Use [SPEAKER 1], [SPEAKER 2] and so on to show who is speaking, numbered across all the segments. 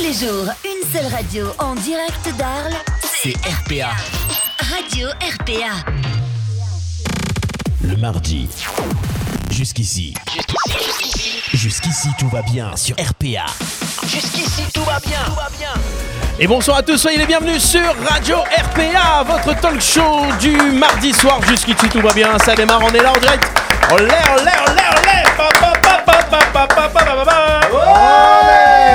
[SPEAKER 1] les jours, une seule radio en direct d'Arles,
[SPEAKER 2] C'est RPA.
[SPEAKER 1] Radio RPA.
[SPEAKER 2] Le mardi. Jusqu'ici. Jusqu'ici, tout va bien sur RPA. Jusqu'ici, tout va bien. Et bonsoir à tous, soyez les bienvenus sur Radio RPA, votre talk show du mardi soir. Jusqu'ici, tout va bien. Ça démarre, on est là en direct. Olé, olé, olé, olé. Pa, pa, pa, pa, pa, pa, pa, pa, pa, pa.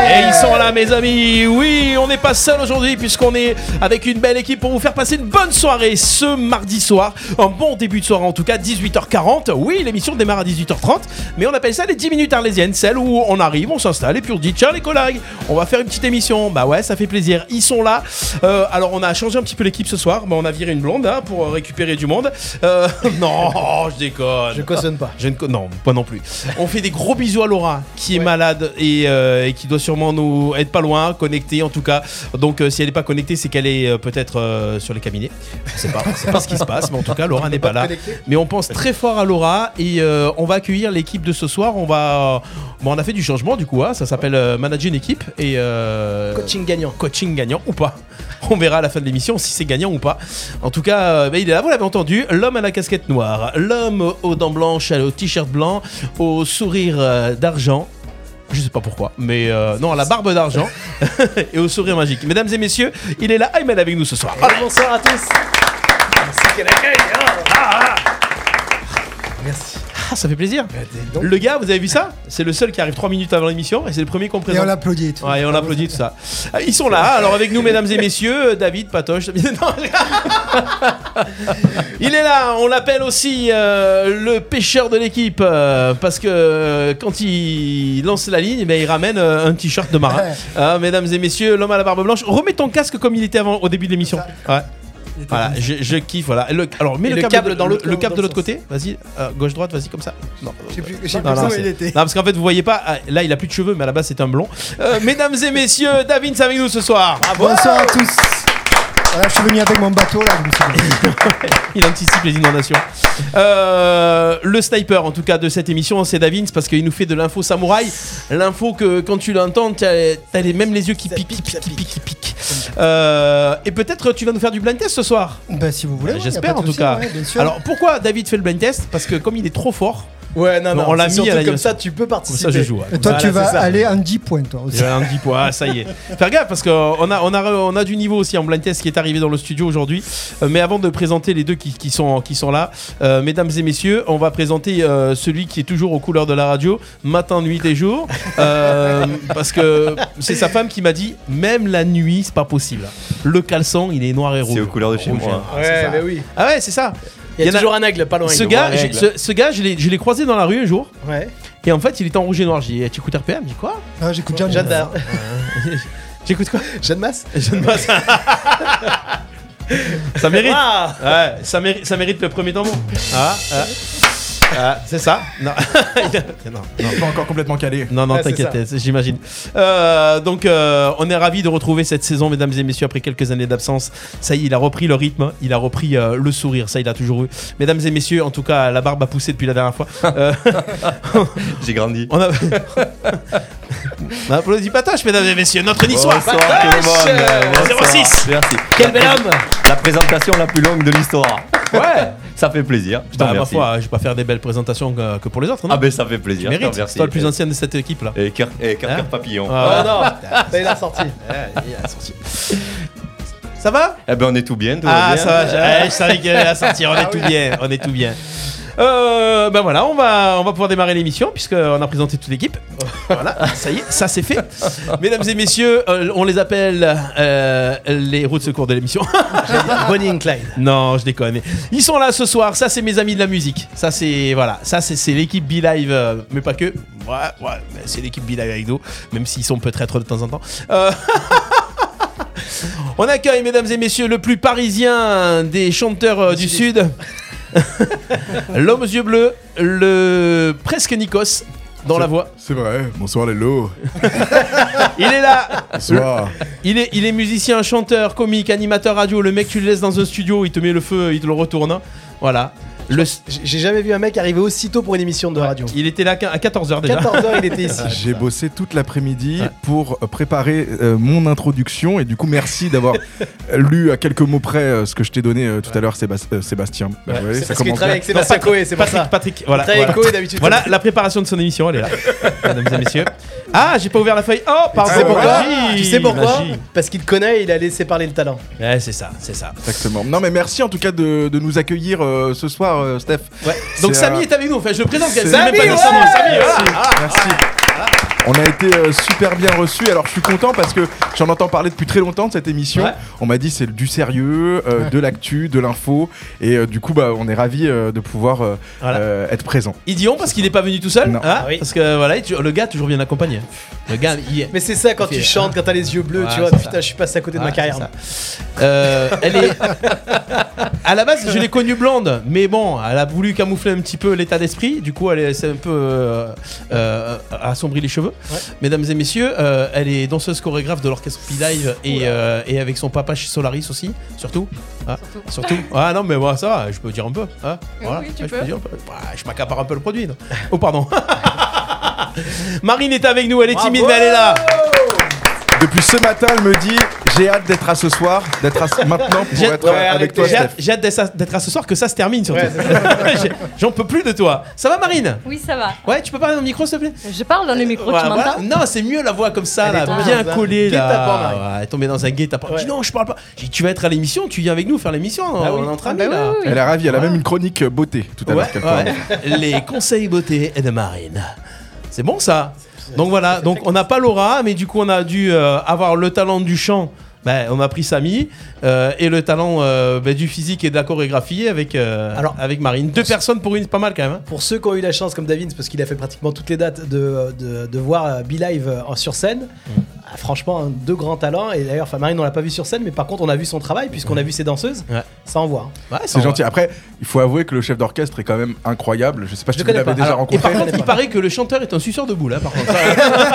[SPEAKER 2] Et ils sont là, mes amis. Oui, on n'est pas seul aujourd'hui, puisqu'on est avec une belle équipe pour vous faire passer une bonne soirée ce mardi soir. Un bon début de soirée, en tout cas, 18h40. Oui, l'émission démarre à 18h30, mais on appelle ça les 10 minutes arlésiennes, celle où on arrive, on s'installe et puis on dit tiens, les collègues, on va faire une petite émission. Bah ouais, ça fait plaisir. Ils sont là. Euh, alors, on a changé un petit peu l'équipe ce soir. Bah, on a viré une blonde hein, pour récupérer du monde. Euh, non, je déconne.
[SPEAKER 3] Je cautionne pas.
[SPEAKER 2] Je ne co- non, pas non plus. On fait des gros bisous à Laura qui est malade et, euh, et qui doit sûrement nous être pas loin, connectée en tout cas. Donc euh, si elle n'est pas connectée, c'est qu'elle est euh, peut-être euh, sur les cabinets. Je sais pas, on sait pas ce qui se passe, mais en tout cas Laura n'est pas là. Mais on pense très fort à Laura et euh, on va accueillir l'équipe de ce soir. On va, bon, on a fait du changement du coup. hein. ça s'appelle euh, manager une équipe et euh,
[SPEAKER 3] Coaching gagnant.
[SPEAKER 2] coaching gagnant ou pas. On verra à la fin de l'émission si c'est gagnant ou pas. En tout cas, euh, bah, il est là, vous l'avez entendu, l'homme à la casquette noire, l'homme aux dents blanches, au t-shirt blanc, au sourire euh, d'argent. Je sais pas pourquoi, mais euh, non, à la barbe d'argent et au sourire magique. Mesdames et messieurs, il est là, Ayman avec nous ce soir. Ah,
[SPEAKER 3] Bonsoir à tous. Merci quel accueil. hein. Ah, ah. Merci.
[SPEAKER 2] ah, ça fait plaisir.
[SPEAKER 3] Bah, dis donc.
[SPEAKER 2] Le gars, vous avez vu ça C'est le seul qui arrive 3 minutes avant l'émission et c'est le premier qu'on
[SPEAKER 4] Et
[SPEAKER 2] présente.
[SPEAKER 4] on l'applaudit. et tout.
[SPEAKER 2] Ouais, et on applaudit tout ça. Ah, Ils sont là, alors avec nous, mesdames et messieurs, euh, David Patoche. Non. Il est là, on l'appelle aussi euh, le pêcheur de l'équipe, euh, parce que euh, quand il lance la ligne, eh ben, il ramène euh, un t-shirt de marin.
[SPEAKER 4] Ouais.
[SPEAKER 2] Ah, mesdames et messieurs, l'homme à la barbe blanche, remets ton casque comme il était avant, au début de l'émission. Ouais. Voilà, je, je kiffe, voilà. Le- alors, mets
[SPEAKER 3] Et
[SPEAKER 2] le,
[SPEAKER 3] le
[SPEAKER 2] câble,
[SPEAKER 3] câble
[SPEAKER 2] de-
[SPEAKER 3] dans l'autre-
[SPEAKER 2] le câble de
[SPEAKER 3] dans
[SPEAKER 2] l'autre
[SPEAKER 3] l'autre
[SPEAKER 2] côté, vas-y, euh, gauche-droite, vas-y, comme ça. Non,
[SPEAKER 4] Je sais plus, je sais
[SPEAKER 2] non,
[SPEAKER 4] plus
[SPEAKER 2] non,
[SPEAKER 4] où
[SPEAKER 2] c'est-
[SPEAKER 4] il était.
[SPEAKER 2] non, parce qu'en fait, vous voyez pas, ah, là, il a plus de cheveux, mais à la base, c'est un blond. Euh, mesdames et messieurs, David, c'est avec nous ce soir.
[SPEAKER 4] Bonsoir à tous. Voilà, je suis venu avec mon bateau là. je me suis dit.
[SPEAKER 2] Il anticipe les inondations. Euh, le sniper, en tout cas, de cette émission, c'est David, c'est parce qu'il nous fait de l'info samouraï. L'info que quand tu l'entends, t'as t'as les, même les yeux qui
[SPEAKER 3] Ça
[SPEAKER 2] piquent, qui
[SPEAKER 3] pique,
[SPEAKER 2] piquent,
[SPEAKER 3] ça
[SPEAKER 2] qui piquent, qui piquent. Euh, et peut-être tu vas nous faire du blind test ce soir.
[SPEAKER 4] Bah, si vous voulez. ouais, y a
[SPEAKER 2] Euh, J'espère
[SPEAKER 4] pas
[SPEAKER 2] en
[SPEAKER 4] de
[SPEAKER 2] tout
[SPEAKER 4] souci,
[SPEAKER 2] cas.
[SPEAKER 4] ouais, bien sûr.
[SPEAKER 2] Alors pourquoi David fait le blind test Parce que comme il est trop fort,
[SPEAKER 3] Ouais, non,
[SPEAKER 2] Bon,
[SPEAKER 3] non.
[SPEAKER 2] on l'a
[SPEAKER 3] c'est
[SPEAKER 2] mis
[SPEAKER 3] surtout
[SPEAKER 2] à la
[SPEAKER 3] comme
[SPEAKER 2] animation.
[SPEAKER 3] ça, tu peux
[SPEAKER 2] comme
[SPEAKER 3] participer.
[SPEAKER 2] ça je joue. ouais.
[SPEAKER 4] Et toi,
[SPEAKER 3] Voilà,
[SPEAKER 4] tu vas
[SPEAKER 3] c'est ça.
[SPEAKER 4] aller en 10 points, toi aussi.
[SPEAKER 2] J'ai un petit poids, ça y est. Faire gaffe parce qu'on a, on a, on a du niveau aussi en blind test qui est arrivé dans le studio aujourd'hui. Euh, Mais avant de présenter les deux qui, qui sont, qui sont là, euh, mesdames et messieurs, on va présenter euh, celui qui est toujours aux couleurs de la radio, matin, nuit et jour. Euh, parce que c'est sa femme qui m'a dit même la nuit, c'est pas possible. Le caleçon, il est noir et rouge.
[SPEAKER 5] C'est aux couleurs de chez
[SPEAKER 2] Rouge,
[SPEAKER 5] moi.
[SPEAKER 2] hein. Ah, c'est
[SPEAKER 3] Ouais,
[SPEAKER 2] ça.
[SPEAKER 3] mais oui.
[SPEAKER 2] Ah ouais, c'est ça.
[SPEAKER 3] Il y a
[SPEAKER 2] en
[SPEAKER 3] toujours un aigle pas loin.
[SPEAKER 2] ce
[SPEAKER 3] il
[SPEAKER 2] gars,
[SPEAKER 3] doit
[SPEAKER 2] j'ai-
[SPEAKER 3] voir un aigle.
[SPEAKER 2] ce, ce gars, je l'ai je l'ai croisé dans la rue un jour,
[SPEAKER 3] Ouais.
[SPEAKER 2] et en fait, il était en rouge et noir. J'ai dit, Eh, t'écoutes RPM J'ai dit quoi
[SPEAKER 4] Ah, J'écoute Jeanne.
[SPEAKER 3] Jeanne d'Arc.
[SPEAKER 2] J'écoute quoi
[SPEAKER 3] Jeanne Masse.
[SPEAKER 2] Je ne vois ça. ça mérite.
[SPEAKER 3] Ah
[SPEAKER 2] Ouais, ça, mérite ça mérite le premier tambour. Ah, ah. Ah, c'est ça Non. non, non.
[SPEAKER 6] Pas encore complètement calé.
[SPEAKER 2] Non, non,
[SPEAKER 3] Ouais, c'est
[SPEAKER 2] t'inquiète, j'imagine. Euh, donc, euh, on est ravis de retrouver cette saison, mesdames et messieurs, après quelques années d'absence. Ça y est, il a repris le rythme, il a repris euh, le sourire, ça, il a toujours eu. Mesdames et messieurs, en tout cas, la barbe a poussé depuis la dernière fois. Euh,
[SPEAKER 5] J'ai grandi.
[SPEAKER 2] on a. on applaudit Patoche, mesdames et messieurs, notre niçois.
[SPEAKER 5] tout le monde.
[SPEAKER 2] Patoche Bah, 06.
[SPEAKER 5] Merci.
[SPEAKER 3] Quel bel homme
[SPEAKER 5] La présentation la plus longue de l'histoire.
[SPEAKER 2] Ouais!
[SPEAKER 5] Ça fait plaisir. Je t'en
[SPEAKER 2] Bah, ma
[SPEAKER 5] remercie.
[SPEAKER 2] foi, je vais pas faire des belles présentations que, que pour les autres, hein. non
[SPEAKER 5] Ah ben ça fait plaisir.
[SPEAKER 2] Mérite,
[SPEAKER 5] je te remercie.
[SPEAKER 2] c'est toi le plus ancien de cette équipe là.
[SPEAKER 5] Et cœur et cœur-
[SPEAKER 2] Hein
[SPEAKER 5] cœur papillon.
[SPEAKER 2] Ah,
[SPEAKER 3] Oh non Ça, il a sorti.
[SPEAKER 2] Ça va
[SPEAKER 5] Eh ben on est tout bien. Tout va
[SPEAKER 2] Ah,
[SPEAKER 5] bien.
[SPEAKER 2] ça va, j'ai- eh, je savais qu'il allait la sortir, on est tout bien, on est tout bien. Euh, ben voilà, on va, on va pouvoir démarrer l'émission puisqu'on a présenté toute l'équipe. Voilà, ça y est, ça c'est fait. Mesdames et messieurs, euh, on les appelle euh, les roues de secours de l'émission.
[SPEAKER 3] Bonnie and Clyde.
[SPEAKER 2] Non, je déconne. Ils sont là ce soir. Ça, c'est mes amis de la musique. Ça, c'est voilà. Ça, c'est c'est l'équipe Be Live, euh, mais pas que. Ouais, ouais. mais C'est l'équipe Be Live avec nous, même s'ils sont peut traîtres de temps en temps. Euh, On accueille, mesdames et messieurs, le plus parisien des chanteurs euh, du sud, l'homme aux yeux bleus, le presque Nikos dans la voix.
[SPEAKER 6] C'est vrai. Bonsoir les lots.
[SPEAKER 2] Il est là,
[SPEAKER 6] Bonsoir.
[SPEAKER 2] il est, il est musicien, chanteur, comique, animateur radio. Le mec, tu le laisses dans un studio, il te met le feu, il te le retourne. Voilà.
[SPEAKER 7] Le...
[SPEAKER 3] J'ai jamais vu un mec arriver aussi tôt pour une émission de radio.
[SPEAKER 2] Il était là à 14h déjà.
[SPEAKER 3] 14h, il était ici.
[SPEAKER 6] J'ai bossé toute l'après-midi pour préparer euh, mon introduction et du coup merci d'avoir lu à quelques mots près euh, ce que je t'ai donné euh, tout à l'heure Sébast- euh, Sébastien. Bah ouais,
[SPEAKER 3] C'est
[SPEAKER 6] ça
[SPEAKER 3] parce qu'il
[SPEAKER 6] commence
[SPEAKER 3] travaille avec
[SPEAKER 6] bien.
[SPEAKER 3] Sébastien
[SPEAKER 2] Patrick-
[SPEAKER 3] Coé, c'est pour
[SPEAKER 2] Patrick,
[SPEAKER 3] ça.
[SPEAKER 2] Patrick, voilà.
[SPEAKER 3] Travaille avec
[SPEAKER 2] voilà.
[SPEAKER 3] Coé d'habitude.
[SPEAKER 2] Voilà, la préparation de son émission, elle est là, mesdames et messieurs. Ah, j'ai pas ouvert la feuille. Oh, pardon.
[SPEAKER 3] Tu sais pourquoi
[SPEAKER 2] Magie,
[SPEAKER 3] Tu sais pourquoi
[SPEAKER 2] magie.
[SPEAKER 3] Parce qu'il connaît et il a laissé parler le talent.
[SPEAKER 2] Ouais, c'est ça, c'est ça.
[SPEAKER 6] Exactement. Non mais merci en tout cas de, de nous accueillir euh, ce soir euh, Steph.
[SPEAKER 2] Ouais. Donc
[SPEAKER 6] C'est,
[SPEAKER 2] Samy
[SPEAKER 6] euh,
[SPEAKER 2] est avec nous. Enfin, je le présente.
[SPEAKER 6] c'est-
[SPEAKER 2] Samy, même pas
[SPEAKER 3] Samy,
[SPEAKER 2] dit
[SPEAKER 3] ouais
[SPEAKER 2] son hein. Ah, nom. Samy, voilà.
[SPEAKER 6] Merci. Ah. On a été euh, super bien reçus. Alors je suis content parce que j'en entends parler depuis très longtemps de cette émission.
[SPEAKER 2] Ouais.
[SPEAKER 6] On m'a dit c'est du sérieux, euh, de l'actu, de l'info et euh, du coup bah on est ravi de pouvoir euh,
[SPEAKER 2] Voilà.
[SPEAKER 6] euh, être présent.
[SPEAKER 2] Idiot parce qu'il n'est pas venu tout seul.
[SPEAKER 6] Non.
[SPEAKER 2] hein,
[SPEAKER 3] Ah oui.
[SPEAKER 2] Parce que voilà, tu- le gars toujours bien accompagné. Le gars, il est.
[SPEAKER 3] Mais c'est ça quand
[SPEAKER 2] Il fait,
[SPEAKER 3] tu chantes, quand t'as les yeux bleus,
[SPEAKER 2] Ouais,
[SPEAKER 3] tu vois,
[SPEAKER 2] c'est
[SPEAKER 3] putain,
[SPEAKER 2] ça.
[SPEAKER 3] je suis passé à côté de
[SPEAKER 2] Voilà,
[SPEAKER 3] ma carrière.
[SPEAKER 2] c'est ça. Euh, elle est. à la base, je l'ai connue blonde, mais bon, elle a voulu camoufler un petit peu l'état d'esprit. Du coup, elle est- s'est un peu euh, euh, assombri les cheveux. Mesdames et messieurs, euh, elle est danseuse chorégraphe de l'orchestre P-Live et, euh, et avec son papa chez Solaris aussi, surtout. Ah, surtout. Ah non, mais moi, ça, va, je peux dire un peu. hein. Voilà,
[SPEAKER 8] oui, tu
[SPEAKER 2] je
[SPEAKER 8] peux.
[SPEAKER 2] dire un peu. Bah, je m'accapare un peu le produit. non oh, pardon. Marine est avec nous, elle est timide, mais elle est là.
[SPEAKER 6] Depuis ce matin, elle me dit j'ai hâte d'être à ce soir, d'être à ce- maintenant pour
[SPEAKER 2] J'ai-
[SPEAKER 6] être
[SPEAKER 2] ouais,
[SPEAKER 6] euh, avec
[SPEAKER 3] arrêtez.
[SPEAKER 6] toi,
[SPEAKER 2] J'ai
[SPEAKER 6] Steph.
[SPEAKER 2] hâte, j'ai hâte d'être d'être à ce soir que ça se termine surtout.
[SPEAKER 3] Ouais,
[SPEAKER 2] J'ai- J'en peux plus de toi. Ça va Marine
[SPEAKER 8] Oui, ça va.
[SPEAKER 2] Ouais, tu peux parler dans le micro s'il te plaît
[SPEAKER 8] Je parle dans le micro,
[SPEAKER 2] Voilà,
[SPEAKER 8] tu
[SPEAKER 2] voilà.
[SPEAKER 8] m'entends
[SPEAKER 2] Non, c'est mieux la voix comme ça,
[SPEAKER 3] Elle est
[SPEAKER 2] là,
[SPEAKER 3] tombée
[SPEAKER 2] bien
[SPEAKER 3] dans un
[SPEAKER 2] collée
[SPEAKER 3] guet-apens,
[SPEAKER 2] là.
[SPEAKER 3] Marie.
[SPEAKER 2] Ouais, Elle est tombée dans un guet-apens. Elle
[SPEAKER 3] Ouais.
[SPEAKER 2] dit non, je parle pas. J'ai dit, tu vas être à l'émission, tu viens avec nous faire l'émission.
[SPEAKER 3] Ah
[SPEAKER 2] on
[SPEAKER 3] oui.
[SPEAKER 2] est entre
[SPEAKER 3] Ah
[SPEAKER 2] amis
[SPEAKER 8] bah
[SPEAKER 2] là.
[SPEAKER 8] oui, oui.
[SPEAKER 6] Elle est ravie, elle a même une chronique euh, beauté tout à
[SPEAKER 2] Ouais,
[SPEAKER 6] l'heure. qu'elle fera.
[SPEAKER 2] ouais. Les conseils beauté de Marine. C'est bon ça Donc voilà, donc on n'a pas Laura, mais du coup on a dû euh, avoir le talent du chant. Ben, on a pris Samy euh, et le talent euh, ben, du physique et de la chorégraphie avec, euh,
[SPEAKER 3] Alors-
[SPEAKER 2] avec Marine. Deux personnes pour une, c'est pas mal quand même. hein.
[SPEAKER 3] Pour ceux qui ont eu la chance, comme David, parce qu'il a fait pratiquement toutes les dates, de, de, de voir euh, Be-Live euh, en- sur scène,
[SPEAKER 2] Mm.
[SPEAKER 3] ah, franchement, hein, deux grands talents. Et d'ailleurs, enfin, Marine, on l'a pas vu sur scène, mais par contre, on a vu son travail, puisqu'on a vu ses danseuses.
[SPEAKER 2] Mm. Ouais.
[SPEAKER 3] Ça envoie. hein.
[SPEAKER 2] Ouais, ça
[SPEAKER 6] C'est
[SPEAKER 2] va.
[SPEAKER 6] gentil. Après, il faut avouer que le chef d'orchestre est quand même incroyable. Je sais pas si
[SPEAKER 3] Je
[SPEAKER 6] vous
[SPEAKER 3] connais
[SPEAKER 6] l'avez
[SPEAKER 3] pas.
[SPEAKER 6] déjà
[SPEAKER 3] Alors,
[SPEAKER 2] Et
[SPEAKER 6] rencontré.
[SPEAKER 2] par contre, il paraît que le chanteur est un suceur de boule, hein, par contre.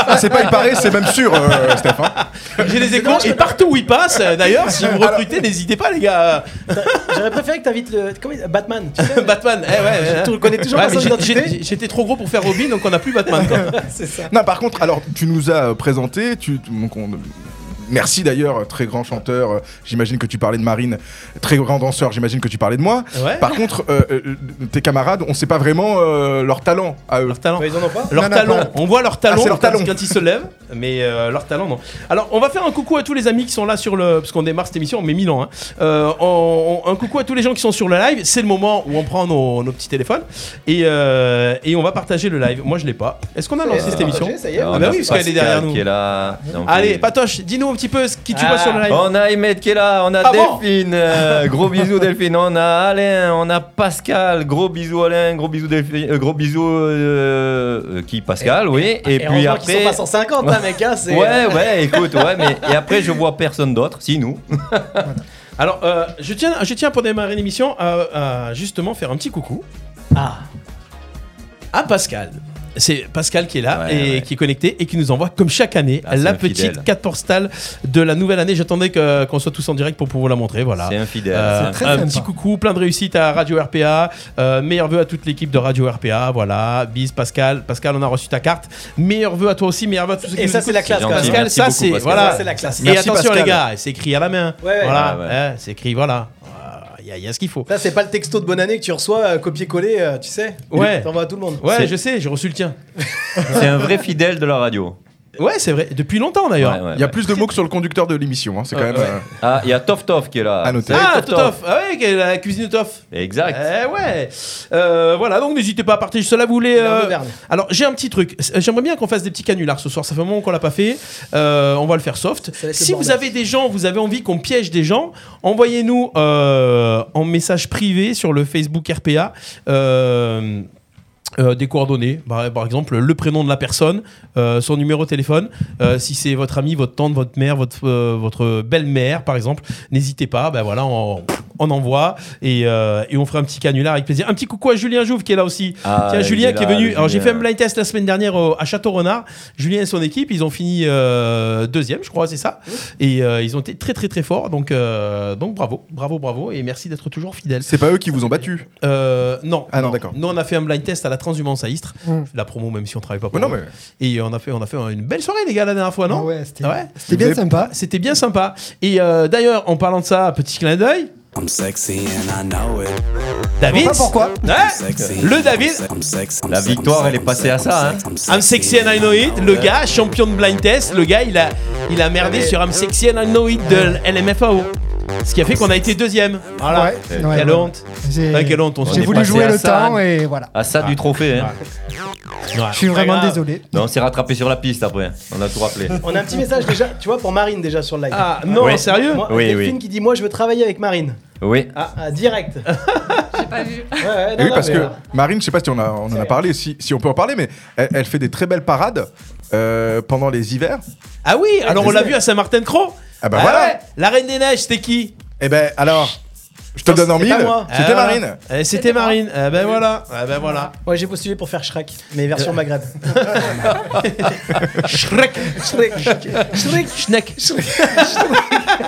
[SPEAKER 6] Ah, c'est pas il paraît, c'est même sûr, euh, Steph. hein.
[SPEAKER 2] J'ai les échos et partout où il passe, euh, d'ailleurs, si vous recrutez, n'hésitez pas, les gars.
[SPEAKER 3] J'aurais préféré que t'invites le. comment il- Batman, tu sais,
[SPEAKER 2] Batman, eh ouais, ouais.
[SPEAKER 3] Je te reconnais toujours
[SPEAKER 2] Ouais,
[SPEAKER 3] pas
[SPEAKER 2] mais
[SPEAKER 3] son
[SPEAKER 2] j'ai-
[SPEAKER 3] identité.
[SPEAKER 2] j'ai- J'étais trop gros pour faire Robin, donc on n'a plus Batman. quoi.
[SPEAKER 3] c'est ça.
[SPEAKER 6] Non, par contre, alors tu nous as euh, présenté, tu, donc on- merci d'ailleurs, très grand chanteur. euh, J'imagine que tu parlais de Marine, très grand danseur. J'imagine que tu parlais de moi.
[SPEAKER 2] Ouais.
[SPEAKER 6] Par contre, euh, euh, tes camarades, on sait pas vraiment euh, leur talent à eux.
[SPEAKER 2] Leur talent.
[SPEAKER 3] Ouais, ils en ont pas
[SPEAKER 2] Leur
[SPEAKER 6] Non, non,
[SPEAKER 2] talon,
[SPEAKER 6] pardon.
[SPEAKER 2] on voit leur talon,
[SPEAKER 6] Ah, c'est leur
[SPEAKER 2] quand,
[SPEAKER 6] talon.
[SPEAKER 2] quand ils se lèvent, mais euh, leur talent non. Alors on va faire un coucou à tous les amis qui sont là sur le, parce qu'on démarre cette émission, on met Milan. Hein. Euh, on- on- un coucou à tous les gens qui sont sur le live. C'est le moment où on prend nos, nos petits téléphones et, euh, et on va partager le live. Moi je l'ai pas. Est-ce qu'on a lancé cette émission
[SPEAKER 3] Ça y est.
[SPEAKER 2] Ah bah oui, parce qu'elle est derrière nous.
[SPEAKER 5] Qui est là. Donc,
[SPEAKER 2] Allez,
[SPEAKER 5] euh,
[SPEAKER 2] Patoche, dis-nous un petit peu ce qui tu vois
[SPEAKER 3] Ah.
[SPEAKER 2] sur le live.
[SPEAKER 5] On a Ahmed qui est là, on a
[SPEAKER 2] Ah bon
[SPEAKER 5] Delphine, euh, gros bisous Delphine, on a Alain, on a Pascal, gros bisous Alain, gros bisous Delphine, euh, gros bisous euh, euh, qui Pascal, oui. Et,
[SPEAKER 3] Et
[SPEAKER 5] puis
[SPEAKER 3] heureusement qu'ils
[SPEAKER 5] après,
[SPEAKER 3] sont pas 150, hein, mec. hein, c'est-
[SPEAKER 5] ouais, ouais, écoute, ouais, mais et après je vois personne d'autre, si nous.
[SPEAKER 2] Alors euh, je tiens, je tiens pour démarrer l'émission à, à justement faire un petit coucou
[SPEAKER 3] Ah,
[SPEAKER 2] à Pascal. C'est Pascal qui est là
[SPEAKER 5] Ouais,
[SPEAKER 2] et
[SPEAKER 5] ouais.
[SPEAKER 2] qui est connecté et qui nous envoie, comme chaque année,
[SPEAKER 5] Ah, c'est
[SPEAKER 2] la
[SPEAKER 5] un fidèle.
[SPEAKER 2] petite carte postale de la nouvelle année. J'attendais que- qu'on soit tous en direct pour pouvoir vous la montrer. Voilà.
[SPEAKER 5] C'est infidèle.
[SPEAKER 2] Euh,
[SPEAKER 5] ça.
[SPEAKER 2] un petit coucou, plein de réussite à Radio RPA. Euh, meilleurs vœux à toute l'équipe de Radio RPA. Voilà, bis Pascal. Pascal, on a reçu ta carte. Meilleurs vœux à toi aussi, meilleurs vœux à tous ceux qui
[SPEAKER 3] Et
[SPEAKER 2] nous
[SPEAKER 3] ça, c'est
[SPEAKER 2] écoutent.
[SPEAKER 3] la classe,
[SPEAKER 5] C'est
[SPEAKER 3] quand même.
[SPEAKER 5] gentil.
[SPEAKER 2] Pascal,
[SPEAKER 5] Merci
[SPEAKER 2] ça
[SPEAKER 5] beaucoup,
[SPEAKER 2] c'est
[SPEAKER 5] Pascal.
[SPEAKER 2] voilà.
[SPEAKER 3] Ça, c'est la classe.
[SPEAKER 2] Et
[SPEAKER 6] Merci,
[SPEAKER 2] attention
[SPEAKER 6] Pascal.
[SPEAKER 2] les gars, c'est écrit à la main.
[SPEAKER 3] Ouais, ouais.
[SPEAKER 2] Voilà,
[SPEAKER 5] Ah, Ouais, ouais.
[SPEAKER 2] hein, c'est écrit voilà. Ah, Il y, a- il y a ce qu'il faut.
[SPEAKER 3] Ça, c'est pas le texto de bonne année que tu reçois euh, copier-coller, euh, tu sais
[SPEAKER 2] Ouais.
[SPEAKER 3] T'envoies à tout le monde.
[SPEAKER 2] Ouais,
[SPEAKER 5] C'est-
[SPEAKER 2] je sais, j'ai reçu le tien.
[SPEAKER 5] C'est un vrai fidèle de la radio.
[SPEAKER 2] Ouais, c'est vrai, depuis longtemps d'ailleurs.
[SPEAKER 5] Ouais, ouais,
[SPEAKER 6] Il y a
[SPEAKER 5] ouais.
[SPEAKER 6] plus de mots que sur le conducteur de l'émission. hein, C'est quand
[SPEAKER 2] Euh,
[SPEAKER 6] même.
[SPEAKER 2] ouais.
[SPEAKER 6] euh,
[SPEAKER 5] Ah, il y a Tof Tof qui est là.
[SPEAKER 6] À noter.
[SPEAKER 5] Salut,
[SPEAKER 2] Ah, Totof, ah ouais, qu'elle a la cuisine de Totof.
[SPEAKER 5] Exact.
[SPEAKER 2] Eh ouais. Euh, voilà, donc n'hésitez pas à partager cela. Vous voulez.
[SPEAKER 3] Il est en
[SPEAKER 2] euh,
[SPEAKER 3] Auvergne.
[SPEAKER 2] Alors, j'ai un petit truc. C'est- J'aimerais bien qu'on fasse des petits canulars ce soir. Ça fait un moment qu'on l'a pas fait. Euh, on va le faire soft.
[SPEAKER 3] Ça va être le
[SPEAKER 2] Si vous
[SPEAKER 3] bordel.
[SPEAKER 2] avez des gens, vous avez envie qu'on piège des gens, envoyez-nous euh, en message privé sur le Facebook RPA. euh, euh, des coordonnées, par, par exemple le prénom de la personne, euh, son numéro de téléphone, euh, si c'est votre ami, votre tante, votre mère, votre, euh, votre belle-mère par exemple, n'hésitez pas, ben voilà, on, on envoie et, euh, et on fera un petit canular avec plaisir. Un petit coucou à Julien Jouve qui est là aussi.
[SPEAKER 5] Ah,
[SPEAKER 2] Tiens,
[SPEAKER 5] il
[SPEAKER 2] Julien
[SPEAKER 5] est
[SPEAKER 2] qui est
[SPEAKER 5] là,
[SPEAKER 2] venu.
[SPEAKER 5] le
[SPEAKER 2] Alors, j'ai fait
[SPEAKER 5] Julien.
[SPEAKER 2] un blind test la semaine dernière au- à Château Renard. Julien et son équipe, ils ont fini euh, deuxième, je crois, c'est ça. Et euh, ils ont été très, très, très forts. Donc, euh, donc bravo, bravo, bravo. Et merci d'être toujours fidèle.
[SPEAKER 6] C'est pas eux qui vous ont battu.
[SPEAKER 2] Euh, non.
[SPEAKER 6] Ah non, d'accord.
[SPEAKER 2] Nous, on a fait un blind test à la transhumance à Istres. La promo, même si on travaille pas pour
[SPEAKER 6] Mais non,
[SPEAKER 2] eux. Et on a, fait, on a fait une belle soirée, les gars, la dernière fois, non
[SPEAKER 4] Ouais, c'était
[SPEAKER 2] Ouais.
[SPEAKER 4] c'était bien sympa.
[SPEAKER 2] C'était bien sympa. Et euh, d'ailleurs, en parlant de ça, petit clin d'œil.
[SPEAKER 8] I'm sexy and I know it.
[SPEAKER 2] David.
[SPEAKER 4] Pas pourquoi.
[SPEAKER 2] Ouais.
[SPEAKER 8] Sexy.
[SPEAKER 2] Le David.
[SPEAKER 8] I'm sexy.
[SPEAKER 5] La victoire, elle est passée à ça, hein.
[SPEAKER 2] I'm sexy and I know it. Le gars, champion de blind test, le gars, il a, il a merdé
[SPEAKER 5] Ouais.
[SPEAKER 2] sur I'm sexy and I know it de LMFAO. Ce qui a fait qu'on a été deuxième. Voilà.
[SPEAKER 4] Ouais, ouais,
[SPEAKER 2] Quelle
[SPEAKER 4] ouais.
[SPEAKER 2] honte.
[SPEAKER 4] J'ai-
[SPEAKER 2] Ah, quelle honte, on s'est
[SPEAKER 4] J'ai voulu
[SPEAKER 5] dépassé
[SPEAKER 4] jouer
[SPEAKER 5] à
[SPEAKER 4] le
[SPEAKER 5] ça,
[SPEAKER 4] temps
[SPEAKER 5] hein.
[SPEAKER 4] et voilà.
[SPEAKER 5] À ça du trophée. Hein.
[SPEAKER 2] Ouais.
[SPEAKER 4] Je suis vraiment
[SPEAKER 2] Pas grave.
[SPEAKER 4] désolé.
[SPEAKER 5] Non, on s'est rattrapé sur la piste après. On a tout rappelé.
[SPEAKER 3] On a un petit message déjà, tu vois, pour Marine déjà sur le live.
[SPEAKER 2] Ah non,
[SPEAKER 5] Oui.
[SPEAKER 2] sérieux
[SPEAKER 3] Moi,
[SPEAKER 5] Oui,
[SPEAKER 3] Delphine
[SPEAKER 5] oui.
[SPEAKER 3] qui dit Moi, je veux travailler avec Marine.
[SPEAKER 5] Oui.
[SPEAKER 3] Ah, ah, direct. J'ai pas vu. Ouais, ouais, non,
[SPEAKER 6] Et oui,
[SPEAKER 3] non,
[SPEAKER 6] parce
[SPEAKER 3] mais,
[SPEAKER 6] que
[SPEAKER 3] euh,
[SPEAKER 6] Marine, je sais pas si on, a- on en a parlé, si, si on peut en parler, mais elle, elle fait des très belles parades euh, pendant les hivers.
[SPEAKER 2] Ah oui, alors on l'a
[SPEAKER 6] désolé.
[SPEAKER 2] vu à Saint-Martin-de-Croix.
[SPEAKER 6] Ah bah voilà.
[SPEAKER 2] La Reine des Neiges, c'était qui
[SPEAKER 6] Et ben alors, je te donne en
[SPEAKER 3] c'était
[SPEAKER 6] mille.
[SPEAKER 3] pas moi.
[SPEAKER 6] C'était
[SPEAKER 2] Ah,
[SPEAKER 6] Marine.
[SPEAKER 2] eh, C'était Marine. Eh ben voilà. Eh ben voilà.
[SPEAKER 3] Ouais, j'ai postulé pour faire Shrek, mais version Maghreb.
[SPEAKER 2] Shrek.
[SPEAKER 3] Shrek, Shrek.
[SPEAKER 2] Schneck.
[SPEAKER 6] Non,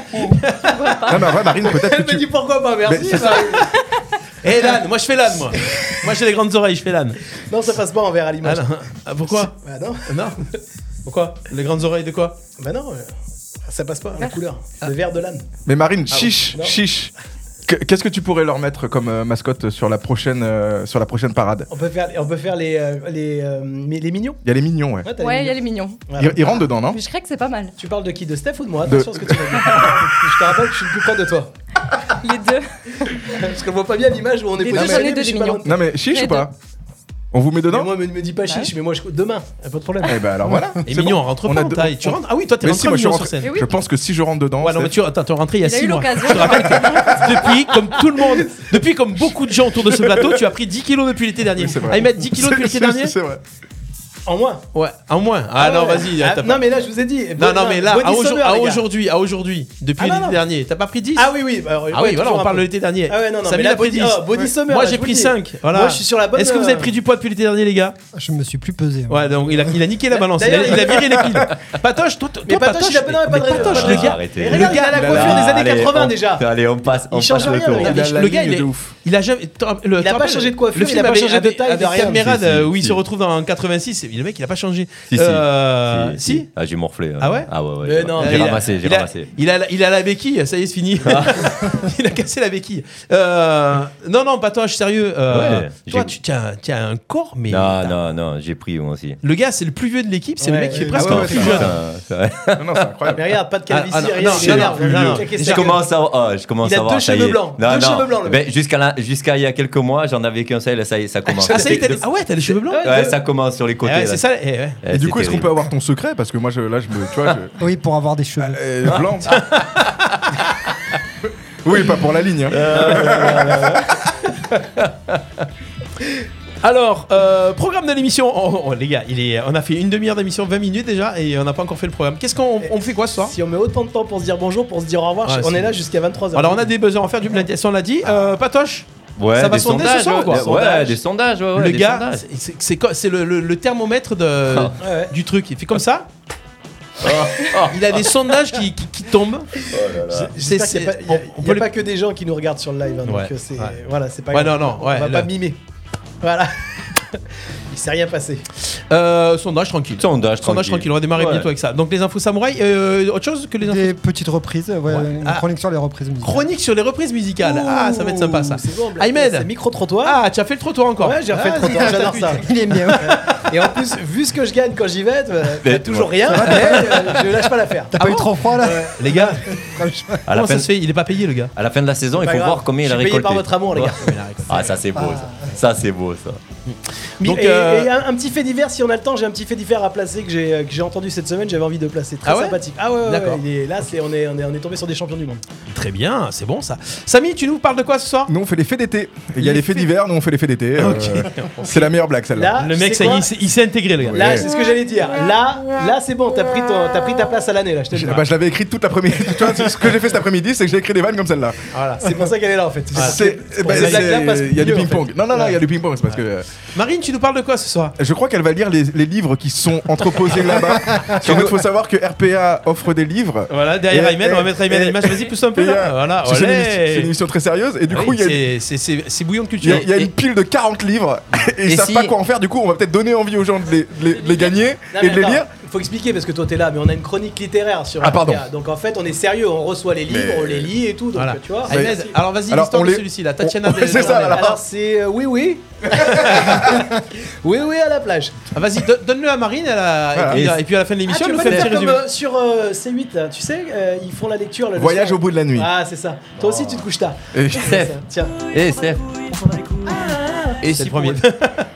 [SPEAKER 6] mais en vrai, Marine, peut-être
[SPEAKER 3] Elle
[SPEAKER 6] que
[SPEAKER 3] me dit
[SPEAKER 6] tu.
[SPEAKER 3] pourquoi pas, merci.
[SPEAKER 6] Mais c'est
[SPEAKER 3] ça.
[SPEAKER 2] Eh l'âne, moi je fais l'âne, moi. moi j'ai les grandes oreilles, je fais l'âne.
[SPEAKER 3] Non, ça passe pas envers à
[SPEAKER 2] Ah,
[SPEAKER 3] l'image.
[SPEAKER 2] non. Ah, pourquoi
[SPEAKER 3] Bah non,
[SPEAKER 2] Non. Pourquoi Les grandes oreilles de quoi
[SPEAKER 3] bah non, euh, ça passe pas, la couleur.
[SPEAKER 2] Ah.
[SPEAKER 3] Le vert de l'âne.
[SPEAKER 6] Mais Marine, chiche,
[SPEAKER 3] Non.
[SPEAKER 6] chiche. Que- Qu'est-ce que tu pourrais leur mettre comme euh, mascotte sur la prochaine, euh, sur la prochaine parade
[SPEAKER 3] On peut faire, on peut faire les, euh, les, euh, mais les mignons.
[SPEAKER 6] Il y a les mignons, ouais.
[SPEAKER 3] Ouais, t'as Oh.
[SPEAKER 9] Ouais,
[SPEAKER 3] les
[SPEAKER 9] il y a
[SPEAKER 3] mignons.
[SPEAKER 9] les mignons.
[SPEAKER 3] Voilà.
[SPEAKER 6] Ils, ils rentrent dedans, non
[SPEAKER 9] Mais je crois que c'est pas mal.
[SPEAKER 3] Tu parles de qui De Steph ou de moi
[SPEAKER 6] De-
[SPEAKER 3] Attention à ce que tu vas dire. je te rappelle que je suis le plus près de toi.
[SPEAKER 9] Les deux.
[SPEAKER 3] Parce qu'on voit pas bien l'image où on est
[SPEAKER 9] Les
[SPEAKER 3] posé.
[SPEAKER 9] deux, j'en ai deux, des mignons.
[SPEAKER 6] Non, mais chiche
[SPEAKER 9] Les
[SPEAKER 6] ou pas On vous met
[SPEAKER 3] Non,
[SPEAKER 6] dedans
[SPEAKER 3] moi, me, me dis pas chiche, mais moi, je, demain, y a pas de problème.
[SPEAKER 6] Eh ben alors voilà.
[SPEAKER 2] Et
[SPEAKER 6] c'est
[SPEAKER 2] mignon,
[SPEAKER 6] bon.
[SPEAKER 2] on rentre
[SPEAKER 6] On
[SPEAKER 2] pas
[SPEAKER 6] a
[SPEAKER 2] en
[SPEAKER 6] deux-
[SPEAKER 2] taille. Tu rentres Ah oui, toi t'es
[SPEAKER 6] Mais
[SPEAKER 2] rentré
[SPEAKER 6] si, moi, je
[SPEAKER 2] mignon sur
[SPEAKER 6] suis rentré-
[SPEAKER 5] Eh
[SPEAKER 2] scène.
[SPEAKER 9] Mais oui.
[SPEAKER 6] Je pense que si je rentre dedans.
[SPEAKER 2] Ouais, non,
[SPEAKER 6] c'est-
[SPEAKER 2] mais tu attends, t'es rentré il y a
[SPEAKER 9] Il a
[SPEAKER 2] 6
[SPEAKER 9] eu
[SPEAKER 2] mois.
[SPEAKER 9] l'occasion.
[SPEAKER 2] Je te rappelle que depuis, comme tout le monde, depuis, comme beaucoup de gens autour de ce plateau, tu as pris 10 kilos depuis l'été dernier.
[SPEAKER 6] Oui, c'est vrai.
[SPEAKER 2] Ah, ils mettent 10 kilos depuis l'été
[SPEAKER 6] C'est-
[SPEAKER 2] dernier
[SPEAKER 6] c'est- c'est vrai.
[SPEAKER 3] En moins.
[SPEAKER 2] Ouais, en moins. Ah, non,
[SPEAKER 3] ouais.
[SPEAKER 2] vas-y.
[SPEAKER 3] Ah,
[SPEAKER 2] t'as
[SPEAKER 3] non,
[SPEAKER 2] pas-
[SPEAKER 3] mais là, je vous ai dit.
[SPEAKER 2] non, non, mais là,
[SPEAKER 3] Body
[SPEAKER 2] à aujourd-
[SPEAKER 3] summer,
[SPEAKER 2] à
[SPEAKER 3] les gars.
[SPEAKER 2] aujourd'hui, à aujourd'hui, depuis
[SPEAKER 3] Ah, non,
[SPEAKER 2] l'été
[SPEAKER 3] non.
[SPEAKER 2] dernier, t'as pas pris 10
[SPEAKER 3] Ah oui, oui. bah,
[SPEAKER 2] Ah
[SPEAKER 3] ouais,
[SPEAKER 2] oui, voilà,
[SPEAKER 3] toujours
[SPEAKER 2] on
[SPEAKER 3] un
[SPEAKER 2] parle
[SPEAKER 3] peu.
[SPEAKER 2] de l'été dernier.
[SPEAKER 3] Ah ouais, non, non,
[SPEAKER 2] Samy
[SPEAKER 3] mais là,
[SPEAKER 2] l'a pris
[SPEAKER 3] body,
[SPEAKER 2] 10.
[SPEAKER 3] oh, body summer.
[SPEAKER 2] Moi
[SPEAKER 3] là,
[SPEAKER 2] j'ai
[SPEAKER 3] je vous
[SPEAKER 2] pris
[SPEAKER 3] le dis.
[SPEAKER 2] 5. Voilà.
[SPEAKER 3] Moi, je suis sur la bonne.
[SPEAKER 2] Est-ce que vous avez
[SPEAKER 3] euh,
[SPEAKER 2] pris du poids depuis l'été dernier, les gars
[SPEAKER 4] Je me suis plus pesé. hein.
[SPEAKER 2] Ouais, donc il a, il a niqué la balance. Il a,
[SPEAKER 3] D'ailleurs,
[SPEAKER 2] il a viré les piles. Patoche, toi, toi,
[SPEAKER 3] Mais Patoche, il a pas non, pas de
[SPEAKER 2] mais Patoche,
[SPEAKER 3] raison.
[SPEAKER 2] le gars,
[SPEAKER 5] Ah, Arrêtez.
[SPEAKER 3] Et regarde, il a la
[SPEAKER 5] Là,
[SPEAKER 3] coiffure
[SPEAKER 5] là,
[SPEAKER 3] des années
[SPEAKER 5] allez,
[SPEAKER 3] 80
[SPEAKER 5] on-
[SPEAKER 3] déjà.
[SPEAKER 5] Allez, on passe, on
[SPEAKER 3] Il change
[SPEAKER 5] passe le
[SPEAKER 3] rien, le
[SPEAKER 5] tour.
[SPEAKER 3] gars.
[SPEAKER 2] mais
[SPEAKER 6] Il a
[SPEAKER 2] le
[SPEAKER 6] la
[SPEAKER 2] gars,
[SPEAKER 6] ligne
[SPEAKER 2] il, est-
[SPEAKER 6] de ouf.
[SPEAKER 2] il a jamais. te rappelles- le-
[SPEAKER 3] Il a
[SPEAKER 2] te
[SPEAKER 3] pas
[SPEAKER 2] rappelles-
[SPEAKER 3] changé de coiffure,
[SPEAKER 2] Le film
[SPEAKER 3] il a pas
[SPEAKER 2] avec-
[SPEAKER 3] changé de
[SPEAKER 2] avec-
[SPEAKER 3] taille, de
[SPEAKER 2] avec
[SPEAKER 3] rien.
[SPEAKER 2] Camerade,
[SPEAKER 5] Si, si,
[SPEAKER 2] euh, où il
[SPEAKER 5] si.
[SPEAKER 2] se retrouve en 86. et Le mec, il a pas changé.
[SPEAKER 5] Si, si.
[SPEAKER 2] Euh, si.
[SPEAKER 5] Ah, j'ai morflé.
[SPEAKER 2] Ah ouais
[SPEAKER 5] Ah ouais, ouais.
[SPEAKER 3] Mais
[SPEAKER 5] j'ai-
[SPEAKER 3] non.
[SPEAKER 5] J'ai
[SPEAKER 2] Il a-
[SPEAKER 5] ramassé, j'ai
[SPEAKER 2] il a-
[SPEAKER 5] ramassé. Ah.
[SPEAKER 2] Il a, la- il a la béquille, ça y est, c'est fini. il a cassé la béquille. Euh, non, non, Patoche, sérieux. euh,
[SPEAKER 5] Ouais,
[SPEAKER 2] toi,
[SPEAKER 5] j'ai-
[SPEAKER 2] tu tu as, tu as un corps, mais.
[SPEAKER 5] Non,
[SPEAKER 2] t'as-
[SPEAKER 5] non, non, j'ai pris moi aussi.
[SPEAKER 2] Le gars, c'est le plus vieux de l'équipe, Ah c'est le
[SPEAKER 3] Ouais,
[SPEAKER 2] mec qui est
[SPEAKER 3] ouais,
[SPEAKER 2] presque
[SPEAKER 6] ouais,
[SPEAKER 2] le
[SPEAKER 6] ouais,
[SPEAKER 2] plus
[SPEAKER 6] c'est
[SPEAKER 2] jeune.
[SPEAKER 5] Putain, c'est vrai.
[SPEAKER 6] Non, non, c'est incroyable.
[SPEAKER 3] Mais regarde, pas de calvitie,
[SPEAKER 2] Ah, ah, non,
[SPEAKER 3] rien.
[SPEAKER 2] non,
[SPEAKER 3] il est
[SPEAKER 2] non,
[SPEAKER 3] énorme.
[SPEAKER 2] non, non.
[SPEAKER 3] Check
[SPEAKER 2] Je
[SPEAKER 3] ça.
[SPEAKER 5] Je commence à, ah, je commence
[SPEAKER 3] Il a
[SPEAKER 5] à
[SPEAKER 3] deux
[SPEAKER 5] voir. ça y
[SPEAKER 3] cheveux
[SPEAKER 5] est.
[SPEAKER 3] blancs,
[SPEAKER 5] Non,
[SPEAKER 3] deux
[SPEAKER 5] non.
[SPEAKER 3] cheveux blancs, le
[SPEAKER 5] Ben, jusqu'à la- jusqu'à il y a quelques mois, j'en avais qu'un seul. Ça y est, ça commence.
[SPEAKER 2] Ah, ça y est, t'as les-
[SPEAKER 5] De-
[SPEAKER 2] ah ouais, t'as les cheveux blancs
[SPEAKER 5] Ouais, ça commence sur les
[SPEAKER 2] Eh
[SPEAKER 5] côtés.
[SPEAKER 2] ouais,
[SPEAKER 5] là.
[SPEAKER 2] c'est ça. eh ouais.
[SPEAKER 5] Eh,
[SPEAKER 6] Et du
[SPEAKER 5] c'est
[SPEAKER 6] coup, est-ce qu'on
[SPEAKER 5] terrible.
[SPEAKER 6] peut avoir ton secret Parce que moi, je, là, je me. Tu vois, je.
[SPEAKER 4] Oui, pour avoir des cheveux.
[SPEAKER 6] Euh, blanc. oui, pas pour la ligne. hein.
[SPEAKER 5] Euh.
[SPEAKER 2] Alors, euh, programme de l'émission. Oh, oh, les gars, il est, on a fait une demi-heure d'émission, 20 minutes déjà, et on n'a pas encore fait le programme. Qu'est-ce qu'on on fait quoi ce soir
[SPEAKER 3] Si on met autant de temps pour se dire bonjour, pour se dire au revoir,
[SPEAKER 2] Ouais,
[SPEAKER 3] on
[SPEAKER 2] c'est-
[SPEAKER 3] est là jusqu'à 23h.
[SPEAKER 2] Alors, on a des buzzers à faire du blind test, on l'a dit. Euh, Patoche,
[SPEAKER 5] Ouais,
[SPEAKER 2] Ça va
[SPEAKER 5] des
[SPEAKER 2] sonder ce
[SPEAKER 5] sondages,
[SPEAKER 2] soir,
[SPEAKER 5] ouais,
[SPEAKER 2] quoi.
[SPEAKER 5] des- Ouais,
[SPEAKER 2] Sondage.
[SPEAKER 5] des sondages. ouais, ouais,
[SPEAKER 2] le
[SPEAKER 5] des
[SPEAKER 2] gars,
[SPEAKER 5] sondages.
[SPEAKER 2] c'est- c'est- c'est quoi- c'est le, le- le thermomètre de,
[SPEAKER 5] Ah.
[SPEAKER 3] Ouais, ouais.
[SPEAKER 2] du truc. Il fait comme ça. Il a des sondages qui, qui- qui tombent. C'est-
[SPEAKER 3] Oh Euh, J'espère qu'il n'y a,
[SPEAKER 2] c'est-
[SPEAKER 3] pas, il y a-
[SPEAKER 2] on- on
[SPEAKER 3] il y
[SPEAKER 2] peut
[SPEAKER 3] a
[SPEAKER 2] les-
[SPEAKER 3] pas que des gens qui nous regardent sur le live. hein, donc
[SPEAKER 2] Ouais,
[SPEAKER 3] euh, c'est,
[SPEAKER 2] ouais.
[SPEAKER 3] voilà, c'est pas
[SPEAKER 2] Ouais,
[SPEAKER 3] grave.
[SPEAKER 2] non, non, ouais,
[SPEAKER 3] on va
[SPEAKER 2] là.
[SPEAKER 3] pas mimer. Voilà. Il s'est rien passé.
[SPEAKER 2] Euh, sondage tranquille.
[SPEAKER 5] Sondage
[SPEAKER 2] Sondage tranquille, on va démarrer
[SPEAKER 5] Ouais.
[SPEAKER 2] bientôt avec ça. Donc les infos samouraï, euh, autre chose que les infos.
[SPEAKER 4] Des petites reprises, ouais, une
[SPEAKER 2] Ah.
[SPEAKER 4] chronique sur les reprises musicales.
[SPEAKER 2] Chronique sur les reprises musicales. ah, ça va être sympa ça.
[SPEAKER 3] C'est bon, Black-
[SPEAKER 2] Ahmed.
[SPEAKER 3] C'est micro-trottoir.
[SPEAKER 2] Ah, tu as fait le trottoir encore.
[SPEAKER 3] ouais, j'ai refait
[SPEAKER 2] Ah,
[SPEAKER 3] le trottoir, j'adore ça.
[SPEAKER 4] Il est bien.
[SPEAKER 3] Et en plus, vu ce que je gagne quand j'y vais, euh,
[SPEAKER 5] Mais-
[SPEAKER 3] t'as toujours rien, mais euh, je lâche pas l'affaire.
[SPEAKER 4] T'as pas eu trop froid là
[SPEAKER 2] Les gars,
[SPEAKER 5] À la
[SPEAKER 2] comment
[SPEAKER 5] fin
[SPEAKER 2] ça se fait Il est pas payé, le gars.
[SPEAKER 5] à la fin de la saison, il
[SPEAKER 3] Pas
[SPEAKER 5] faut
[SPEAKER 3] grave,
[SPEAKER 5] voir combien il a
[SPEAKER 3] Je suis payé
[SPEAKER 5] récolté.
[SPEAKER 3] par votre amour, les gars.
[SPEAKER 5] Ah, ça c'est beau ça. Ça c'est beau ça.
[SPEAKER 2] Donc,
[SPEAKER 3] et,
[SPEAKER 2] euh,
[SPEAKER 3] et un, un petit fait divers, si on a le temps, j'ai un petit fait divers à placer que j'ai euh, que j'ai entendu cette semaine, j'avais envie de placer. Très
[SPEAKER 2] Ah ouais
[SPEAKER 3] sympathique. Ah ouais, ouais, ouais,
[SPEAKER 2] D'accord.
[SPEAKER 3] il est- là, c'est on, est, on, est, on est tombé sur des champions du monde.
[SPEAKER 2] Très bien, c'est bon ça. Samy, tu nous parles de quoi ce soir
[SPEAKER 6] Nous, on fait les fées d'été. Il y a les fées d'hiver, nous, on fait les fées d'été. euh, c'est la meilleure blague, celle-là.
[SPEAKER 3] Là,
[SPEAKER 2] Le
[SPEAKER 3] tu
[SPEAKER 2] mec, ça
[SPEAKER 3] sais
[SPEAKER 2] y est,
[SPEAKER 3] Ah, quoi
[SPEAKER 2] il s'est- il s'est intégré, le gars.
[SPEAKER 3] Là,
[SPEAKER 6] Ouais.
[SPEAKER 3] c'est ce que j'allais dire. Là, là c'est bon, t'as pris, ton- t'as pris ta place à l'année, là, je te le
[SPEAKER 6] Je-
[SPEAKER 3] dis.
[SPEAKER 6] bah, je l'avais écrite toute l'après-midi. Tu vois, c'est ce que j'ai fait cet après-midi, c'est que j'ai écrit des vannes comme celle-là.
[SPEAKER 2] Voilà.
[SPEAKER 3] C'est pour ça qu'elle est là, en fait.
[SPEAKER 6] C'est-
[SPEAKER 3] pour
[SPEAKER 6] bah,
[SPEAKER 3] ça que
[SPEAKER 6] c'est-
[SPEAKER 3] la classe
[SPEAKER 6] Il y a du
[SPEAKER 3] passe mieux, en
[SPEAKER 6] ping-pong. Non, non, non, il y a du ping-pong. C'est parce que. euh,
[SPEAKER 2] Marine, tu nous parles de quoi ce soir
[SPEAKER 6] Je crois qu'elle va lire les, les livres qui sont entreposés là-bas. Il faut savoir que RPA offre des livres.
[SPEAKER 2] Voilà, derrière
[SPEAKER 6] Et-
[SPEAKER 2] Ayman, on va mettre Ayman à
[SPEAKER 6] et-
[SPEAKER 2] l'image. Vas-y, pousse un peu
[SPEAKER 6] Et il y a-
[SPEAKER 2] là. Voilà,
[SPEAKER 6] parce que C'est une,
[SPEAKER 2] olé. Ah
[SPEAKER 6] émission- c'est une émission très sérieuse et du
[SPEAKER 2] Oui,
[SPEAKER 6] coup il y a une-
[SPEAKER 2] c'est- c'est- c'est- c'est bouillon de
[SPEAKER 6] il y
[SPEAKER 2] culture.
[SPEAKER 6] a, il y a
[SPEAKER 2] Et-
[SPEAKER 6] une pile de 40 livres et
[SPEAKER 2] Et
[SPEAKER 6] ils savent
[SPEAKER 2] si-
[SPEAKER 6] pas quoi en faire. Du coup, on va peut-être donner envie aux gens de les, de les- de les gagner
[SPEAKER 3] Non, mais
[SPEAKER 6] et de les
[SPEAKER 3] attends,
[SPEAKER 6] lire.
[SPEAKER 3] Faut expliquer parce que toi t'es là, mais on a une chronique littéraire sur.
[SPEAKER 6] Ah,
[SPEAKER 3] RPA.
[SPEAKER 6] pardon.
[SPEAKER 3] Donc en fait, on est sérieux, on reçoit les livres,
[SPEAKER 6] Mais-
[SPEAKER 3] on les lit et tout. Donc
[SPEAKER 2] Voilà.
[SPEAKER 3] tu vois.
[SPEAKER 2] Ahmed, alors vas-y,
[SPEAKER 6] Alors,
[SPEAKER 2] l'histoire
[SPEAKER 6] on
[SPEAKER 2] de
[SPEAKER 6] les-
[SPEAKER 2] celui-ci, la Tatiana
[SPEAKER 6] on-
[SPEAKER 2] des-
[SPEAKER 6] c'est ça, alors.
[SPEAKER 3] Alors c'est euh, oui oui. oui oui à la plage.
[SPEAKER 2] Ah, Vas-y, do- donne-le à Marine elle a-
[SPEAKER 6] Voilà.
[SPEAKER 2] et, puis, et puis à la fin de
[SPEAKER 3] Ah,
[SPEAKER 2] l'émission,
[SPEAKER 3] tu
[SPEAKER 2] elle
[SPEAKER 3] veux
[SPEAKER 2] nous
[SPEAKER 3] pas
[SPEAKER 2] fait
[SPEAKER 3] nous
[SPEAKER 2] un petit
[SPEAKER 3] faire comme
[SPEAKER 2] résumé.
[SPEAKER 3] euh, sur euh, C8 là, tu sais, euh, ils font la lecture. le- le
[SPEAKER 6] Voyage
[SPEAKER 3] soir.
[SPEAKER 6] au bout de la nuit.
[SPEAKER 3] Ah c'est ça. Toi aussi tu te couches tard.
[SPEAKER 6] Et-
[SPEAKER 5] Steph.
[SPEAKER 3] Ça, Tiens.
[SPEAKER 5] Eh, Steph. Et
[SPEAKER 2] C'est
[SPEAKER 5] si,
[SPEAKER 2] le
[SPEAKER 5] pour,
[SPEAKER 2] premier.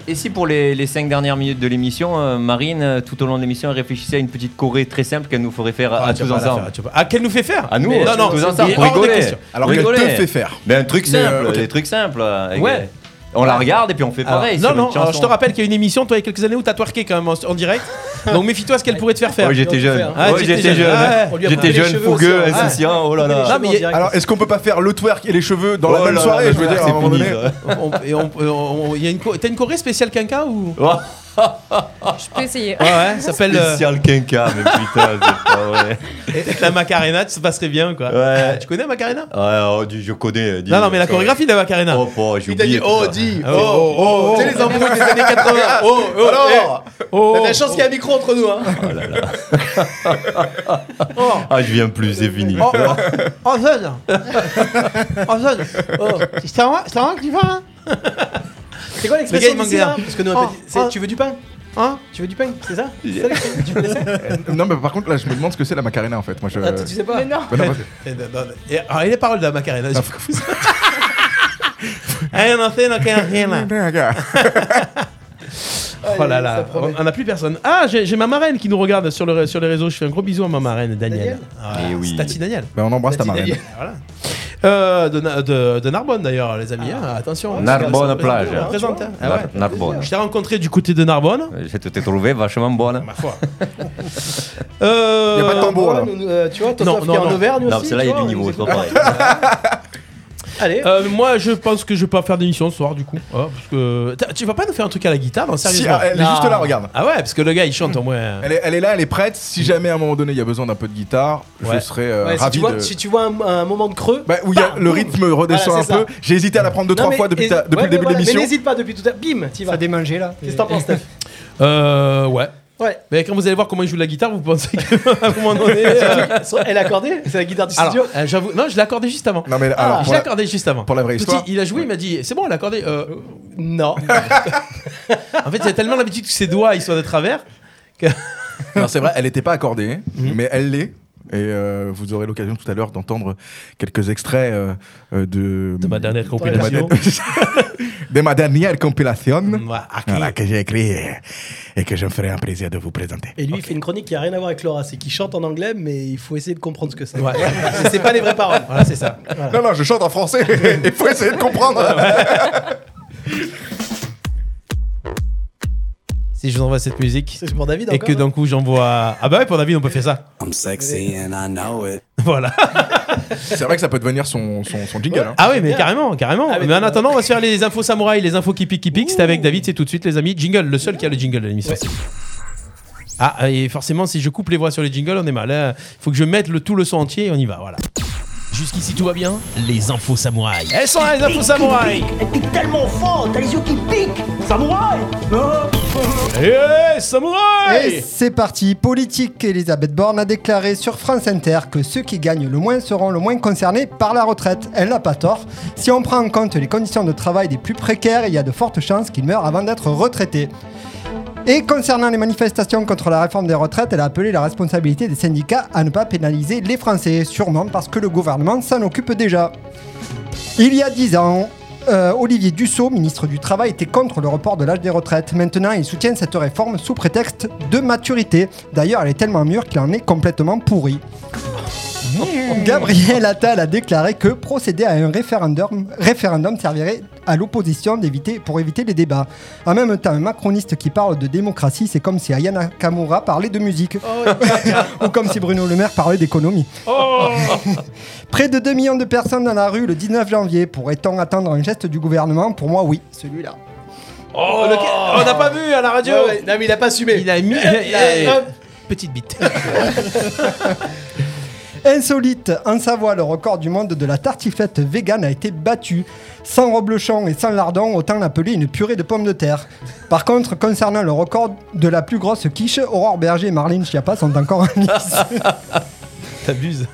[SPEAKER 5] et si pour les, les cinq dernières minutes de l'émission, euh, Marine, euh, tout au long de l'émission, elle réfléchissait à une petite choré très simple qu'elle nous ferait faire à- à
[SPEAKER 2] tu vas
[SPEAKER 5] tous
[SPEAKER 2] pas la
[SPEAKER 5] ensemble
[SPEAKER 2] faire, tu vas pas- Ah, qu'elle nous fait faire
[SPEAKER 5] À nous,
[SPEAKER 2] Mais-
[SPEAKER 5] euh,
[SPEAKER 2] Non, non,
[SPEAKER 5] tous ensemble,
[SPEAKER 2] il est
[SPEAKER 5] pour
[SPEAKER 2] hors de
[SPEAKER 5] rigoler.
[SPEAKER 2] question.
[SPEAKER 6] Alors qu'elle
[SPEAKER 5] Rigolez.
[SPEAKER 6] te fait faire.
[SPEAKER 5] Ben, un truc
[SPEAKER 6] Mais,
[SPEAKER 5] simple,
[SPEAKER 6] euh, ok.
[SPEAKER 5] des trucs simples. euh, avec-
[SPEAKER 2] Ouais.
[SPEAKER 5] On la regarde et puis on fait
[SPEAKER 2] Alors,
[SPEAKER 5] pareil.
[SPEAKER 2] non,
[SPEAKER 5] sur
[SPEAKER 2] non,
[SPEAKER 5] une
[SPEAKER 2] alors, je
[SPEAKER 5] chanson.
[SPEAKER 2] te rappelle qu'il y a une émission, toi, il y a quelques années où t'as twerké quand même en, en direct. Donc méfie-toi à ce qu'elle pourrait te faire faire.
[SPEAKER 5] Oh, j'étais jeune.
[SPEAKER 3] Ah,
[SPEAKER 5] Oh,
[SPEAKER 2] t'étais
[SPEAKER 5] j'étais
[SPEAKER 2] jeune.
[SPEAKER 5] jeune.
[SPEAKER 2] Ah,
[SPEAKER 3] on lui a
[SPEAKER 5] J'étais
[SPEAKER 3] coupé les
[SPEAKER 5] jeune,
[SPEAKER 3] cheveux
[SPEAKER 5] fougueux,
[SPEAKER 3] aussi, hein.
[SPEAKER 5] insouciant. Oh là là.
[SPEAKER 2] Non, mais il y a-
[SPEAKER 6] Alors, est-ce qu'on peut pas faire le twerk et les cheveux dans
[SPEAKER 5] Oh
[SPEAKER 6] la même
[SPEAKER 5] là
[SPEAKER 6] soirée
[SPEAKER 5] là,
[SPEAKER 6] Je veux dire, à un
[SPEAKER 5] c'est
[SPEAKER 6] moment donné.
[SPEAKER 5] puni, ça.
[SPEAKER 2] On- et on- euh, on- il y a une co- T'as une choré spéciale quinca ou
[SPEAKER 5] Oh,
[SPEAKER 9] Je peux essayer.
[SPEAKER 2] Ouais, ouais, ça s'appelle euh,
[SPEAKER 5] Spécial quinca, mais putain, c'est pas vrai.
[SPEAKER 2] la Macarena, ça passerait bien quoi.
[SPEAKER 5] Ouais.
[SPEAKER 2] Tu connais la Macarena
[SPEAKER 5] Ouais, oh, dis, je connais. dis.
[SPEAKER 2] Non, non, mais la chorégraphie de la Macarena.
[SPEAKER 5] Oh, oh, j'ai oublié. putain.
[SPEAKER 2] Ah oui. oh, oh,
[SPEAKER 3] Tu sais, les embrouilles des années 80. Oh, oh, eh. T'as de la chance qu'il y a un micro entre nous. Hein.
[SPEAKER 5] Oh Ah, je viens plus, c'est fini.
[SPEAKER 2] Oh, oh, oh, zone Oh, zone Oh, c'est à moi, c'est à moi que tu vas, hein
[SPEAKER 3] C'est quoi
[SPEAKER 2] Le gars, il
[SPEAKER 3] l'expression
[SPEAKER 2] manque
[SPEAKER 3] d'ici
[SPEAKER 2] d'air.
[SPEAKER 3] là Parce que nous, on a
[SPEAKER 2] Oh,
[SPEAKER 3] pas dit- c'est-
[SPEAKER 2] oh.
[SPEAKER 3] tu veux du pain
[SPEAKER 2] Hein
[SPEAKER 3] Tu veux du pain C'est ça C'est ça
[SPEAKER 5] Yeah.
[SPEAKER 3] l'expression Tu connais ça
[SPEAKER 6] Euh, Non, mais par contre, là, je me demande ce que c'est la Macarena en fait. Moi, je.
[SPEAKER 3] Ah, Tu sais pas
[SPEAKER 9] Mais non.
[SPEAKER 6] Bah, non, parce-
[SPEAKER 2] Et, non, non, et- ah, alors, et les paroles de la Macarena, j'ai compris ça. Eh, non, c'est non, qu'elle a rien, là. Oh là
[SPEAKER 3] ça
[SPEAKER 2] là,
[SPEAKER 3] promet.
[SPEAKER 2] on n'a plus personne. Ah, j'ai j'ai ma marraine qui nous regarde sur, le, sur les réseaux. Je fais un gros bisou à ma marraine, Daniel. Ah,
[SPEAKER 3] Daniel
[SPEAKER 5] Eh oui.
[SPEAKER 2] Tati Daniel.
[SPEAKER 6] Bah, on embrasse ta
[SPEAKER 3] Petit
[SPEAKER 6] marraine.
[SPEAKER 3] Daniel.
[SPEAKER 2] Voilà. Euh, de, Na- de, de Narbonne d'ailleurs, les amis.
[SPEAKER 3] Ah.
[SPEAKER 2] hein, attention.
[SPEAKER 5] Narbonne
[SPEAKER 2] Ça représente-
[SPEAKER 5] plage.
[SPEAKER 2] ça représente, hein. Ah ouais.
[SPEAKER 5] Nar- Narbonne.
[SPEAKER 2] Je t'ai rencontré du côté de Narbonne.
[SPEAKER 5] Je t'ai trouvé vachement bonne. hein.
[SPEAKER 2] Ma foi. Euh,
[SPEAKER 6] Y a pas de tambour là.
[SPEAKER 3] Bon, nous, euh, tu vois, toi,
[SPEAKER 2] Non,
[SPEAKER 3] toi,
[SPEAKER 2] non,
[SPEAKER 3] qui est en
[SPEAKER 2] non.
[SPEAKER 3] Auvergne aussi.
[SPEAKER 5] Non, celle-là,
[SPEAKER 3] tu
[SPEAKER 5] il y a du
[SPEAKER 3] vois,
[SPEAKER 5] niveau,
[SPEAKER 3] Ah, nous
[SPEAKER 5] c'est pas
[SPEAKER 3] écoute-
[SPEAKER 5] pareil.
[SPEAKER 3] Allez,
[SPEAKER 2] euh, moi, je pense que je vais pas faire d'émission ce soir, du coup. Ah, parce que... T'as- Tu vas pas nous faire un truc à la guitare, non,
[SPEAKER 6] Si,
[SPEAKER 2] sérieusement
[SPEAKER 6] ah, elle est juste
[SPEAKER 3] Non.
[SPEAKER 6] là, regarde.
[SPEAKER 2] Ah ouais, parce que le gars, il chante au moins.
[SPEAKER 6] Elle est, elle est là, elle est prête. Si jamais à un moment donné il y a besoin d'un peu de guitare,
[SPEAKER 2] Ouais.
[SPEAKER 6] je serais euh,
[SPEAKER 3] ouais, si,
[SPEAKER 6] ravi
[SPEAKER 3] tu vois,
[SPEAKER 6] de.
[SPEAKER 3] si tu vois un, un moment de creux.
[SPEAKER 6] Bah, où il y a- le rythme redescend
[SPEAKER 3] Voilà,
[SPEAKER 6] un
[SPEAKER 3] c'est
[SPEAKER 6] peu. J'ai hésité à la prendre deux,
[SPEAKER 3] non,
[SPEAKER 6] trois
[SPEAKER 3] mais
[SPEAKER 6] fois depuis,
[SPEAKER 3] hési-
[SPEAKER 6] ta- depuis
[SPEAKER 3] ouais,
[SPEAKER 6] le début
[SPEAKER 3] voilà,
[SPEAKER 6] de l'émission.
[SPEAKER 3] Mais n'hésite pas depuis tout à l'heure. Bim, t'y vas.
[SPEAKER 4] Ça démangé là.
[SPEAKER 3] Qu'est-ce que t'en penses, Steph
[SPEAKER 2] Euh, ouais.
[SPEAKER 3] Ouais.
[SPEAKER 2] Mais quand vous allez voir comment il joue de la guitare, vous pensez qu'à un moment donné.
[SPEAKER 3] euh, Elle a accordé C'est la guitare du
[SPEAKER 2] Alors,
[SPEAKER 3] studio
[SPEAKER 2] euh, j'avoue, non, je l'ai accordé juste avant.
[SPEAKER 6] Non, mais
[SPEAKER 2] Ah,
[SPEAKER 6] alors,
[SPEAKER 2] je
[SPEAKER 6] pour
[SPEAKER 2] l'ai
[SPEAKER 6] la,
[SPEAKER 2] accordé juste avant.
[SPEAKER 6] pour la vraie
[SPEAKER 2] Petit,
[SPEAKER 6] histoire.
[SPEAKER 2] il a joué, il m'a dit, c'est bon, elle a accordé. euh,
[SPEAKER 3] Non.
[SPEAKER 2] en fait, il a tellement l'habitude que ses doigts, ils soient de travers.
[SPEAKER 6] Non, c'est vrai, elle n'était pas accordée,
[SPEAKER 3] Mhm.
[SPEAKER 6] mais elle l'est. Et euh, vous aurez l'occasion tout à l'heure d'entendre quelques extraits euh, euh, de,
[SPEAKER 2] De ma dernière compilation.
[SPEAKER 6] de ma de ma dernière compilation
[SPEAKER 3] Mhm.
[SPEAKER 2] Voilà, à qui
[SPEAKER 6] voilà, que j'ai écrit et- et que je me ferai un plaisir de vous présenter.
[SPEAKER 3] Et lui, il fait une chronique qui a rien à voir avec Laura. C'est qu'il chante en anglais, mais il faut essayer de comprendre ce que c'est.
[SPEAKER 2] Ouais.
[SPEAKER 3] c'est pas les vraies paroles.
[SPEAKER 2] Voilà, c'est ça.
[SPEAKER 6] Non, non, je chante en français. Il faut essayer de comprendre.
[SPEAKER 2] Si je vous envoie cette musique
[SPEAKER 3] C'est pour David
[SPEAKER 2] et que
[SPEAKER 3] encore. hein.
[SPEAKER 2] d'un coup j'envoie. Ah bah ouais, pour David, on peut faire ça.
[SPEAKER 8] I'm sexy and I know it.
[SPEAKER 2] Voilà.
[SPEAKER 6] C'est vrai que ça peut devenir son, son, son jingle. hein.
[SPEAKER 2] Ah oui, mais carrément, carrément.
[SPEAKER 3] mais
[SPEAKER 2] Ah, mais en attendant, on va se faire les infos samouraï, les infos qui piquent, qui piquent. C'était avec David, c'est tout de suite, les amis. Jingle, le seul qui a le jingle de l'émission. Ah, et forcément, si je coupe les voix sur les jingles, on est mal. Il faut que je mette le, tout le son entier et on y va, voilà.
[SPEAKER 7] Jusqu'ici tout va bien Les infos samouraï.
[SPEAKER 2] Elles sont là, les infos samouraï
[SPEAKER 10] Elle pique tellement fort, t'as les yeux qui piquent Samouraï hein.
[SPEAKER 2] Eh, samouraï
[SPEAKER 4] Et c'est parti, politique. Elisabeth Borne a déclaré sur France Inter que ceux qui gagnent le moins seront le moins concernés par la retraite. Elle n'a pas tort. Si on prend en compte les conditions de travail des plus précaires, il y a de fortes chances qu'ils meurent avant d'être retraités. Et concernant les manifestations contre la réforme des retraites, elle a appelé la responsabilité des syndicats à ne pas pénaliser les Français, sûrement parce que le gouvernement s'en occupe déjà. Il y a 10 ans, euh, Olivier Dussault, ministre du Travail, était contre le report de l'âge des retraites. Maintenant, il soutient cette réforme sous prétexte de maturité. D'ailleurs, elle est tellement mûre qu'il en est complètement pourri. Gabriel Attal a déclaré que procéder à un référendum, référendum servirait à l'opposition d'éviter, pour éviter les débats. En même temps, un macroniste qui parle de démocratie, c'est comme si Ayana Kamura parlait de musique. Ou comme si Bruno Le Maire parlait d'économie. Près de 2 millions de personnes dans la rue le 19 janvier. Pourrait-on attendre un geste du gouvernement Pour moi, oui, celui-là.
[SPEAKER 2] Oh, lequel- on n'a pas vu à la radio.
[SPEAKER 3] Ouais, ouais. Non, mais il a pas assumé.
[SPEAKER 2] Il a mis
[SPEAKER 3] Il a-
[SPEAKER 2] Eh, petite bite.
[SPEAKER 4] Insolite, en Savoie, le record du monde de la tartiflette végane a été battu. Sans reblochon et sans lardon, autant l'appeler une purée de pommes de terre. Par contre, concernant le record de la plus grosse quiche, Aurore Berger et Marlene Schiappa sont encore en lice.
[SPEAKER 2] T'abuses.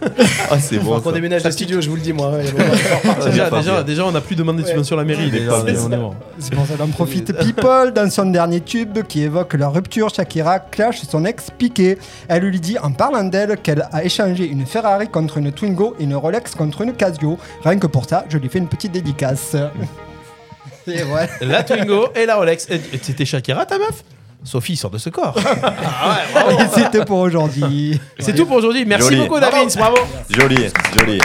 [SPEAKER 5] Ah, c'est
[SPEAKER 3] Faut
[SPEAKER 5] bon.
[SPEAKER 3] qu'on
[SPEAKER 5] ça.
[SPEAKER 3] déménage le studio, je vous le dis moi. ouais, bon.
[SPEAKER 2] déjà,
[SPEAKER 5] pas
[SPEAKER 2] déjà,
[SPEAKER 5] bien.
[SPEAKER 2] déjà, on n'a plus demandé de subvention à la mairie.
[SPEAKER 5] Il est
[SPEAKER 2] déjà,
[SPEAKER 5] pas
[SPEAKER 2] on est-
[SPEAKER 5] bien.
[SPEAKER 2] on est mort.
[SPEAKER 4] C'est pour ça qu'on en profite. People, dans son dernier tube qui évoque leur rupture, Shakira clash son ex piqué. Elle lui dit en parlant d'elle qu'elle a échangé une Ferrari contre une Twingo et une Rolex contre une Casio. Rien que pour ça, je lui fais une petite dédicace. Et ouais.
[SPEAKER 2] La Twingo et la Rolex. Et- et C'était Shakira, ta meuf Sophie sort de ce corps.
[SPEAKER 4] Et c'était pour aujourd'hui.
[SPEAKER 2] C'est tout pour aujourd'hui. Merci
[SPEAKER 5] Joli.
[SPEAKER 2] beaucoup, Davins. Bravo.
[SPEAKER 5] Joli, joli.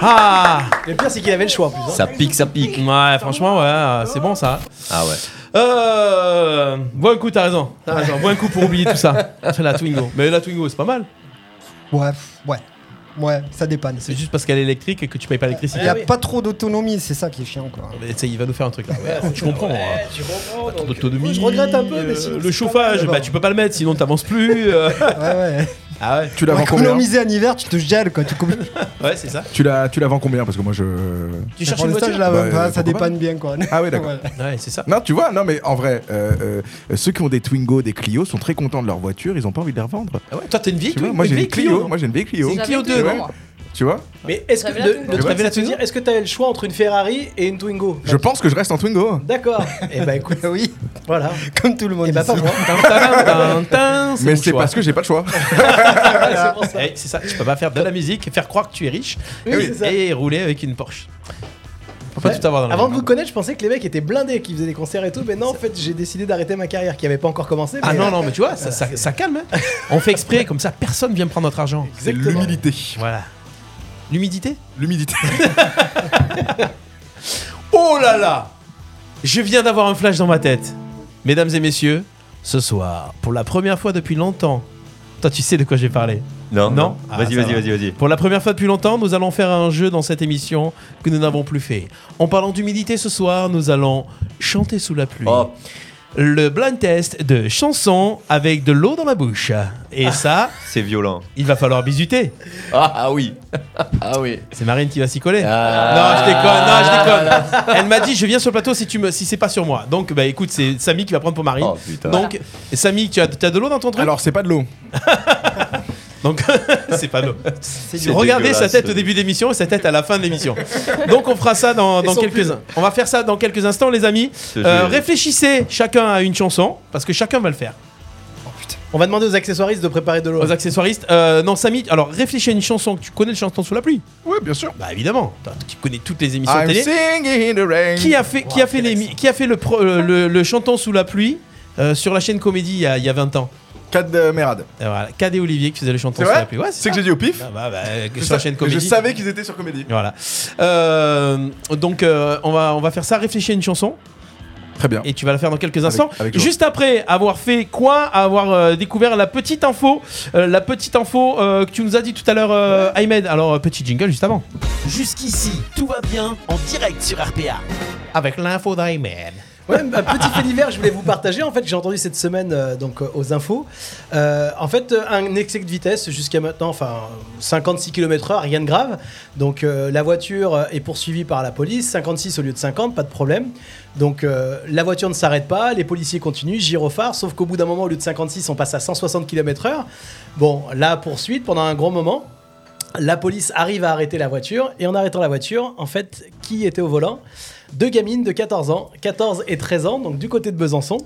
[SPEAKER 2] Ah
[SPEAKER 3] Le pire, c'est qu'il avait le choix en plus. hein.
[SPEAKER 5] Ça pique, ça pique.
[SPEAKER 2] Ouais, franchement, ouais, c'est bon ça.
[SPEAKER 5] Ah ouais.
[SPEAKER 2] Euh. Bois un coup, t'as raison. T'as raison. Bois un coup pour oublier tout ça. La Twingo. Mais la Twingo, c'est pas mal.
[SPEAKER 4] Ouais, ouais. Ouais, ça dépanne.
[SPEAKER 2] C'est juste parce qu'elle est électrique et que tu payes pas
[SPEAKER 4] Il
[SPEAKER 2] l'électricité.
[SPEAKER 4] n'y a pas trop d'autonomie, c'est ça qui est chiant quoi.
[SPEAKER 2] Mais tu sais, il va nous faire un truc là. tu comprends. hein.
[SPEAKER 3] Tu comprends, donc,
[SPEAKER 2] L'autonomie,
[SPEAKER 3] Je regrette un peu,
[SPEAKER 2] euh,
[SPEAKER 3] mais sinon,
[SPEAKER 2] le chauffage, bah tu peux pas le mettre, sinon t'avances plus. euh.
[SPEAKER 4] Ouais, ouais.
[SPEAKER 2] ah ouais,
[SPEAKER 6] Tu la vends
[SPEAKER 4] Pour
[SPEAKER 6] combien
[SPEAKER 4] économiser en hiver, tu te gèles quoi. Tu, coupes-
[SPEAKER 2] ouais, c'est ça.
[SPEAKER 6] Tu la, tu la vends combien Parce que moi je.
[SPEAKER 2] Tu
[SPEAKER 4] pour
[SPEAKER 2] cherches une
[SPEAKER 4] l'instant,
[SPEAKER 2] voiture.
[SPEAKER 4] je la vends
[SPEAKER 6] Bah,
[SPEAKER 4] pas,
[SPEAKER 6] euh,
[SPEAKER 4] ça
[SPEAKER 6] pourquoi pas
[SPEAKER 4] dépanne bien quoi.
[SPEAKER 6] Ah oui, d'accord.
[SPEAKER 4] Ouais.
[SPEAKER 2] Ouais, c'est ça.
[SPEAKER 6] Non, tu vois, non, mais en vrai, euh, euh, ceux qui ont des Twingo, des Clio sont très contents de leur voiture, ils ont pas envie de les revendre.
[SPEAKER 2] Ah ouais, toi t'es une vieille
[SPEAKER 6] Tu vois,
[SPEAKER 2] Twingo.
[SPEAKER 6] moi j'ai une
[SPEAKER 2] vieille
[SPEAKER 6] Clio,
[SPEAKER 2] Clio.
[SPEAKER 6] moi j'ai une vieille Clio.
[SPEAKER 2] C'est une Clio
[SPEAKER 9] J'avais
[SPEAKER 6] deux,
[SPEAKER 2] 2.
[SPEAKER 9] Twingo,
[SPEAKER 6] ouais.
[SPEAKER 9] moi.
[SPEAKER 6] Tu vois
[SPEAKER 3] Mais est-ce que
[SPEAKER 9] J'avais la
[SPEAKER 3] le,
[SPEAKER 9] Twingo.
[SPEAKER 3] le
[SPEAKER 2] Tu vois,
[SPEAKER 3] truc, c'est de
[SPEAKER 2] c'est
[SPEAKER 3] se dire, est-ce que t'as le choix entre une Ferrari et une Twingo
[SPEAKER 6] Je pense que je reste en Twingo.
[SPEAKER 3] D'accord. Et bah écoute,
[SPEAKER 4] Oui,
[SPEAKER 3] voilà.
[SPEAKER 4] comme tout le monde.
[SPEAKER 3] Et bah
[SPEAKER 4] ici.
[SPEAKER 3] pas moi.
[SPEAKER 6] Mais Ah, c'est parce que j'ai pas de choix.
[SPEAKER 3] C'est pour ça.
[SPEAKER 2] Eh, c'est ça, tu peux pas faire de la musique, faire croire que tu es riche
[SPEAKER 3] Oui, c'est ça.
[SPEAKER 2] et rouler avec une Porsche. Faut pas
[SPEAKER 3] Ouais.
[SPEAKER 2] tout avoir dans la
[SPEAKER 3] Avant
[SPEAKER 2] vie,
[SPEAKER 3] de vous connaître, je pensais que les mecs étaient blindés, qu'ils faisaient des concerts et tout, mais non, en fait, j'ai décidé d'arrêter ma carrière qui avait pas encore commencé.
[SPEAKER 2] Ah
[SPEAKER 3] mais-
[SPEAKER 2] non, non, mais tu vois, ça, ça, ça calme. hein. On fait exprès, comme ça, personne vient prendre notre argent.
[SPEAKER 6] C'est l'humidité.
[SPEAKER 2] Voilà. L'humidité
[SPEAKER 6] L'humidité.
[SPEAKER 2] Oh là là Je viens d'avoir un flash dans ma tête. Mesdames et messieurs, ce soir, pour la première fois depuis longtemps, toi tu sais de quoi j'ai parlé.
[SPEAKER 5] Non,
[SPEAKER 2] Non Ah,
[SPEAKER 5] Vas-y,
[SPEAKER 2] ça
[SPEAKER 5] vas-y,
[SPEAKER 2] va.
[SPEAKER 5] vas-y, vas-y.
[SPEAKER 2] Pour la première fois depuis longtemps, nous allons faire un jeu dans cette émission que nous n'avons plus fait. En parlant d'humidité ce soir, nous allons chanter sous la pluie.
[SPEAKER 5] Oh.
[SPEAKER 2] Le blind test de chansons avec de l'eau dans la bouche. Et
[SPEAKER 5] Ah.
[SPEAKER 2] ça,
[SPEAKER 5] C'est violent.
[SPEAKER 2] il va falloir bisuter.
[SPEAKER 5] Ah, ah oui. Ah oui.
[SPEAKER 2] C'est Marine qui va s'y coller. Non,
[SPEAKER 5] Ah.
[SPEAKER 2] je déconne, non, je déconne. Elle m'a dit je viens sur le plateau si tu me si c'est pas sur moi. Donc bah écoute, c'est Samy qui va prendre pour Marine.
[SPEAKER 5] Oh, putain.
[SPEAKER 2] Donc Samy, tu as, t'as de l'eau dans ton truc
[SPEAKER 6] Alors, c'est pas de l'eau.
[SPEAKER 2] Donc c'est pas nous.
[SPEAKER 5] C'est
[SPEAKER 2] Regardez sa
[SPEAKER 5] dégueulasse.
[SPEAKER 2] tête au début d'émission et sa tête à la fin de l'émission. Donc on fera ça dans,
[SPEAKER 3] Et
[SPEAKER 2] dans
[SPEAKER 3] son
[SPEAKER 2] quelques
[SPEAKER 3] pull.
[SPEAKER 2] on va faire ça dans quelques instants les amis.
[SPEAKER 5] Ce
[SPEAKER 2] Euh,
[SPEAKER 5] jeu est-
[SPEAKER 2] réfléchissez chacun à une chanson parce que chacun va le faire.
[SPEAKER 3] On va demander aux accessoiristes de préparer de l'eau.
[SPEAKER 2] Aux accessoiristes, euh, non Samy, alors réfléchis à une chanson que tu connais le chanson sous la pluie.
[SPEAKER 6] Oui, bien sûr.
[SPEAKER 2] Bah évidemment, Toi, tu connais toutes les émissions
[SPEAKER 6] I'm
[SPEAKER 2] télé.
[SPEAKER 6] singing in the rain.
[SPEAKER 2] Qui a fait, qui a fait, les, mi- qui a fait le, pro- euh, le, le chantant sous la pluie euh, sur la chaîne Comédie il y a, il y a 20 ans
[SPEAKER 6] Cat de Mérade.
[SPEAKER 2] Euh, voilà, Cad et Olivier qui faisaient le chantant
[SPEAKER 6] C'est
[SPEAKER 2] sous la
[SPEAKER 6] vrai
[SPEAKER 2] pluie. Ouais,
[SPEAKER 6] C'est que j'ai dit au pif.
[SPEAKER 2] Ah bah, bah, euh,
[SPEAKER 6] Je
[SPEAKER 2] sur la
[SPEAKER 6] sa-
[SPEAKER 2] chaîne Comédie.
[SPEAKER 6] Je savais qu'ils étaient sur Comédie.
[SPEAKER 2] Voilà. Euh, donc euh, on, va, on va faire ça, réfléchir à une chanson
[SPEAKER 6] Très bien.
[SPEAKER 2] et tu vas la faire dans quelques instants.
[SPEAKER 6] avec joie.
[SPEAKER 2] Juste après avoir fait quoi Avoir euh, découvert la petite info, euh, la petite info euh, que tu nous as dit tout à l'heure, euh, Ahmed. Alors euh, petit jingle juste avant.
[SPEAKER 7] Jusqu'ici, tout va bien en direct sur RPA.
[SPEAKER 2] Avec l'info d'Ahmed.
[SPEAKER 3] Ouais, un petit fait divers, je voulais vous partager. En fait, que j'ai entendu cette semaine euh, donc euh, aux infos. Euh, en fait, euh, un excès de vitesse jusqu'à maintenant, enfin 56 km/h, rien de grave. Donc euh, la voiture est poursuivie par la police, 56 au lieu de 50, pas de problème. Donc euh, la voiture ne s'arrête pas, les policiers continuent, gyrophare, sauf qu'au bout d'un moment, au lieu de 56, on passe à 160 km/h. Bon, la poursuite pendant un grand moment. La police arrive à arrêter la voiture et en arrêtant la voiture, en fait, qui était au volant Deux gamines de 14 ans, 14 et 13 ans, donc du côté de Besançon.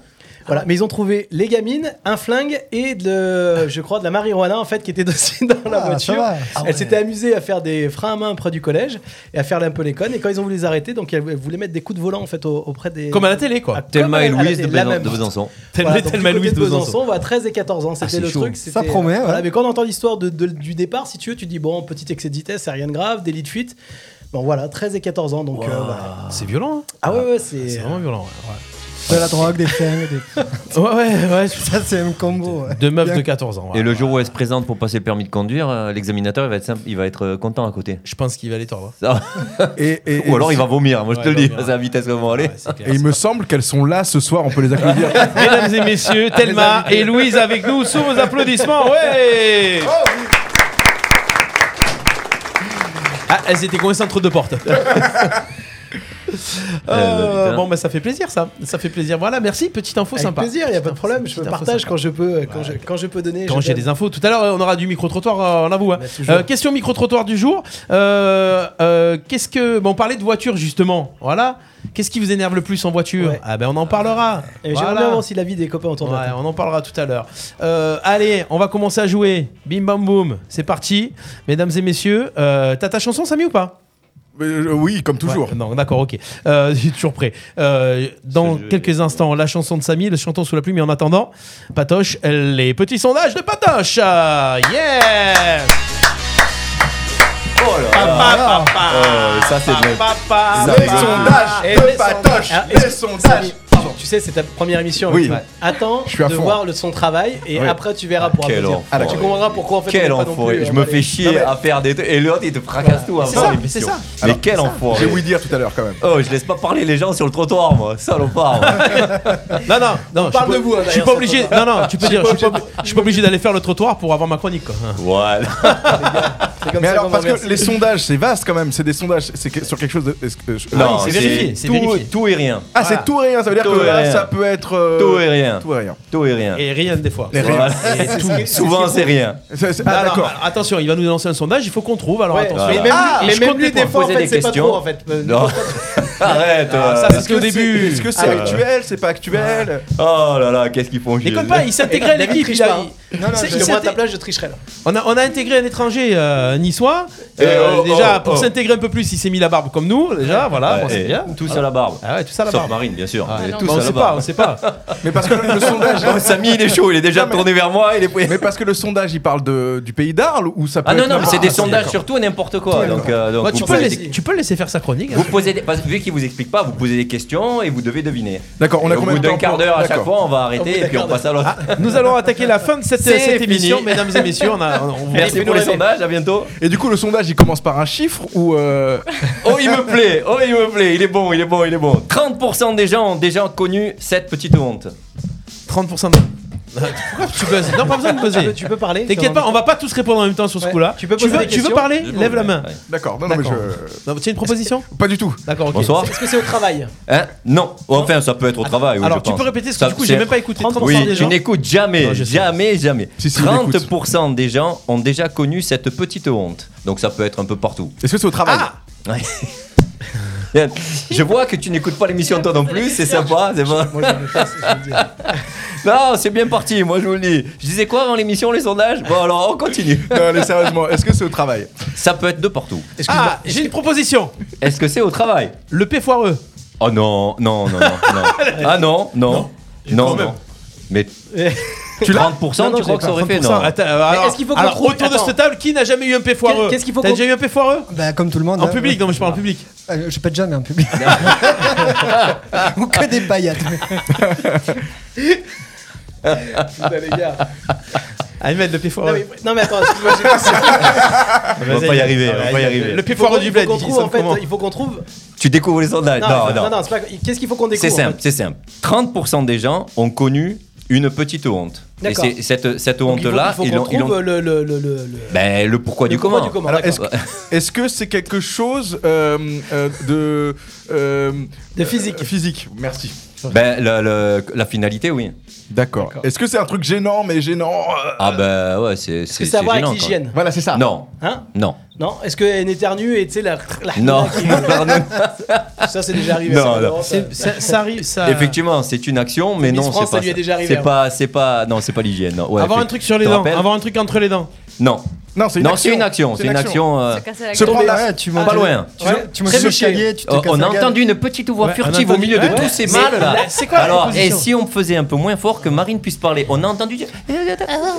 [SPEAKER 3] Voilà, mais ils ont trouvé les gamines, un flingue et de, je crois, de la marijuana en fait qui était aussi dans la
[SPEAKER 4] Ah,
[SPEAKER 3] voiture.
[SPEAKER 4] ça va.
[SPEAKER 3] Elle s'était amusée à faire des freins à main près du collège et à faire un peu les connes. Et quand ils ont voulu les arrêter, donc elle voulait mettre des coups de volant en fait au- auprès des.
[SPEAKER 2] Comme à la télé, quoi.
[SPEAKER 3] Ah,
[SPEAKER 5] Thelma
[SPEAKER 3] comme
[SPEAKER 5] et
[SPEAKER 3] à la
[SPEAKER 5] Louise
[SPEAKER 3] télé,
[SPEAKER 5] de
[SPEAKER 3] la
[SPEAKER 5] Bézan-
[SPEAKER 3] même.
[SPEAKER 5] de Besançon.
[SPEAKER 2] Thelma
[SPEAKER 3] Voilà,
[SPEAKER 2] et
[SPEAKER 3] donc,
[SPEAKER 2] Thelma
[SPEAKER 3] du côté
[SPEAKER 2] Louise
[SPEAKER 3] de
[SPEAKER 2] de Besançon.
[SPEAKER 3] Besançon, on va à 13 et 14 ans, c'était
[SPEAKER 5] c'est
[SPEAKER 3] le
[SPEAKER 5] chaud.
[SPEAKER 3] truc.
[SPEAKER 4] Ça
[SPEAKER 3] c'était-
[SPEAKER 4] promet, ouais.
[SPEAKER 3] voilà, mais quand on entend l'histoire de, de- du départ, si tu veux, tu dis bon, petit excès de vitesse, c'est rien de grave, délit de fuite. Bon voilà, 13 et 14 ans, donc. euh, voilà.
[SPEAKER 2] C'est violent, hein.
[SPEAKER 3] Ah ouais, ouais, c'est.
[SPEAKER 2] C'est vraiment violent. ouais.
[SPEAKER 4] De la drogue, des flingues, des-
[SPEAKER 2] Ouais, ouais, ouais. je-
[SPEAKER 4] ça c'est un combo. ouais.
[SPEAKER 2] Deux meufs
[SPEAKER 4] Bien.
[SPEAKER 2] de 14 ans. ouais.
[SPEAKER 5] Et le jour où elle se présente pour passer le permis de conduire, euh, l'examinateur il va être simple, il va être euh, content à côté.
[SPEAKER 2] Je pense qu'il va les tordre.
[SPEAKER 5] Ça-
[SPEAKER 6] Et, et-
[SPEAKER 5] Ou alors il va vomir, moi je
[SPEAKER 2] Ouais,
[SPEAKER 5] te le
[SPEAKER 2] il va
[SPEAKER 5] dis,
[SPEAKER 2] vomir.
[SPEAKER 5] c'est la vitesse comment aller.
[SPEAKER 2] Ouais, c'est clair.
[SPEAKER 6] et il me semble qu'elles sont là ce soir, on peut les accueillir.
[SPEAKER 2] Mesdames et messieurs,
[SPEAKER 3] Ah,
[SPEAKER 2] Thelma et Louise avec nous sous vos applaudissements. Ouais
[SPEAKER 3] Oh,
[SPEAKER 2] ah, elles étaient coincées entre deux portes. Euh,
[SPEAKER 5] putain.
[SPEAKER 2] bon, bah ça fait plaisir, ça. Ça fait plaisir. Voilà, merci. Petite info
[SPEAKER 3] Avec
[SPEAKER 2] sympa.
[SPEAKER 3] plaisir, il n'y a pas de
[SPEAKER 2] Petite
[SPEAKER 3] problème.
[SPEAKER 2] info,
[SPEAKER 3] Je
[SPEAKER 2] petite info
[SPEAKER 3] partage
[SPEAKER 2] sympa.
[SPEAKER 3] quand je peux, quand,
[SPEAKER 2] Ouais.
[SPEAKER 3] je, quand je peux donner.
[SPEAKER 2] Quand j'ai des infos. Tout à l'heure, on aura du micro-trottoir, euh, on l'avoue. hein.
[SPEAKER 3] Bah, toujours.
[SPEAKER 2] Euh, question micro-trottoir du jour. Euh, euh, Qu'est-ce que. Bon, on parlait de voiture, justement. Voilà. Qu'est-ce qui vous énerve le plus en voiture
[SPEAKER 3] Ouais.
[SPEAKER 2] Ah, ben on en parlera.
[SPEAKER 3] Et J'aimerais
[SPEAKER 2] Voilà.
[SPEAKER 3] bien voir si l'avis des copains autour de la
[SPEAKER 2] Ouais,
[SPEAKER 3] table.
[SPEAKER 2] on en parlera tout à l'heure. Euh, allez, on va commencer à jouer. Bim bam boum, c'est parti. Mesdames et messieurs, euh, t'as ta chanson, Samy, ou pas
[SPEAKER 6] Euh, oui, comme toujours.
[SPEAKER 2] Ouais, non, d'accord, ok. Euh, j'ai toujours prêt. Euh, dans quelques instants, la chanson de Samy, le chanton sous la pluie, mais en attendant, Patoche, les petits sondages de Patoche. Ah, Yeah
[SPEAKER 5] Oh là là.
[SPEAKER 2] Papa, papa,
[SPEAKER 5] Euh, ça, c'est de la-
[SPEAKER 2] papa,
[SPEAKER 5] ça
[SPEAKER 2] papa.
[SPEAKER 5] rigole.
[SPEAKER 3] Et les sondages. Ah, est-ce- Samy, pardon, Tu sais, c'est ta première émission.
[SPEAKER 6] Oui.
[SPEAKER 3] Ouais. Attends
[SPEAKER 6] Je suis à
[SPEAKER 3] de
[SPEAKER 6] fond.
[SPEAKER 3] voir le, son travail et
[SPEAKER 6] Oui.
[SPEAKER 3] après tu verras pour
[SPEAKER 5] Quel
[SPEAKER 3] applaudir.
[SPEAKER 5] enfoiré.
[SPEAKER 3] tu comprendras pourquoi en fait.
[SPEAKER 5] Quel
[SPEAKER 3] on est pas non
[SPEAKER 5] enfoiré,
[SPEAKER 3] plus,
[SPEAKER 2] hein.
[SPEAKER 5] je
[SPEAKER 3] euh,
[SPEAKER 5] me
[SPEAKER 3] dans les-
[SPEAKER 5] fais chier
[SPEAKER 3] Non, mais-
[SPEAKER 5] à faire des trucs et l'autre il te fracasse tout
[SPEAKER 2] C'est ça,
[SPEAKER 5] avant
[SPEAKER 2] c'est
[SPEAKER 5] l'émission.
[SPEAKER 2] ça.
[SPEAKER 5] Mais quel enfoiré
[SPEAKER 6] J'ai oui dire tout à l'heure quand même.
[SPEAKER 5] Oh, je laisse pas parler les gens sur le trottoir, moi, salopard. moi.
[SPEAKER 2] Non, non, non. je
[SPEAKER 3] parle
[SPEAKER 2] suis pas-
[SPEAKER 3] de vous, hein,
[SPEAKER 2] Je suis
[SPEAKER 3] d'ailleurs,
[SPEAKER 2] pas
[SPEAKER 3] ça
[SPEAKER 2] obligé.
[SPEAKER 3] peut
[SPEAKER 2] Non, non, tu peux dire. Je suis pas- je suis pas obligé d'aller faire le trottoir pour avoir ma chronique, quoi.
[SPEAKER 5] voilà.
[SPEAKER 3] c'est comme
[SPEAKER 6] Mais
[SPEAKER 3] ça
[SPEAKER 6] alors,
[SPEAKER 3] qu'on
[SPEAKER 6] parce que
[SPEAKER 3] remercie.
[SPEAKER 6] les sondages, c'est vaste quand même. C'est des sondages. C'est que- sur quelque chose de. est-ce que je-
[SPEAKER 5] Non,
[SPEAKER 2] c'est vérifié, c'est
[SPEAKER 5] tout,
[SPEAKER 2] vérifié.
[SPEAKER 5] tout et rien.
[SPEAKER 6] Ah, c'est tout et rien. Ça veut dire
[SPEAKER 5] Tout
[SPEAKER 6] que
[SPEAKER 5] et rien.
[SPEAKER 6] ça peut être. euh,
[SPEAKER 5] Tout et rien.
[SPEAKER 6] Tout et rien.
[SPEAKER 5] Tout et rien.
[SPEAKER 2] Et rien des fois.
[SPEAKER 5] Voilà.
[SPEAKER 2] Et tout.
[SPEAKER 5] Souvent, c'est rien.
[SPEAKER 6] C'est- c'est-
[SPEAKER 2] Non,
[SPEAKER 6] Ah,
[SPEAKER 2] non,
[SPEAKER 6] d'accord.
[SPEAKER 2] alors, attention, il va nous lancer un sondage, il faut qu'on trouve. Alors
[SPEAKER 3] Ouais,
[SPEAKER 2] attention.
[SPEAKER 3] mais
[SPEAKER 5] voilà.
[SPEAKER 3] même,
[SPEAKER 2] Ah,
[SPEAKER 3] lui-
[SPEAKER 2] et
[SPEAKER 3] mais
[SPEAKER 2] je
[SPEAKER 3] même
[SPEAKER 2] compte
[SPEAKER 3] lui,
[SPEAKER 2] les
[SPEAKER 3] des
[SPEAKER 2] points.
[SPEAKER 3] fois, en
[SPEAKER 5] Poser
[SPEAKER 3] fait,
[SPEAKER 5] des
[SPEAKER 3] c'est pas
[SPEAKER 5] questions.
[SPEAKER 3] trop en fait. Euh,
[SPEAKER 5] Non. Arrête. euh.
[SPEAKER 2] Ah, ça, parce
[SPEAKER 6] Est-ce
[SPEAKER 2] qu'au
[SPEAKER 6] que c'est-
[SPEAKER 2] début-
[SPEAKER 6] Est-ce que
[SPEAKER 2] Ah,
[SPEAKER 6] c'est
[SPEAKER 2] ouais.
[SPEAKER 6] actuel C'est pas actuel
[SPEAKER 5] Oh là là, qu'est-ce qu'ils font hein.
[SPEAKER 2] Les
[SPEAKER 5] Gilles
[SPEAKER 2] copains, il s'intégrait à
[SPEAKER 3] David
[SPEAKER 2] l'équipe.
[SPEAKER 3] triche
[SPEAKER 2] il a-
[SPEAKER 3] pas, hein.
[SPEAKER 2] il-
[SPEAKER 6] Non, non,
[SPEAKER 2] c'est-
[SPEAKER 3] Parce
[SPEAKER 2] il
[SPEAKER 3] que moi, à ta
[SPEAKER 2] s'intégrait-
[SPEAKER 3] place, je tricherais là.
[SPEAKER 2] On a, on a intégré un étranger euh, niçois.
[SPEAKER 5] Eh,
[SPEAKER 2] Euh,
[SPEAKER 5] oh,
[SPEAKER 2] déjà,
[SPEAKER 5] oh,
[SPEAKER 2] pour
[SPEAKER 5] oh.
[SPEAKER 2] s'intégrer un peu plus, il s'est mis la barbe comme nous. Déjà, voilà,
[SPEAKER 5] Ouais,
[SPEAKER 2] bon, c'est
[SPEAKER 5] et
[SPEAKER 2] bien.
[SPEAKER 5] Tous à la barbe.
[SPEAKER 2] Ah ouais, tout ça la
[SPEAKER 5] Sauf
[SPEAKER 2] barbe.
[SPEAKER 5] Marine, bien sûr.
[SPEAKER 2] Ah,
[SPEAKER 5] mais
[SPEAKER 2] non,
[SPEAKER 5] tous
[SPEAKER 2] mais on
[SPEAKER 5] à la
[SPEAKER 2] sait pas, on
[SPEAKER 5] barbe.
[SPEAKER 2] sait pas.
[SPEAKER 6] Mais parce que le sondage.
[SPEAKER 5] Oh, Samy, il est chaud, il est déjà
[SPEAKER 6] Non, mais-
[SPEAKER 5] tourné vers moi. Il est...
[SPEAKER 6] Mais parce que le sondage, il parle de, du pays d'Arles ou ça peut
[SPEAKER 5] Ah non,
[SPEAKER 6] être
[SPEAKER 5] non, mais c'est
[SPEAKER 6] n'importe-
[SPEAKER 5] des sondages sur tout et n'importe quoi. Donc, euh, donc
[SPEAKER 2] Bah, tu,
[SPEAKER 5] vous
[SPEAKER 2] peux le
[SPEAKER 5] posez
[SPEAKER 2] laisser, tu peux le laisser faire sa chronique. hein.
[SPEAKER 5] Vous posez des- parce- vu qu'ils vous expliquent pas, vous posez des questions et vous devez deviner.
[SPEAKER 6] D'accord, on a
[SPEAKER 5] Et au
[SPEAKER 6] combien
[SPEAKER 5] bout
[SPEAKER 6] de temps
[SPEAKER 5] d'un quart d'heure à chaque
[SPEAKER 6] D'accord.
[SPEAKER 5] fois, on va
[SPEAKER 3] Au bout
[SPEAKER 5] arrêter
[SPEAKER 3] d'un
[SPEAKER 5] et puis
[SPEAKER 3] quart
[SPEAKER 5] on passe à l'autre.
[SPEAKER 6] Ah,
[SPEAKER 2] Nous allons attaquer la fin de cette,
[SPEAKER 5] C'est
[SPEAKER 2] cette émission,
[SPEAKER 5] fini.
[SPEAKER 2] mesdames et messieurs. On a, on- on-
[SPEAKER 5] Merci
[SPEAKER 2] on-
[SPEAKER 5] pour les
[SPEAKER 2] on-
[SPEAKER 5] sondages, à bientôt.
[SPEAKER 6] Et du coup, le sondage, il commence par un chiffre ou. euh,
[SPEAKER 5] Oh, il me plaît, oh, il me plaît, il est bon, il est bon, il est bon. 30% des gens ont déjà connu cette petite honte.
[SPEAKER 2] 30% de. Pourquoi tu buzzes Non, pas besoin de
[SPEAKER 3] Tu peux-
[SPEAKER 5] Ah,
[SPEAKER 2] buzzer.
[SPEAKER 3] Tu peux parler
[SPEAKER 2] T'inquiète pas, on va pas tous répondre en même temps sur ce
[SPEAKER 3] Ouais.
[SPEAKER 2] coup-là.
[SPEAKER 3] Tu peux poser
[SPEAKER 2] veux,
[SPEAKER 3] des
[SPEAKER 2] tu veux
[SPEAKER 3] questions
[SPEAKER 2] parler Lève la main.
[SPEAKER 5] Ouais.
[SPEAKER 6] D'accord, non, non, mais je.
[SPEAKER 2] Non, tu as une proposition
[SPEAKER 6] Pas du tout.
[SPEAKER 2] D'accord, ok.
[SPEAKER 5] Bonsoir.
[SPEAKER 3] Est-ce que c'est au travail
[SPEAKER 5] Hein Non, enfin, ça peut être au travail. Ah oui,
[SPEAKER 2] Ah, Alors,
[SPEAKER 5] je
[SPEAKER 2] tu
[SPEAKER 5] pense.
[SPEAKER 2] peux répéter parce que
[SPEAKER 5] Ça,
[SPEAKER 2] du coup,
[SPEAKER 5] c'est-
[SPEAKER 2] j'ai même pas écouté.
[SPEAKER 3] 30%
[SPEAKER 5] Oui,
[SPEAKER 2] des
[SPEAKER 5] tu
[SPEAKER 2] gens.
[SPEAKER 5] n'écoutes jamais,
[SPEAKER 2] Non, je sais.
[SPEAKER 5] jamais, jamais.
[SPEAKER 6] Si, si, il écoute.
[SPEAKER 5] 30% des gens ont déjà connu cette petite honte. Donc ça peut être un peu partout.
[SPEAKER 6] Est-ce que c'est au travail
[SPEAKER 5] Ouais. Je vois que tu n'écoutes pas l'émission toi non plus, c'est sympa, c'est pas.
[SPEAKER 3] Moi, je vais faire, je vais le dire.
[SPEAKER 5] Non, c'est bien parti, moi je vous le dis. Je disais quoi avant l'émission, les sondages Bon alors on continue.
[SPEAKER 6] Non, allez, sérieusement, est-ce que c'est au travail
[SPEAKER 5] Ça peut être de partout.
[SPEAKER 2] Ah, j'ai une proposition.
[SPEAKER 5] Est-ce que c'est au travail
[SPEAKER 2] Le P foireux.
[SPEAKER 5] Oh non, non, non, non, non. Ah non, non, non, non. Mais
[SPEAKER 6] Tu l'as
[SPEAKER 5] 30%
[SPEAKER 3] Non, non, j'ai
[SPEAKER 5] tu crois que ça
[SPEAKER 3] pas.
[SPEAKER 5] aurait fait
[SPEAKER 2] Attends,
[SPEAKER 5] non
[SPEAKER 2] attends, alors,
[SPEAKER 3] est-ce qu'il faut qu'on
[SPEAKER 2] alors,
[SPEAKER 3] trouve-
[SPEAKER 2] autour de
[SPEAKER 3] attends.
[SPEAKER 2] cette table, qui n'a jamais eu un P foireux
[SPEAKER 3] Qu'est-ce qu'il faut
[SPEAKER 2] T'as
[SPEAKER 3] qu'on-
[SPEAKER 2] déjà eu un P foireux
[SPEAKER 4] Bah, comme tout le monde.
[SPEAKER 2] En
[SPEAKER 4] hein.
[SPEAKER 2] public, non mais je parle en public.
[SPEAKER 4] Euh, Je pète jamais un public. Ou que des paillettes.
[SPEAKER 3] Putain, les gars.
[SPEAKER 2] Allez, mettre le P
[SPEAKER 3] Non,
[SPEAKER 2] foireux.
[SPEAKER 3] mais, non, mais attends, excuse-moi, j'ai pas
[SPEAKER 5] On va
[SPEAKER 2] Vas-y,
[SPEAKER 5] pas y
[SPEAKER 2] allez.
[SPEAKER 5] arriver, on va pas y arriver.
[SPEAKER 2] Le P
[SPEAKER 3] Il faut qu'on-
[SPEAKER 2] foireux du
[SPEAKER 3] il faut
[SPEAKER 2] bled.
[SPEAKER 3] qu'on
[SPEAKER 2] il
[SPEAKER 3] trouve,
[SPEAKER 2] sonne
[SPEAKER 3] en fait,
[SPEAKER 2] comment
[SPEAKER 3] il faut qu'on trouve.
[SPEAKER 5] Tu découvres les sondages Non, non.
[SPEAKER 3] c'est pas- Qu'est-ce qu'il faut qu'on découvre
[SPEAKER 5] C'est
[SPEAKER 3] en
[SPEAKER 5] simple,
[SPEAKER 3] fait
[SPEAKER 5] c'est simple. 30% des gens ont connu une petite honte. Et
[SPEAKER 3] D'accord.
[SPEAKER 5] c'est- cette, cette
[SPEAKER 3] Donc, il faut-
[SPEAKER 5] honte-là,
[SPEAKER 3] il
[SPEAKER 5] ils
[SPEAKER 3] faut qu'on
[SPEAKER 5] l'ont. ils
[SPEAKER 3] trouve
[SPEAKER 5] l'ont-
[SPEAKER 3] le, le, le, le- le-
[SPEAKER 5] Ben, le pourquoi
[SPEAKER 3] le
[SPEAKER 5] du
[SPEAKER 3] pourquoi
[SPEAKER 5] comment.
[SPEAKER 3] du comment.
[SPEAKER 6] Alors, est-ce
[SPEAKER 3] d'accord.
[SPEAKER 6] Est-ce que c'est quelque chose euh, euh, de. euh,
[SPEAKER 3] De physique.
[SPEAKER 6] Physique, merci.
[SPEAKER 5] Ben, le- le- la finalité, oui.
[SPEAKER 6] D'accord. Est-ce que c'est un truc gênant, mais gênant euh,
[SPEAKER 5] Ah ben ouais, c'est. Est-ce
[SPEAKER 3] que ça a à voir avec l'hygiène
[SPEAKER 6] Voilà, c'est ça.
[SPEAKER 5] Non.
[SPEAKER 3] Hein
[SPEAKER 5] Non.
[SPEAKER 3] Non Est-ce qu'elle éternue et tu sais la. la-
[SPEAKER 5] Non.
[SPEAKER 3] Ça, c'est déjà arrivé.
[SPEAKER 5] Non,
[SPEAKER 3] ça,
[SPEAKER 5] non.
[SPEAKER 3] non, ça-
[SPEAKER 2] C'est- ça- ça arrive, ça-
[SPEAKER 5] Effectivement, c'est une action, mais
[SPEAKER 2] Miss
[SPEAKER 5] non,
[SPEAKER 2] France,
[SPEAKER 5] c'est
[SPEAKER 2] Ah. ça
[SPEAKER 5] pas.
[SPEAKER 2] lui est déjà arrivé,
[SPEAKER 5] C'est
[SPEAKER 2] hein.
[SPEAKER 5] pas, c'est pas, non, c'est pas l'hygiène. non. Ouais,
[SPEAKER 2] avoir un
[SPEAKER 5] effect-
[SPEAKER 2] truc sur les
[SPEAKER 5] te
[SPEAKER 2] dents,
[SPEAKER 5] rappelles
[SPEAKER 2] avoir un truc entre les dents.
[SPEAKER 5] Non.
[SPEAKER 6] Non, c'est une
[SPEAKER 5] c'est une action. C'est une action. euh,
[SPEAKER 9] casser la
[SPEAKER 6] Se
[SPEAKER 9] gueule.
[SPEAKER 6] prendre la- Ah,
[SPEAKER 4] Ouais, tu montes,
[SPEAKER 5] Pas loin.
[SPEAKER 4] Tu,
[SPEAKER 3] Ouais.
[SPEAKER 4] tu montes
[SPEAKER 3] Très
[SPEAKER 4] sur le
[SPEAKER 3] bouché.
[SPEAKER 4] escalier, tu te
[SPEAKER 5] Oh,
[SPEAKER 4] casses
[SPEAKER 5] on
[SPEAKER 4] la
[SPEAKER 5] a
[SPEAKER 4] gueule.
[SPEAKER 5] entendu une petite voix
[SPEAKER 2] Ouais, on a
[SPEAKER 5] furtive au
[SPEAKER 2] entendu-
[SPEAKER 5] milieu de
[SPEAKER 2] Ouais, ouais.
[SPEAKER 5] tous ces
[SPEAKER 2] Mais
[SPEAKER 5] mâles là.
[SPEAKER 2] la- c'est quoi la
[SPEAKER 5] Alors, et
[SPEAKER 2] proposition
[SPEAKER 5] si on me faisait un peu moins fort que Marine puisse parler On a entendu. dire-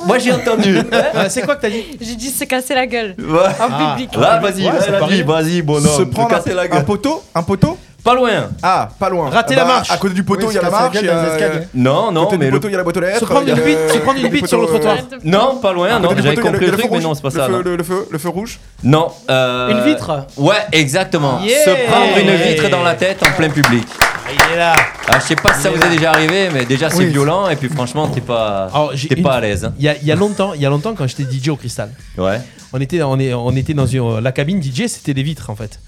[SPEAKER 5] Moi j'ai entendu.
[SPEAKER 2] Euh, c'est quoi que t'as dit
[SPEAKER 9] J'ai dit se casser la gueule.
[SPEAKER 5] Ouais.
[SPEAKER 9] En public. hein.
[SPEAKER 5] Là, vas-y,
[SPEAKER 6] Ouais,
[SPEAKER 5] vas-y,
[SPEAKER 6] c'est pareil.
[SPEAKER 5] vas-y, bonhomme.
[SPEAKER 6] se
[SPEAKER 5] te
[SPEAKER 6] prendre
[SPEAKER 5] casser la
[SPEAKER 6] un,
[SPEAKER 5] gueule.
[SPEAKER 6] un poteau Un poteau
[SPEAKER 5] Pas loin.
[SPEAKER 6] Ah, pas loin.
[SPEAKER 2] Rater
[SPEAKER 6] Bah,
[SPEAKER 2] la marche.
[SPEAKER 6] À côté du poteau,
[SPEAKER 4] Oui,
[SPEAKER 6] il y a
[SPEAKER 4] se
[SPEAKER 6] la
[SPEAKER 4] casser
[SPEAKER 6] marche.
[SPEAKER 4] gueule
[SPEAKER 6] il y a-
[SPEAKER 4] dans les escaliers.
[SPEAKER 5] Non, non,
[SPEAKER 6] Côté
[SPEAKER 5] mais
[SPEAKER 6] du
[SPEAKER 5] le.
[SPEAKER 6] poteau, il y a la boîte aux lettres.
[SPEAKER 2] Se prendre
[SPEAKER 6] il y a
[SPEAKER 2] une
[SPEAKER 6] le-
[SPEAKER 2] bite, se prendre une
[SPEAKER 6] côté
[SPEAKER 2] bite
[SPEAKER 6] du
[SPEAKER 2] sur le
[SPEAKER 6] poteau, euh,
[SPEAKER 2] trottoir.
[SPEAKER 5] Non, pas loin, Ah, non,
[SPEAKER 6] côté du
[SPEAKER 5] j'avais
[SPEAKER 6] poteau, il y a
[SPEAKER 5] compris
[SPEAKER 6] le
[SPEAKER 5] le truc,
[SPEAKER 6] feu
[SPEAKER 5] mais
[SPEAKER 6] rouge,
[SPEAKER 5] non, c'est pas
[SPEAKER 6] le
[SPEAKER 5] ça.
[SPEAKER 6] feu-
[SPEAKER 5] non.
[SPEAKER 6] Le le feu, le feu rouge.
[SPEAKER 5] Non. euh,
[SPEAKER 3] Une vitre
[SPEAKER 5] Ouais, exactement.
[SPEAKER 2] Yeah.
[SPEAKER 5] Se prendre une vitre dans la tête en plein public.
[SPEAKER 2] Il est là.
[SPEAKER 5] Alors, je sais pas si ça vous est déjà arrivé, mais déjà c'est
[SPEAKER 4] Oui.
[SPEAKER 5] violent et puis franchement, t'es pas,
[SPEAKER 2] Alors, j'ai
[SPEAKER 5] t'es
[SPEAKER 2] une-
[SPEAKER 5] pas à l'aise. hein.
[SPEAKER 2] Il y a, il y a longtemps, il y a longtemps quand j'étais DJ au Cristal,
[SPEAKER 5] Ouais.
[SPEAKER 2] on était, on est, on était dans une- la cabine DJ, c'était des vitres en fait.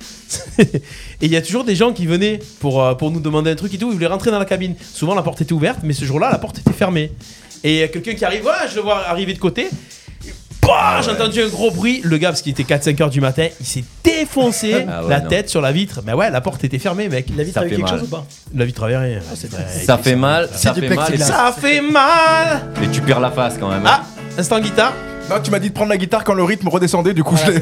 [SPEAKER 2] et il y a toujours des gens qui venaient pour, euh, pour nous demander un truc et tout, ils voulaient rentrer dans la cabine. Souvent la porte était ouverte, mais ce jour-là la porte était fermée. Et il y a quelqu'un qui arrive, voilà, je le vois arriver de côté. Et
[SPEAKER 5] Ah
[SPEAKER 2] bah, J'ai entendu un gros bruit. Le gars, parce qu'il était 4-5 heures du matin, il s'est défoncé
[SPEAKER 5] Ah ouais,
[SPEAKER 2] la
[SPEAKER 5] non.
[SPEAKER 2] tête sur la vitre. Mais ouais, la porte était fermée, mec.
[SPEAKER 3] La vitre
[SPEAKER 5] Ça
[SPEAKER 3] avait
[SPEAKER 5] fait
[SPEAKER 3] quelque
[SPEAKER 5] mal.
[SPEAKER 3] chose ou pas Ah,
[SPEAKER 2] La vitre avait rien.
[SPEAKER 5] Ça fait mal, ça
[SPEAKER 4] du
[SPEAKER 5] fait mal et,
[SPEAKER 4] plexiglas.
[SPEAKER 2] Ça fait mal.
[SPEAKER 5] et tu perds la face quand même. hein.
[SPEAKER 2] Ah, instant guitare.
[SPEAKER 6] Non, tu m'as dit de prendre la guitare quand le rythme redescendait, du coup je l'ai.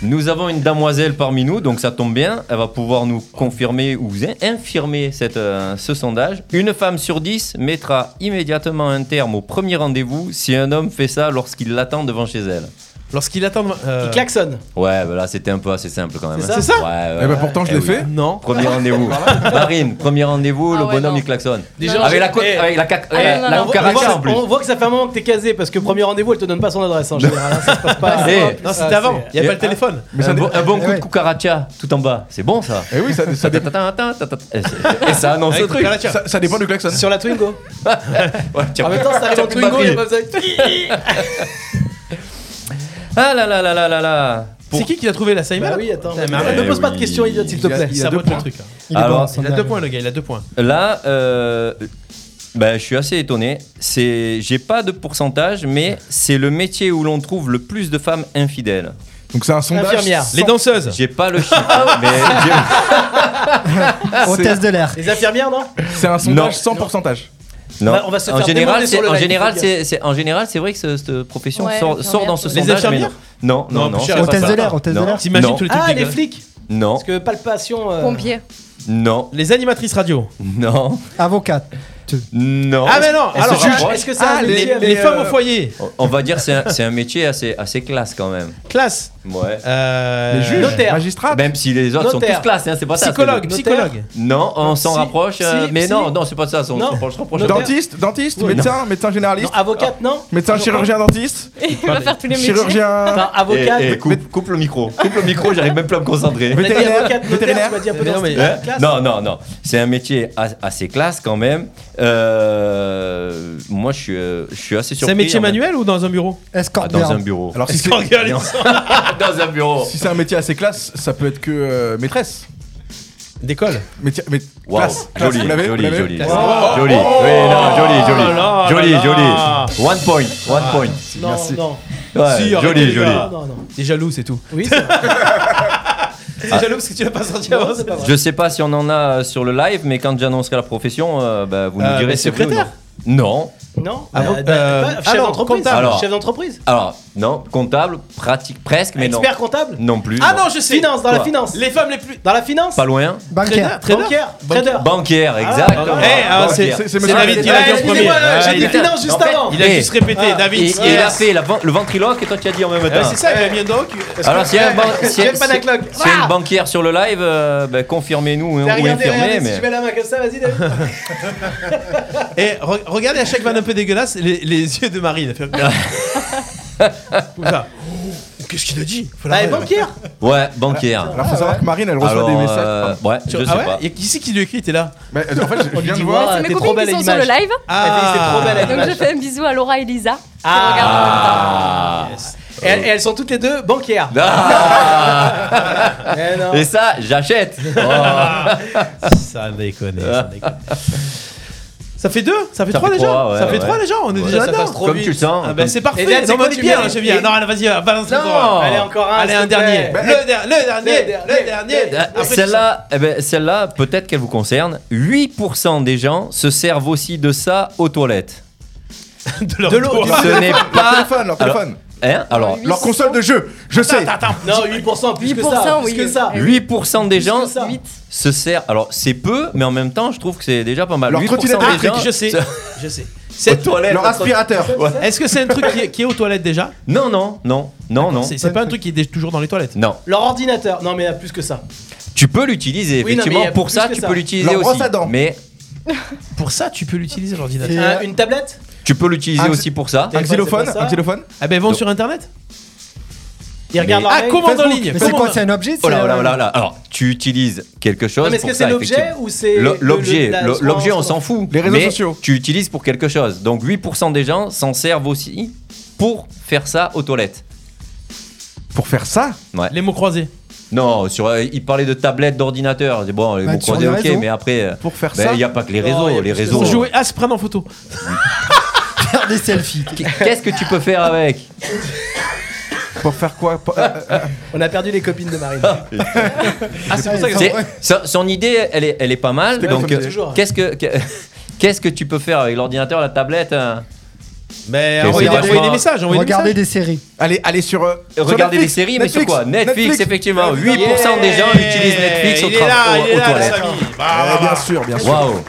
[SPEAKER 5] Nous avons une damoiselle parmi nous, donc ça tombe bien. Elle va pouvoir nous confirmer ou infirmer cette, euh, ce sondage. Une femme sur dix mettra immédiatement un terme au premier rendez-vous si un homme fait ça lorsqu'il l'attend devant chez elle.
[SPEAKER 2] Lorsqu'il attend. euh,
[SPEAKER 3] Il klaxonne.
[SPEAKER 5] Ouais, ben là c'était un peu assez simple quand même.
[SPEAKER 2] C'est ça
[SPEAKER 5] hein.
[SPEAKER 2] C'est ça
[SPEAKER 5] Ouais, ouais,
[SPEAKER 6] Eh ben
[SPEAKER 5] ouais.
[SPEAKER 6] pourtant je
[SPEAKER 5] Eh
[SPEAKER 6] l'ai
[SPEAKER 5] oui.
[SPEAKER 6] fait.
[SPEAKER 2] Non.
[SPEAKER 5] Premier rendez-vous. Marine, premier rendez-vous,
[SPEAKER 9] Ah
[SPEAKER 5] le
[SPEAKER 9] ouais,
[SPEAKER 5] bonhomme
[SPEAKER 9] non.
[SPEAKER 5] il klaxonne.
[SPEAKER 3] Déjà,
[SPEAKER 5] avec la
[SPEAKER 3] j'ai-
[SPEAKER 5] co-
[SPEAKER 3] eh.
[SPEAKER 5] avec la, ca-
[SPEAKER 9] Ah,
[SPEAKER 5] la-
[SPEAKER 9] non, non,
[SPEAKER 5] la
[SPEAKER 9] non.
[SPEAKER 3] On voit,
[SPEAKER 5] caraca
[SPEAKER 3] que-
[SPEAKER 5] en plus.
[SPEAKER 3] on voit que ça fait un moment que t'es casé parce que premier rendez-vous, elle te donne pas son adresse en général. hein, ça se passe pas.
[SPEAKER 5] Eh,
[SPEAKER 2] Non, c'était
[SPEAKER 3] Ah,
[SPEAKER 2] avant. Il n'y
[SPEAKER 5] Et-
[SPEAKER 2] avait pas le téléphone.
[SPEAKER 5] un, bon, un bon coup
[SPEAKER 4] ouais.
[SPEAKER 5] de cucaracha tout en bas, c'est bon ça.
[SPEAKER 6] Eh oui, ça, ça, dé-
[SPEAKER 5] Tatatatin, tatata- Et c'est- et ça annonce le
[SPEAKER 2] Avec
[SPEAKER 5] truc.
[SPEAKER 2] le Karacha.
[SPEAKER 6] ça- ça dépend du klaxon.
[SPEAKER 3] Sur la Twingo.
[SPEAKER 5] Ah, Ouais, tiens.
[SPEAKER 3] En même temps, ça arrive en
[SPEAKER 5] plus de
[SPEAKER 3] Twingo, il
[SPEAKER 5] batterie.
[SPEAKER 3] a pas besoin de-
[SPEAKER 5] Ah là là là là là là. Pour-
[SPEAKER 2] C'est qui qui l'a trouvé la Saïma
[SPEAKER 3] Bah oui, attends.
[SPEAKER 2] Eh, mais
[SPEAKER 5] arrête.
[SPEAKER 3] Ne pose pas de
[SPEAKER 5] oui.
[SPEAKER 3] questions idiotes, s'il te plaît.
[SPEAKER 2] Il a deux points. Truc, là.
[SPEAKER 4] Il est
[SPEAKER 5] Alors,
[SPEAKER 4] bon,
[SPEAKER 2] Il a
[SPEAKER 4] Sandra.
[SPEAKER 2] deux points, le gars. Il a deux points.
[SPEAKER 5] Là, euh, ben, je suis assez étonné. C'est, j'ai pas de pourcentage, mais c'est le métier où l'on trouve le plus de femmes infidèles.
[SPEAKER 6] Donc c'est un sondage.
[SPEAKER 3] Infirmière.
[SPEAKER 2] Les danseuses.
[SPEAKER 5] J'ai pas le chiffre, mais
[SPEAKER 4] Hôtesse de l'air.
[SPEAKER 3] Les infirmières, non
[SPEAKER 6] C'est un sondage
[SPEAKER 5] Non.
[SPEAKER 6] sans pourcentage.
[SPEAKER 5] j'ai- non.
[SPEAKER 3] On va- on va se
[SPEAKER 5] en
[SPEAKER 3] faire
[SPEAKER 5] général,
[SPEAKER 3] demander
[SPEAKER 5] c'est,
[SPEAKER 3] sur le
[SPEAKER 5] en
[SPEAKER 3] live,
[SPEAKER 5] général,
[SPEAKER 3] les
[SPEAKER 5] c'est, c'est- en général, c'est vrai que ce- cette profession
[SPEAKER 9] Ouais,
[SPEAKER 5] sort, sort dans ce
[SPEAKER 9] infirmière,
[SPEAKER 5] sondage. mais
[SPEAKER 2] infirmières
[SPEAKER 5] non, non,
[SPEAKER 2] Non,
[SPEAKER 5] non,
[SPEAKER 2] plus
[SPEAKER 5] non.
[SPEAKER 2] cher.
[SPEAKER 5] c'est
[SPEAKER 4] Hôtesse
[SPEAKER 5] pas
[SPEAKER 4] de
[SPEAKER 5] ça.
[SPEAKER 4] l'air, hôtesse de
[SPEAKER 5] Non.
[SPEAKER 4] l'air.
[SPEAKER 2] T'imagines
[SPEAKER 5] Non.
[SPEAKER 2] tous les trucs
[SPEAKER 3] Ah, les
[SPEAKER 2] dégueulasses.
[SPEAKER 3] flics
[SPEAKER 5] Non,
[SPEAKER 3] Parce que palpation. euh,
[SPEAKER 9] Pompier.
[SPEAKER 5] non,
[SPEAKER 2] Les animatrices radio.
[SPEAKER 5] non,
[SPEAKER 4] Avocate.
[SPEAKER 5] non.
[SPEAKER 2] Ah, mais non.
[SPEAKER 3] Est-ce
[SPEAKER 2] Alors,
[SPEAKER 3] que-
[SPEAKER 2] juge-
[SPEAKER 3] est-ce que c'est un
[SPEAKER 2] Ah, les-
[SPEAKER 3] métier,
[SPEAKER 2] Les
[SPEAKER 3] les,
[SPEAKER 2] femmes
[SPEAKER 3] euh,
[SPEAKER 2] au foyer.
[SPEAKER 5] On- On va dire c'est un, c'est un métier assez, assez classe quand même.
[SPEAKER 2] Classe.
[SPEAKER 5] Ouais.
[SPEAKER 2] Euh,
[SPEAKER 6] Les juges,
[SPEAKER 3] notaire.
[SPEAKER 6] magistrats.
[SPEAKER 5] Même si les autres sont
[SPEAKER 3] Notaire.
[SPEAKER 5] tous classe, hein, c'est pas ça. ce que
[SPEAKER 2] Psychologue.
[SPEAKER 5] je-
[SPEAKER 3] Notaire.
[SPEAKER 2] Psychologue.
[SPEAKER 5] Non, on s'en
[SPEAKER 3] Si,
[SPEAKER 5] rapproche, euh,
[SPEAKER 3] si,
[SPEAKER 5] mais
[SPEAKER 3] si.
[SPEAKER 5] non, non, c'est pas ça. On
[SPEAKER 3] Non.
[SPEAKER 5] s'en rapproche, rapproche.
[SPEAKER 3] Notaire.
[SPEAKER 6] Dentiste, dentiste,
[SPEAKER 3] Oui.
[SPEAKER 6] médecin, médecin
[SPEAKER 3] Non,
[SPEAKER 6] généraliste,
[SPEAKER 3] avocate, non
[SPEAKER 6] médecin
[SPEAKER 5] Ah,
[SPEAKER 6] chirurgien dentiste,
[SPEAKER 9] Il va faire tous les métiers.
[SPEAKER 6] chirurgien,
[SPEAKER 3] Enfin, avocate.
[SPEAKER 5] Eh, eh, coupe, coupe le micro, coupe le micro, j'arrive même plus à me concentrer.
[SPEAKER 3] On a dit
[SPEAKER 6] vétérinaire,
[SPEAKER 3] avocate, notaire,
[SPEAKER 6] vétérinaire.
[SPEAKER 3] tu m'as dit un peu
[SPEAKER 2] Mais non,
[SPEAKER 3] dans
[SPEAKER 2] mais-
[SPEAKER 3] cette
[SPEAKER 5] Hein
[SPEAKER 3] classe.
[SPEAKER 5] non, non, non. C'est un métier a- assez classe quand même. Euh, moi, je suis, euh, je suis assez surpris.
[SPEAKER 2] C'est un métier
[SPEAKER 5] en même-
[SPEAKER 2] manuel ou dans un bureau
[SPEAKER 5] Ah,
[SPEAKER 4] Escorte
[SPEAKER 5] Dans un
[SPEAKER 4] d'air.
[SPEAKER 5] bureau.
[SPEAKER 6] Alors si c'est
[SPEAKER 2] Regarde,
[SPEAKER 5] dans un bureau.
[SPEAKER 6] si c'est un métier assez classe, ça peut être que euh, maîtresse.
[SPEAKER 2] D'école.
[SPEAKER 6] Métier, mais
[SPEAKER 5] Wow.
[SPEAKER 6] classe, classe,
[SPEAKER 5] Joli,
[SPEAKER 6] vous l'avez,
[SPEAKER 5] joli,
[SPEAKER 6] vous l'avez
[SPEAKER 5] joli. Joli. Oui, non, joli, joli.
[SPEAKER 2] là là,
[SPEAKER 5] joli,
[SPEAKER 2] là
[SPEAKER 5] joli.
[SPEAKER 2] là.
[SPEAKER 5] One point, one point.
[SPEAKER 3] Non, non.
[SPEAKER 5] Ouais,
[SPEAKER 2] Si, arrêtez,
[SPEAKER 5] joli,
[SPEAKER 2] les
[SPEAKER 5] joli.
[SPEAKER 2] gars.
[SPEAKER 3] Non, non, non.
[SPEAKER 2] T'es jaloux, c'est tout.
[SPEAKER 3] Oui, c'est vrai.
[SPEAKER 2] T'es jaloux parce que tu l'as pas sorti
[SPEAKER 3] Non,
[SPEAKER 2] avant.
[SPEAKER 3] c'est pas vrai.
[SPEAKER 5] Je sais pas si on en a euh, sur le live, mais quand j'annoncerai la profession, euh, bah, vous nous
[SPEAKER 2] Euh,
[SPEAKER 5] direz
[SPEAKER 2] bah,
[SPEAKER 5] si oui ou non.
[SPEAKER 2] secrétaire.
[SPEAKER 5] Non.
[SPEAKER 3] Non,
[SPEAKER 2] Ah bon,
[SPEAKER 3] bah, bah,
[SPEAKER 2] euh,
[SPEAKER 3] pas-
[SPEAKER 2] ah
[SPEAKER 3] chef
[SPEAKER 2] non,
[SPEAKER 3] d'entreprise.
[SPEAKER 2] comptable.
[SPEAKER 5] Alors.
[SPEAKER 3] Chef d'entreprise.
[SPEAKER 5] Alors, non, comptable, pratique presque, mais non.
[SPEAKER 3] Expert comptable.
[SPEAKER 5] Non plus.
[SPEAKER 2] Ah non, je sais.
[SPEAKER 3] Finance, dans la
[SPEAKER 5] Quoi
[SPEAKER 3] finance.
[SPEAKER 2] Les femmes les plus.
[SPEAKER 3] Dans la finance
[SPEAKER 5] Pas loin.
[SPEAKER 4] Bancaire.
[SPEAKER 2] Trader.
[SPEAKER 3] Bancaire. Trader.
[SPEAKER 5] Bancaire, exactement.
[SPEAKER 2] Eh, ah, c'est
[SPEAKER 6] C'est- c'est
[SPEAKER 2] c'est
[SPEAKER 6] monsieur
[SPEAKER 2] David qui
[SPEAKER 6] David.
[SPEAKER 2] l'a dit en
[SPEAKER 3] Ouais,
[SPEAKER 2] premier.
[SPEAKER 3] excusez-moi, là,
[SPEAKER 2] Ouais,
[SPEAKER 3] j'ai
[SPEAKER 2] il
[SPEAKER 3] dit
[SPEAKER 2] a-
[SPEAKER 3] finance juste
[SPEAKER 5] en fait,
[SPEAKER 3] avant.
[SPEAKER 2] Il a
[SPEAKER 5] Eh.
[SPEAKER 2] juste répété, David.
[SPEAKER 5] Et, et il a
[SPEAKER 2] yes.
[SPEAKER 5] fait la ban- le ventriloque et toi tu as dit en même
[SPEAKER 2] Ouais,
[SPEAKER 5] temps.
[SPEAKER 2] c'est ça, il a mis un doc.
[SPEAKER 5] Alors s'il y a un ban- s'il y a-
[SPEAKER 3] J'ai le panacloc.
[SPEAKER 5] s'il y a une banquière sur le live, euh, bah, confirmez-nous ou
[SPEAKER 3] T'as regardé,
[SPEAKER 5] infirmez.
[SPEAKER 3] regardez, si
[SPEAKER 5] Mais...
[SPEAKER 3] je mets la main comme ça, vas-y, David.
[SPEAKER 2] Et Eh, re- regardez à chaque vanne un peu dégueulasse les, les yeux de Marine. Elle fait- Comme ça. Oh, Qu'est-ce qu'il a dit Faut la
[SPEAKER 5] Ah,
[SPEAKER 3] Bah,
[SPEAKER 2] regarder.
[SPEAKER 3] bancaire.
[SPEAKER 5] Ouais, banquière.
[SPEAKER 6] Alors faut savoir que Marine, elle reçoit
[SPEAKER 5] Ah, Alors,
[SPEAKER 6] des messages.
[SPEAKER 5] euh, ouais, je sais
[SPEAKER 2] Ah ouais
[SPEAKER 5] pas.
[SPEAKER 2] Il y a- Qui c'est qui lui écrit T'es là
[SPEAKER 6] Mais, euh, en fait, je- je viens de voir.
[SPEAKER 9] C'est mes
[SPEAKER 3] t'es trop
[SPEAKER 9] copines
[SPEAKER 3] belle
[SPEAKER 9] qui
[SPEAKER 3] à
[SPEAKER 9] sont sur le
[SPEAKER 3] l'image.
[SPEAKER 9] live.
[SPEAKER 3] Ah, c'est trop belle à
[SPEAKER 9] Donc je
[SPEAKER 3] l'image.
[SPEAKER 9] fais un bisou à Laura et Lisa. qui
[SPEAKER 3] Ah.
[SPEAKER 9] regardent en même temps.
[SPEAKER 5] Ah.
[SPEAKER 3] Et, elles- et elles sont toutes les deux banquières.
[SPEAKER 5] Ah
[SPEAKER 3] Eh non.
[SPEAKER 5] Et ça, j'achète.
[SPEAKER 3] Oh.
[SPEAKER 2] Ah, Ça déconne, ça déconne. Ça fait deux Ça fait
[SPEAKER 5] Ah. Ça
[SPEAKER 2] trois
[SPEAKER 5] fait
[SPEAKER 2] déjà
[SPEAKER 5] trois, ouais,
[SPEAKER 2] Ça fait
[SPEAKER 5] ouais.
[SPEAKER 2] trois déjà On est
[SPEAKER 5] Ouais,
[SPEAKER 2] déjà
[SPEAKER 5] ça
[SPEAKER 2] là-dedans
[SPEAKER 5] passe trop Comme vite. tu le sens.
[SPEAKER 2] Ah ben, c'est parfait
[SPEAKER 3] Et là, c'est
[SPEAKER 2] Non, mais
[SPEAKER 3] quoi,
[SPEAKER 2] on est
[SPEAKER 3] tu
[SPEAKER 2] bien,
[SPEAKER 3] mets-
[SPEAKER 2] j'ai bien.
[SPEAKER 3] et-
[SPEAKER 2] Non, allez, vas-y, euh, balance
[SPEAKER 5] Non.
[SPEAKER 3] Allez, encore un.
[SPEAKER 2] Allez, un
[SPEAKER 3] s'il te plaît.
[SPEAKER 2] dernier.
[SPEAKER 3] Bah,
[SPEAKER 2] Le, der- le dernier.
[SPEAKER 3] Le dernier.
[SPEAKER 2] Le dernier. Après, tu
[SPEAKER 5] Celle-là, eh ben, celle-là peut-être qu'elle vous concerne. 8% des gens se servent aussi de ça aux toiletes.
[SPEAKER 2] sors de leur
[SPEAKER 3] De l'eau,
[SPEAKER 2] tour.
[SPEAKER 3] du-
[SPEAKER 5] Ce n'est
[SPEAKER 6] Leur
[SPEAKER 5] pas.
[SPEAKER 6] téléphone, leur
[SPEAKER 5] Alors-
[SPEAKER 6] téléphone.
[SPEAKER 5] Hein
[SPEAKER 3] Ah
[SPEAKER 5] Alors,
[SPEAKER 6] Leur console de jeu, je sais.
[SPEAKER 3] Non, 8%, plus que
[SPEAKER 9] 8%,
[SPEAKER 3] ça.
[SPEAKER 9] oui.
[SPEAKER 3] Plus que ça.
[SPEAKER 5] 8% des gens
[SPEAKER 3] que ça.
[SPEAKER 5] se servent. Alors, c'est peu, mais en même temps, je trouve que c'est déjà pas mal.
[SPEAKER 6] Leur
[SPEAKER 5] 8%
[SPEAKER 6] trottinette
[SPEAKER 5] des gens.
[SPEAKER 2] Je sais.
[SPEAKER 5] se-
[SPEAKER 2] Je sais.
[SPEAKER 5] Cette toilette.
[SPEAKER 6] Leur aspirateur.
[SPEAKER 2] Est-ce que c'est un truc qui est, qui est aux toilettes déjà
[SPEAKER 5] Non, non, non, non, non.
[SPEAKER 2] C'est c'est pas un truc qui est dé- toujours dans les toilettes.
[SPEAKER 5] Non.
[SPEAKER 3] Leur ordinateur. Non, mais là, plus que ça.
[SPEAKER 5] Tu peux l'utiliser,
[SPEAKER 3] Oui, non,
[SPEAKER 5] effectivement.
[SPEAKER 3] mais il y a
[SPEAKER 5] Pour
[SPEAKER 3] plus
[SPEAKER 5] ça,
[SPEAKER 3] que
[SPEAKER 5] tu
[SPEAKER 3] ça.
[SPEAKER 5] peux l'utiliser
[SPEAKER 6] Leur brosse
[SPEAKER 5] aussi.
[SPEAKER 6] à dents.
[SPEAKER 5] Mais
[SPEAKER 2] Pour ça, tu peux l'utiliser l'ordinateur.
[SPEAKER 4] Et,
[SPEAKER 3] Un-
[SPEAKER 4] euh,
[SPEAKER 3] une tablette
[SPEAKER 5] tu peux l'utiliser
[SPEAKER 6] Ah,
[SPEAKER 5] aussi pour ça.
[SPEAKER 6] Un xylophone,
[SPEAKER 3] C'est pas ça.
[SPEAKER 6] un xylophone.
[SPEAKER 2] Ah ben, vont
[SPEAKER 5] Non.
[SPEAKER 2] sur internet.
[SPEAKER 3] Ils regardent leur
[SPEAKER 2] Ah,
[SPEAKER 3] mail.
[SPEAKER 2] commande en
[SPEAKER 4] Facebook.
[SPEAKER 2] ligne.
[SPEAKER 4] Mais c'est
[SPEAKER 2] commande-
[SPEAKER 4] quoi C'est un objet
[SPEAKER 5] Oh là,
[SPEAKER 4] c'est,
[SPEAKER 5] oh là,
[SPEAKER 4] euh,
[SPEAKER 5] oh là, oh là. Alors, tu utilises quelque chose
[SPEAKER 3] Non, mais est-ce
[SPEAKER 5] pour
[SPEAKER 3] que
[SPEAKER 5] ça,
[SPEAKER 3] c'est l'objet
[SPEAKER 5] effectivement.
[SPEAKER 3] ou c'est.
[SPEAKER 5] L'o-
[SPEAKER 3] le-
[SPEAKER 5] L'objet,
[SPEAKER 3] le- la-
[SPEAKER 5] l'o- l'objet, on s'en
[SPEAKER 3] l'ensemble
[SPEAKER 5] fout.
[SPEAKER 6] Les réseaux
[SPEAKER 5] mais
[SPEAKER 6] sociaux.
[SPEAKER 5] Tu utilises pour quelque chose. Donc 8% des gens s'en servent aussi pour faire ça aux toilettes.
[SPEAKER 6] Pour faire ça,
[SPEAKER 2] Les mots croisés.
[SPEAKER 5] Non, sur, euh, il parlait de tablette, d'ordinateur. C'est Bon, les
[SPEAKER 4] Bah,
[SPEAKER 5] mots
[SPEAKER 4] sur
[SPEAKER 5] croisés,
[SPEAKER 4] les
[SPEAKER 5] ok,
[SPEAKER 4] réseaux.
[SPEAKER 5] mais après, euh,
[SPEAKER 6] pour faire
[SPEAKER 5] ben, il
[SPEAKER 6] ça.
[SPEAKER 5] n'y a pas que les
[SPEAKER 3] Non, il y
[SPEAKER 5] réseaux.
[SPEAKER 3] a
[SPEAKER 5] les
[SPEAKER 3] plus que
[SPEAKER 5] réseaux.
[SPEAKER 2] Pour jouer à se prendre en photo.
[SPEAKER 4] Faire des selfies.
[SPEAKER 5] Qu'est-ce que tu peux faire avec
[SPEAKER 6] Pour faire quoi Pour- euh, euh,
[SPEAKER 3] On a perdu les copines de Marine.
[SPEAKER 2] Ah, c'est pour ça que
[SPEAKER 5] C'est- son, son idée, elle est, elle est pas mal.
[SPEAKER 6] C'était
[SPEAKER 5] Donc,
[SPEAKER 6] comme
[SPEAKER 5] euh,
[SPEAKER 3] toujours.
[SPEAKER 5] qu'est-ce que, que- qu'est-ce que tu peux faire avec l'ordinateur, la tablette hein
[SPEAKER 2] Mais
[SPEAKER 5] Mais
[SPEAKER 2] envoyez
[SPEAKER 5] c'est
[SPEAKER 2] des- envoyez des
[SPEAKER 5] vachement-
[SPEAKER 2] messages. envoyez des
[SPEAKER 4] Regarder
[SPEAKER 2] messages.
[SPEAKER 4] des séries.
[SPEAKER 6] Allez, allez sur. euh, sur
[SPEAKER 5] Regarder
[SPEAKER 6] Netflix,
[SPEAKER 5] des séries, mais sur
[SPEAKER 6] Netflix,
[SPEAKER 5] quoi Netflix, effectivement. 8% des gens utilisent Netflix au
[SPEAKER 2] Il est là,
[SPEAKER 5] tra-
[SPEAKER 2] il est
[SPEAKER 5] aux- aux
[SPEAKER 2] là, le
[SPEAKER 5] toilettes.
[SPEAKER 2] Samy.
[SPEAKER 6] Ah, bien sûr, bien sûr.
[SPEAKER 5] Waouh.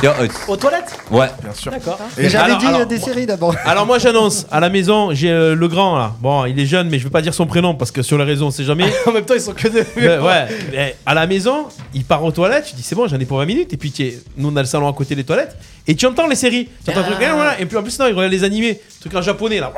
[SPEAKER 5] Tiens, euh,
[SPEAKER 3] Aux toilettes
[SPEAKER 5] Ouais.
[SPEAKER 6] Bien sûr.
[SPEAKER 3] D'accord.
[SPEAKER 4] Mais J'avais
[SPEAKER 2] alors-
[SPEAKER 4] dit
[SPEAKER 2] alors,
[SPEAKER 4] euh, des
[SPEAKER 2] moi-
[SPEAKER 4] séries d'abord.
[SPEAKER 2] Alors moi j'annonce, à la maison j'ai euh, le grand là. Bon, il est jeune mais je veux pas dire son prénom parce que sur les réseaux on sait jamais.
[SPEAKER 3] En même temps, ils sont que deux.
[SPEAKER 2] Euh, ouais, mais à la maison, il part aux toilettes, tu dis c'est bon, j'en ai pour 20 minutes. Et puis tu es- nous on a le salon à côté des toilettes et tu entends les séries. Tu entends un truc, eh, voilà. et puis en plus non, il regarde les animés, truc en japonais là.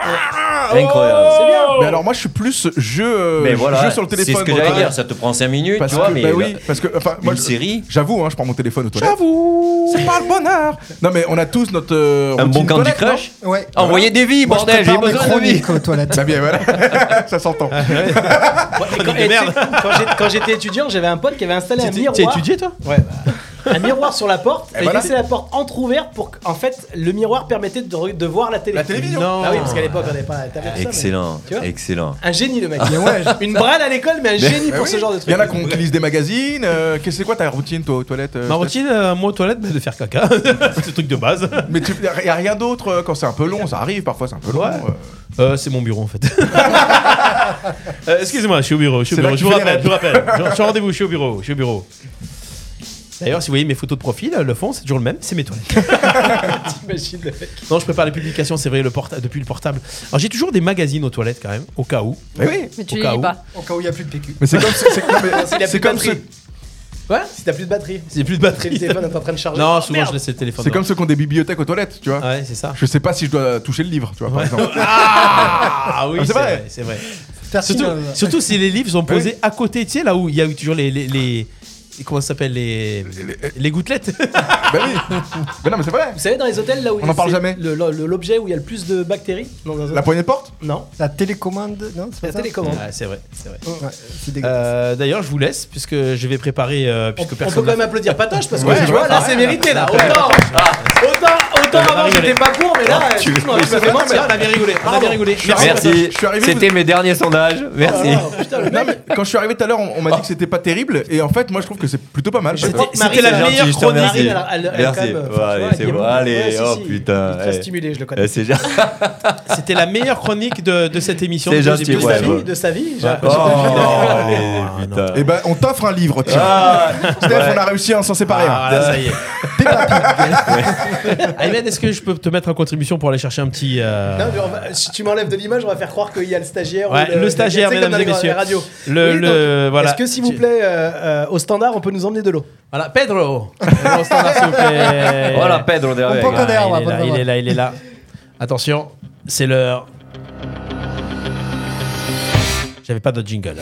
[SPEAKER 5] Incroyable.
[SPEAKER 2] C'est bien.
[SPEAKER 6] Mais alors moi je suis plus jeu, euh,
[SPEAKER 5] Mais voilà,
[SPEAKER 6] jeu sur le téléphone.
[SPEAKER 5] c'est ce que
[SPEAKER 6] moi,
[SPEAKER 5] j'allais
[SPEAKER 6] tu
[SPEAKER 5] dire.
[SPEAKER 6] vois.
[SPEAKER 5] Ça te prend 5 minutes,
[SPEAKER 6] Parce
[SPEAKER 5] tu vois,
[SPEAKER 6] que
[SPEAKER 5] mais
[SPEAKER 6] bah oui, parce que enfin moi
[SPEAKER 5] une
[SPEAKER 6] je-
[SPEAKER 5] série.
[SPEAKER 6] J'avoue, hein, je prends mon téléphone aux toilettes.
[SPEAKER 2] J'avoue.
[SPEAKER 6] C'est pas le bonheur. Non mais on a tous notre euh,
[SPEAKER 5] Un bon
[SPEAKER 6] routine
[SPEAKER 5] Candy
[SPEAKER 6] toilette, non
[SPEAKER 5] Crush
[SPEAKER 4] Ouais.
[SPEAKER 5] Envoyez euh, des vies,
[SPEAKER 4] Moi, je
[SPEAKER 5] bordel, j'ai
[SPEAKER 4] prépare mes
[SPEAKER 5] besoin de vie.
[SPEAKER 4] chroniques aux toilettes.
[SPEAKER 6] Bah bien voilà, ça s'entend.
[SPEAKER 3] Et quand, et tu sais, quand j'ai- quand j'étais étudiant, j'avais un pote qui avait installé un
[SPEAKER 2] T'es- T'es
[SPEAKER 3] miroir,
[SPEAKER 2] étudié
[SPEAKER 6] Euh,
[SPEAKER 2] toi
[SPEAKER 3] ouais, bah, un miroir sur la porte. Et il
[SPEAKER 6] voilà.
[SPEAKER 3] laissait la porte entrouverte pour qu'en fait le miroir permettait de, re- de voir la télé.
[SPEAKER 6] La télévision.
[SPEAKER 2] Non.
[SPEAKER 3] Ah oui, parce qu'à l'époque on n'avait pas la tablette. tout Ah, ça, mais-
[SPEAKER 5] Excellent,
[SPEAKER 3] Tu vois
[SPEAKER 5] excellent.
[SPEAKER 3] Un génie le mec.
[SPEAKER 4] Mais ouais, je-
[SPEAKER 3] Une brale à l'école, mais un génie pour ce genre de
[SPEAKER 6] Il y
[SPEAKER 3] truc.
[SPEAKER 6] en a qui lisent des magazines. euh, Qu'est-ce que c'est quoi ta routine toi aux toilettes euh,
[SPEAKER 2] Ma
[SPEAKER 6] Steph
[SPEAKER 2] routine, euh, moi aux toilettes, bah, de faire caca. c'est le truc de base.
[SPEAKER 6] Mais tu y a rien d'autre euh, quand c'est un peu long, ça arrive parfois c'est un peu long.
[SPEAKER 2] Ouais.
[SPEAKER 6] euh.
[SPEAKER 2] Euh, c'est mon bureau en fait. Euh, Excusez-moi, je suis au bureau. Je, suis au
[SPEAKER 6] C'est là
[SPEAKER 2] bureau.
[SPEAKER 6] que
[SPEAKER 2] je
[SPEAKER 6] tu
[SPEAKER 2] vous rappelle,
[SPEAKER 6] fais les
[SPEAKER 2] je vous rappelle. Je, je suis en rendez-vous, je suis au bureau. Je suis au bureau. D'ailleurs, si vous voyez mes photos de profil, le fond c'est toujours le même, c'est mes toilettes.
[SPEAKER 3] T'imagines le mec.
[SPEAKER 2] Non, je prépare les publications, c'est vrai, le porta- depuis le portable. Alors j'ai toujours des magazines aux toilettes quand même, au cas où.
[SPEAKER 6] Mais oui.
[SPEAKER 9] Mais tu
[SPEAKER 2] Au
[SPEAKER 9] les
[SPEAKER 2] cas où.
[SPEAKER 9] lis pas.
[SPEAKER 4] Au cas où il n'y a plus de PQ.
[SPEAKER 6] Mais c'est comme c'est- c'est- non, mais
[SPEAKER 3] S'il a plus
[SPEAKER 6] c'est
[SPEAKER 3] de
[SPEAKER 6] comme
[SPEAKER 3] batterie.
[SPEAKER 6] ceux
[SPEAKER 3] Ouais, si t'as plus de batterie.
[SPEAKER 2] J'ai plus de
[SPEAKER 3] Après,
[SPEAKER 2] batterie.
[SPEAKER 3] le téléphone est en train de charger.
[SPEAKER 2] Non,
[SPEAKER 9] Ah,
[SPEAKER 2] souvent je laisse le téléphone.
[SPEAKER 6] c'est
[SPEAKER 2] dehors.
[SPEAKER 6] comme ceux qui ont des bibliothèques aux toilettes, tu vois.
[SPEAKER 2] Ouais, c'est ça.
[SPEAKER 6] Je sais pas si je dois toucher le livre, tu vois par exemple.
[SPEAKER 2] Ah oui,
[SPEAKER 6] Ah, c'est
[SPEAKER 2] c'est
[SPEAKER 6] vrai.
[SPEAKER 2] vrai, c'est vrai.
[SPEAKER 4] Surtout,
[SPEAKER 2] Surtout,
[SPEAKER 4] euh,
[SPEAKER 2] surtout si les livres sont posés à côté, tu sais, là où il y a eu toujours les. les, les- Comment ça s'appelle les... euh. les gouttelettes
[SPEAKER 6] Bah oui. Mais non mais c'est vrai.
[SPEAKER 3] Vous savez, dans les hôtels, là où
[SPEAKER 6] On en parle
[SPEAKER 3] c'est
[SPEAKER 6] jamais.
[SPEAKER 3] le- le- L'objet où il y a le plus de bactéries dans un
[SPEAKER 6] La
[SPEAKER 3] hôtel.
[SPEAKER 6] poignée de porte
[SPEAKER 3] Non,
[SPEAKER 4] la télécommande, non
[SPEAKER 3] c'est
[SPEAKER 4] C'est
[SPEAKER 3] la
[SPEAKER 4] pas ça
[SPEAKER 3] télécommande.
[SPEAKER 2] Ah, c'est vrai, c'est vrai.
[SPEAKER 4] Ouais, c'est dégueu.
[SPEAKER 2] Euh, D'ailleurs, je vous laisse puisque je vais préparer. euh,
[SPEAKER 3] On,
[SPEAKER 2] puisque
[SPEAKER 3] on peut
[SPEAKER 2] personne
[SPEAKER 3] quand même applaudir Patoche parce que
[SPEAKER 6] Ouais,
[SPEAKER 3] tu vois,
[SPEAKER 6] ouais,
[SPEAKER 3] là
[SPEAKER 6] ouais.
[SPEAKER 3] c'est mérité là. Autant, autant, autant
[SPEAKER 2] va
[SPEAKER 3] avant
[SPEAKER 2] rigoler.
[SPEAKER 3] j'étais pas court, mais là, excuse-moi, je me fais
[SPEAKER 2] n'a-
[SPEAKER 3] mentir.
[SPEAKER 2] on a bien rigolé. On a bien rigolé. Merci.
[SPEAKER 5] Merci.
[SPEAKER 6] Je suis arrivé,
[SPEAKER 5] C'était mes derniers sondages. Merci.
[SPEAKER 6] Non, mais quand je suis arrivé tout à l'heure, on, on
[SPEAKER 2] Oh.
[SPEAKER 6] m'a dit que c'était pas terrible, et en fait, moi je trouve que c'est plutôt pas mal. ben,
[SPEAKER 3] Je
[SPEAKER 6] Parce que-
[SPEAKER 3] crois que Marie,
[SPEAKER 2] la
[SPEAKER 3] elle-
[SPEAKER 2] meilleure
[SPEAKER 5] je te
[SPEAKER 2] chronique.
[SPEAKER 5] remercie.
[SPEAKER 3] Marine, elle- elle- elle,
[SPEAKER 5] Merci.
[SPEAKER 3] quand même,
[SPEAKER 5] Ouais,
[SPEAKER 3] franchement,
[SPEAKER 5] allez,
[SPEAKER 3] elle
[SPEAKER 5] c'est
[SPEAKER 3] est
[SPEAKER 5] bon.
[SPEAKER 3] bonne. Ouais,
[SPEAKER 5] Allez,
[SPEAKER 3] si,
[SPEAKER 5] oh
[SPEAKER 3] si.
[SPEAKER 5] putain.
[SPEAKER 3] Il te fait
[SPEAKER 5] Eh.
[SPEAKER 3] stimuler, Euh, je le connais.
[SPEAKER 5] Eh, C'est gentil.
[SPEAKER 2] C'était la meilleure chronique de, de cette émission.
[SPEAKER 5] C'est
[SPEAKER 2] de
[SPEAKER 5] gentil,
[SPEAKER 2] José
[SPEAKER 3] De
[SPEAKER 5] ouais,
[SPEAKER 3] sa
[SPEAKER 2] Bouillard.
[SPEAKER 5] ouais.
[SPEAKER 3] vie, de sa vie, j'ai
[SPEAKER 5] Oh,
[SPEAKER 3] l'impression.
[SPEAKER 5] allez, putain.
[SPEAKER 6] Eh ben, on t'offre un livre, tiens.
[SPEAKER 5] Ah,
[SPEAKER 6] Steph, on a réussi à s'en séparer. hein.
[SPEAKER 2] Ah, voilà, ça y est. Ayman, est-ce que je peux te mettre en contribution pour aller chercher un petit. euh,
[SPEAKER 3] Non, mais on va- si tu m'enlèves de l'image, on va faire croire qu'il y a le stagiaire. ou
[SPEAKER 2] Ouais, le stagiaire,
[SPEAKER 3] tu sais, comme
[SPEAKER 2] mesdames et
[SPEAKER 3] dans les-
[SPEAKER 2] messieurs.
[SPEAKER 3] les radios.
[SPEAKER 2] Le-
[SPEAKER 3] Oui,
[SPEAKER 2] le-
[SPEAKER 3] donc,
[SPEAKER 2] voilà.
[SPEAKER 3] Est-ce que s'il vous
[SPEAKER 2] Tu-
[SPEAKER 3] plaît, euh, euh, au standard, on peut nous emmener de l'eau
[SPEAKER 2] Voilà, Pedro. Pedro, standard, s'il vous plaît.
[SPEAKER 5] Eh, Voilà, Pedro derrière.
[SPEAKER 4] On peut-
[SPEAKER 2] Ah,
[SPEAKER 4] Standard,
[SPEAKER 2] il, est
[SPEAKER 4] ouais,
[SPEAKER 2] là,
[SPEAKER 4] bon,
[SPEAKER 2] il
[SPEAKER 4] bon.
[SPEAKER 2] est là, il est là. Attention, c'est l'heure. J'avais pas d'autre jingle.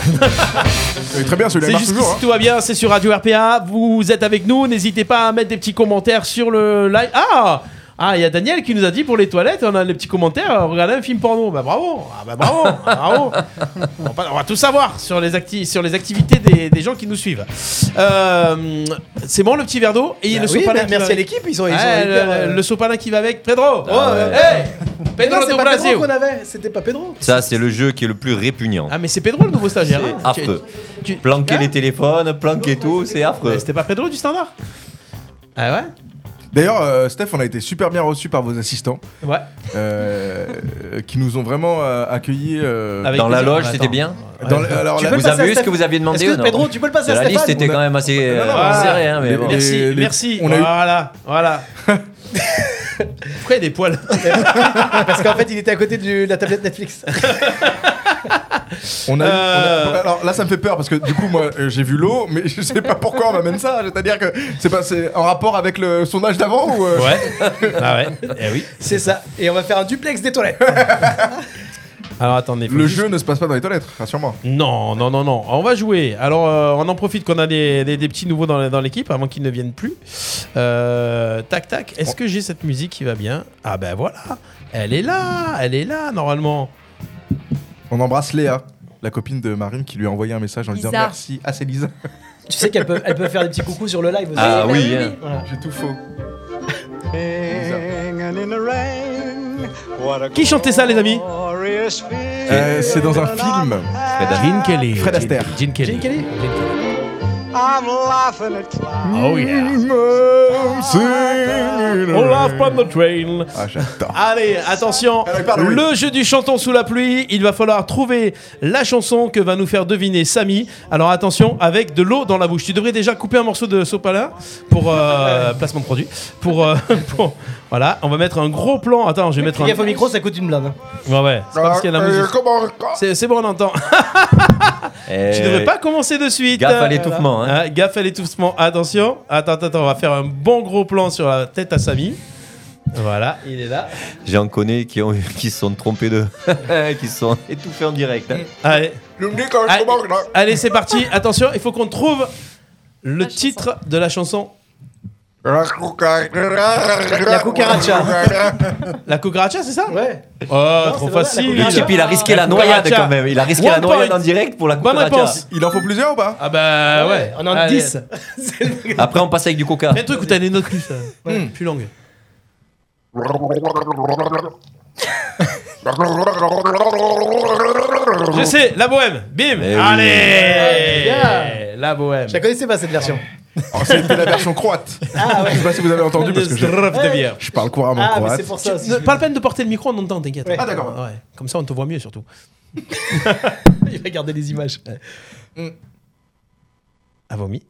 [SPEAKER 6] Eh, Très bien, celui-là
[SPEAKER 2] C'est
[SPEAKER 6] marche
[SPEAKER 2] juste
[SPEAKER 3] hein
[SPEAKER 6] toujours.
[SPEAKER 2] si tout va bien, c'est sur Radio RPA. Vous êtes avec nous. N'hésitez pas à mettre des petits commentaires sur le live. Ah Ah, il y a Daniel qui nous a dit pour les toilettes, on a les petits commentaires, euh, regardez un film porno. Bah bravo, ah, bah, bravo, ah, bravo. On va, pas- on va tout savoir sur les, acti- sur les activités des, des gens qui nous suivent. Euh, c'est bon le petit verre d'eau et
[SPEAKER 3] Bah
[SPEAKER 2] le
[SPEAKER 3] oui,
[SPEAKER 2] sopalin.
[SPEAKER 3] mais
[SPEAKER 2] qui
[SPEAKER 3] merci
[SPEAKER 2] va
[SPEAKER 3] à l'équipe, ils sont- ils
[SPEAKER 2] Ouais,
[SPEAKER 3] sont hyper,
[SPEAKER 2] le- le,
[SPEAKER 3] euh,
[SPEAKER 2] sopalin qui va avec Pedro.
[SPEAKER 5] Ah ouais.
[SPEAKER 2] Hey, Pedro
[SPEAKER 3] Non, c'est
[SPEAKER 2] do
[SPEAKER 3] pas Pedro
[SPEAKER 2] Brasil.
[SPEAKER 3] qu'on avait, c'était pas Pedro.
[SPEAKER 5] Ça, c'est le jeu qui est le plus répugnant.
[SPEAKER 2] Ah mais c'est Pedro le nouveau stagiaire.
[SPEAKER 5] C'est
[SPEAKER 2] hein. Tu-
[SPEAKER 5] affreux. Planquer les téléphones, planquer tout, c'est affreux.
[SPEAKER 2] Mais C'était pas Pedro du standard. Ah ouais
[SPEAKER 6] D'ailleurs, euh, Steph, on a été super bien reçus par vos assistants.
[SPEAKER 2] Ouais.
[SPEAKER 6] euh, euh, qui nous ont vraiment euh, accueillis. euh,
[SPEAKER 2] Avec
[SPEAKER 5] Dans la
[SPEAKER 2] plaisir.
[SPEAKER 5] loge,
[SPEAKER 2] Attends.
[SPEAKER 5] c'était bien.
[SPEAKER 6] dans la- alors,
[SPEAKER 3] Tu
[SPEAKER 6] la-
[SPEAKER 3] peux le passer
[SPEAKER 5] Vous
[SPEAKER 3] à
[SPEAKER 5] avez vu ce
[SPEAKER 3] Steph-
[SPEAKER 5] que vous aviez demandé
[SPEAKER 3] Est-ce
[SPEAKER 5] ou
[SPEAKER 3] que
[SPEAKER 5] non
[SPEAKER 3] Pedro, tu peux le passer à
[SPEAKER 5] La liste
[SPEAKER 3] Stéphane
[SPEAKER 5] était quand même assez euh,
[SPEAKER 6] Non, non,
[SPEAKER 2] voilà.
[SPEAKER 5] serrée, hein, mais
[SPEAKER 6] Les-
[SPEAKER 5] bon.
[SPEAKER 6] les-
[SPEAKER 2] Merci, merci.
[SPEAKER 6] on a eu-
[SPEAKER 2] Voilà, voilà. Pourquoi il y a des poils
[SPEAKER 3] Parce qu'en fait, il était à côté du- de la tablette Netflix.
[SPEAKER 6] On a, eu-
[SPEAKER 2] Euh.
[SPEAKER 6] on a- alors là, ça me fait peur parce que du coup, moi, euh, j'ai vu l'eau, mais je sais pas pourquoi on m'amène ça. C'est-à-dire que c'est pas c'est en rapport avec le sondage d'avant ou euh,
[SPEAKER 2] Ouais. Ah ouais. Eh oui.
[SPEAKER 3] C'est ça. Et on va faire un duplex des toilettes.
[SPEAKER 2] Alors attendez. faut
[SPEAKER 6] le
[SPEAKER 2] juste-
[SPEAKER 6] jeu ne se passe pas dans les toilettes, rassure-moi.
[SPEAKER 2] Non, non, non, non. On va jouer. Alors, euh, on en profite qu'on a des, des- des petits nouveaux dans, dans l'équipe avant qu'ils ne viennent plus. Euh, tac, tac. Est-ce que j'ai cette musique qui va bien Ah ben voilà. Elle est là. Elle est là, normalement.
[SPEAKER 6] On embrasse Léa, la copine de Marine, qui lui a envoyé un message en lui disant
[SPEAKER 9] Lisa.
[SPEAKER 6] merci. Ah, c'est Lisa.
[SPEAKER 3] tu sais qu'elle peut, elle peut faire des petits coucous sur le live aussi.
[SPEAKER 5] Ah
[SPEAKER 9] Oui,
[SPEAKER 5] oui,
[SPEAKER 9] bah oui,
[SPEAKER 5] hein.
[SPEAKER 6] J'ai tout faux.
[SPEAKER 2] Qui chantait ça, les amis
[SPEAKER 6] Euh, c'est dans un film.
[SPEAKER 2] Gene Kelly.
[SPEAKER 6] Fred Astaire.
[SPEAKER 2] Gene Kelly.
[SPEAKER 3] Gene Kelly.
[SPEAKER 2] Oh yeah. Oh, On love from the train.
[SPEAKER 6] Ah, j'adore.
[SPEAKER 2] Allez, attention.
[SPEAKER 6] Ah oui, pardon, oui.
[SPEAKER 2] Le jeu du chanton sous la pluie. Il va falloir trouver la chanson que va nous faire deviner Samy. Alors attention, avec de l'eau dans la bouche. Tu devrais déjà couper un morceau de sopalin pour euh, placement de produit. Pour, euh, pour- voilà, on va mettre un gros plan. Attends, je vais mettre
[SPEAKER 3] Fais
[SPEAKER 2] un.
[SPEAKER 3] gaffe au micro, ça coûte une blinde.
[SPEAKER 2] Ouais, ouais. C'est pas parce qu'il y a la
[SPEAKER 6] Euh,
[SPEAKER 2] musique.
[SPEAKER 6] comment-
[SPEAKER 2] C'est c'est bon, on entend.
[SPEAKER 5] Eh,
[SPEAKER 2] Tu devrais pas commencer de suite.
[SPEAKER 5] Gaffe à l'étouffement. hein.
[SPEAKER 2] Ah, gaffe à l'étouffement, attention. Attends, attends, attends, on va faire un bon gros plan sur la tête à Samy. Voilà, il est là.
[SPEAKER 5] J'en connais qui, ont, qui se sont trompés de. qui se sont étouffés en direct. hein.
[SPEAKER 2] Allez,
[SPEAKER 6] Ah,
[SPEAKER 2] allez, allez, c'est parti. Attention, il faut qu'on trouve le titre de la chanson
[SPEAKER 6] La
[SPEAKER 3] cucaracha.
[SPEAKER 2] La Cucaracha, c'est ça
[SPEAKER 3] Ouais.
[SPEAKER 2] Oh,
[SPEAKER 3] Non,
[SPEAKER 2] trop
[SPEAKER 3] c'est pas
[SPEAKER 2] facile.
[SPEAKER 3] vrai, la
[SPEAKER 5] Le type, il a risqué la
[SPEAKER 2] La
[SPEAKER 5] noyade
[SPEAKER 2] cucaracha.
[SPEAKER 5] quand même. Il a risqué
[SPEAKER 2] One
[SPEAKER 5] la noyade
[SPEAKER 2] point.
[SPEAKER 5] en direct pour la
[SPEAKER 2] Bonne
[SPEAKER 5] cucaracha.
[SPEAKER 2] réponse.
[SPEAKER 6] Il en faut plusieurs ou pas
[SPEAKER 2] Ah bah ouais.
[SPEAKER 3] On en a
[SPEAKER 2] Allez.
[SPEAKER 3] 10.
[SPEAKER 5] Après, on passe avec du coca.
[SPEAKER 2] Fais un truc où t'as les notes plus, euh, plus longues. Je sais, la bohème. Bim.
[SPEAKER 5] Eh oui.
[SPEAKER 2] Allez.
[SPEAKER 3] Ah,
[SPEAKER 2] La bohème.
[SPEAKER 3] Je la connaissais pas cette version.
[SPEAKER 6] Oh, C'était la version croate.
[SPEAKER 3] Ah ouais.
[SPEAKER 6] Je sais pas si vous avez entendu parce que je,
[SPEAKER 2] Straf de bière.
[SPEAKER 6] je parle couramment
[SPEAKER 3] Ah, mais
[SPEAKER 6] croate.
[SPEAKER 3] c'est pour ça aussi.
[SPEAKER 2] Ne- Pas la peine de porter le micro, on entend, t'inquiète.
[SPEAKER 3] Ouais.
[SPEAKER 6] Ah, d'accord.
[SPEAKER 2] Ouais. Comme ça, on te voit mieux surtout.
[SPEAKER 3] Il regardait les images.
[SPEAKER 2] A vomi.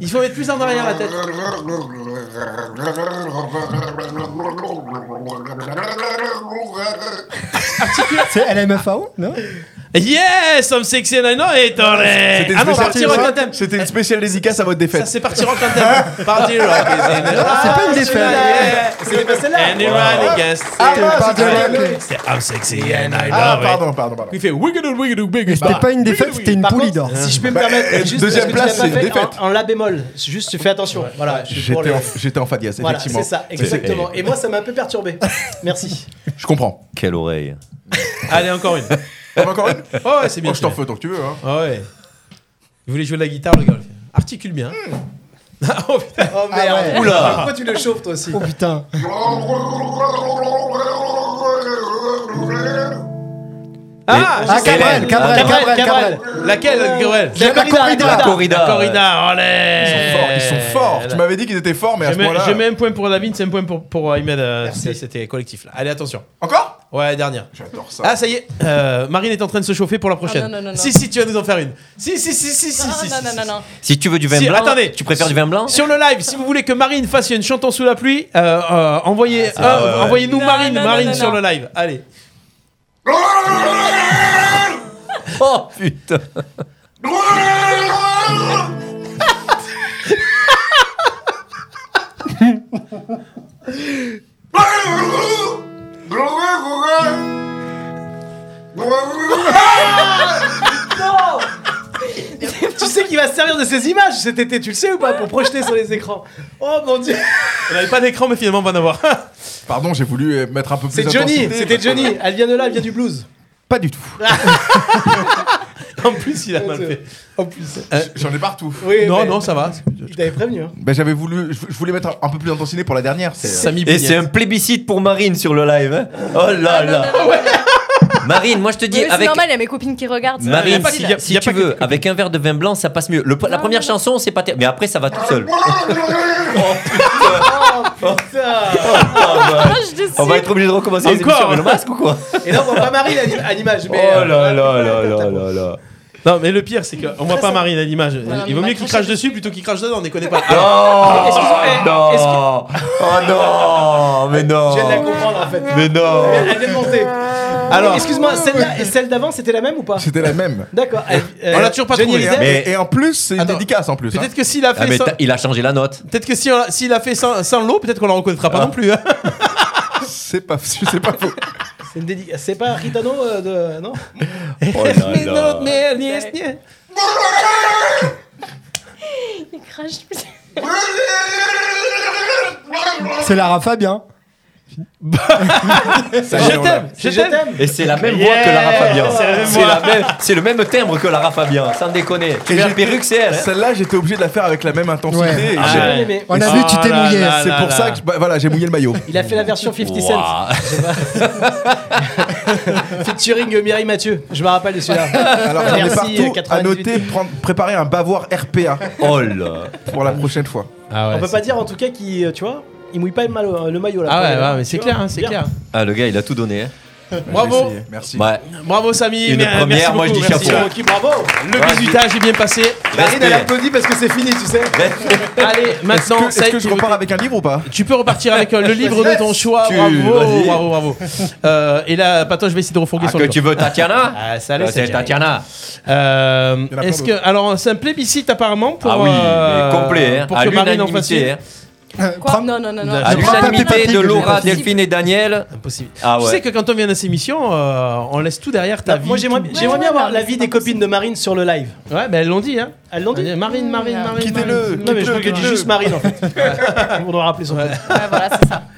[SPEAKER 2] Il faut mettre plus en arrière la tête.
[SPEAKER 4] C'est LMFAO, non
[SPEAKER 3] Bah,
[SPEAKER 2] Yes, I'm sexy and I know it, olé.
[SPEAKER 6] C'était une
[SPEAKER 2] Ah non,
[SPEAKER 6] spéciale-
[SPEAKER 2] partir en tandem.
[SPEAKER 6] C'était une spéciale dédicace à votre
[SPEAKER 2] Ça,
[SPEAKER 6] défaite.
[SPEAKER 2] c'est partir en tandem. Partir en
[SPEAKER 4] C'est
[SPEAKER 2] Ah,
[SPEAKER 4] pas une défaite.
[SPEAKER 3] C'était pas celle-là.
[SPEAKER 2] Anyone against
[SPEAKER 6] Ah,
[SPEAKER 4] C'était pas
[SPEAKER 6] c'était-
[SPEAKER 4] de la-
[SPEAKER 2] C'est I'm sexy and I
[SPEAKER 6] Ah,
[SPEAKER 2] know it.
[SPEAKER 6] pardon, pardon, pardon.
[SPEAKER 2] Il fait wiggle wiggle big.
[SPEAKER 4] Mais c'était pas une défaite, c'était une
[SPEAKER 3] Par
[SPEAKER 4] poulie
[SPEAKER 3] contre,
[SPEAKER 4] d'or.
[SPEAKER 3] si je peux me
[SPEAKER 6] Bah, euh,
[SPEAKER 3] permettre, juste parce que
[SPEAKER 6] deuxième
[SPEAKER 3] tu l'as
[SPEAKER 6] place,
[SPEAKER 3] pas
[SPEAKER 6] c'est une
[SPEAKER 3] fait,
[SPEAKER 6] défaite.
[SPEAKER 3] En, en la bémol, juste tu fais attention. Voilà, je suis pour
[SPEAKER 6] J'étais
[SPEAKER 3] le-
[SPEAKER 6] en, j'étais en fadias,
[SPEAKER 3] Voilà, c'est
[SPEAKER 6] effectivement.
[SPEAKER 3] ça, exactement. Et moi, ça m'a un peu perturbé. Merci.
[SPEAKER 6] Je comprends.
[SPEAKER 5] Quelle oreille.
[SPEAKER 2] Allez, encore une.
[SPEAKER 6] On va encore une
[SPEAKER 2] Oh, ouais, c'est bien.
[SPEAKER 6] Oh, Je t'en
[SPEAKER 2] celui-là.
[SPEAKER 6] fais tant que tu veux. hein.
[SPEAKER 2] Ah ouais. Vous voulez jouer de la guitare, le gars le fait. Articule bien.
[SPEAKER 6] Mmh.
[SPEAKER 2] oh putain.
[SPEAKER 3] Oh merde.
[SPEAKER 4] merde. ouais.
[SPEAKER 3] Oula. Pourquoi tu le chauffes toi aussi
[SPEAKER 4] Oh putain.
[SPEAKER 2] Ah,
[SPEAKER 4] Ah,
[SPEAKER 2] je sais,
[SPEAKER 4] Cabrel,
[SPEAKER 2] la-
[SPEAKER 4] Cabrel,
[SPEAKER 2] Cabrel,
[SPEAKER 4] Cabrel.
[SPEAKER 2] Cabrel. Laquelle, Cabrel
[SPEAKER 4] La corrida.
[SPEAKER 5] La corrida.
[SPEAKER 2] La corrida, allez
[SPEAKER 6] Ils sont forts, ils sont forts. Tu m'avais dit qu'ils étaient forts, mais à
[SPEAKER 2] Eh, Je
[SPEAKER 6] ce
[SPEAKER 2] mets,
[SPEAKER 6] point-là.
[SPEAKER 2] je mets un point pour David, c'est un point pour, pour Ahmed. euh,
[SPEAKER 3] Merci.
[SPEAKER 2] c'était- C'était collectif là. Allez, attention.
[SPEAKER 6] Encore
[SPEAKER 2] Ouais, dernière.
[SPEAKER 6] J'adore ça.
[SPEAKER 2] Ah, ça y est, euh, Marine est en train de se chauffer pour la prochaine.
[SPEAKER 9] Ah, non, non, non, non.
[SPEAKER 2] Si, si, tu vas nous en faire une. Si, si, si, si, si.
[SPEAKER 9] Non,
[SPEAKER 2] si,
[SPEAKER 9] non,
[SPEAKER 2] si,
[SPEAKER 9] non,
[SPEAKER 2] si,
[SPEAKER 9] non,
[SPEAKER 2] si.
[SPEAKER 9] non.
[SPEAKER 5] Si tu veux du vin
[SPEAKER 2] Si,
[SPEAKER 5] blanc,
[SPEAKER 2] attendez.
[SPEAKER 5] tu préfères du vin blanc
[SPEAKER 2] Sur le live, si vous voulez que Marine fasse une chanson sous la pluie, euh, euh,
[SPEAKER 5] Ah,
[SPEAKER 2] envoyez, euh, envoyez-nous
[SPEAKER 9] Non,
[SPEAKER 2] Marine,
[SPEAKER 9] non, non,
[SPEAKER 2] Marine
[SPEAKER 9] non,
[SPEAKER 2] sur
[SPEAKER 9] non.
[SPEAKER 2] le live. Allez.
[SPEAKER 5] Oh putain
[SPEAKER 3] Tu sais qu'il va se servir de ces images stage cet été, tu le sais ou pas, pour projeter sur les écrans Oh mon dieu
[SPEAKER 2] On n'avait pas d'écran, mais finalement, on va en avoir.
[SPEAKER 6] Pardon, j'ai voulu euh, mettre un peu plus
[SPEAKER 3] C'est Johnny,
[SPEAKER 6] d'intensité,
[SPEAKER 3] c'était
[SPEAKER 6] parce que-
[SPEAKER 3] Johnny. Elle vient de là, elle vient du blues.
[SPEAKER 6] Pas du tout.
[SPEAKER 2] en plus, il a mal fait.
[SPEAKER 3] En plus.
[SPEAKER 2] Euh,
[SPEAKER 6] J'en ai partout.
[SPEAKER 3] Oui,
[SPEAKER 2] non,
[SPEAKER 3] mais
[SPEAKER 2] non, ça va.
[SPEAKER 3] Il t'avait prévenu. hein.
[SPEAKER 6] Ben, j'avais voulu, je je voulais mettre un- un peu plus d'intensité pour la dernière. C'est
[SPEAKER 2] Samy
[SPEAKER 5] Et c'est
[SPEAKER 2] Bougnat.
[SPEAKER 5] un plébiscite pour Marine sur le live. hein. Oh là
[SPEAKER 9] Ah, non,
[SPEAKER 5] là.
[SPEAKER 9] non, non, non.
[SPEAKER 5] Marine, moi je te
[SPEAKER 9] Mais
[SPEAKER 5] dis,
[SPEAKER 9] C'est
[SPEAKER 5] avec
[SPEAKER 9] normal, il y a mes copines qui regardent. c'est
[SPEAKER 5] Marine,
[SPEAKER 9] facile.
[SPEAKER 5] si,
[SPEAKER 2] y a-
[SPEAKER 5] si
[SPEAKER 2] y a
[SPEAKER 5] tu
[SPEAKER 2] pas que des
[SPEAKER 5] veux, avec un verre de vin blanc, ça passe mieux. Le- la première chanson, c'est pas terrible. Mais après, ça va tout seul.
[SPEAKER 3] Oh putain
[SPEAKER 9] Ah, je te
[SPEAKER 5] On va
[SPEAKER 9] suis.
[SPEAKER 5] être obligé de recommencer les
[SPEAKER 2] Encore
[SPEAKER 5] émissions avec le masque ou quoi
[SPEAKER 3] Et là, on voit pas Marie à l'image.
[SPEAKER 5] Oh
[SPEAKER 3] mais,
[SPEAKER 5] là
[SPEAKER 3] euh,
[SPEAKER 5] là là là là là.
[SPEAKER 2] Non, mais le pire, c'est qu'on voit pas Marine à l'image.
[SPEAKER 9] Voilà,
[SPEAKER 2] Il vaut
[SPEAKER 9] on va
[SPEAKER 2] mieux qu'il
[SPEAKER 9] cracher
[SPEAKER 2] crache dessus plutôt qu'il crache dedans, on ne
[SPEAKER 5] Ah
[SPEAKER 2] connaît pas. Alors,
[SPEAKER 5] Oh
[SPEAKER 3] excuse-moi, eh, est-ce
[SPEAKER 5] non Oh non Mais
[SPEAKER 3] Je viens de la
[SPEAKER 5] non
[SPEAKER 3] comprendre en fait.
[SPEAKER 5] Mais non
[SPEAKER 3] Elle vient de monter. Alors, Euh, excuse-moi, celle-là et celle d'avant, c'était la même ou pas
[SPEAKER 6] C'était la même.
[SPEAKER 3] D'accord. elle- euh,
[SPEAKER 2] On l'a toujours pas
[SPEAKER 3] Johnny
[SPEAKER 2] trouvé, hein.
[SPEAKER 6] Et,
[SPEAKER 3] Hallyday,
[SPEAKER 5] Mais-
[SPEAKER 6] et en plus, c'est une
[SPEAKER 2] Attends.
[SPEAKER 6] dédicace en plus. hein.
[SPEAKER 2] peut-être que s'il a
[SPEAKER 5] Ah,
[SPEAKER 2] fait
[SPEAKER 5] mais
[SPEAKER 2] sans,
[SPEAKER 5] t'as- il a changé la note. Ah.
[SPEAKER 2] peut-être que si on l'a- s'il a fait sans, sans l'eau, peut-être qu'on la reconnaîtra pas non plus. hein.
[SPEAKER 6] C'est pas, c'est pas faux.
[SPEAKER 3] c'est une dédicace. C'est pas Ritano euh, de. Non
[SPEAKER 5] Oh là
[SPEAKER 2] Mais
[SPEAKER 5] là.
[SPEAKER 2] non, mais elle y est, tiens.
[SPEAKER 9] Il crache. putain.
[SPEAKER 4] C'est Lara Fabien.
[SPEAKER 6] Ça y est,
[SPEAKER 2] Je
[SPEAKER 6] on
[SPEAKER 2] t'aime, je
[SPEAKER 6] l'a.
[SPEAKER 2] t'aime.
[SPEAKER 5] Et c'est la même voix que Lara Fabian. C'est la même- C'est le même timbre que Lara Fabian, sans déconner. Tu
[SPEAKER 6] Et
[SPEAKER 5] mets la
[SPEAKER 6] j'ai-
[SPEAKER 5] perruque, c'est elle. hein.
[SPEAKER 6] Celle-là, j'étais obligé de la faire avec la même intensité.
[SPEAKER 4] Ouais.
[SPEAKER 6] et
[SPEAKER 2] Ah
[SPEAKER 6] j'ai-
[SPEAKER 2] ouais.
[SPEAKER 3] J'ai bien aimé.
[SPEAKER 4] On a vu, tu t'es mouillé.
[SPEAKER 6] C'est pour ça que je- bah, voilà, j'ai mouillé le maillot.
[SPEAKER 3] Il a fait la version 50 Cent,
[SPEAKER 5] Ouah.
[SPEAKER 3] featuring euh, Mireille Mathieu. Je me rappelle de celui-là.
[SPEAKER 6] Alors j'en ai
[SPEAKER 3] Merci,
[SPEAKER 6] partout à
[SPEAKER 3] 98.
[SPEAKER 6] noter, prendre- préparer un bavoir RPA
[SPEAKER 5] Oh là
[SPEAKER 6] pour la prochaine fois.
[SPEAKER 2] Ah
[SPEAKER 3] On peut pas dire en tout cas qu'il, euh, tu vois, il mouille pas le, malo- le maillot là.
[SPEAKER 2] Ah
[SPEAKER 3] Pour
[SPEAKER 2] ouais,
[SPEAKER 3] le-
[SPEAKER 2] ouais, mais c'est
[SPEAKER 3] tu
[SPEAKER 2] clair,
[SPEAKER 3] vois,
[SPEAKER 2] hein, c'est
[SPEAKER 3] bien.
[SPEAKER 2] clair.
[SPEAKER 5] Ah, le gars, il a tout donné. hein.
[SPEAKER 2] Bravo.
[SPEAKER 6] Je vais essayer. Merci.
[SPEAKER 5] Ouais.
[SPEAKER 2] Bravo Samy.
[SPEAKER 5] Une
[SPEAKER 2] mais- euh, merci
[SPEAKER 5] première, moi, je
[SPEAKER 2] beaucoup,
[SPEAKER 5] dis
[SPEAKER 2] merci.
[SPEAKER 3] Merci
[SPEAKER 5] chapeau.
[SPEAKER 3] Rocky, bravo.
[SPEAKER 2] Le bisutage est bien passé.
[SPEAKER 3] Marine, elle
[SPEAKER 5] Respect.
[SPEAKER 3] applaudit parce que c'est fini, tu sais.
[SPEAKER 2] Allez,
[SPEAKER 6] Est-ce que,
[SPEAKER 2] maintenant,
[SPEAKER 6] est-ce
[SPEAKER 2] ça y est,
[SPEAKER 6] que je
[SPEAKER 2] tu-
[SPEAKER 6] repars avec un livre ou pas
[SPEAKER 2] Tu peux repartir avec euh, le livre de ton choix.
[SPEAKER 6] Tu-
[SPEAKER 2] Bravo,
[SPEAKER 6] vas-y.
[SPEAKER 2] bravo, bravo. Euh, et là, Pato, je vais essayer de refourguer
[SPEAKER 5] Ah,
[SPEAKER 2] son
[SPEAKER 5] que
[SPEAKER 2] livre.
[SPEAKER 5] tu veux Tatiana
[SPEAKER 2] Ah, salut,
[SPEAKER 5] Ah, C'est Tatiana.
[SPEAKER 2] Euh,
[SPEAKER 6] Il y en a plein
[SPEAKER 2] Est-ce que alors c'est un plébiscite apparemment pour
[SPEAKER 5] Ah oui,
[SPEAKER 2] euh,
[SPEAKER 5] mais complet, hein,
[SPEAKER 2] pour
[SPEAKER 5] à
[SPEAKER 2] que Marine en fasse
[SPEAKER 5] l'unanimité.
[SPEAKER 2] une
[SPEAKER 5] hein.
[SPEAKER 9] Quoi Non, non, non, non.
[SPEAKER 5] À
[SPEAKER 4] Je crois pas
[SPEAKER 5] l'unanimité
[SPEAKER 4] Patrick
[SPEAKER 5] de
[SPEAKER 4] que je l'ai
[SPEAKER 5] Laura,
[SPEAKER 4] fait.
[SPEAKER 5] Delphine et Daniel.
[SPEAKER 2] Impossible.
[SPEAKER 5] Ah
[SPEAKER 2] Tu sais
[SPEAKER 5] ouais.
[SPEAKER 2] que quand on vient à cette émission, euh, on laisse tout derrière ta vie.
[SPEAKER 3] Bah, Moi, j'aimerais
[SPEAKER 2] tout-
[SPEAKER 3] j'aimerais bien
[SPEAKER 9] Ouais,
[SPEAKER 3] avoir
[SPEAKER 9] ouais,
[SPEAKER 3] l'avis
[SPEAKER 9] c'est
[SPEAKER 3] des
[SPEAKER 9] pas
[SPEAKER 3] copines de Marine sur le live.
[SPEAKER 2] Ouais, mais elles l'ont dit, hein.
[SPEAKER 3] Elles l'ont dit
[SPEAKER 2] Marine, Marine, Marine.
[SPEAKER 6] Quittez-le,
[SPEAKER 3] Non, mais je
[SPEAKER 6] quittez-le,
[SPEAKER 3] crois qu'elle dit
[SPEAKER 6] quittez-le.
[SPEAKER 3] juste Marine en fait. On doit rappeler son truc.
[SPEAKER 9] Ouais, voilà, c'est ça.
[SPEAKER 2] Marine.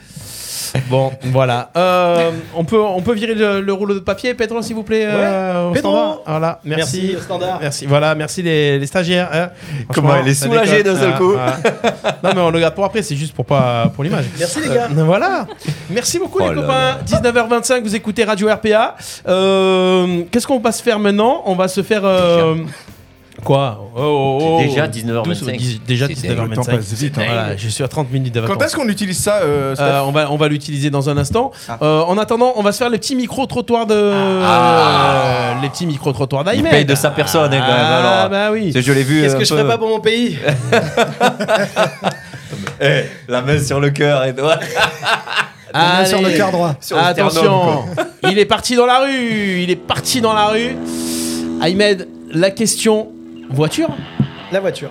[SPEAKER 2] Bon, voilà. Euh, on peut, on peut virer le, le rouleau de papier, Pedro, s'il vous plaît. euh, au
[SPEAKER 3] Pedro.
[SPEAKER 2] standard. Voilà. Merci.
[SPEAKER 3] Merci, au standard.
[SPEAKER 2] Merci. Voilà. Merci les, les stagiaires. hein.
[SPEAKER 5] Comment
[SPEAKER 2] Franchement,
[SPEAKER 5] elle est
[SPEAKER 2] ça
[SPEAKER 5] soulagée
[SPEAKER 2] déconne.
[SPEAKER 5] d'un seul
[SPEAKER 2] Ah,
[SPEAKER 5] coup.
[SPEAKER 2] ah. Non, mais on le garde pour après. C'est juste pour pas, pour l'image.
[SPEAKER 3] Merci les gars.
[SPEAKER 2] Euh, voilà. Merci beaucoup
[SPEAKER 5] Oh
[SPEAKER 2] les
[SPEAKER 5] là
[SPEAKER 2] copains. 19h25, vous écoutez Radio RPA. Euh, Qu'est-ce qu'on va se faire maintenant On va se faire... euh, Quoi Oh, oh, oh.
[SPEAKER 5] C'est déjà
[SPEAKER 2] Douze ou
[SPEAKER 5] 19h25.
[SPEAKER 2] dix- Déjà
[SPEAKER 5] C'est
[SPEAKER 6] Le temps
[SPEAKER 2] 19h25.
[SPEAKER 6] passe vite. hein.
[SPEAKER 2] Voilà, je suis à 30 minutes d'avance.
[SPEAKER 6] Quand est-ce qu'on utilise ça euh, Steph
[SPEAKER 2] Euh, on va, on va l'utiliser dans un instant.
[SPEAKER 6] Ah.
[SPEAKER 2] Euh, en attendant, on va se faire les petits micro-trottoirs de. Euh, les petits micro-trottoirs
[SPEAKER 5] Ah. Il
[SPEAKER 2] d'Aïmed.
[SPEAKER 5] paye de sa personne, hein, quand même,
[SPEAKER 2] Ah,
[SPEAKER 5] alors.
[SPEAKER 2] bah oui.
[SPEAKER 5] C'est- Je l'ai vu.
[SPEAKER 3] Qu'est-ce
[SPEAKER 5] un
[SPEAKER 3] que je
[SPEAKER 5] peu-
[SPEAKER 3] ferais pas pour mon pays
[SPEAKER 5] Eh, la main sur le cœur et toi.
[SPEAKER 4] On est sur le
[SPEAKER 2] Allez.
[SPEAKER 4] cœur droit.
[SPEAKER 5] Sur le sternum,
[SPEAKER 2] Attention, il est parti dans la rue, il est parti dans la rue. Ahmed, la question voiture.
[SPEAKER 3] La voiture.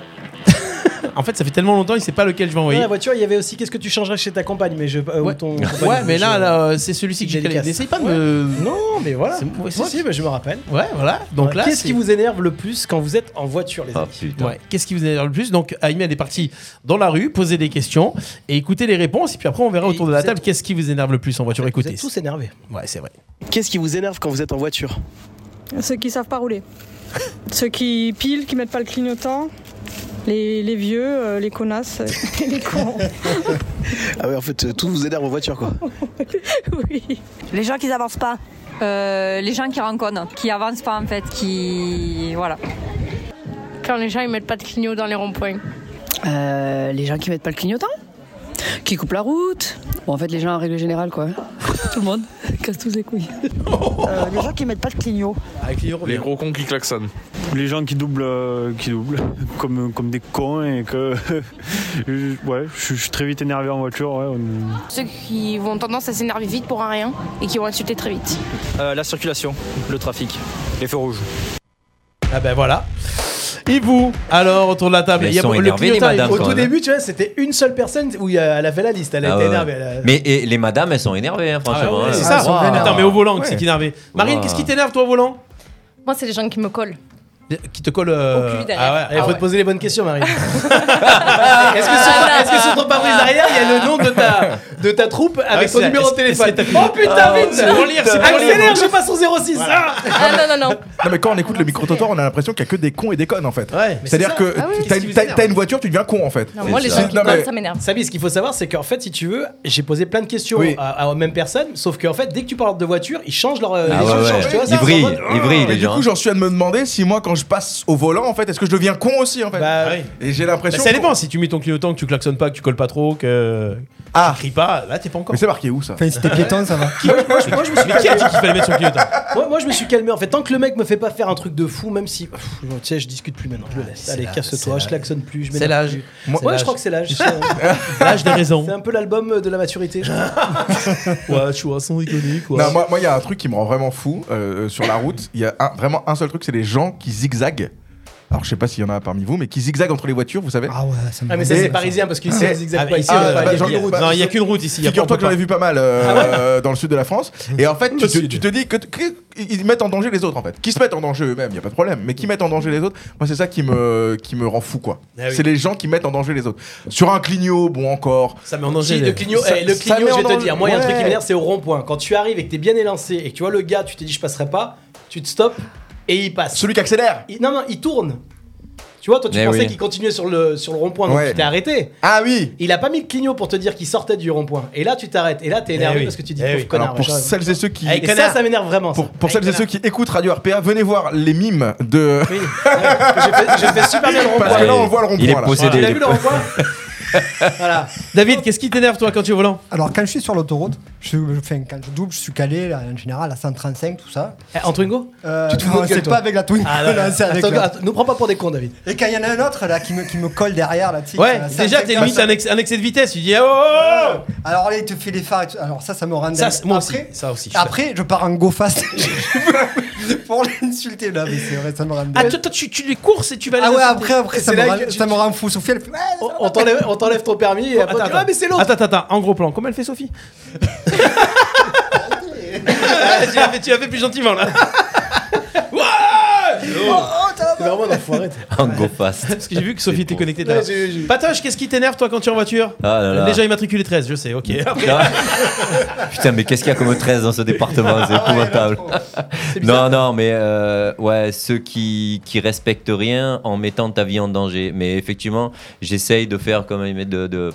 [SPEAKER 2] En fait, ça fait tellement longtemps, il sait pas lequel je vais
[SPEAKER 3] Dans
[SPEAKER 2] envoyer.
[SPEAKER 3] la voiture, il y avait aussi qu'est-ce que tu changerais chez ta compagne, mais je. euh, ou
[SPEAKER 2] Ouais.
[SPEAKER 3] ton
[SPEAKER 2] Ouais,
[SPEAKER 3] compagne,
[SPEAKER 2] mais
[SPEAKER 3] je-
[SPEAKER 2] là, là, c'est celui-ci que j'ai calé.
[SPEAKER 3] Délicace.
[SPEAKER 2] N'essaye pas de me-
[SPEAKER 3] Non, mais voilà.
[SPEAKER 2] C'est- ouais,
[SPEAKER 3] Ouais,
[SPEAKER 2] c'est-
[SPEAKER 3] si, si, mais je me rappelle.
[SPEAKER 2] Ouais, voilà. Donc là,
[SPEAKER 3] qu'est-ce
[SPEAKER 2] c'est-
[SPEAKER 3] qui vous énerve le plus quand vous êtes en voiture, les
[SPEAKER 5] Ah,
[SPEAKER 3] amis
[SPEAKER 5] putain.
[SPEAKER 2] Ouais, qu'est-ce qui vous énerve le plus Donc, Ahmed est parti dans la rue, poser des questions et écouter les réponses. Et puis après, on verra
[SPEAKER 3] Et
[SPEAKER 2] autour de la
[SPEAKER 3] vous
[SPEAKER 2] table
[SPEAKER 3] êtes-
[SPEAKER 2] qu'est-ce qui vous énerve le plus en voiture.
[SPEAKER 3] Vous
[SPEAKER 2] Écoutez.
[SPEAKER 3] êtes tous énervés.
[SPEAKER 2] Ouais, c'est vrai.
[SPEAKER 10] Qu'est-ce qui vous énerve quand vous êtes en voiture
[SPEAKER 11] Ceux qui savent pas rouler. Ceux qui pilent, qui mettent pas le clignotant. Les, les vieux, euh, les connasses, euh, les cons.
[SPEAKER 10] Ah ouais, en fait, euh, tout vous énerve en voiture, quoi.
[SPEAKER 11] Oui.
[SPEAKER 12] Les gens qui avancent pas. Euh, les gens qui rencontrent, qui avancent pas en fait, qui. Voilà.
[SPEAKER 9] Quand les gens ils mettent pas de clignot dans les ronds-points.
[SPEAKER 12] Euh, les gens qui mettent pas le clignotant Qui coupent la route Bon, en fait, les gens en règle générale, quoi. Tout le monde casse tous les couilles.
[SPEAKER 11] Euh, les gens qui mettent pas le clignot.
[SPEAKER 6] Ah,
[SPEAKER 13] Les gros cons qui klaxonnent. Les gens qui doublent, euh, qui doublent comme, comme des cons et que. je- ouais, je suis- je suis très vite énervé en voiture. Ouais, on-
[SPEAKER 9] Ceux qui vont tendance à s'énerver vite pour un rien et qui vont insulter très vite.
[SPEAKER 13] la circulation, le trafic, les feux rouges.
[SPEAKER 2] Ah ben voilà. Et vous Alors, autour de la table,
[SPEAKER 5] Mais
[SPEAKER 2] il
[SPEAKER 5] ils
[SPEAKER 2] y a
[SPEAKER 5] sont
[SPEAKER 2] le
[SPEAKER 5] énervés, les
[SPEAKER 2] clignotant, il-
[SPEAKER 5] madames.
[SPEAKER 3] Au
[SPEAKER 5] Quand
[SPEAKER 3] tout
[SPEAKER 5] même.
[SPEAKER 3] début, tu vois, c'était une seule personne où il y a- elle avait la liste. Elle
[SPEAKER 5] Ah
[SPEAKER 3] était
[SPEAKER 5] ouais.
[SPEAKER 3] énervée. elle a-
[SPEAKER 5] Mais et les madames, elles sont énervées, hein, franchement.
[SPEAKER 2] Ah ouais,
[SPEAKER 5] hein.
[SPEAKER 2] c'est ça.
[SPEAKER 4] sont
[SPEAKER 2] Attends,
[SPEAKER 4] vénères.
[SPEAKER 2] mais au volant,
[SPEAKER 6] Ouais.
[SPEAKER 2] c'est qui énervé. Marine,
[SPEAKER 5] Ouah.
[SPEAKER 2] qu'est-ce qui t'énerve, toi, au volant
[SPEAKER 9] Moi, c'est les gens qui me collent.
[SPEAKER 2] Qui te colle. euh,
[SPEAKER 3] Au cul derrière.
[SPEAKER 2] ah ouais,
[SPEAKER 3] Il faut
[SPEAKER 2] ah ouais.
[SPEAKER 3] te poser les bonnes questions, Marie. Est-ce que sur, est-ce que sur ton pare-brise arrière, il y a le nom de ta, de ta troupe
[SPEAKER 2] ouais,
[SPEAKER 3] avec ton
[SPEAKER 2] Ah, c'est-
[SPEAKER 3] numéro de
[SPEAKER 2] est-ce- est-ce
[SPEAKER 3] téléphone
[SPEAKER 2] que t'as-
[SPEAKER 3] Oh putain,
[SPEAKER 2] Ah,
[SPEAKER 3] vite
[SPEAKER 2] c'est pour lire, c'est pour lire.
[SPEAKER 3] Accélère, je passe au 06. Ah,
[SPEAKER 11] non, non, non.
[SPEAKER 6] Non mais quand
[SPEAKER 9] Ah,
[SPEAKER 6] on écoute le micro totor, on a l'impression qu'il y a que des cons et des connes en fait. C'est-à-dire
[SPEAKER 3] ça.
[SPEAKER 6] que
[SPEAKER 3] Ah oui.
[SPEAKER 6] t'as
[SPEAKER 3] Qu'est-ce qui
[SPEAKER 6] une-
[SPEAKER 3] vous
[SPEAKER 6] t'as
[SPEAKER 3] énerve
[SPEAKER 6] t'as une voiture, tu deviens con en fait. Non, mais-
[SPEAKER 3] m'énerve. Sabi, ce qu'il faut savoir, c'est qu'en fait, si tu veux, j'ai posé plein de questions
[SPEAKER 6] Oui.
[SPEAKER 3] à, à aux mêmes personnes, sauf qu'en fait, dès que tu parles de voiture, ils changent leur. euh,
[SPEAKER 6] Ah
[SPEAKER 3] les gens
[SPEAKER 6] ouais, ouais.
[SPEAKER 3] changent, tu vois,
[SPEAKER 6] Ils
[SPEAKER 3] ça,
[SPEAKER 6] brillent,
[SPEAKER 3] c'est en mode,
[SPEAKER 6] ils
[SPEAKER 3] Ah
[SPEAKER 6] brillent, les gens. Du coup, j'en suis à me demander si moi, quand je passe au volant, en fait, est-ce que je deviens con aussi, en fait Et j'ai l'impression.
[SPEAKER 2] Bah, ça
[SPEAKER 6] qu'on-
[SPEAKER 2] dépend, si tu mets ton clignotant, que tu klaxonnes pas, que tu colles pas trop, que ah. tu cries pas, là t'es pas encore. Mais
[SPEAKER 6] c'est marqué où ça
[SPEAKER 4] Enfin, si t'es piéton, ça va.
[SPEAKER 2] moi, je, me suis qui a dit qu'il fallait mettre son clignotant
[SPEAKER 3] Moi, moi, je me suis calmé. En fait, tant que le mec me fait pas faire un truc de fou, même si. Pff, tu sais, je discute plus maintenant. Je le laisse.
[SPEAKER 2] c'est
[SPEAKER 3] Allez,
[SPEAKER 2] la-
[SPEAKER 3] casse-toi,
[SPEAKER 2] c'est
[SPEAKER 3] je
[SPEAKER 2] la-
[SPEAKER 3] klaxonne plus. je
[SPEAKER 2] c'est
[SPEAKER 3] m'énerve
[SPEAKER 2] l'âge.
[SPEAKER 3] plus.
[SPEAKER 2] Moi-
[SPEAKER 3] Ouais,
[SPEAKER 2] c'est l'âge.
[SPEAKER 3] je crois que c'est l'âge. c'est-
[SPEAKER 2] L'âge des raisons.
[SPEAKER 3] C'est un peu l'album de la maturité. Ah,
[SPEAKER 2] Ouais, chanson iconique.
[SPEAKER 6] Non, moi, moi, il y a un truc qui me rend vraiment fou euh, sur la route. Il y a un- vraiment un seul truc, c'est les gens qui zigzaguent. Alors, je sais pas s'il y en a parmi vous, mais qui zigzaguent entre les voitures, vous savez. Ah
[SPEAKER 4] ouais,
[SPEAKER 3] me Ah, mais ça, c'est parisien, parce qu'ici, on zigzague
[SPEAKER 2] ah,
[SPEAKER 3] pas, Ah, ici, on a pas les billets.
[SPEAKER 2] Non, il y a qu'une route ici, il y a pas- Ah on
[SPEAKER 6] Figure-toi
[SPEAKER 2] peut
[SPEAKER 6] que j'en ai
[SPEAKER 2] pas.
[SPEAKER 6] vu pas mal euh, euh, dans le sud de la France. Et en fait, tu, te- tu te dis que, que- ils mettent en danger les autres, en fait. Qui se mettent en danger eux-mêmes, il y a pas de problème. Mais qui mettent en danger les autres, moi, c'est ça qui me, qui me rend fou, quoi.
[SPEAKER 2] Ah oui.
[SPEAKER 6] C'est les gens qui mettent en danger les autres. Sur un clignot, bon, encore.
[SPEAKER 2] Ça met en danger
[SPEAKER 3] Si,
[SPEAKER 2] les-
[SPEAKER 3] le clignot,
[SPEAKER 2] ça-
[SPEAKER 3] eh, le
[SPEAKER 2] ça
[SPEAKER 3] clignot,
[SPEAKER 2] met en
[SPEAKER 3] je vais te
[SPEAKER 2] danger-
[SPEAKER 3] dire. Moi, il y a un truc qui
[SPEAKER 2] Ouais.
[SPEAKER 3] m'énerve, c'est au rond-point. Quand tu arrives et que t'es bien élancé et que tu vois le gars, tu t'es dit je passerai pas, tu te stops et il passe.
[SPEAKER 6] Celui qui accélère
[SPEAKER 3] Non, non, il tourne. Tu vois, toi, tu
[SPEAKER 6] Eh
[SPEAKER 3] pensais
[SPEAKER 6] oui.
[SPEAKER 3] qu'il continuait sur le, sur le rond-point, donc
[SPEAKER 6] Ouais.
[SPEAKER 3] tu t'es arrêté.
[SPEAKER 6] Ah oui
[SPEAKER 3] Il a pas mis le clignot pour te dire qu'il sortait du rond-point. Et là, tu t'arrêtes. Et là, t'es énervé
[SPEAKER 6] Eh oui.
[SPEAKER 3] parce que tu dis
[SPEAKER 6] Eh
[SPEAKER 3] pauvre
[SPEAKER 6] oui.
[SPEAKER 3] connard. Ah,
[SPEAKER 6] Alors, pour
[SPEAKER 3] machin.
[SPEAKER 6] celles et ceux qui.
[SPEAKER 3] Et ça, ça m'énerve vraiment. ça. Eh,
[SPEAKER 6] Pour, pour celles et ceux qui écoutent Radio RPA, venez voir les mimes de.
[SPEAKER 3] J'ai fait- j'ai fait super bien le rond-point.
[SPEAKER 6] Parce que là, on voit le rond-point.
[SPEAKER 5] Il est
[SPEAKER 6] là.
[SPEAKER 5] possédé,
[SPEAKER 3] Tu l'as vu le rond-point Voilà.
[SPEAKER 2] David, qu'est-ce qui t'énerve toi quand tu es au volant
[SPEAKER 4] Alors quand je suis sur l'autoroute, je, je- enfin, quand je double, je suis calé là, en général à 135, tout ça.
[SPEAKER 3] Eh, En Twingo
[SPEAKER 4] Euh,
[SPEAKER 3] Tu te fous de
[SPEAKER 4] non,
[SPEAKER 3] notre gueule,
[SPEAKER 4] c'est
[SPEAKER 3] toi.
[SPEAKER 4] pas avec la Twingo,
[SPEAKER 3] Ah, là, là.
[SPEAKER 4] là, c'est avec
[SPEAKER 3] Attends,
[SPEAKER 4] la-
[SPEAKER 3] attends, Nous prends pas pour des cons, David.
[SPEAKER 4] Et quand il y en a un autre là qui me, qui me colle derrière là, tu sais,
[SPEAKER 2] Ouais,
[SPEAKER 4] à
[SPEAKER 2] déjà
[SPEAKER 4] 135,
[SPEAKER 2] t'es limite un, ex- un excès de vitesse, tu dis oh, oh, oh
[SPEAKER 4] Alors là, il te fait les phares et tout. Alors ça, ça me rend
[SPEAKER 2] Ça,
[SPEAKER 4] dingue.
[SPEAKER 2] c'est- moi
[SPEAKER 4] Après- Ah,
[SPEAKER 2] aussi, ça aussi. je
[SPEAKER 4] Après, je pars en go fast pour l'insulter là, mais c'est vrai, ça me rend dingue.
[SPEAKER 2] Ah, toi, toi, tu, tu les courses et tu vas les
[SPEAKER 4] Ah ouais,
[SPEAKER 2] insulter.
[SPEAKER 4] après, après, ça
[SPEAKER 2] C'est
[SPEAKER 4] me,
[SPEAKER 2] là
[SPEAKER 4] rend,
[SPEAKER 2] que tu-
[SPEAKER 4] ça me rend fou. Sophie, elle fait,
[SPEAKER 3] On- On t'enlève on t'enlève ton permis et après, tu dis, ah, mais c'est l'autre.
[SPEAKER 2] Attends, attends, attends, en gros plan, comment elle fait Sophie Ah, tu l'as fait- Tu l'as fait plus gentiment là
[SPEAKER 3] C'est vraiment un enfoiré. t'es.
[SPEAKER 5] En go fast.
[SPEAKER 2] Parce que j'ai vu que Sophie était connectée. tout à
[SPEAKER 3] Ouais,
[SPEAKER 2] l'heure.
[SPEAKER 3] j'ai- j'ai-
[SPEAKER 2] Patoche, qu'est-ce qui t'énerve toi quand tu es en voiture
[SPEAKER 5] Ah là là.
[SPEAKER 2] Déjà immatriculé 13, je sais, ok.
[SPEAKER 5] Non. Putain, mais qu'est-ce qu'il y a comme 13 dans ce département C'est épouvantable. non, non, mais euh, ouais, ceux qui, qui respectent rien en mettant ta vie en danger. Mais effectivement, j'essaye de faire comme ils mettent de. de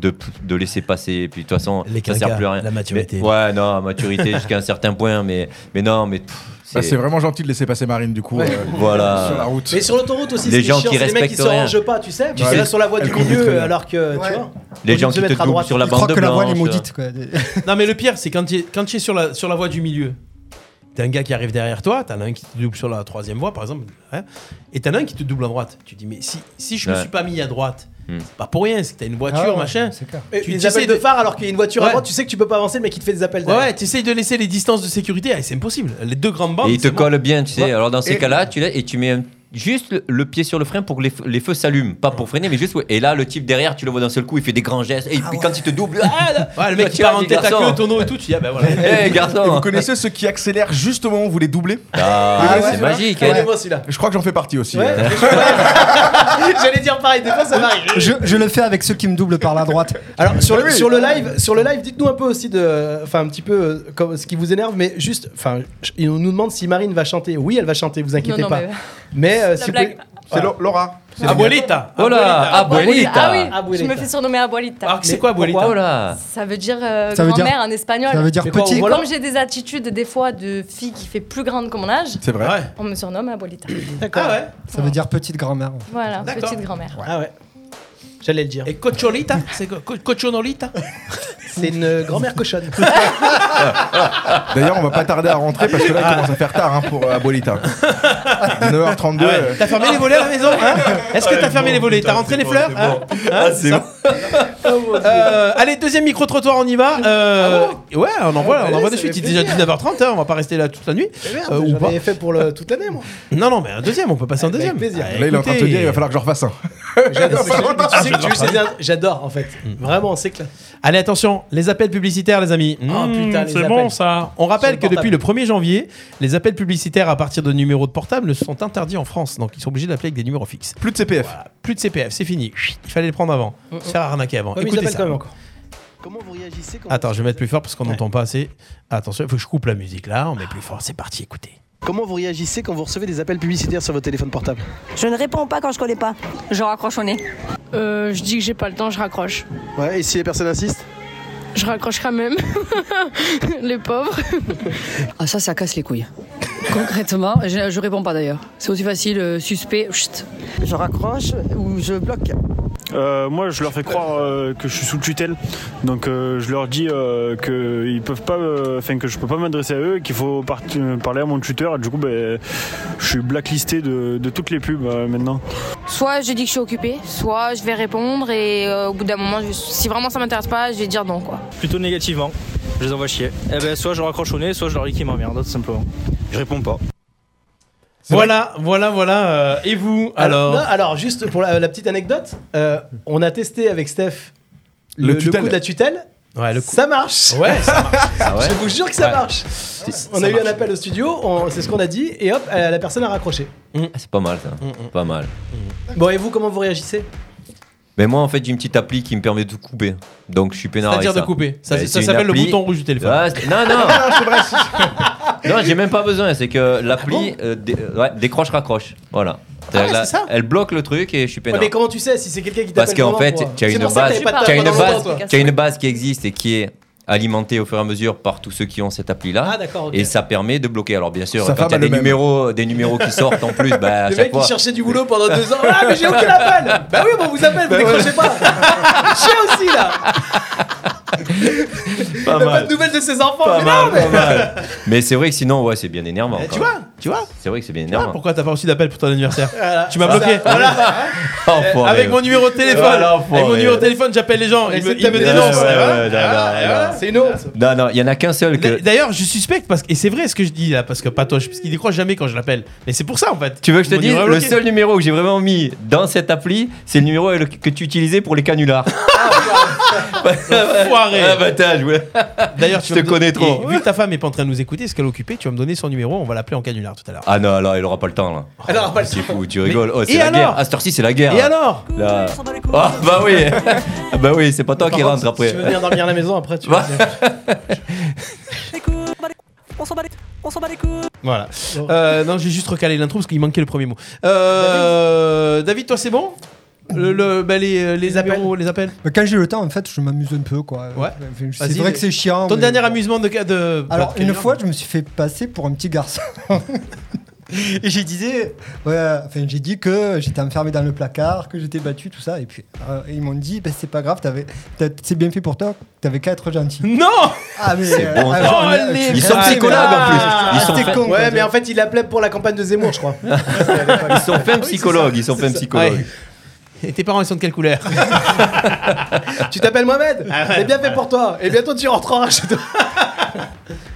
[SPEAKER 5] de, de laisser passer et puis de toute façon
[SPEAKER 2] Les
[SPEAKER 5] ça
[SPEAKER 2] quinquas,
[SPEAKER 5] sert plus à rien
[SPEAKER 2] la maturité.
[SPEAKER 5] Mais- ouais non maturité jusqu'à un certain point mais mais non mais pff,
[SPEAKER 6] Bah, C'est vraiment gentil de laisser passer Marine, du coup,
[SPEAKER 5] Ouais.
[SPEAKER 6] euh,
[SPEAKER 5] Voilà.
[SPEAKER 6] sur la route.
[SPEAKER 3] Mais sur l'autoroute aussi,
[SPEAKER 5] Les
[SPEAKER 3] c'est
[SPEAKER 5] gens
[SPEAKER 3] chiant,
[SPEAKER 5] qui
[SPEAKER 3] c'est les mecs qui
[SPEAKER 5] respectent
[SPEAKER 3] se
[SPEAKER 5] rien.
[SPEAKER 3] rangent pas, tu sais.
[SPEAKER 5] Tu
[SPEAKER 3] Tu sais,
[SPEAKER 5] sais,
[SPEAKER 3] là sur la voie
[SPEAKER 5] elles
[SPEAKER 3] du
[SPEAKER 5] conduisent très
[SPEAKER 3] milieu,
[SPEAKER 5] bien.
[SPEAKER 3] alors que
[SPEAKER 4] Ouais.
[SPEAKER 3] tu vois.
[SPEAKER 5] les
[SPEAKER 3] au lieu
[SPEAKER 5] gens
[SPEAKER 3] de se
[SPEAKER 5] qui te
[SPEAKER 3] mettre à
[SPEAKER 5] doublent
[SPEAKER 3] droite,
[SPEAKER 5] sur la
[SPEAKER 4] je crois
[SPEAKER 5] bande
[SPEAKER 4] que la voile est
[SPEAKER 5] blanche.
[SPEAKER 4] maudite quoi.
[SPEAKER 2] Non, mais le pire, c'est quand tu es, quand tu es sur, la, sur la voie du milieu, t'as un gars qui arrive derrière toi, t'en as un qui te double sur la troisième voie, par exemple, hein, et t'en as un qui te double à droite. Tu dis, mais si, si je me
[SPEAKER 5] Ouais.
[SPEAKER 2] suis pas mis à droite,
[SPEAKER 5] Hmm.
[SPEAKER 2] c'est pas pour rien, c'est que t'as une voiture,
[SPEAKER 4] Ah ouais,
[SPEAKER 2] machin.
[SPEAKER 4] c'est clair.
[SPEAKER 3] Et
[SPEAKER 2] Tu-
[SPEAKER 3] les
[SPEAKER 2] tu
[SPEAKER 3] appels
[SPEAKER 2] sais
[SPEAKER 3] de
[SPEAKER 2] de-
[SPEAKER 3] phare alors qu'il y a une voiture à
[SPEAKER 2] Ouais.
[SPEAKER 3] droite, tu sais que tu peux pas avancer, le mec il te fait des appels.
[SPEAKER 2] Ouais,
[SPEAKER 3] derrière.
[SPEAKER 2] ouais, t'essayes de laisser les distances de sécurité, ah, c'est impossible. Les deux grandes bandes.
[SPEAKER 5] et ils te
[SPEAKER 2] c'est bon.
[SPEAKER 5] collent bien tu sais
[SPEAKER 2] Ouais.
[SPEAKER 5] alors dans ces
[SPEAKER 2] Et-
[SPEAKER 5] cas-là tu l'as et tu mets un- juste le, le pied sur le frein pour que les, f- les feux s'allument pas pour freiner mais juste et là le type derrière tu le vois d'un seul coup il fait des grands gestes et puis quand il te double ah, là-
[SPEAKER 2] Ouais, le mec
[SPEAKER 5] Tu
[SPEAKER 2] qui
[SPEAKER 5] vois,
[SPEAKER 2] part en
[SPEAKER 5] dis,
[SPEAKER 2] tête à
[SPEAKER 5] garçon.
[SPEAKER 2] queue, tonneau et tout, tu dis, ah ben voilà.
[SPEAKER 5] Eh,
[SPEAKER 6] Et vous
[SPEAKER 5] garçon
[SPEAKER 6] connaissez ceux qui accélèrent juste au moment où vous les doublez
[SPEAKER 5] Ah,
[SPEAKER 6] Et vous
[SPEAKER 5] c'est
[SPEAKER 6] connaissez ça
[SPEAKER 5] magique.
[SPEAKER 3] Ah,
[SPEAKER 5] hein.
[SPEAKER 3] il est beau, celui-là.
[SPEAKER 6] Je crois que j'en fais partie aussi.
[SPEAKER 3] Ouais.
[SPEAKER 6] euh.
[SPEAKER 3] J'allais dire pareil, des fois ça m'arrive.
[SPEAKER 4] Je, je le fais avec ceux qui me doublent par la droite.
[SPEAKER 3] Alors sur,
[SPEAKER 6] Ah oui.
[SPEAKER 3] sur le live, sur le live, dites-nous un peu aussi de, enfin un petit peu euh, comme, ce qui vous énerve, mais juste, enfin, ch- ils nous demande si Marine va chanter. Oui, elle va chanter, vous inquiétez
[SPEAKER 12] non,
[SPEAKER 3] pas.
[SPEAKER 12] mais-
[SPEAKER 3] Mais, euh, si vous
[SPEAKER 14] blague.
[SPEAKER 3] pouvez-
[SPEAKER 6] C'est Lo- Laura. C'est
[SPEAKER 2] Abuelita
[SPEAKER 5] Oh là,
[SPEAKER 14] Abuelita.
[SPEAKER 5] abuelita.
[SPEAKER 14] Ah oui, je me fais surnommer Abuelita.
[SPEAKER 2] Alors, Ah, c'est quoi, Abuelita
[SPEAKER 5] Oh là.
[SPEAKER 14] Ça veut dire euh,
[SPEAKER 4] Ça veut dire-
[SPEAKER 14] grand-mère en espagnol.
[SPEAKER 4] ça veut dire
[SPEAKER 14] Et
[SPEAKER 4] petit.
[SPEAKER 14] Comme
[SPEAKER 4] Voilà.
[SPEAKER 14] j'ai des attitudes des fois de fille qui fait plus grande que mon âge,
[SPEAKER 6] C'est vrai.
[SPEAKER 2] Ouais.
[SPEAKER 14] on me surnomme Abuelita.
[SPEAKER 3] D'accord.
[SPEAKER 2] Ah ouais
[SPEAKER 4] Ça veut dire petite grand-mère. en fait.
[SPEAKER 14] voilà,
[SPEAKER 2] D'accord.
[SPEAKER 14] petite grand-mère.
[SPEAKER 3] Ah ouais. J'allais le dire.
[SPEAKER 2] Et cocholita C'est co- co- cochonolita
[SPEAKER 3] C'est une euh, grand-mère cochonne.
[SPEAKER 6] D'ailleurs, on va pas tarder à rentrer parce que là, il commence à faire tard hein, pour euh, Abuelita. 19h32.
[SPEAKER 5] Ah
[SPEAKER 2] Ah ouais, T'as fermé les volets à la maison hein Est-ce que t'as fermé les volets T'as rentré les fleurs hein Hein,
[SPEAKER 5] Ah,
[SPEAKER 2] c'est
[SPEAKER 5] c'est
[SPEAKER 2] ça
[SPEAKER 5] bon.
[SPEAKER 3] Oh,
[SPEAKER 2] Euh, allez, deuxième micro-trottoir, on y va.
[SPEAKER 3] Ah
[SPEAKER 2] Euh, ouais, on envoie, on envoie de suite. Il est déjà 19h30, hein, on va pas rester là toute la nuit. Euh, ou pas.
[SPEAKER 3] J'avais fait pour le- toute l'année, moi.
[SPEAKER 2] Non, non, mais un deuxième, on peut passer un deuxième.
[SPEAKER 3] Eh, plaisir.
[SPEAKER 2] Ah,
[SPEAKER 6] Là, il est en train de te
[SPEAKER 2] écoutez,
[SPEAKER 6] dire, il va falloir que je refasse un.
[SPEAKER 3] J'adore, mais
[SPEAKER 2] Ça
[SPEAKER 3] je-
[SPEAKER 2] va pas.
[SPEAKER 3] tu sais que
[SPEAKER 2] Ah,
[SPEAKER 3] tu sais,
[SPEAKER 2] j'adore.
[SPEAKER 3] J'adore, en fait. Vraiment, c'est clair.
[SPEAKER 2] Allez, attention, les appels publicitaires, les amis.
[SPEAKER 3] Ah,
[SPEAKER 2] Mmh,
[SPEAKER 3] putain, les
[SPEAKER 2] c'est bon
[SPEAKER 3] appels.
[SPEAKER 2] ça. On rappelle
[SPEAKER 3] Sur
[SPEAKER 2] que
[SPEAKER 3] le
[SPEAKER 2] depuis le 1er janvier, les appels publicitaires à partir de numéros de portable sont interdits en France. Donc, ils sont obligés d'appeler avec des numéros fixes.
[SPEAKER 6] Plus de CPF.
[SPEAKER 2] Plus de CPF, c'est fini. Chut, Il fallait les prendre avant.
[SPEAKER 3] Mm, mm.
[SPEAKER 2] Se faire arnaquer avant.
[SPEAKER 3] Ouais, mais ils
[SPEAKER 2] Écoutez
[SPEAKER 3] appellent
[SPEAKER 2] ça. Ah,
[SPEAKER 3] quand même encore. Comment vous réagissez quand
[SPEAKER 2] Attends, je vais mettre plus fort parce qu'on n'entend pas assez. Attention, il faut que je coupe la musique là. On met plus fort. C'est parti, écoutez.
[SPEAKER 3] Comment vous réagissez quand vous recevez des appels publicitaires sur votre téléphone portable
[SPEAKER 15] Je ne réponds pas quand je connais pas. Je raccroche au nez.
[SPEAKER 11] Euh, je dis que j'ai pas le temps, je raccroche.
[SPEAKER 3] Ouais, et si les personnes insistent
[SPEAKER 11] Je raccroche quand même. les pauvres.
[SPEAKER 12] Ah ça, ça casse les couilles. Concrètement, je, je réponds pas d'ailleurs. C'est aussi facile, euh, suspect. chut.
[SPEAKER 15] Je raccroche ou je bloque.
[SPEAKER 13] Euh, moi, je leur fais croire euh, que je suis sous tutelle, donc euh, je leur dis euh, que ils peuvent pas, euh, enfin que je peux pas m'adresser à eux, qu'il faut par- euh, parler à mon tuteur. Et du coup, ben, je suis blacklisté de, de toutes les pubs euh, maintenant.
[SPEAKER 9] Soit je dis que je suis occupée, soit je vais répondre et euh, au bout d'un moment, je- si vraiment ça m'intéresse pas, je vais dire non quoi.
[SPEAKER 16] Plutôt négativement, je les envoie chier. Eh ben, soit je raccroche au nez, soit je leur dis qu'ils m'emmerdent, tout simplement. Je réponds pas.
[SPEAKER 2] Voilà, voilà, voilà. euh, et vous, alors
[SPEAKER 3] Ah, non, alors, juste pour la, la petite anecdote, euh, on a testé avec Steph
[SPEAKER 2] Le
[SPEAKER 3] le, le
[SPEAKER 2] tutelle.
[SPEAKER 3] coup de la tutelle.
[SPEAKER 2] Ouais, le
[SPEAKER 3] Ça marche
[SPEAKER 2] Ouais, ça marche. Ah ouais
[SPEAKER 3] Je vous jure que ça
[SPEAKER 2] Ouais.
[SPEAKER 3] marche On
[SPEAKER 2] ça
[SPEAKER 3] a eu
[SPEAKER 2] marche.
[SPEAKER 3] un appel au studio, on- c'est ce qu'on a dit, et hop, euh, la personne a raccroché.
[SPEAKER 5] Ah, C'est pas mal ça. Pas mal.
[SPEAKER 3] Bon, et vous, comment vous réagissez
[SPEAKER 5] Mais moi, en fait, j'ai une petite appli qui me permet de couper. Donc, je suis peinard.
[SPEAKER 2] C'est-à-dire
[SPEAKER 5] avec ça.
[SPEAKER 2] de couper. Ça,
[SPEAKER 5] Mais
[SPEAKER 2] c'est-
[SPEAKER 5] c'est
[SPEAKER 2] ça
[SPEAKER 5] une
[SPEAKER 2] s'appelle le
[SPEAKER 5] appli-
[SPEAKER 2] bouton rouge du téléphone.
[SPEAKER 5] Ah, c'est- non, non. non, j'ai même pas besoin. C'est que l'appli euh, dé- euh, ouais, décroche raccroche. Voilà.
[SPEAKER 3] Ah ouais,
[SPEAKER 5] La-
[SPEAKER 3] c'est ça
[SPEAKER 5] elle bloque le truc et je suis
[SPEAKER 3] Ouais,
[SPEAKER 5] peinard.
[SPEAKER 3] mais comment tu sais si c'est quelqu'un qui t'appelle
[SPEAKER 5] Parce qu'en
[SPEAKER 3] pendant,
[SPEAKER 5] fait,
[SPEAKER 3] quoi
[SPEAKER 5] tu as
[SPEAKER 3] C'est
[SPEAKER 5] une
[SPEAKER 3] pour ça que
[SPEAKER 5] base,
[SPEAKER 3] t'avais pas de
[SPEAKER 5] tu as une
[SPEAKER 3] pendant
[SPEAKER 5] base,
[SPEAKER 3] longtemps, toi.
[SPEAKER 5] tu as une base qui existe et qui est alimentée au fur et à mesure par tous ceux qui ont cette appli-là.
[SPEAKER 3] Ah, d'accord, ok.
[SPEAKER 5] Et ça permet de bloquer. Alors bien sûr,
[SPEAKER 6] Sa
[SPEAKER 5] quand
[SPEAKER 6] femme
[SPEAKER 5] il y
[SPEAKER 6] a
[SPEAKER 5] a
[SPEAKER 6] le
[SPEAKER 5] des
[SPEAKER 6] même.
[SPEAKER 5] numéros, des numéros qui sortent en plus, bah, à
[SPEAKER 3] Le
[SPEAKER 5] chaque
[SPEAKER 3] mec
[SPEAKER 5] fois.
[SPEAKER 3] qui cherchait du boulot pendant deux ans. Ah, mais j'ai aucun appel Bah oui, mais on vous appelle, vous décrochez pas J'ai aussi là
[SPEAKER 5] Pas
[SPEAKER 3] Pas
[SPEAKER 5] mal.
[SPEAKER 3] de nouvelles de ses enfants
[SPEAKER 5] Pas
[SPEAKER 3] mais
[SPEAKER 5] mal,
[SPEAKER 3] non, mais-
[SPEAKER 5] pas mal. Mais c'est vrai que sinon, ouais, c'est bien énervant.
[SPEAKER 2] Eh,
[SPEAKER 5] quand
[SPEAKER 2] tu
[SPEAKER 5] même.
[SPEAKER 2] vois, tu vois.
[SPEAKER 5] C'est vrai que c'est bien
[SPEAKER 2] Ah,
[SPEAKER 5] énervant.
[SPEAKER 2] pourquoi t'as pas reçu d'appel pour ton anniversaire
[SPEAKER 3] Voilà.
[SPEAKER 2] Tu m'as
[SPEAKER 5] C'est
[SPEAKER 2] bloqué.
[SPEAKER 5] ça.
[SPEAKER 2] Voilà.
[SPEAKER 5] Enfoiré.
[SPEAKER 2] Avec mon numéro de téléphone.
[SPEAKER 5] Voilà, enfoiré.
[SPEAKER 2] Avec mon numéro de téléphone, j'appelle les gens.
[SPEAKER 3] Et
[SPEAKER 2] Ils me,
[SPEAKER 3] c'est
[SPEAKER 2] ils me
[SPEAKER 5] Ouais,
[SPEAKER 2] dénoncent.
[SPEAKER 5] ouais,
[SPEAKER 2] Et
[SPEAKER 5] ouais,
[SPEAKER 2] voilà.
[SPEAKER 5] ouais, ouais, ouais.
[SPEAKER 3] C'est une honte
[SPEAKER 5] Non, non, il y en a qu'un seul que.
[SPEAKER 2] D'ailleurs, je suspecte parce que et c'est vrai ce que je dis là parce que Patoche parce qu'il décroche jamais quand je l'appelle. Mais c'est pour ça en fait.
[SPEAKER 5] Tu veux que je te
[SPEAKER 2] Mon
[SPEAKER 5] dise,
[SPEAKER 2] numéro est
[SPEAKER 5] le
[SPEAKER 2] bloqué.
[SPEAKER 5] seul numéro que j'ai vraiment mis dans cette appli, c'est le numéro le- que tu utilisais pour les canulars.
[SPEAKER 2] Enfoiré.
[SPEAKER 5] Ah, bah, t'as joué.
[SPEAKER 2] D'ailleurs,
[SPEAKER 5] Je
[SPEAKER 2] tu
[SPEAKER 5] te
[SPEAKER 2] vas me donner-
[SPEAKER 5] connais trop.
[SPEAKER 2] et vu que ta femme est pas en train de nous écouter, ce qu'elle est occupée, tu vas me donner son numéro, on va l'appeler en canular tout à l'heure.
[SPEAKER 5] Ah non, là, il aura pas le temps, là.
[SPEAKER 3] Elle aura pas le
[SPEAKER 5] C'est
[SPEAKER 3] temps.
[SPEAKER 5] fou, tu rigoles. Oh,
[SPEAKER 2] et
[SPEAKER 5] c'est la
[SPEAKER 2] alors
[SPEAKER 5] guerre. À cette heure-ci, c'est la guerre.
[SPEAKER 2] Et alors
[SPEAKER 5] Là. Ah, bah oui. Ah, bah oui, c'est pas toi
[SPEAKER 3] Par
[SPEAKER 5] qui
[SPEAKER 3] contre,
[SPEAKER 5] rentre
[SPEAKER 3] Si
[SPEAKER 5] après.
[SPEAKER 3] tu veux venir dormir à la maison après, tu
[SPEAKER 5] Bah.
[SPEAKER 3] vois.
[SPEAKER 15] On s'en bat les On s'en bat les couilles.
[SPEAKER 2] Voilà. Euh, non, j'ai juste recalé l'intro parce qu'il manquait le premier mot. Euh, David, toi, c'est bon le, le- bah, les, les numéros, les appels
[SPEAKER 4] Mais Quand j'ai le temps, en fait, je m'amuse un peu, quoi.
[SPEAKER 2] Ouais.
[SPEAKER 4] Enfin, C'est
[SPEAKER 2] Vas-y,
[SPEAKER 4] vrai
[SPEAKER 2] les-
[SPEAKER 4] que c'est chiant.
[SPEAKER 2] Ton
[SPEAKER 4] mais-
[SPEAKER 2] dernier amusement de. de
[SPEAKER 4] Alors,
[SPEAKER 2] de-
[SPEAKER 4] une fois, je me suis fait passer pour un petit garçon. Et j'ai disais, ouais, enfin, j'ai dit que j'étais enfermé dans le placard, que j'étais battu, tout ça. Et puis, euh, ils m'ont dit, bah, c'est pas grave, t'avais- t'as- c'est bien fait pour toi, t'avais qu'à être gentil.
[SPEAKER 2] Non
[SPEAKER 4] Ah, mais.
[SPEAKER 5] C'est bon,
[SPEAKER 4] ah,
[SPEAKER 5] ça.
[SPEAKER 4] genre,
[SPEAKER 5] Oh,
[SPEAKER 4] euh,
[SPEAKER 5] les
[SPEAKER 4] je-
[SPEAKER 5] Ils sont
[SPEAKER 4] ah,
[SPEAKER 5] psychologues, en plus.
[SPEAKER 4] ah,
[SPEAKER 5] Ils sont
[SPEAKER 4] c'était
[SPEAKER 5] fait-
[SPEAKER 4] con, quoi,
[SPEAKER 3] Ouais,
[SPEAKER 4] tu
[SPEAKER 3] mais
[SPEAKER 4] vois.
[SPEAKER 3] en fait, il appelait pour la campagne de Zemmour, je crois.
[SPEAKER 5] Ils
[SPEAKER 2] Ah
[SPEAKER 5] sont fins psychologues. Ils sont fins psychologues.
[SPEAKER 2] Ouais. Et tes parents, ils sont de quelle couleur
[SPEAKER 3] tu t'appelles Mohamed
[SPEAKER 2] Ah ouais.
[SPEAKER 3] C'est bien fait pour toi. Et bientôt, tu rentreras chez toi.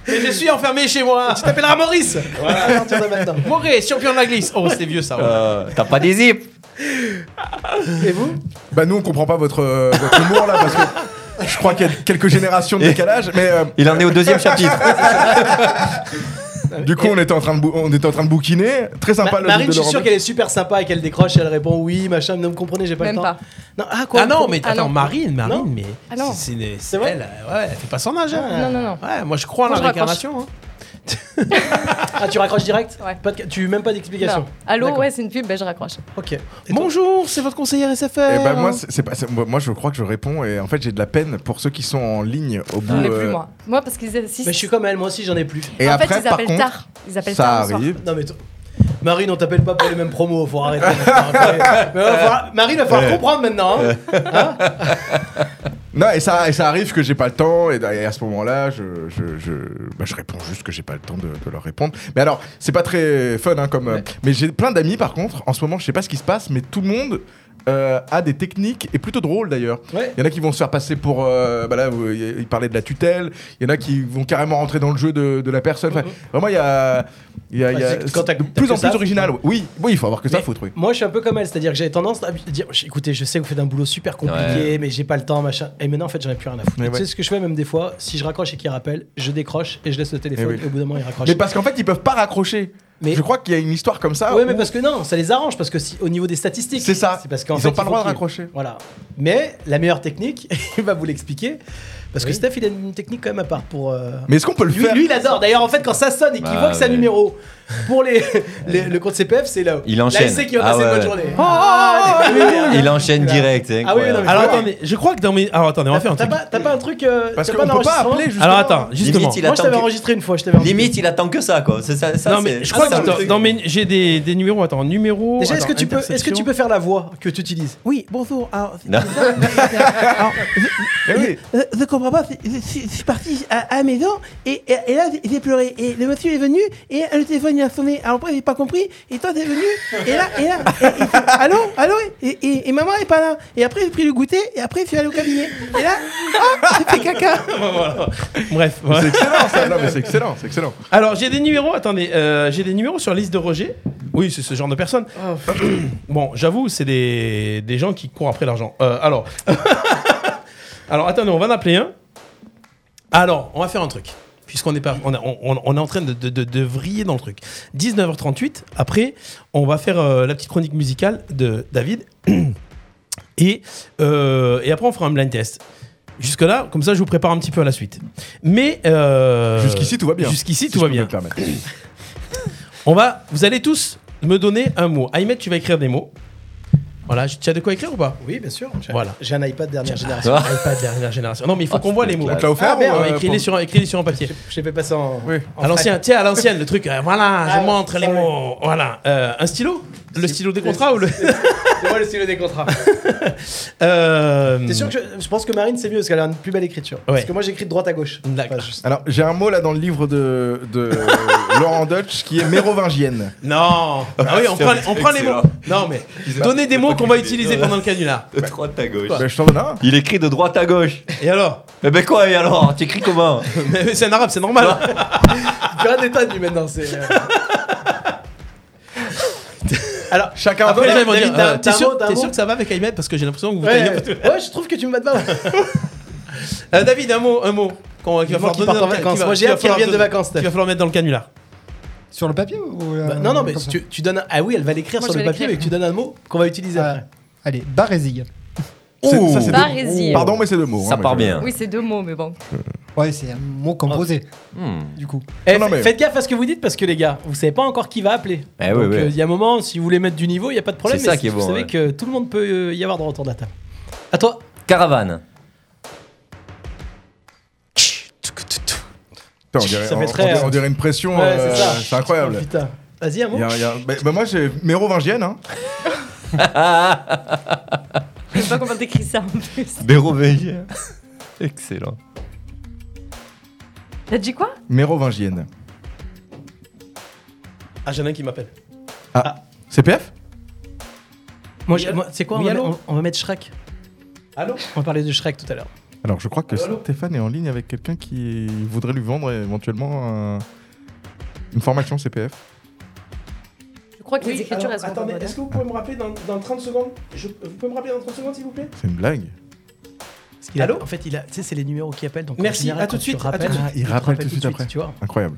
[SPEAKER 2] Mais je suis enfermé chez moi
[SPEAKER 3] Tu t'appelleras Maurice. Voilà, à partir de maintenant.
[SPEAKER 2] Maurice, champion de la glisse Oh, c'est vieux ça ouais.
[SPEAKER 5] Euh, T'as pas des zips.
[SPEAKER 3] Et vous
[SPEAKER 6] Bah, nous, on comprend pas votre, euh, votre humour là parce que je crois qu'il y a quelques générations de décalage, mais. euh,
[SPEAKER 5] Il en est au deuxième chapitre.
[SPEAKER 6] Du coup, on était en train de, bou- on était en train de bouquiner. Très sympa
[SPEAKER 3] Ma-
[SPEAKER 6] le
[SPEAKER 3] Marine,
[SPEAKER 6] de
[SPEAKER 3] je suis
[SPEAKER 6] Laurent
[SPEAKER 3] sûr qu'elle est super sympa et qu'elle décroche et elle répond oui, machin, ne me comprenez, j'ai pas
[SPEAKER 14] Même
[SPEAKER 3] le temps.
[SPEAKER 14] pas.
[SPEAKER 3] Non, ah quoi
[SPEAKER 2] Ah non, mais
[SPEAKER 14] Ah
[SPEAKER 2] attends,
[SPEAKER 14] non.
[SPEAKER 2] Marine, Marine,
[SPEAKER 3] Non.
[SPEAKER 2] mais.
[SPEAKER 14] Ah non.
[SPEAKER 2] C'est c'est- c'est
[SPEAKER 3] vrai
[SPEAKER 2] elle, euh, ouais, elle fait pas son âge. hein.
[SPEAKER 14] Non, non, non.
[SPEAKER 2] Ouais, moi je crois en
[SPEAKER 14] Moi,
[SPEAKER 2] la
[SPEAKER 14] je raccroche.
[SPEAKER 2] réincarnation. hein.
[SPEAKER 3] Ah, tu raccroches direct Pas de- Tu même pas d'explication
[SPEAKER 14] Non. Allô,
[SPEAKER 3] D'accord.
[SPEAKER 14] ouais, c'est une pub, ben, je raccroche.
[SPEAKER 3] Ok.
[SPEAKER 2] Bonjour, c'est votre conseiller
[SPEAKER 6] Eh
[SPEAKER 2] SFR.
[SPEAKER 6] ben, moi, c'est- c'est pas, c'est- moi, moi, je crois que je réponds et en fait j'ai de la peine pour ceux qui sont en ligne au bout.
[SPEAKER 14] Mais
[SPEAKER 6] euh,
[SPEAKER 14] plus moi. Moi, parce qu'ils assistent.
[SPEAKER 3] Mais je suis comme elle, moi aussi j'en ai plus.
[SPEAKER 6] Et
[SPEAKER 14] en
[SPEAKER 6] après,
[SPEAKER 14] fait, ils
[SPEAKER 6] par
[SPEAKER 14] appellent
[SPEAKER 6] contre,
[SPEAKER 14] tard. Ils appellent
[SPEAKER 6] ça
[SPEAKER 14] tard. le soir.
[SPEAKER 6] arrive.
[SPEAKER 3] Non mais toi- Marine, on t'appelle pas pour les mêmes promos, faut arrêter. faut arrêter. Mais va falloir- Marine, va falloir comprendre maintenant. hein.
[SPEAKER 6] Non, et ça, et ça arrive que j'ai pas le temps, et, et à ce moment-là, je, je, je, bah, je réponds juste que j'ai pas le temps de, de leur répondre. Mais alors, c'est pas très fun, hein, comme. euh, mais j'ai plein d'amis, par contre, en ce moment, je sais pas ce qui se passe, mais tout le monde euh, a des techniques, et plutôt drôles d'ailleurs. Il y en a qui vont se faire passer pour. euh, bah là, vous- il parlait de la tutelle, il y en a qui vont carrément rentrer dans le jeu de, de la personne. Enfin, Vraiment, il y a. il y a- il y a-
[SPEAKER 3] Ouais, c'est- Mhm. quand t'as-
[SPEAKER 6] de
[SPEAKER 3] t'as
[SPEAKER 6] plus
[SPEAKER 3] que
[SPEAKER 6] en
[SPEAKER 3] ça,
[SPEAKER 6] plus original.
[SPEAKER 3] faut-
[SPEAKER 6] Oui, oui, il faut avoir que ça,
[SPEAKER 3] Mais
[SPEAKER 6] faut truc.
[SPEAKER 3] Moi, je suis un peu comme elle, c'est-à-dire que j'avais tendance à dire écoutez, je sais que vous faites un boulot super compliqué,
[SPEAKER 6] Ouais.
[SPEAKER 3] mais j'ai pas le temps, machin. Et maintenant, en fait, j'en ai plus rien à foutre.
[SPEAKER 6] Mais
[SPEAKER 3] Tu sais
[SPEAKER 6] ouais.
[SPEAKER 3] ce que je fais, même des fois, si je raccroche et qu'il rappelle, je décroche et je laisse le téléphone.
[SPEAKER 6] Eh
[SPEAKER 3] Et,
[SPEAKER 6] oui.
[SPEAKER 3] au bout d'un moment, il raccroche.
[SPEAKER 6] Mais parce qu'en fait, ils peuvent pas raccrocher. Je crois qu'il y a une histoire comme ça.
[SPEAKER 3] Ouais,
[SPEAKER 6] où-
[SPEAKER 3] mais bah, parce que non, ça les arrange, parce que si, au niveau des statistiques. C'est ça. C'est parce qu'en
[SPEAKER 6] Ils
[SPEAKER 3] fait,
[SPEAKER 6] ont pas
[SPEAKER 3] il faut
[SPEAKER 6] le droit de
[SPEAKER 3] qu'il-
[SPEAKER 6] raccrocher.
[SPEAKER 3] Voilà. Mais la meilleure technique, il va vous l'expliquer. Parce que
[SPEAKER 6] Oui.
[SPEAKER 3] Steph, il a une technique quand même à part pour. euh,
[SPEAKER 6] Mais est-ce qu'on peut le
[SPEAKER 3] lui,
[SPEAKER 6] faire
[SPEAKER 3] Lui, il adore. D'ailleurs, en fait, quand ça sonne et qu'il
[SPEAKER 6] Bah
[SPEAKER 3] voit que c'est un
[SPEAKER 6] ouais.
[SPEAKER 3] numéro pour les, les- le compte CPF, c'est là.
[SPEAKER 5] Il
[SPEAKER 3] Là,
[SPEAKER 5] enchaîne.
[SPEAKER 3] il sait qu'il va
[SPEAKER 5] Ah
[SPEAKER 3] passer une
[SPEAKER 5] ouais,
[SPEAKER 3] bonne
[SPEAKER 5] ouais.
[SPEAKER 3] journée.
[SPEAKER 5] Oh,
[SPEAKER 3] Ah,
[SPEAKER 5] oh,
[SPEAKER 3] les
[SPEAKER 5] oh,
[SPEAKER 3] meilleurs.
[SPEAKER 5] Il enchaîne direct. c'est
[SPEAKER 3] Ah oui, non,
[SPEAKER 5] incroyable.
[SPEAKER 3] mais-
[SPEAKER 2] Alors attendez, je crois que dans mes. Alors attendez, on va faire un
[SPEAKER 3] T'as
[SPEAKER 2] truc.
[SPEAKER 3] pas, t'as pas un truc. euh,
[SPEAKER 2] Parce
[SPEAKER 3] t'as
[SPEAKER 2] qu'on
[SPEAKER 3] pas
[SPEAKER 2] peut pas
[SPEAKER 3] d'enregistrement
[SPEAKER 2] appeler, justement. Alors, attends, justement.
[SPEAKER 5] Limite, il
[SPEAKER 3] Moi, je t'avais
[SPEAKER 5] attend que-
[SPEAKER 3] enregistré une fois. Je t'avais enregistré.
[SPEAKER 5] Limite, il attend que ça, quoi. C'est ça, ça,
[SPEAKER 2] non mais
[SPEAKER 5] c'est-
[SPEAKER 2] je crois
[SPEAKER 5] ça,
[SPEAKER 2] que
[SPEAKER 5] le
[SPEAKER 2] dans,
[SPEAKER 5] truc.
[SPEAKER 2] dans mes- j'ai des, des numéros. Attends, numéro.
[SPEAKER 3] Déjà, est-ce
[SPEAKER 2] attends,
[SPEAKER 3] que tu peux, est-ce que tu
[SPEAKER 2] interception.
[SPEAKER 3] peux faire la voix que tu utilises
[SPEAKER 17] Oui, bonjour. Alors,
[SPEAKER 5] Non.
[SPEAKER 17] alors,
[SPEAKER 2] Eh
[SPEAKER 17] je, je- je comprends pas. Je, je- je suis parti à, à la maison et, et- et là, j'ai- j'ai pleuré. Et le monsieur est venu et le téléphone il a sonné. Alors après, j'ai pas compris. Et toi, t'es venu. Et là, et là, et- et- allô, allô. Et, et- et maman est pas là. Et après, j'ai pris le goûter et après, je suis allé au cabinet. Et là, ah, j'ai fait caca.
[SPEAKER 2] Bref.
[SPEAKER 6] C'est excellent, ça. Non, mais c'est excellent, c'est excellent.
[SPEAKER 2] Alors j'ai des numéros. Attendez, euh, j'ai des numéros sur la liste de Roger. Oui, c'est ce genre de personne. bon, j'avoue, c'est des, des gens qui courent après l'argent. Euh, alors, alors attendez, on va en appeler un. Alors, on va faire un truc. Puisqu'on est, pas, on, a- on, on- on est en train de, de, de- de vriller dans le truc. 19h38, après, on va faire euh, la petite chronique musicale de David. Et, euh, et après, on fera un blind test. Jusque-là, comme ça, je vous prépare un petit peu à la suite. Mais. euh,
[SPEAKER 6] Jusqu'ici, tout va bien.
[SPEAKER 2] Jusqu'ici,
[SPEAKER 6] Si
[SPEAKER 2] tout
[SPEAKER 6] je
[SPEAKER 2] va
[SPEAKER 6] peux
[SPEAKER 2] bien.
[SPEAKER 6] me permettre.
[SPEAKER 2] On va, vous allez tous me donner un mot. Ahmed, tu vas écrire des mots. Voilà, tu as de quoi écrire ou pas
[SPEAKER 3] Oui, bien sûr. J'ai-
[SPEAKER 2] Voilà.
[SPEAKER 3] J'ai un iPad dernière génération.
[SPEAKER 2] Génération,
[SPEAKER 5] Ah,
[SPEAKER 2] iPad, Ah, dernière génération. Oh, Non, mais il faut qu'on voit les mots.
[SPEAKER 3] On te l'a offert
[SPEAKER 2] Ah, merde,
[SPEAKER 3] ou, euh,
[SPEAKER 2] écris-les
[SPEAKER 3] pour-
[SPEAKER 2] sur, écris-les sur un papier.
[SPEAKER 3] Je l'ai fait passer en. en
[SPEAKER 2] À l'ancienne,
[SPEAKER 3] frais.
[SPEAKER 2] tiens, à l'ancienne, le truc. euh, voilà,
[SPEAKER 3] Ah,
[SPEAKER 2] je montre les
[SPEAKER 3] sorry.
[SPEAKER 2] mots. Voilà. Euh, un stylo Le stylo des contrats ou le.
[SPEAKER 3] C'est moi le stylo des contrats.
[SPEAKER 2] Euh,
[SPEAKER 3] T'es sûr
[SPEAKER 5] Mm.
[SPEAKER 3] que je, je pense que Marine c'est mieux parce qu'elle a une plus belle écriture. Parce
[SPEAKER 6] Ouais.
[SPEAKER 3] que moi j'écris de droite à gauche.
[SPEAKER 2] D'accord.
[SPEAKER 6] Alors, j'ai un mot là dans le livre de, de Laurent Dutch qui est mérovingienne.
[SPEAKER 2] Non Ah oui, on prend, on prend les mots. Non, mais donnez des mots qu'on va utiliser pendant le canular.
[SPEAKER 5] De droite à gauche.
[SPEAKER 2] Bah,
[SPEAKER 6] Ben, je t'en donne un.
[SPEAKER 5] Il écrit de droite à gauche.
[SPEAKER 2] Et alors
[SPEAKER 5] Mais ben quoi, et alors Tu écris comment
[SPEAKER 2] Mais mais c'est un arabe, c'est normal.
[SPEAKER 3] Il fait un état de lui maintenant. C'est. euh. Alors,
[SPEAKER 2] chacun
[SPEAKER 3] un
[SPEAKER 2] Après,
[SPEAKER 3] peu.
[SPEAKER 2] les gens ils vont
[SPEAKER 3] David,
[SPEAKER 2] dire
[SPEAKER 3] t'as-
[SPEAKER 2] euh,
[SPEAKER 3] t'as
[SPEAKER 2] T'es
[SPEAKER 3] un mot,
[SPEAKER 2] sûr,
[SPEAKER 3] t'as un
[SPEAKER 2] t'es sûr
[SPEAKER 3] mot
[SPEAKER 2] que ça va avec Ahmed Parce que j'ai l'impression que vous taillez
[SPEAKER 3] Ouais,
[SPEAKER 2] un peu.
[SPEAKER 3] ouais, je trouve que tu me bats de mal.
[SPEAKER 2] Euh, David, un mot, un mot. Qu'on, qu'il
[SPEAKER 3] Il
[SPEAKER 2] va
[SPEAKER 3] y
[SPEAKER 2] falloir
[SPEAKER 3] a qui
[SPEAKER 2] donner
[SPEAKER 3] partent
[SPEAKER 2] dans
[SPEAKER 3] en
[SPEAKER 2] le-
[SPEAKER 3] vacances.
[SPEAKER 2] qu'il va-
[SPEAKER 3] Moi j'ai
[SPEAKER 2] qu'il va
[SPEAKER 3] hâte qu'ils
[SPEAKER 2] falloir
[SPEAKER 3] reviennent de
[SPEAKER 2] donner-
[SPEAKER 3] vacances.
[SPEAKER 2] qu'il va falloir mettre dans le canular.
[SPEAKER 4] Sur le papier ou euh,
[SPEAKER 3] Bah, non, non, mais tu, tu donnes. un- Ah oui, elle va l'écrire
[SPEAKER 4] Moi,
[SPEAKER 3] sur
[SPEAKER 4] je
[SPEAKER 3] le
[SPEAKER 4] vais
[SPEAKER 3] papier
[SPEAKER 4] l'écrire.
[SPEAKER 3] et que tu donnes un mot qu'on va utiliser
[SPEAKER 5] Ah.
[SPEAKER 3] après.
[SPEAKER 4] Allez, barésille.
[SPEAKER 6] C'est- ça, c'est deux-
[SPEAKER 14] Barésil.
[SPEAKER 6] Pardon, mais c'est deux mots. hein, mais je-
[SPEAKER 14] Oui, c'est deux mots, mais bon.
[SPEAKER 4] Ouais, c'est un mot composé. Du coup.
[SPEAKER 3] Eh,
[SPEAKER 4] Non, non,
[SPEAKER 3] fa-
[SPEAKER 4] mais-
[SPEAKER 3] Faites gaffe à ce que vous dites parce que les gars, vous savez pas encore qui va appeler.
[SPEAKER 5] Eh
[SPEAKER 3] Donc
[SPEAKER 5] oui, oui.
[SPEAKER 3] euh, il y a un moment, si vous voulez mettre du niveau, il y a pas de problème.
[SPEAKER 5] C'est ça
[SPEAKER 3] mais
[SPEAKER 5] qui est
[SPEAKER 3] vous
[SPEAKER 5] bon,
[SPEAKER 3] savez
[SPEAKER 5] ouais.
[SPEAKER 3] que tout le monde peut euh, y avoir de retour de la table. À toi.
[SPEAKER 5] Caravane.
[SPEAKER 6] Putain, on dirait,
[SPEAKER 3] Ça
[SPEAKER 6] on-
[SPEAKER 3] fait très,
[SPEAKER 6] on dirait-
[SPEAKER 3] euh,
[SPEAKER 6] on dirait une pression.
[SPEAKER 3] ouais,
[SPEAKER 6] euh,
[SPEAKER 3] c'est ça.
[SPEAKER 6] c'est incroyable.
[SPEAKER 3] Oh, putain. Vas-y, un mot.
[SPEAKER 6] Il y a- il y a- bah, bah, moi, j'ai mérovingienne. Hein.
[SPEAKER 14] Je sais pas comment t'écris ça en plus.
[SPEAKER 5] Mérovingienne. Excellent.
[SPEAKER 14] T'as dit quoi
[SPEAKER 6] Mérovingienne.
[SPEAKER 2] Ah, j'en ai un qui m'appelle.
[SPEAKER 6] Ah. CPF
[SPEAKER 3] Moi, je- moi, c'est quoi on
[SPEAKER 2] Oui,
[SPEAKER 3] va,
[SPEAKER 2] allô
[SPEAKER 3] mettre- on- on va mettre Shrek.
[SPEAKER 2] Allô
[SPEAKER 3] On parlait de Shrek tout à l'heure.
[SPEAKER 6] Alors, je crois que Stéphane est en ligne avec quelqu'un qui voudrait lui vendre éventuellement un- une formation CPF.
[SPEAKER 14] Je crois que les écritures, elles sont
[SPEAKER 2] attendez,
[SPEAKER 14] commodes,
[SPEAKER 2] est-ce que vous pouvez me rappeler dans, dans 30 secondes Je- Vous pouvez me rappeler dans 30 secondes, s'il vous plaît
[SPEAKER 6] C'est une blague.
[SPEAKER 3] Parce qu'il a-
[SPEAKER 2] Allô
[SPEAKER 3] En fait, il a. Tu sais, c'est les numéros qui appellent. Donc en
[SPEAKER 2] Merci,
[SPEAKER 3] général,
[SPEAKER 2] à tout
[SPEAKER 3] quand
[SPEAKER 2] de
[SPEAKER 3] tu
[SPEAKER 2] suite, à
[SPEAKER 3] rappelles,
[SPEAKER 2] tout de
[SPEAKER 3] il
[SPEAKER 2] suite.
[SPEAKER 3] te rappelle tout de suite, tu vois.
[SPEAKER 6] Incroyable.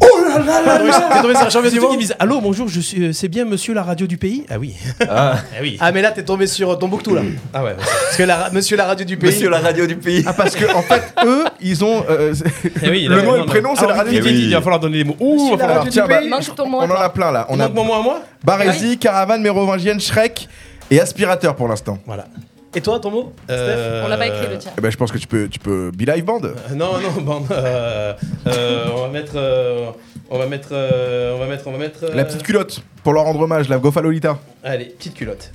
[SPEAKER 2] Oh là là
[SPEAKER 3] là là
[SPEAKER 2] T'es tombé sur un champion du monde Ils me disent Allô, bonjour, je suis, euh, c'est bien monsieur la radio du pays Ah oui.
[SPEAKER 5] Ah.
[SPEAKER 2] oui.
[SPEAKER 3] Ah, mais là, t'es tombé sur euh, Tombouctou, là.
[SPEAKER 2] Ah ouais.
[SPEAKER 3] Parce que la, ra- monsieur la radio du pays.
[SPEAKER 5] Monsieur la radio du pays.
[SPEAKER 6] Ah, parce que en fait, eux, ils ont. euh, c'est-
[SPEAKER 2] oui, il
[SPEAKER 6] le
[SPEAKER 2] avait
[SPEAKER 6] nom et
[SPEAKER 2] raison,
[SPEAKER 6] le prénom,
[SPEAKER 2] non.
[SPEAKER 6] c'est la
[SPEAKER 2] Ah,
[SPEAKER 6] radio
[SPEAKER 2] oui,
[SPEAKER 6] du
[SPEAKER 2] oui,
[SPEAKER 6] pays.
[SPEAKER 2] il va falloir donner les mots. Ouh, il va falloir-
[SPEAKER 6] Tiens, bah,
[SPEAKER 14] Mange ton
[SPEAKER 6] on
[SPEAKER 14] mot à
[SPEAKER 6] en
[SPEAKER 14] toi.
[SPEAKER 6] a plein là. On
[SPEAKER 2] Il
[SPEAKER 6] a
[SPEAKER 2] manque mon mot à moi
[SPEAKER 6] Barésie, caravane, mérovingienne, Shrek et aspirateur pour l'instant.
[SPEAKER 2] Voilà.
[SPEAKER 3] Et toi, ton mot
[SPEAKER 2] Euh,
[SPEAKER 14] On l'a pas écrit le tien.
[SPEAKER 6] Eh ben, je pense que tu peux, tu peux be live band.
[SPEAKER 2] Euh, Non, non, bon, euh, euh, on va mettre, euh, on va mettre, euh, on va mettre, on va mettre. euh,
[SPEAKER 6] La petite culotte pour leur rendre hommage, la Gofa Lolita.
[SPEAKER 2] Allez, petite culotte.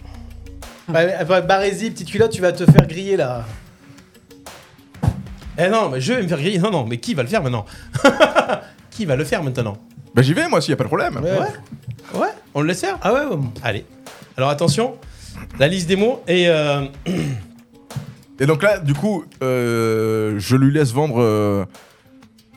[SPEAKER 3] Ouais, mais, après, Barésie, petite culotte, tu vas te faire griller là.
[SPEAKER 2] Eh non, mais je vais me faire griller. Non, non, mais qui va le faire maintenant Qui va le faire maintenant
[SPEAKER 6] Bah j'y vais moi s'il y a pas de problème.
[SPEAKER 2] Ouais. On le laisse faire
[SPEAKER 3] Ah ouais, ouais.
[SPEAKER 2] Allez. Alors attention. La liste des mots et. euh,
[SPEAKER 6] Et donc là, du coup, euh, je lui laisse vendre. euh,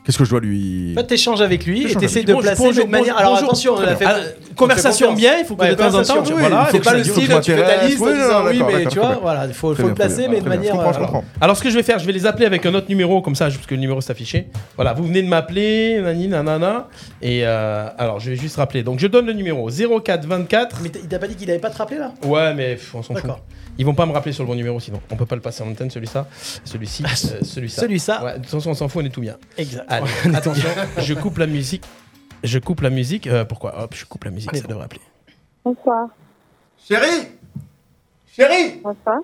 [SPEAKER 6] Qu'est-ce que je dois lui.
[SPEAKER 3] En fait, t'échanges avec lui et
[SPEAKER 6] T'échanges
[SPEAKER 3] t'essayes
[SPEAKER 6] avec
[SPEAKER 3] de
[SPEAKER 6] lui.
[SPEAKER 3] placer
[SPEAKER 6] Bonjour,
[SPEAKER 3] mais de manière.
[SPEAKER 6] bonjour,
[SPEAKER 3] Alors
[SPEAKER 6] bonjour.
[SPEAKER 3] attention, on
[SPEAKER 6] Très
[SPEAKER 3] a fait.
[SPEAKER 6] bien. Alors,
[SPEAKER 3] on fait
[SPEAKER 2] conversation
[SPEAKER 3] confiance.
[SPEAKER 2] bien, il faut que de temps en temps,
[SPEAKER 3] conversation,
[SPEAKER 2] oui,
[SPEAKER 3] voilà,
[SPEAKER 2] il faut
[SPEAKER 3] c'est
[SPEAKER 2] que
[SPEAKER 3] pas
[SPEAKER 2] ça
[SPEAKER 3] le
[SPEAKER 2] dure,
[SPEAKER 3] style,
[SPEAKER 2] faut
[SPEAKER 3] tu fais ta
[SPEAKER 2] m'intéresser.
[SPEAKER 3] liste en
[SPEAKER 2] Oui, non,
[SPEAKER 3] disant oui,
[SPEAKER 2] d'accord,
[SPEAKER 3] mais
[SPEAKER 2] d'accord,
[SPEAKER 3] tu vois,
[SPEAKER 2] très bien.
[SPEAKER 3] voilà, il faut,
[SPEAKER 2] Très
[SPEAKER 3] faut le
[SPEAKER 2] bien, très bien,
[SPEAKER 3] placer,
[SPEAKER 6] Ah,
[SPEAKER 3] mais de
[SPEAKER 2] très bien.
[SPEAKER 3] manière.
[SPEAKER 2] Je
[SPEAKER 3] euh,
[SPEAKER 2] comprends, je
[SPEAKER 3] voilà.
[SPEAKER 2] comprends. Alors, ce que je vais faire, je vais les appeler avec un autre numéro, comme ça, je- parce que le numéro s'est affiché. Voilà, vous venez de m'appeler, nani, nanana. Et euh, alors, je vais juste rappeler. Donc, je donne le numéro 0424.
[SPEAKER 3] Mais t- il t'a pas dit qu'il avait pas te rappelé là
[SPEAKER 2] Ouais, mais pff, on s'en fout.
[SPEAKER 3] D'accord.
[SPEAKER 2] Ils vont pas me rappeler sur le bon numéro, sinon. On peut pas le passer en antenne, celui-là.
[SPEAKER 5] Ah,
[SPEAKER 2] Celui-ci, euh, celui-là.
[SPEAKER 3] celui-là.
[SPEAKER 2] Ouais, de toute façon, on s'en fout, on est tout bien.
[SPEAKER 3] Exact.
[SPEAKER 2] Allez, attention, je coupe la musique. Je coupe la musique. Euh, pourquoi Hop, je coupe la musique, ça devrait appeler.
[SPEAKER 18] Bonsoir.
[SPEAKER 6] Chérie Chérie
[SPEAKER 18] Bonsoir.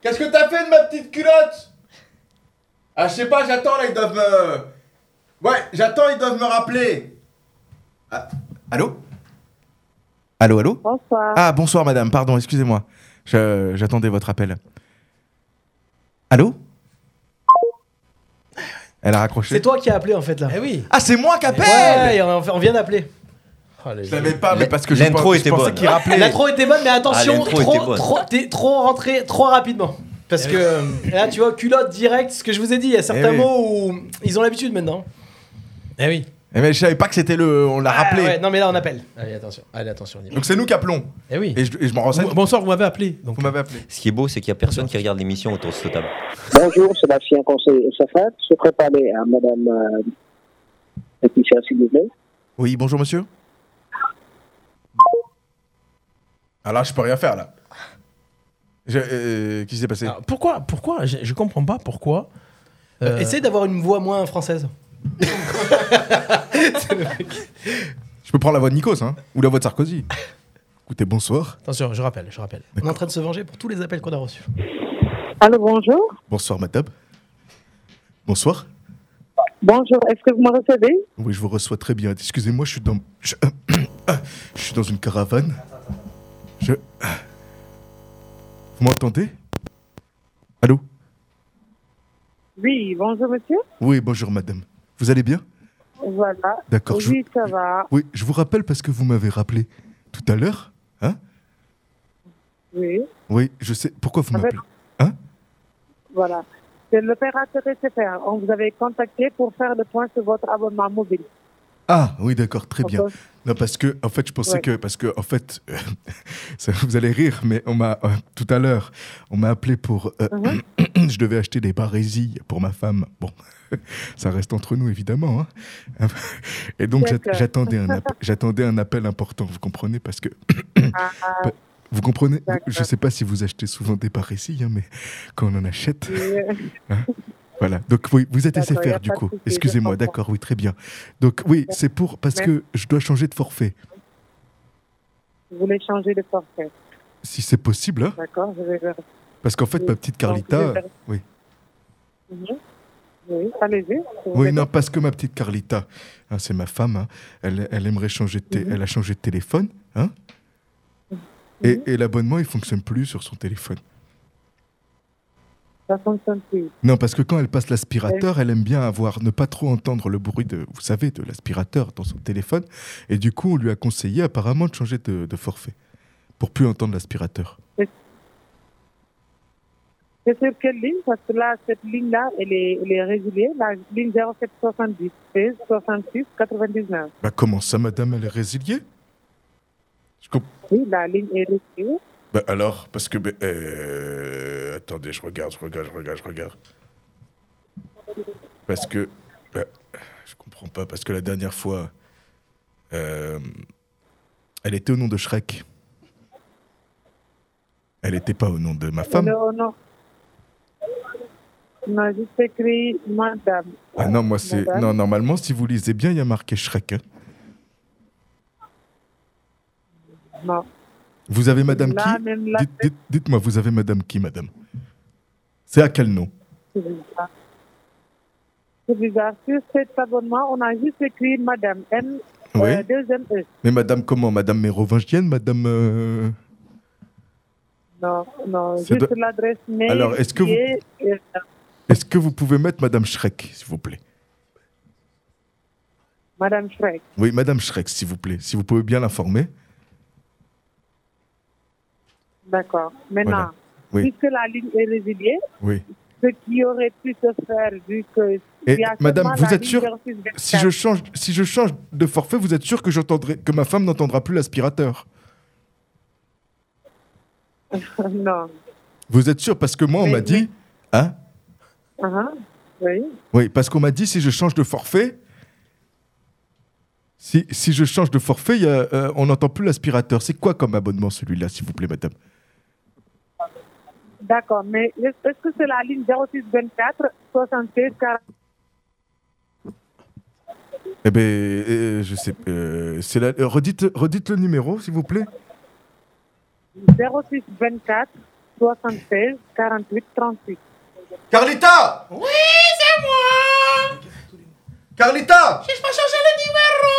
[SPEAKER 6] Qu'est-ce que t'as fait de ma petite culotte Ah, je sais pas, j'attends là, ils doivent me. Ouais, j'attends, ils doivent me rappeler. Ah, Allô Allô, allô
[SPEAKER 18] Bonsoir.
[SPEAKER 6] Ah, bonsoir madame, pardon, excusez-moi. Je- J'attendais votre appel. Allô Elle a raccroché.
[SPEAKER 3] C'est toi qui as appelé en fait là. Eh
[SPEAKER 2] oui.
[SPEAKER 6] Ah, c'est moi qui
[SPEAKER 3] appelle Ouais, on on vient d'appeler.
[SPEAKER 6] Je savais pas, mais parce que je
[SPEAKER 5] L'intro
[SPEAKER 6] pense- je
[SPEAKER 5] était
[SPEAKER 6] pensais
[SPEAKER 5] bonne.
[SPEAKER 6] qu'il rappelait.
[SPEAKER 3] L'intro était bonne, mais
[SPEAKER 5] Ah,
[SPEAKER 3] attention,
[SPEAKER 5] l'intro
[SPEAKER 3] trop,
[SPEAKER 5] était bonne.
[SPEAKER 3] trop, t'es trop rentré trop rapidement. Parce que euh,
[SPEAKER 2] Eh,
[SPEAKER 5] eh,
[SPEAKER 3] là, tu vois, culotte direct, ce que je vous ai dit, il y a certains
[SPEAKER 6] Eh oui.
[SPEAKER 3] mots où ils ont l'habitude maintenant.
[SPEAKER 2] Eh oui.
[SPEAKER 6] Eh mais je savais pas que c'était le. On l'a rappelé.
[SPEAKER 3] Ah ouais, non, mais là, on appelle.
[SPEAKER 2] Allez, attention, allez, attention. on y va.
[SPEAKER 6] Donc c'est nous qui appelons.
[SPEAKER 2] Eh oui.
[SPEAKER 6] Et je, et je m'en renseigne.
[SPEAKER 2] Bonsoir, vous m'avez appelé.
[SPEAKER 6] Vous m'avez appelé.
[SPEAKER 5] Ce qui est beau, c'est qu'il y a personne qui regarde l'émission autour de cette table.
[SPEAKER 19] Bonjour, Sébastien Conseil et Safat. Je préparais à Madame euh, Laetitia, s'il vous plaît.
[SPEAKER 6] Oui, bonjour monsieur. Ah là, je peux rien faire là. Je- euh, Qu'est-ce qui s'est passé
[SPEAKER 2] Ah, Pourquoi Pourquoi je, je comprends pas pourquoi.
[SPEAKER 3] Euh, Essaye d'avoir une voix moins française.
[SPEAKER 6] Je peux prendre la voix de Nikos, hein Ou la voix de Sarkozy. Écoutez, bonsoir.
[SPEAKER 2] Attention, je rappelle, je rappelle.
[SPEAKER 3] On est en train de se venger pour tous les appels qu'on a reçus.
[SPEAKER 18] Allô, bonjour.
[SPEAKER 6] Bonsoir madame. Bonsoir.
[SPEAKER 18] Bonjour, est-ce que vous me recevez
[SPEAKER 6] Oui, je vous reçois très bien. Excusez-moi, je suis dans. Je, je suis dans une caravane. Je. Vous m'entendez Allô
[SPEAKER 18] Oui, bonjour monsieur.
[SPEAKER 6] Oui, bonjour madame. Vous allez bien
[SPEAKER 18] Voilà.
[SPEAKER 6] D'accord, je-
[SPEAKER 18] Oui, ça va.
[SPEAKER 6] Oui, je vous rappelle parce que vous m'avez rappelé tout à l'heure. Hein
[SPEAKER 18] Oui,
[SPEAKER 6] Oui, je sais. Pourquoi vous
[SPEAKER 18] En fait-
[SPEAKER 6] m'appelez
[SPEAKER 18] voilà. C'est l'opérateur SFR. On vous avait contacté pour faire le point sur votre abonnement mobile.
[SPEAKER 6] Ah oui, d'accord, très bien.
[SPEAKER 18] Pourquoi
[SPEAKER 6] Non, parce que, en fait, je pensais
[SPEAKER 18] Ouais.
[SPEAKER 6] que, parce que, en fait, ça, vous allez rire, mais on m'a, euh, tout à l'heure, on m'a appelé pour,
[SPEAKER 18] Ah
[SPEAKER 6] euh, je devais acheter des barésilles pour ma femme. Bon, ça reste entre nous, évidemment. hein. Et donc, j'a-
[SPEAKER 18] D'accord.
[SPEAKER 6] j'attendais un, app- j'attendais un appel important, vous comprenez, parce que,
[SPEAKER 18] Ah, ah,
[SPEAKER 6] vous comprenez, vous- je
[SPEAKER 18] D'accord.
[SPEAKER 6] sais pas si vous achetez souvent des barésilles, hein, mais quand on en achète,
[SPEAKER 18] euh,
[SPEAKER 6] Hein voilà, donc oui, vous êtes
[SPEAKER 18] D'accord, y a
[SPEAKER 6] SFR du
[SPEAKER 18] pas de
[SPEAKER 6] coup.
[SPEAKER 18] souci, je
[SPEAKER 6] Excusez-moi,
[SPEAKER 18] comprends.
[SPEAKER 6] d'accord, oui, très bien. Donc oui, c'est pour parce que je dois changer de forfait,
[SPEAKER 18] vous voulez changer de forfait.
[SPEAKER 6] si c'est possible. hein.
[SPEAKER 18] D'accord, je vais vers.
[SPEAKER 6] parce qu'en fait, ma petite Carlita, oui,
[SPEAKER 18] Mhm. Oui, allez-y.
[SPEAKER 6] oui, non, parce que ma petite Carlita, hein, c'est ma femme. hein, elle, elle aimerait changer, de té-
[SPEAKER 18] Mhm.
[SPEAKER 6] elle a changé de téléphone, hein. Et, et l'abonnement, il fonctionne plus sur son téléphone.
[SPEAKER 18] Ça fonctionne plus.
[SPEAKER 6] Non, parce que quand elle passe l'aspirateur, elle aime bien avoir, ne pas trop entendre le bruit de, vous savez, de l'aspirateur dans son téléphone. Et du coup, on lui a conseillé apparemment de changer de, de forfait pour plus entendre l'aspirateur.
[SPEAKER 18] C'est sur quelle ligne Parce que là, cette ligne-là, elle est, elle est régulière. La ligne 0770, 16, 66, 99.
[SPEAKER 6] Bah comment ça, madame, elle est résiliée
[SPEAKER 18] Oui, la ligne est régulière.
[SPEAKER 6] Bah alors, parce que... mais, euh, attendez, je regarde, je regarde, je regarde, je regarde. Parce que... bah, je comprends pas, parce que la dernière fois... euh, elle était au nom de Shrek. Elle n'était pas au nom de ma femme.
[SPEAKER 18] Non, non. Non, juste écrit madame.
[SPEAKER 6] Ah non, moi c'est.
[SPEAKER 18] Madame.
[SPEAKER 6] Non, normalement, si vous lisez bien, il y a marqué Shrek. hein.
[SPEAKER 18] Non.
[SPEAKER 6] Vous avez madame
[SPEAKER 18] Là,
[SPEAKER 6] qui
[SPEAKER 18] même là,
[SPEAKER 6] Dites- dites- Dites-moi, vous avez madame qui, madame C'est à quel nom
[SPEAKER 18] c'est bizarre. C'est bizarre. Sur cet abonnement, on a juste écrit madame. M,
[SPEAKER 6] Oui.
[SPEAKER 18] euh, deuxième E.
[SPEAKER 6] Mais madame comment Madame mérovingienne Madame. euh,
[SPEAKER 18] Non, non,
[SPEAKER 6] Ça
[SPEAKER 18] juste
[SPEAKER 6] doit-
[SPEAKER 18] l'adresse mail.
[SPEAKER 6] Alors, est-ce que
[SPEAKER 18] qui
[SPEAKER 6] vous-
[SPEAKER 18] est, euh,
[SPEAKER 6] Est-ce que vous pouvez mettre madame Shrek, s'il vous plaît
[SPEAKER 18] Madame Shrek.
[SPEAKER 6] Oui, madame Shrek, s'il vous plaît. Si vous pouvez bien l'informer.
[SPEAKER 10] D'accord. Maintenant,
[SPEAKER 6] Voilà. Oui.
[SPEAKER 10] puisque la ligne est résiliée,
[SPEAKER 6] Oui.
[SPEAKER 10] ce qui aurait pu se faire, vu que.
[SPEAKER 6] Et
[SPEAKER 10] il y a
[SPEAKER 6] madame,
[SPEAKER 10] seulement
[SPEAKER 6] vous
[SPEAKER 10] la
[SPEAKER 6] êtes
[SPEAKER 10] ligne
[SPEAKER 6] sûre
[SPEAKER 10] versus
[SPEAKER 6] si
[SPEAKER 10] 24.
[SPEAKER 6] je change si je change de forfait, vous êtes sûr que j'entendrai que ma femme n'entendra plus l'aspirateur.
[SPEAKER 10] non.
[SPEAKER 6] Vous êtes sûr parce que moi on m'a dit hein
[SPEAKER 10] Uh-huh. Oui.
[SPEAKER 6] Oui, parce qu'on m'a dit si je change de forfait si, si je change de forfait, il y a, euh, on n'entend plus l'aspirateur. C'est quoi comme abonnement celui-là, s'il vous plaît, madame
[SPEAKER 10] D'accord. Mais est-ce est-ce que c'est la ligne 0624 76 40
[SPEAKER 6] Eh ben, euh, je sais. euh, c'est la- euh, redites, redites le numéro, s'il vous plaît.
[SPEAKER 10] 0624 76 48 36
[SPEAKER 20] Carlita Oui, c'est moi Carlita
[SPEAKER 3] J'ai pas changé le numéro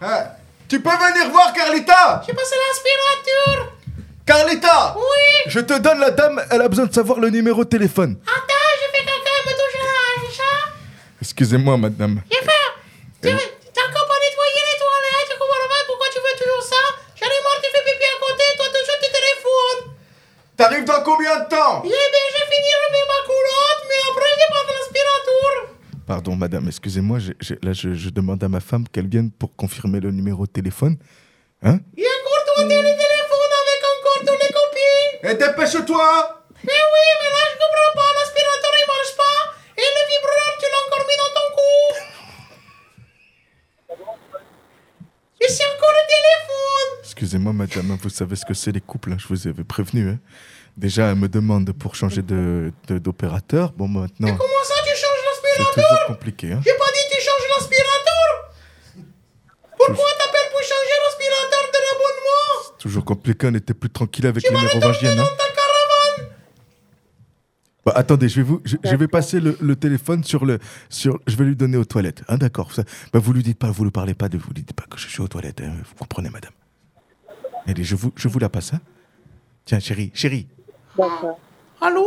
[SPEAKER 6] Eh,
[SPEAKER 20] Hein Tu peux venir voir Carlita
[SPEAKER 3] J'ai passé l'aspirateur
[SPEAKER 20] Carlita
[SPEAKER 3] Oui
[SPEAKER 6] Je te donne la dame, elle a besoin de savoir le numéro de téléphone.
[SPEAKER 3] Attends, je fais caca, me touche la chat
[SPEAKER 6] Excusez-moi, madame.
[SPEAKER 3] J'ai fait tu veux- T'as encore pas nettoyé les toilettes, je comprends pas pourquoi tu fais toujours ça J'en ai marre, tu fais pipi à côté, toi toujours tu téléphones
[SPEAKER 20] T'arrives dans combien de temps
[SPEAKER 3] Eh bien, j'ai fini de remettre ma culotte, mais après j'ai pas d'aspirateur
[SPEAKER 6] Pardon, madame, excusez-moi. j'ai- j'ai- là, je, je demande à ma femme qu'elle vienne pour confirmer le numéro de téléphone. Hein
[SPEAKER 3] Il y a encore toi les téléphones avec encore tous les copines
[SPEAKER 20] Et dépêche-toi
[SPEAKER 3] Mais oui, mais là je comprends pas, l'aspirateur il marche pas Et le vibreur, tu l'as encore mis dans ton cou Et c'est encore le téléphone
[SPEAKER 6] Excusez-moi, madame, vous savez ce que c'est les couples, hein, je vous avais prévenu. hein. Déjà, elle me demande pour changer de- de- d'opérateur. bon, maintenant,
[SPEAKER 3] Comment ça tu changes
[SPEAKER 6] c'est
[SPEAKER 3] l'aspirateur
[SPEAKER 6] toujours compliqué. Hein.
[SPEAKER 3] J'ai pas dit tu changes l'aspirateur Pourquoi t'appelles pour changer l'aspirateur de l'abonnement
[SPEAKER 6] C'est toujours compliqué, on était plus tranquille avec les mérovingiennes. hein. Bah, attendez, je vais, vous, je, je vais passer le, le téléphone sur le. Sur, je vais lui donner aux toilettes. Hein, D'accord. ça- Bah, vous lui dites pas, vous ne parlez pas, de, vous lui dites pas que je suis aux toilettes. hein, vous comprenez, madame. Allez, je vous, je vous la passe. hein. Tiens, chérie, chérie.
[SPEAKER 10] D'accord.
[SPEAKER 3] Allô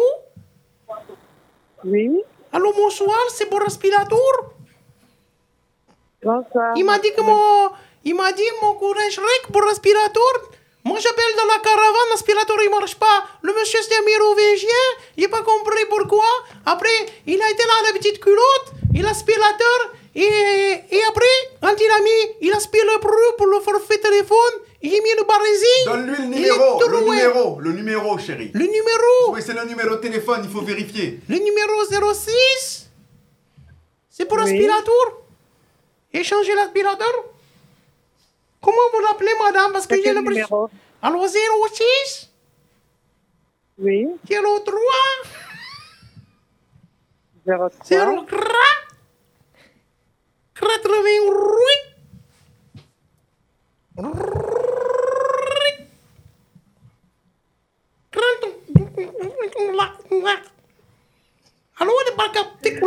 [SPEAKER 10] Oui,
[SPEAKER 3] Allô, bonsoir, c'est pour l'aspirateur
[SPEAKER 10] bonsoir.
[SPEAKER 3] Il m'a dit que mon... Il m'a dit mon courage rec pour l'aspirateur Moi, j'appelle dans la caravane, l'aspirateur, il marche pas. Le monsieur, c'est un mérovingien, il a pas compris pourquoi. Après, il a été là, la petite culotte, et l'aspirateur, et, et après, quand il a mis, il aspire le bruit pour le forfait téléphone, il a mis le barésie.
[SPEAKER 20] Donne-lui le
[SPEAKER 3] il est
[SPEAKER 20] numéro
[SPEAKER 3] tout
[SPEAKER 20] Le
[SPEAKER 3] roué.
[SPEAKER 20] numéro Le numéro, chérie
[SPEAKER 3] Le numéro
[SPEAKER 20] Oui, c'est le numéro de téléphone, il faut vérifier
[SPEAKER 3] Le numéro 06 C'est pour l'aspirateur Échanger l'aspirateur Comment vous l'appelez, madame Parce que j'ai l'impression. Alors 06
[SPEAKER 10] Oui.
[SPEAKER 3] 03
[SPEAKER 10] 03
[SPEAKER 3] 88 Allô, on n'est pas capté.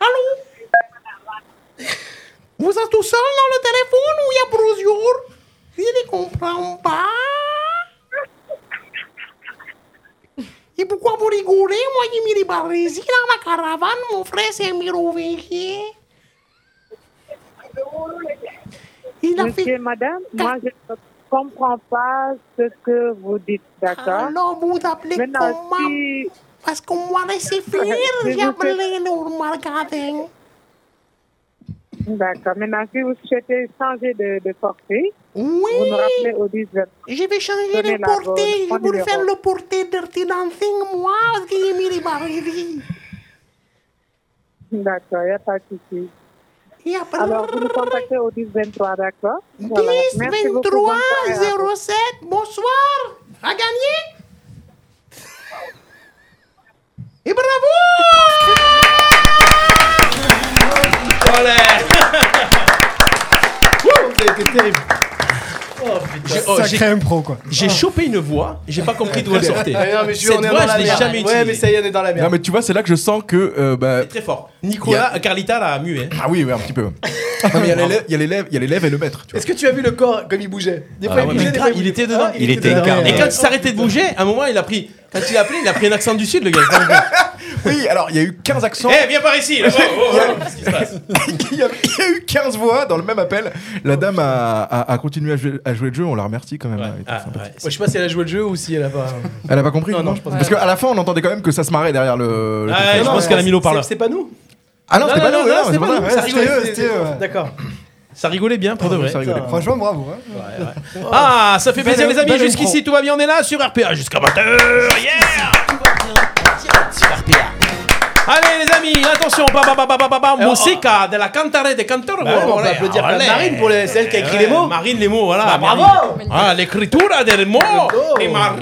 [SPEAKER 3] Allô Vous êtes tout seul dans le téléphone ou il y a plusieurs Je ne comprends pas. Et pourquoi vous rigolez Moi, j'ai mis les barésies dans ma caravane. Mon frère, c'est un mérovingien. Il a
[SPEAKER 10] Monsieur,
[SPEAKER 3] fait...
[SPEAKER 10] madame, moi je ne comprends pas ce que vous dites, d'accord
[SPEAKER 3] Alors, vous appelez
[SPEAKER 10] Maintenant,
[SPEAKER 3] comment
[SPEAKER 10] si-
[SPEAKER 3] Parce que moi, laissez finir,
[SPEAKER 10] Je vous
[SPEAKER 3] j'ai appelé
[SPEAKER 10] fais-
[SPEAKER 3] le magasin.
[SPEAKER 10] D'accord. Maintenant, si vous souhaitez changer de, de forfait,
[SPEAKER 3] vous
[SPEAKER 10] nous rappelez au 10
[SPEAKER 3] Je vais changer
[SPEAKER 10] Donnez
[SPEAKER 3] le
[SPEAKER 10] la
[SPEAKER 3] porté.
[SPEAKER 10] bonne-
[SPEAKER 3] Je
[SPEAKER 10] bon
[SPEAKER 3] voulais
[SPEAKER 10] numéro.
[SPEAKER 3] faire le porté Dirty Dancing, moi, parce que j'ai mis les barésies.
[SPEAKER 10] D'accord, il n'y a pas de souci.
[SPEAKER 3] Et après...
[SPEAKER 10] Alors, vous nous contactez au 10 23, d'accord
[SPEAKER 3] 10,
[SPEAKER 10] Voilà. Merci beaucoup, bonne soirée à vous.
[SPEAKER 3] 23, 07, bonsoir, à gagner Et bravo
[SPEAKER 2] terrible.
[SPEAKER 4] Sacré impro, quoi.
[SPEAKER 2] oh, J'ai chopé une voix, j'ai pas compris d'où elle sortait.
[SPEAKER 5] Ah non, mais je- on
[SPEAKER 2] Cette
[SPEAKER 5] est
[SPEAKER 2] voix,
[SPEAKER 5] dans la
[SPEAKER 2] je l'ai
[SPEAKER 5] merde.
[SPEAKER 2] jamais utilisée.
[SPEAKER 5] Ouais, mais ça y est, on est dans la merde.
[SPEAKER 6] Non, mais tu vois, c'est là que je sens que. euh, bah,
[SPEAKER 2] Très fort. Nicolas, euh, Carlita l'a mué.
[SPEAKER 6] Ah oui, oui, un petit peu. Non, mais il y a l'élève- il y a l'élève il y a l'élève et le maître.
[SPEAKER 5] Est-ce que tu as vu le corps comme il bougeait Des fois,
[SPEAKER 2] Ah
[SPEAKER 5] il
[SPEAKER 2] ouais,
[SPEAKER 5] bougeait,
[SPEAKER 2] mais
[SPEAKER 5] des
[SPEAKER 2] grave,
[SPEAKER 5] fois,
[SPEAKER 2] il était dedans.
[SPEAKER 5] euh, Il était
[SPEAKER 2] dedans.
[SPEAKER 5] dedans.
[SPEAKER 2] Et quand il s'arrêtait de bouger, à un moment, il a pris. Quand il a appelé, il a pris un accent du sud, le gars.
[SPEAKER 6] Oui, alors il y a eu 15 accents.
[SPEAKER 2] Eh, viens par ici là, oh, oh, oh, qu'est-ce qui se passe
[SPEAKER 6] il, y avait- il y a eu 15 voix dans le même appel. La dame a, a- a continué à jouer, à jouer le jeu, on la remercie quand même. hein, Elle était
[SPEAKER 2] Ah.
[SPEAKER 6] sympa.
[SPEAKER 3] Ouais, je sais pas si elle a joué le jeu ou si elle a pas.
[SPEAKER 6] Elle a pas compris
[SPEAKER 3] Non, non,
[SPEAKER 6] non
[SPEAKER 3] je pense
[SPEAKER 6] Parce
[SPEAKER 3] pas.
[SPEAKER 6] qu'à la fin, on entendait quand même que ça se marrait derrière le. le
[SPEAKER 3] Ah,
[SPEAKER 6] contrôle.
[SPEAKER 3] je pense qu'elle a mis le haut-parleur.
[SPEAKER 6] C'est-
[SPEAKER 3] C'est pas nous
[SPEAKER 6] Ah non, c'était pas nous,
[SPEAKER 3] non,
[SPEAKER 6] non,
[SPEAKER 3] c'était
[SPEAKER 6] c'est
[SPEAKER 3] pas
[SPEAKER 6] pas
[SPEAKER 3] nous.
[SPEAKER 6] nous.
[SPEAKER 3] Ça
[SPEAKER 6] C'était eux,
[SPEAKER 3] rigolait,
[SPEAKER 6] c'était eux.
[SPEAKER 3] D'accord.
[SPEAKER 2] Ça rigolait bien pour de vrai.
[SPEAKER 4] Franchement, bravo. hein.
[SPEAKER 2] Ah, ça fait
[SPEAKER 4] Belle-
[SPEAKER 2] plaisir, les amis.
[SPEAKER 4] belle
[SPEAKER 2] Jusqu'ici, tout va bien. On est là sur RPA jusqu'à 20h. Yeah! Allez, les amis, attention. Ba, ba, ba, ba, ba, ba, ba,
[SPEAKER 3] Eh, oh,
[SPEAKER 2] musica de la cantare de cantor.
[SPEAKER 3] Bah, on peut applaudir Marine pour les- celle qui a écrit les mots.
[SPEAKER 2] Marine, les mots, voilà.
[SPEAKER 3] Bah, bravo.
[SPEAKER 2] Marine. Ah, l'écritura des mots. Et Marine.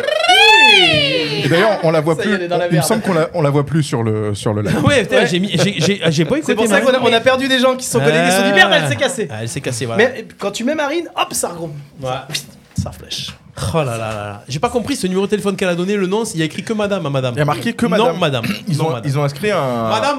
[SPEAKER 6] Et d'ailleurs, on la voit
[SPEAKER 3] Ça y est,
[SPEAKER 6] plus.
[SPEAKER 3] elle est dans la
[SPEAKER 6] il me
[SPEAKER 3] merde.
[SPEAKER 6] semble qu'on la, on la voit plus sur le, sur le live.
[SPEAKER 2] Ouais, putain, j'ai mis- j'ai- j'ai- j'ai pas
[SPEAKER 3] C'est
[SPEAKER 2] écouté
[SPEAKER 3] pour ça qu'on
[SPEAKER 2] Marine.
[SPEAKER 3] a, on a perdu des gens qui se sont connectés. Ils se sont dit merde, elle s'est cassée.
[SPEAKER 2] Ah, elle s'est cassée, voilà.
[SPEAKER 3] Mais quand tu mets Marine, hop, ça regonfle. Ça flèche.
[SPEAKER 2] Oh là là là là. J'ai pas compris ce numéro de téléphone qu'elle a donné, le nom, il y a écrit que madame à madame. Il y a
[SPEAKER 6] marqué que madame.
[SPEAKER 2] Non, madame.
[SPEAKER 6] Ils ont, ils ont inscrit un.
[SPEAKER 2] Madame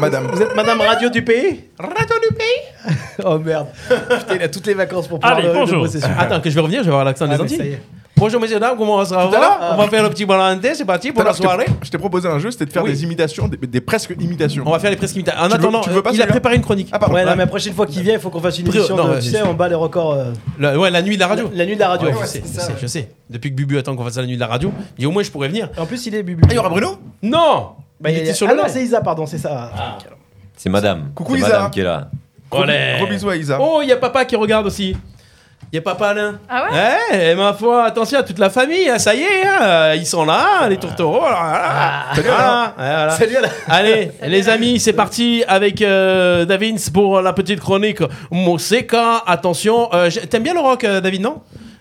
[SPEAKER 6] Madame.
[SPEAKER 3] Vous êtes Madame Radio du pays
[SPEAKER 2] Radio du pays
[SPEAKER 3] Oh merde. Putain, il a toutes les vacances pour pouvoir euh,
[SPEAKER 2] Allez,
[SPEAKER 3] le- le
[SPEAKER 2] bonjour.
[SPEAKER 3] bosser sur-
[SPEAKER 2] Attends, que je vais revenir, je vais avoir l'accent
[SPEAKER 3] Ah,
[SPEAKER 2] des
[SPEAKER 3] mais ça y
[SPEAKER 2] Antilles.
[SPEAKER 3] est.
[SPEAKER 2] Bonjour messieurs, dames, comment ça
[SPEAKER 6] Tout à l'heure,
[SPEAKER 2] va On va faire le petit balanté, c'est parti pour la soirée.
[SPEAKER 6] Je t'ai proposé un jeu, c'était de faire des imitations, des, des presque imitations.
[SPEAKER 2] On va faire les presque imitations. En
[SPEAKER 6] Tu veux-
[SPEAKER 2] attendant,
[SPEAKER 6] tu veux pas
[SPEAKER 2] il a
[SPEAKER 6] celui-là
[SPEAKER 2] préparé une chronique.
[SPEAKER 6] Ah, pardon.
[SPEAKER 3] Ouais, non, mais la prochaine fois qu'il vient, il faut qu'on fasse une
[SPEAKER 2] Pré-
[SPEAKER 3] émission.
[SPEAKER 2] non,
[SPEAKER 3] de-
[SPEAKER 2] ouais,
[SPEAKER 3] tu
[SPEAKER 2] je
[SPEAKER 3] sais,
[SPEAKER 2] sais.
[SPEAKER 3] on bat les records. euh,
[SPEAKER 2] La, ouais, la nuit de la radio.
[SPEAKER 3] La, nuit de la radio.
[SPEAKER 2] Ouais,
[SPEAKER 3] ouais,
[SPEAKER 2] je,
[SPEAKER 3] c'est
[SPEAKER 2] sais, je,
[SPEAKER 3] ça,
[SPEAKER 2] sais,
[SPEAKER 3] ouais.
[SPEAKER 2] je sais. Depuis que Bubu attend qu'on fasse la nuit de la radio, mais au moins je pourrais venir.
[SPEAKER 3] En plus, Ah, il est Bubu.
[SPEAKER 2] il y aura Bruno Non
[SPEAKER 3] Bah,
[SPEAKER 2] Il
[SPEAKER 3] y a-
[SPEAKER 2] était sur
[SPEAKER 3] ah
[SPEAKER 2] le
[SPEAKER 3] non,
[SPEAKER 2] live.
[SPEAKER 3] c'est Isa, pardon, c'est ça.
[SPEAKER 5] C'est madame.
[SPEAKER 6] Coucou
[SPEAKER 5] C'est
[SPEAKER 6] Isa.
[SPEAKER 5] madame qui est là.
[SPEAKER 2] Olé.
[SPEAKER 6] Gros bisous hein. à Isa.
[SPEAKER 2] Oh, il y a papa qui regarde aussi. Il y a papa Alain.
[SPEAKER 14] Ah
[SPEAKER 2] ouais Eh, ma foi, attention à toute la famille, hein, ça y est, hein, ils sont là, les tourtereaux. ah, Salut
[SPEAKER 3] Salut, Alain.
[SPEAKER 2] Allez, les amis, c'est parti avec euh, Davins pour la petite chronique Moseka. Attention, euh, j'ai- t'aimes bien le rock, euh, David, non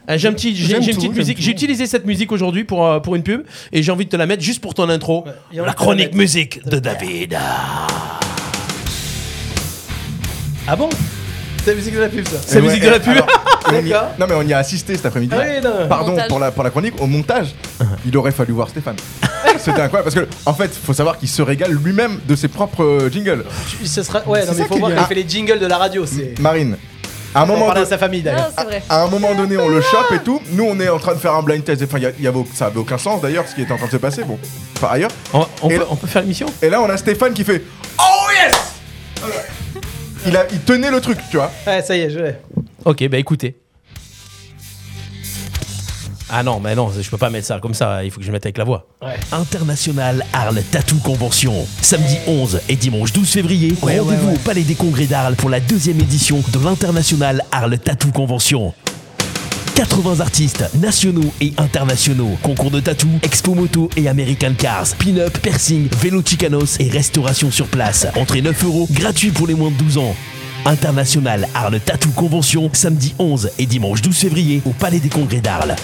[SPEAKER 2] Euh, j'ai un petit, j'ai,
[SPEAKER 3] J'aime
[SPEAKER 2] j'ai une
[SPEAKER 3] tout,
[SPEAKER 2] petite
[SPEAKER 3] j'aime
[SPEAKER 2] musique.
[SPEAKER 3] tout.
[SPEAKER 2] J'ai utilisé cette musique aujourd'hui pour, euh, pour une pub et j'ai envie de te la mettre juste pour ton intro.
[SPEAKER 3] il y a
[SPEAKER 2] la
[SPEAKER 3] envie de te la
[SPEAKER 2] chronique
[SPEAKER 3] mettre.
[SPEAKER 2] musique de David.
[SPEAKER 3] Ah bon C'est la musique de la pub, ça.
[SPEAKER 6] C'est la musique de la pub.
[SPEAKER 3] D'accord.
[SPEAKER 6] non mais on y a assisté cet après-midi.
[SPEAKER 3] Ah oui, non.
[SPEAKER 6] Pardon
[SPEAKER 3] Montage.
[SPEAKER 6] pour la, pour la chronique, au montage, il aurait fallu voir Stéphane. C'était incroyable parce que en fait, faut savoir qu'il se régale lui-même de ses propres euh, jingles.
[SPEAKER 3] Tu- Ce sera... Ouais, non,
[SPEAKER 6] C'est
[SPEAKER 3] mais
[SPEAKER 6] ça
[SPEAKER 3] faut
[SPEAKER 6] qui
[SPEAKER 3] voir
[SPEAKER 6] est
[SPEAKER 3] qu'il
[SPEAKER 6] bien.
[SPEAKER 3] fait les jingles de la radio. C'est.
[SPEAKER 6] Marine. À un
[SPEAKER 3] On en
[SPEAKER 6] moment
[SPEAKER 3] parle
[SPEAKER 6] de-
[SPEAKER 3] à sa famille, d'ailleurs.
[SPEAKER 14] Non, Ah, c'est vrai.
[SPEAKER 6] à un moment donné, on le chope et tout. Nous, on est en train de faire un blind test. Enfin, y a- y avait, ça avait aucun sens d'ailleurs ce qui était en train de se passer. Bon, par ailleurs.
[SPEAKER 2] On,
[SPEAKER 6] Et-
[SPEAKER 2] peut, on peut faire l'émission
[SPEAKER 6] Et là, on a Stéphane qui fait Oh yes il, a, il tenait le truc, tu vois.
[SPEAKER 3] Ouais, ça y est, je l'ai.
[SPEAKER 2] Ok, bah écoutez. Ah non, mais non, je peux pas mettre ça comme ça, il faut que je le mette avec la voix.
[SPEAKER 7] International Arles Tattoo Convention. Samedi 11 et dimanche 12 février, rendez-vous au Palais des Congrès d'Arles pour la deuxième édition de l'International Arles Tattoo Convention. 80 artistes nationaux et internationaux, concours de tatou, expo moto et American Cars, pin-up, piercing, vélo chicanos et restauration sur place. Entrée 9 euros, gratuit pour les moins de 12 ans. International Arles Tattoo Convention, samedi 11 et dimanche 12 février au Palais des Congrès d'Arles.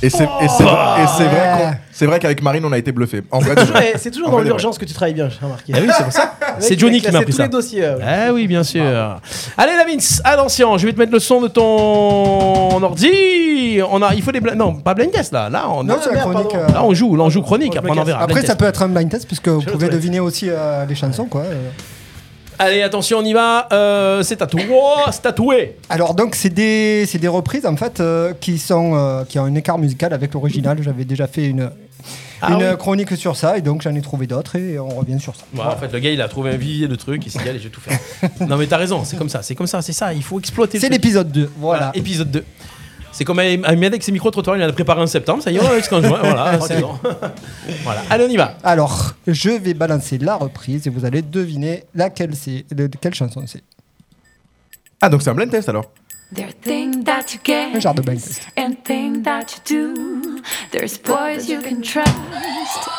[SPEAKER 6] Et c'est et c'est vrai, et c'est vrai qu'on- c'est vrai qu'avec Marine, on a été bluffé. En vrai, de
[SPEAKER 3] Toujours-
[SPEAKER 6] vrai.
[SPEAKER 3] eh, C'est toujours
[SPEAKER 6] En
[SPEAKER 3] dans
[SPEAKER 6] vrai de vrai.
[SPEAKER 3] l'urgence que tu travailles bien, j'ai remarqué.
[SPEAKER 2] Ah oui, c'est pour ça.
[SPEAKER 3] Le mec,
[SPEAKER 2] C'est Johnny
[SPEAKER 3] il
[SPEAKER 2] qui m'a
[SPEAKER 3] classé
[SPEAKER 2] pris
[SPEAKER 3] tous
[SPEAKER 2] ça.
[SPEAKER 3] les dossiers. euh.
[SPEAKER 2] Ah oui, bien sûr. Allez, la Vince, attention, je vais te mettre le son de ton ordi. On a, il faut des bla- non, pas blind test là. Là, on
[SPEAKER 4] Non, c'est la
[SPEAKER 2] merde,
[SPEAKER 4] chronique,
[SPEAKER 2] pardon.
[SPEAKER 4] euh,
[SPEAKER 2] Là, on joue, là, on joue chronique. Après, on en verra.
[SPEAKER 4] Après,
[SPEAKER 2] blind
[SPEAKER 4] ça
[SPEAKER 2] test.
[SPEAKER 4] peut être un blind test puisque vous pouvez deviner aussi euh, les chansons, quoi. euh.
[SPEAKER 2] Allez, attention, on y va. Euh, c'est tatoué. c'est tatoué.
[SPEAKER 4] Alors donc c'est des, c'est des reprises en fait euh, qui sont euh, qui ont un écart musical avec l'original. J'avais déjà fait une
[SPEAKER 2] Ah
[SPEAKER 4] une
[SPEAKER 2] oui.
[SPEAKER 4] chronique sur ça et donc j'en ai trouvé d'autres et on revient sur ça.
[SPEAKER 2] Ouais, en fait, le gars, il a trouvé un vivier de trucs. Il s'est dit, allez, je vais tout faire. non, mais t'as raison. C'est comme ça. C'est comme ça. C'est ça. Il faut exploiter. le
[SPEAKER 4] C'est
[SPEAKER 2] truc.
[SPEAKER 4] l'épisode 2. Voilà.
[SPEAKER 2] Voilà, épisode 2. C'est comme Ahmed avec ses micros trottoirs. Il en a préparé en septembre. Ça y est, on a jusqu'en juin. Voilà, c'est bon. voilà. Allez, on y va.
[SPEAKER 4] Alors je vais balancer la reprise et vous allez deviner laquelle c'est de quelle chanson c'est.
[SPEAKER 6] Ah, donc c'est un blind test alors
[SPEAKER 21] There are things that you get
[SPEAKER 4] Un genre de blind test.
[SPEAKER 21] and things that you do. There's boys you can trust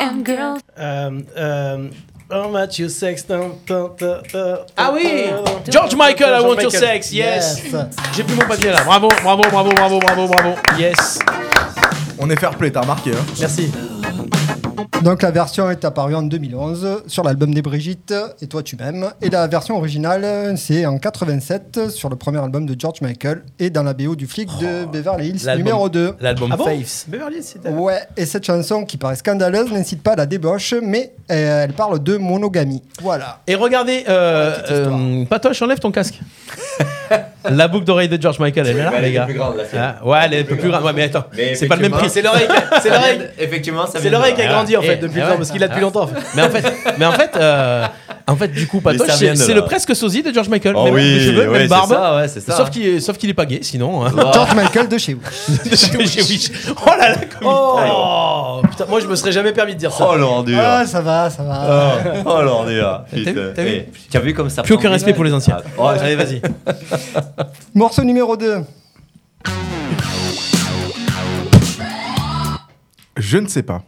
[SPEAKER 21] and girls.
[SPEAKER 3] Euh, euh, How much you sex dun, dun, dun, dun,
[SPEAKER 2] Ah oui
[SPEAKER 3] dun, dun, dun,
[SPEAKER 2] George
[SPEAKER 3] dun,
[SPEAKER 2] Michael, I
[SPEAKER 3] George
[SPEAKER 2] want your
[SPEAKER 3] Michael.
[SPEAKER 2] sex, yes, J'ai plus mon papier là. Bravo, bravo, bravo, bravo, bravo, bravo. Yes.
[SPEAKER 6] On est fair play, t'as remarqué. Hein.
[SPEAKER 3] Merci.
[SPEAKER 4] Donc la version est apparue en 2011 sur l'album des Brigitte et toi tu m'aimes et la version originale euh, c'est en 87 sur le premier album de George Michael et dans la BO du flic de Beverly Hills
[SPEAKER 2] l'album-
[SPEAKER 4] numéro 2.
[SPEAKER 2] l'album Ah bon Faves.
[SPEAKER 3] Beverly, c'était.
[SPEAKER 4] Ouais, et cette chanson qui paraît scandaleuse n'incite pas à la débauche, mais euh, elle parle de monogamie. Voilà.
[SPEAKER 2] Et regardez, euh, euh, Patoche, enlève ton casque. La boucle d'oreille de George Michael, elle est là,
[SPEAKER 5] Mais elle
[SPEAKER 2] les
[SPEAKER 5] est
[SPEAKER 2] gars.
[SPEAKER 5] plus grande, la sienne.
[SPEAKER 2] Ah, ouais, elle est un peu plus grande. Ouais, mais attends,
[SPEAKER 5] Mais
[SPEAKER 2] c'est pas le même prix.
[SPEAKER 5] effectivement,
[SPEAKER 2] c'est l'oreille.
[SPEAKER 5] ça vient de- Effectivement, ça
[SPEAKER 3] C'est
[SPEAKER 5] vient de
[SPEAKER 2] Ah
[SPEAKER 3] l'oreille qui a
[SPEAKER 5] là.
[SPEAKER 3] grandi en
[SPEAKER 5] Eh,
[SPEAKER 3] fait depuis
[SPEAKER 5] eh
[SPEAKER 3] le
[SPEAKER 5] ouais.
[SPEAKER 3] temps parce qu'il l'a depuis
[SPEAKER 5] Ah.
[SPEAKER 3] longtemps.
[SPEAKER 2] Mais en fait, mais en fait, euh, en fait, du coup, Patoche,
[SPEAKER 5] ça vient
[SPEAKER 2] c'est
[SPEAKER 5] de
[SPEAKER 2] c'est
[SPEAKER 5] là.
[SPEAKER 2] le presque sosie de George Michael.
[SPEAKER 5] Oh
[SPEAKER 2] même,
[SPEAKER 5] oui,
[SPEAKER 2] même cheveux,
[SPEAKER 5] ouais,
[SPEAKER 2] même
[SPEAKER 5] c'est
[SPEAKER 2] barbe.
[SPEAKER 5] ça, ouais, c'est ça.
[SPEAKER 2] Sauf qu'il est, sauf qu'il est pas gay, sinon. hein.
[SPEAKER 4] George Michael de chez vous.
[SPEAKER 2] De chez Wish. Oh là là, comme
[SPEAKER 3] Oh putain, moi je me serais jamais permis de dire ça.
[SPEAKER 5] Oh l'ordure.
[SPEAKER 4] Ah, ça va, ça
[SPEAKER 5] Oh,
[SPEAKER 4] va.
[SPEAKER 5] oh l'ordure.
[SPEAKER 2] T'as vu, t'as vu
[SPEAKER 5] Eh, Tu as vu comme ça
[SPEAKER 2] Plus aucun
[SPEAKER 5] prend
[SPEAKER 2] respect
[SPEAKER 5] des-
[SPEAKER 2] pour les anciens.
[SPEAKER 5] Oh,
[SPEAKER 2] Allez, vas-y.
[SPEAKER 4] Morceau numéro 2.
[SPEAKER 6] Je ne sais pas.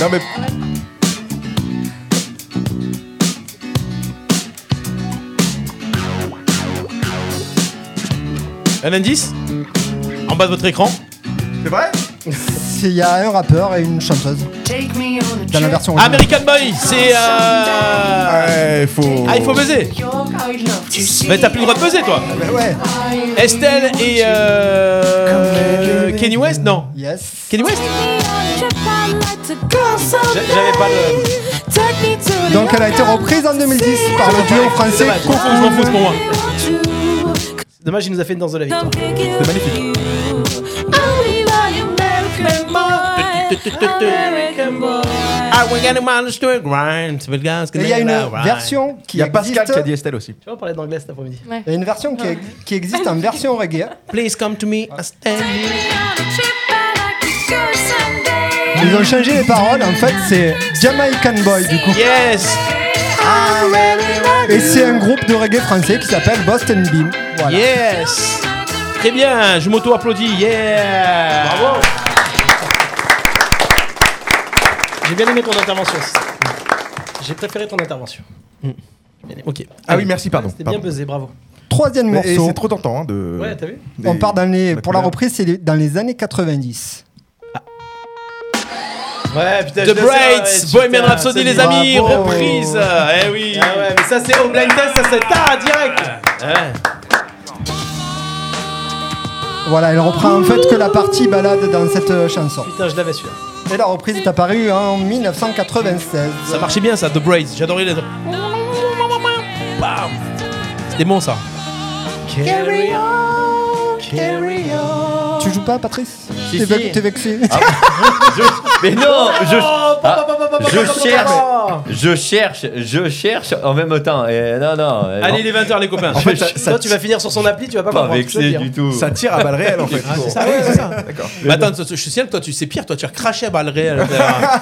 [SPEAKER 6] non mais.
[SPEAKER 2] Un indice En bas de votre écran.
[SPEAKER 22] C'est vrai
[SPEAKER 4] Il y a un rappeur et une chanteuse. Dans la version originale.
[SPEAKER 2] American Boy, c'est. Euh...
[SPEAKER 6] faut...
[SPEAKER 2] Ah, il faut baiser. Mais t'as plus le droit de baiser, toi.
[SPEAKER 4] Ouais.
[SPEAKER 2] Estelle et. Euh... Kenny West, non
[SPEAKER 4] Yes.
[SPEAKER 2] Kenny West
[SPEAKER 3] J'avais pas le.
[SPEAKER 4] Donc elle a été reprise en 2010 par le duo français
[SPEAKER 3] Dommage.
[SPEAKER 4] Cocoon.
[SPEAKER 3] Je m'en fous, c'est pour moi. Dommage, il nous a fait une danse de la victoire. C'est magnifique.
[SPEAKER 2] Ah, we got a monster grind. C'est le gars, c'est
[SPEAKER 4] Et il y a
[SPEAKER 2] là,
[SPEAKER 4] une
[SPEAKER 2] right.
[SPEAKER 4] version qui
[SPEAKER 6] Il y a
[SPEAKER 4] existe.
[SPEAKER 6] Pascal qui a dit Estelle aussi.
[SPEAKER 3] Tu vois, on parlait d'anglais cet après-midi.
[SPEAKER 4] Il y a une version qui, qui existe en version reggae.
[SPEAKER 2] Please come to me, I stand
[SPEAKER 4] Ils ont changé les paroles. En fait, c'est Jamaican Boy du coup.
[SPEAKER 2] Yes
[SPEAKER 4] Et c'est un groupe de reggae français qui s'appelle Boston Beam. Voilà.
[SPEAKER 2] Yes Très bien, je m'auto-applaudis. Yeah
[SPEAKER 3] Ah
[SPEAKER 2] Bravo
[SPEAKER 3] J'ai bien aimé ton intervention. J'ai préféré ton intervention.
[SPEAKER 2] Ok.
[SPEAKER 3] Euh,
[SPEAKER 6] Ah oui, merci, pardon.
[SPEAKER 3] C'était bien
[SPEAKER 6] Pardon.
[SPEAKER 3] buzzé, bravo.
[SPEAKER 4] Troisième
[SPEAKER 6] Mais- et
[SPEAKER 4] morceau.
[SPEAKER 6] c'est trop tentant hein, de.
[SPEAKER 3] Ouais, t'as vu
[SPEAKER 4] On part dans les, pour la
[SPEAKER 6] couleur.
[SPEAKER 4] reprise, c'est les- dans les années 90.
[SPEAKER 3] Ouais, putain, je
[SPEAKER 2] The
[SPEAKER 3] le sais, ouais,
[SPEAKER 2] Braids,
[SPEAKER 3] putain,
[SPEAKER 2] Bohemian Rhapsody,
[SPEAKER 3] c'est
[SPEAKER 2] les
[SPEAKER 3] du-
[SPEAKER 2] amis,
[SPEAKER 3] bravo.
[SPEAKER 2] reprise. Eh oui.
[SPEAKER 3] Ah ouais, mais ça c'est au blind test, ça c'est tard direct.
[SPEAKER 2] Ouais.
[SPEAKER 4] Voilà, elle reprend en fait que la partie balade dans cette euh, chanson.
[SPEAKER 3] Putain, je l'avais celui-là.
[SPEAKER 4] Et la reprise est apparue en 1996.
[SPEAKER 2] Ça marchait bien ça, The Braids. J'adorais les. Bam. C'était bon ça.
[SPEAKER 3] Carry on, carry on.
[SPEAKER 4] Tu joues pas, Patrice
[SPEAKER 5] Si,
[SPEAKER 4] T'es
[SPEAKER 5] si.
[SPEAKER 4] ve- t'es vexé
[SPEAKER 5] Je- Mais non, je.
[SPEAKER 3] Oh, pa, pa, pa, pa, pa, pa,
[SPEAKER 5] Ah,
[SPEAKER 3] pa, pa,
[SPEAKER 5] je
[SPEAKER 3] pa,
[SPEAKER 5] cherche,
[SPEAKER 3] pa.
[SPEAKER 5] je cherche, je cherche en même temps. Eh, non, non. eh,
[SPEAKER 2] Allez,
[SPEAKER 5] non.
[SPEAKER 2] il est 20h, les copains.
[SPEAKER 5] Je
[SPEAKER 3] Toi,
[SPEAKER 5] cherche-
[SPEAKER 3] tu vas finir sur son appli, tu vas pas
[SPEAKER 5] pas
[SPEAKER 3] comprendre. je te le
[SPEAKER 5] vexé
[SPEAKER 3] dis, hein.
[SPEAKER 5] du tout.
[SPEAKER 6] Ça tire à balles réelles en fait.
[SPEAKER 3] Ah, c'est ça, ouais, c'est ça.
[SPEAKER 2] Mais attends, je suis sûr que toi tu sais pire, toi tu as craché à balles réelles. T'as-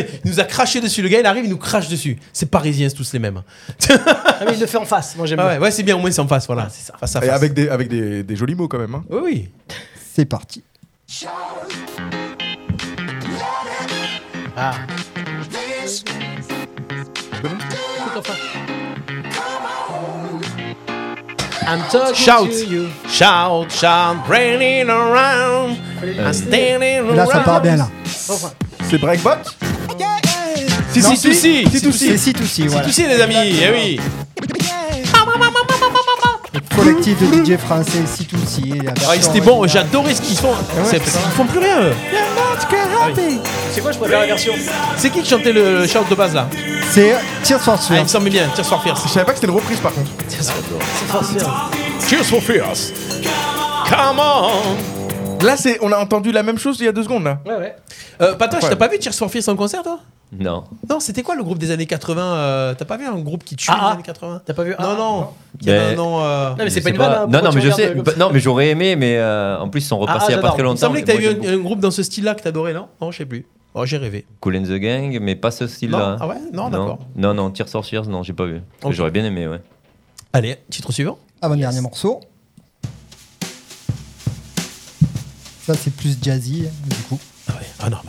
[SPEAKER 2] il nous a craché dessus, le gars il arrive, il nous crache dessus. C'est parisiens, c'est tous les mêmes.
[SPEAKER 3] Ah, mais il le fait en face, moi j'aime
[SPEAKER 2] Ah
[SPEAKER 3] bien.
[SPEAKER 2] ouais, ouais, c'est bien, au moins c'est en face, voilà. c'est Ah, ça. Face à
[SPEAKER 6] Et
[SPEAKER 2] face.
[SPEAKER 6] avec des, avec des, des jolis mots quand même. hein.
[SPEAKER 2] Oui, oui.
[SPEAKER 4] C'est parti.
[SPEAKER 3] Ah. I'm talking
[SPEAKER 2] Shout.
[SPEAKER 3] to you.
[SPEAKER 2] Shout, shout, raining around. I'm standing
[SPEAKER 4] Là, ça
[SPEAKER 2] around.
[SPEAKER 4] part bien, là.
[SPEAKER 6] C'est Breakbot
[SPEAKER 2] Si,
[SPEAKER 4] Non,
[SPEAKER 2] si, si, si, si, tout,
[SPEAKER 4] C'est
[SPEAKER 2] si.
[SPEAKER 4] si tout si, voilà.
[SPEAKER 2] Tout si, les amis, eh oui.
[SPEAKER 4] Collectif de DJ français, si tout si. la
[SPEAKER 2] Ah,
[SPEAKER 4] version
[SPEAKER 2] c'était bon,
[SPEAKER 4] originale.
[SPEAKER 2] j'adorais ce qu'ils font. Ah C'est- Ils font plus rien, eux.
[SPEAKER 3] C'est quoi, je préfère la version
[SPEAKER 2] C'est qui qui chantait le shout de base là
[SPEAKER 4] C'est Tears for
[SPEAKER 2] Ah, il
[SPEAKER 4] Fears.
[SPEAKER 2] me semblait bien, Tears for Fears.
[SPEAKER 6] Je savais pas que c'était une reprise par contre.
[SPEAKER 3] C'est forcément.
[SPEAKER 2] Tears for Fears. Come on.
[SPEAKER 6] Là, c'est, on a entendu la même chose il y a deux secondes. Là.
[SPEAKER 3] Ouais, ouais.
[SPEAKER 2] Euh, Patoche,
[SPEAKER 6] Ouais.
[SPEAKER 2] t'as pas vu Tears for Fears en concert, toi
[SPEAKER 5] Non.
[SPEAKER 2] Non, c'était quoi le groupe des années 80 euh, T'as pas vu un groupe qui tue
[SPEAKER 3] Ah,
[SPEAKER 2] les
[SPEAKER 3] ah.
[SPEAKER 2] années 80
[SPEAKER 3] T'as pas vu
[SPEAKER 2] Non,
[SPEAKER 3] Ah,
[SPEAKER 2] non. Qui avait un
[SPEAKER 5] Ben,
[SPEAKER 2] nom. euh,
[SPEAKER 3] Non, mais
[SPEAKER 5] je
[SPEAKER 3] c'est pas
[SPEAKER 5] sais
[SPEAKER 3] une vanne. hein,
[SPEAKER 5] Non,
[SPEAKER 3] pourquoi
[SPEAKER 5] non,
[SPEAKER 3] tu
[SPEAKER 5] mais je
[SPEAKER 3] regardes
[SPEAKER 5] sais.
[SPEAKER 3] comme
[SPEAKER 5] bah,
[SPEAKER 3] ça
[SPEAKER 5] non, mais j'aurais aimé, mais euh, en plus, ils sont repassés il y a
[SPEAKER 3] j'adore.
[SPEAKER 5] pas très
[SPEAKER 2] Il
[SPEAKER 3] Il
[SPEAKER 2] me
[SPEAKER 5] longtemps.
[SPEAKER 2] semblait que t'as
[SPEAKER 5] mais
[SPEAKER 2] eu
[SPEAKER 5] moi,
[SPEAKER 2] un,
[SPEAKER 5] j'ai
[SPEAKER 2] un groupe dans ce style-là que t'adorais, non Non, je sais plus. Oh, j'ai rêvé.
[SPEAKER 5] beaucoup- Cool and the Gang, mais pas ce
[SPEAKER 2] Non,
[SPEAKER 5] style-là.
[SPEAKER 2] ah ouais Non,
[SPEAKER 5] non,
[SPEAKER 2] d'accord.
[SPEAKER 5] non, non, Tears for Fears, non, j'ai pas vu.
[SPEAKER 2] Ok.
[SPEAKER 5] J'aurais bien aimé, ouais.
[SPEAKER 2] Allez, titre suivant.
[SPEAKER 4] Avant-dernier morceau. Ça, c'est plus jazzy, hein, du coup.
[SPEAKER 2] Ah ouais. Ah non, bah,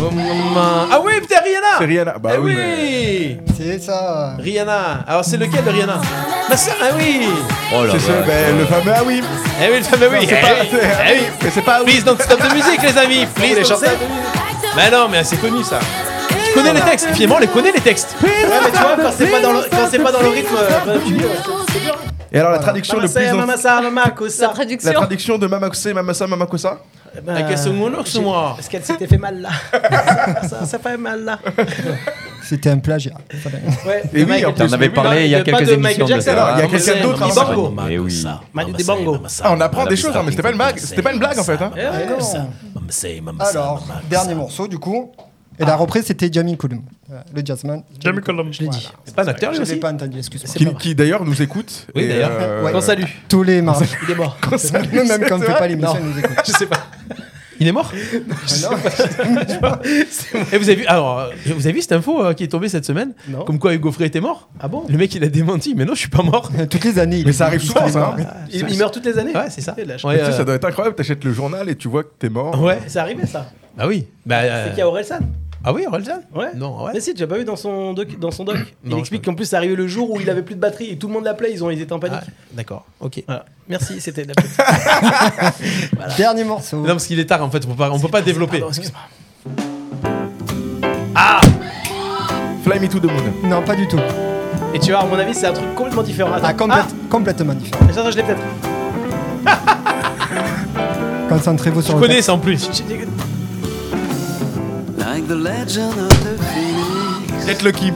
[SPEAKER 2] Oh, maman. Ah oui, putain, Rihanna
[SPEAKER 6] C'est Rihanna. Bah
[SPEAKER 2] Eh
[SPEAKER 6] oui.
[SPEAKER 2] oui,
[SPEAKER 6] mais-
[SPEAKER 4] C'est ça.
[SPEAKER 2] Rihanna Alors c'est lequel de Rihanna Ma sœur, ah oui
[SPEAKER 5] Oh là
[SPEAKER 6] C'est ce,
[SPEAKER 5] là.
[SPEAKER 6] ben, le fameux Ah oui.
[SPEAKER 2] Eh oui, le fameux oui
[SPEAKER 6] C'est
[SPEAKER 2] eh
[SPEAKER 6] pas-
[SPEAKER 2] oui.
[SPEAKER 6] c'est-
[SPEAKER 2] Eh oui.
[SPEAKER 6] Mais c'est pas Ah oui.
[SPEAKER 2] Please don't stop the music, les amis Please
[SPEAKER 3] les
[SPEAKER 2] don't
[SPEAKER 3] chanteurs.
[SPEAKER 2] stop the music. Mais non, mais c'est connu ça. Je connais les textes, finalement, on les connaît les textes.
[SPEAKER 3] Ouais, mais tu vois, quand c'est pas dans le, quand c'est pas dans le rythme. euh, tu-
[SPEAKER 6] Et alors la traduction le
[SPEAKER 3] Mamasa,
[SPEAKER 6] plus. en-
[SPEAKER 3] mamasa, mamakosa. La
[SPEAKER 6] La traduction de Mamakusé, Mamasa, Mamakosa
[SPEAKER 3] Bah, j'ai- Parce qu'elle s'était fait mal là. ça, ça, ça fait mal là.
[SPEAKER 4] C'était un plagiat.
[SPEAKER 3] Ouais,
[SPEAKER 6] Et oui, en plus, mais oui, non, pas de Michael Jackson. Alors,
[SPEAKER 3] hein.
[SPEAKER 6] Il y a quelqu'un d'autre
[SPEAKER 3] qui
[SPEAKER 6] qui
[SPEAKER 3] Dibango.
[SPEAKER 4] Eh
[SPEAKER 6] Mais oui.
[SPEAKER 3] Manu Dibango.
[SPEAKER 6] Ah, on apprend des choses, hein, mais c'était pas une blague, c'était pas une blague en fait. hein.
[SPEAKER 3] Ah
[SPEAKER 4] Eh Alors, dernier morceau du coup. Et la reprise c'était Jamie Cullum, Euh, le jazzman.
[SPEAKER 6] Jamie
[SPEAKER 4] Cullum, je l'ai dit.
[SPEAKER 2] C'est pas un acteur, lui
[SPEAKER 4] Je l'ai
[SPEAKER 2] aussi
[SPEAKER 4] pas entendu, excuse-moi.
[SPEAKER 6] Qui, qui, d'ailleurs nous écoute.
[SPEAKER 2] Oui,
[SPEAKER 6] et,
[SPEAKER 2] d'ailleurs.
[SPEAKER 6] euh,
[SPEAKER 2] Qu'on salue.
[SPEAKER 4] Tous les mardis.
[SPEAKER 3] Il est mort.
[SPEAKER 6] Qu'on salue,
[SPEAKER 4] Même
[SPEAKER 6] c'est
[SPEAKER 4] quand on fait
[SPEAKER 6] vrai
[SPEAKER 4] pas l'émission, il nous écoute.
[SPEAKER 2] Je sais pas. Il est mort Et vous avez vu, alors, euh, vous avez vu cette info euh, qui est tombée cette semaine
[SPEAKER 3] Non.
[SPEAKER 2] Comme quoi Hugo Frey était mort Ah bon Le mec il a démenti, mais non, je suis pas mort.
[SPEAKER 4] Toutes les années.
[SPEAKER 6] Mais ça arrive souvent, ça. hein.
[SPEAKER 3] Il, il meurt toutes les années.
[SPEAKER 2] Ouais, c'est ça.
[SPEAKER 3] Et là, je-
[SPEAKER 2] Ouais,
[SPEAKER 6] Tu sais,
[SPEAKER 2] euh,
[SPEAKER 6] Ça doit être incroyable, t'achètes le journal et tu vois que t'es mort.
[SPEAKER 2] Ouais.
[SPEAKER 3] C'est arrivé ça.
[SPEAKER 2] Bah oui. Bah, euh,
[SPEAKER 3] C'est qu'il y a Orelsan.
[SPEAKER 2] Ah oui, Orelsan
[SPEAKER 3] Ouais.
[SPEAKER 2] Non, ouais.
[SPEAKER 3] Mais si, tu l'as pas vu dans son doc. Dans son doc. il
[SPEAKER 2] Non,
[SPEAKER 3] explique qu'en plus, c'est arrivé le jour où il avait plus de batterie et tout le monde l'appelait, ils, ont, ils étaient en panique.
[SPEAKER 2] Ah, D'accord, ok.
[SPEAKER 3] Merci, c'était de la petite.
[SPEAKER 4] Dernier morceau.
[SPEAKER 2] Non, parce qu'il est tard en fait, on peut pas, on peut pas développer.
[SPEAKER 6] Fly Me to the Moon.
[SPEAKER 4] Non, pas du tout.
[SPEAKER 3] Et tu vois, à mon avis, c'est un truc complètement différent. Attends.
[SPEAKER 4] Ah, complète- complètement différent.
[SPEAKER 3] Ah, attends, je l'ai peut-être.
[SPEAKER 4] Concentrez-vous sur
[SPEAKER 2] Je
[SPEAKER 4] le
[SPEAKER 2] connais ça en plus.
[SPEAKER 8] Like the legend of the Phoenix.
[SPEAKER 6] Jet Lucky.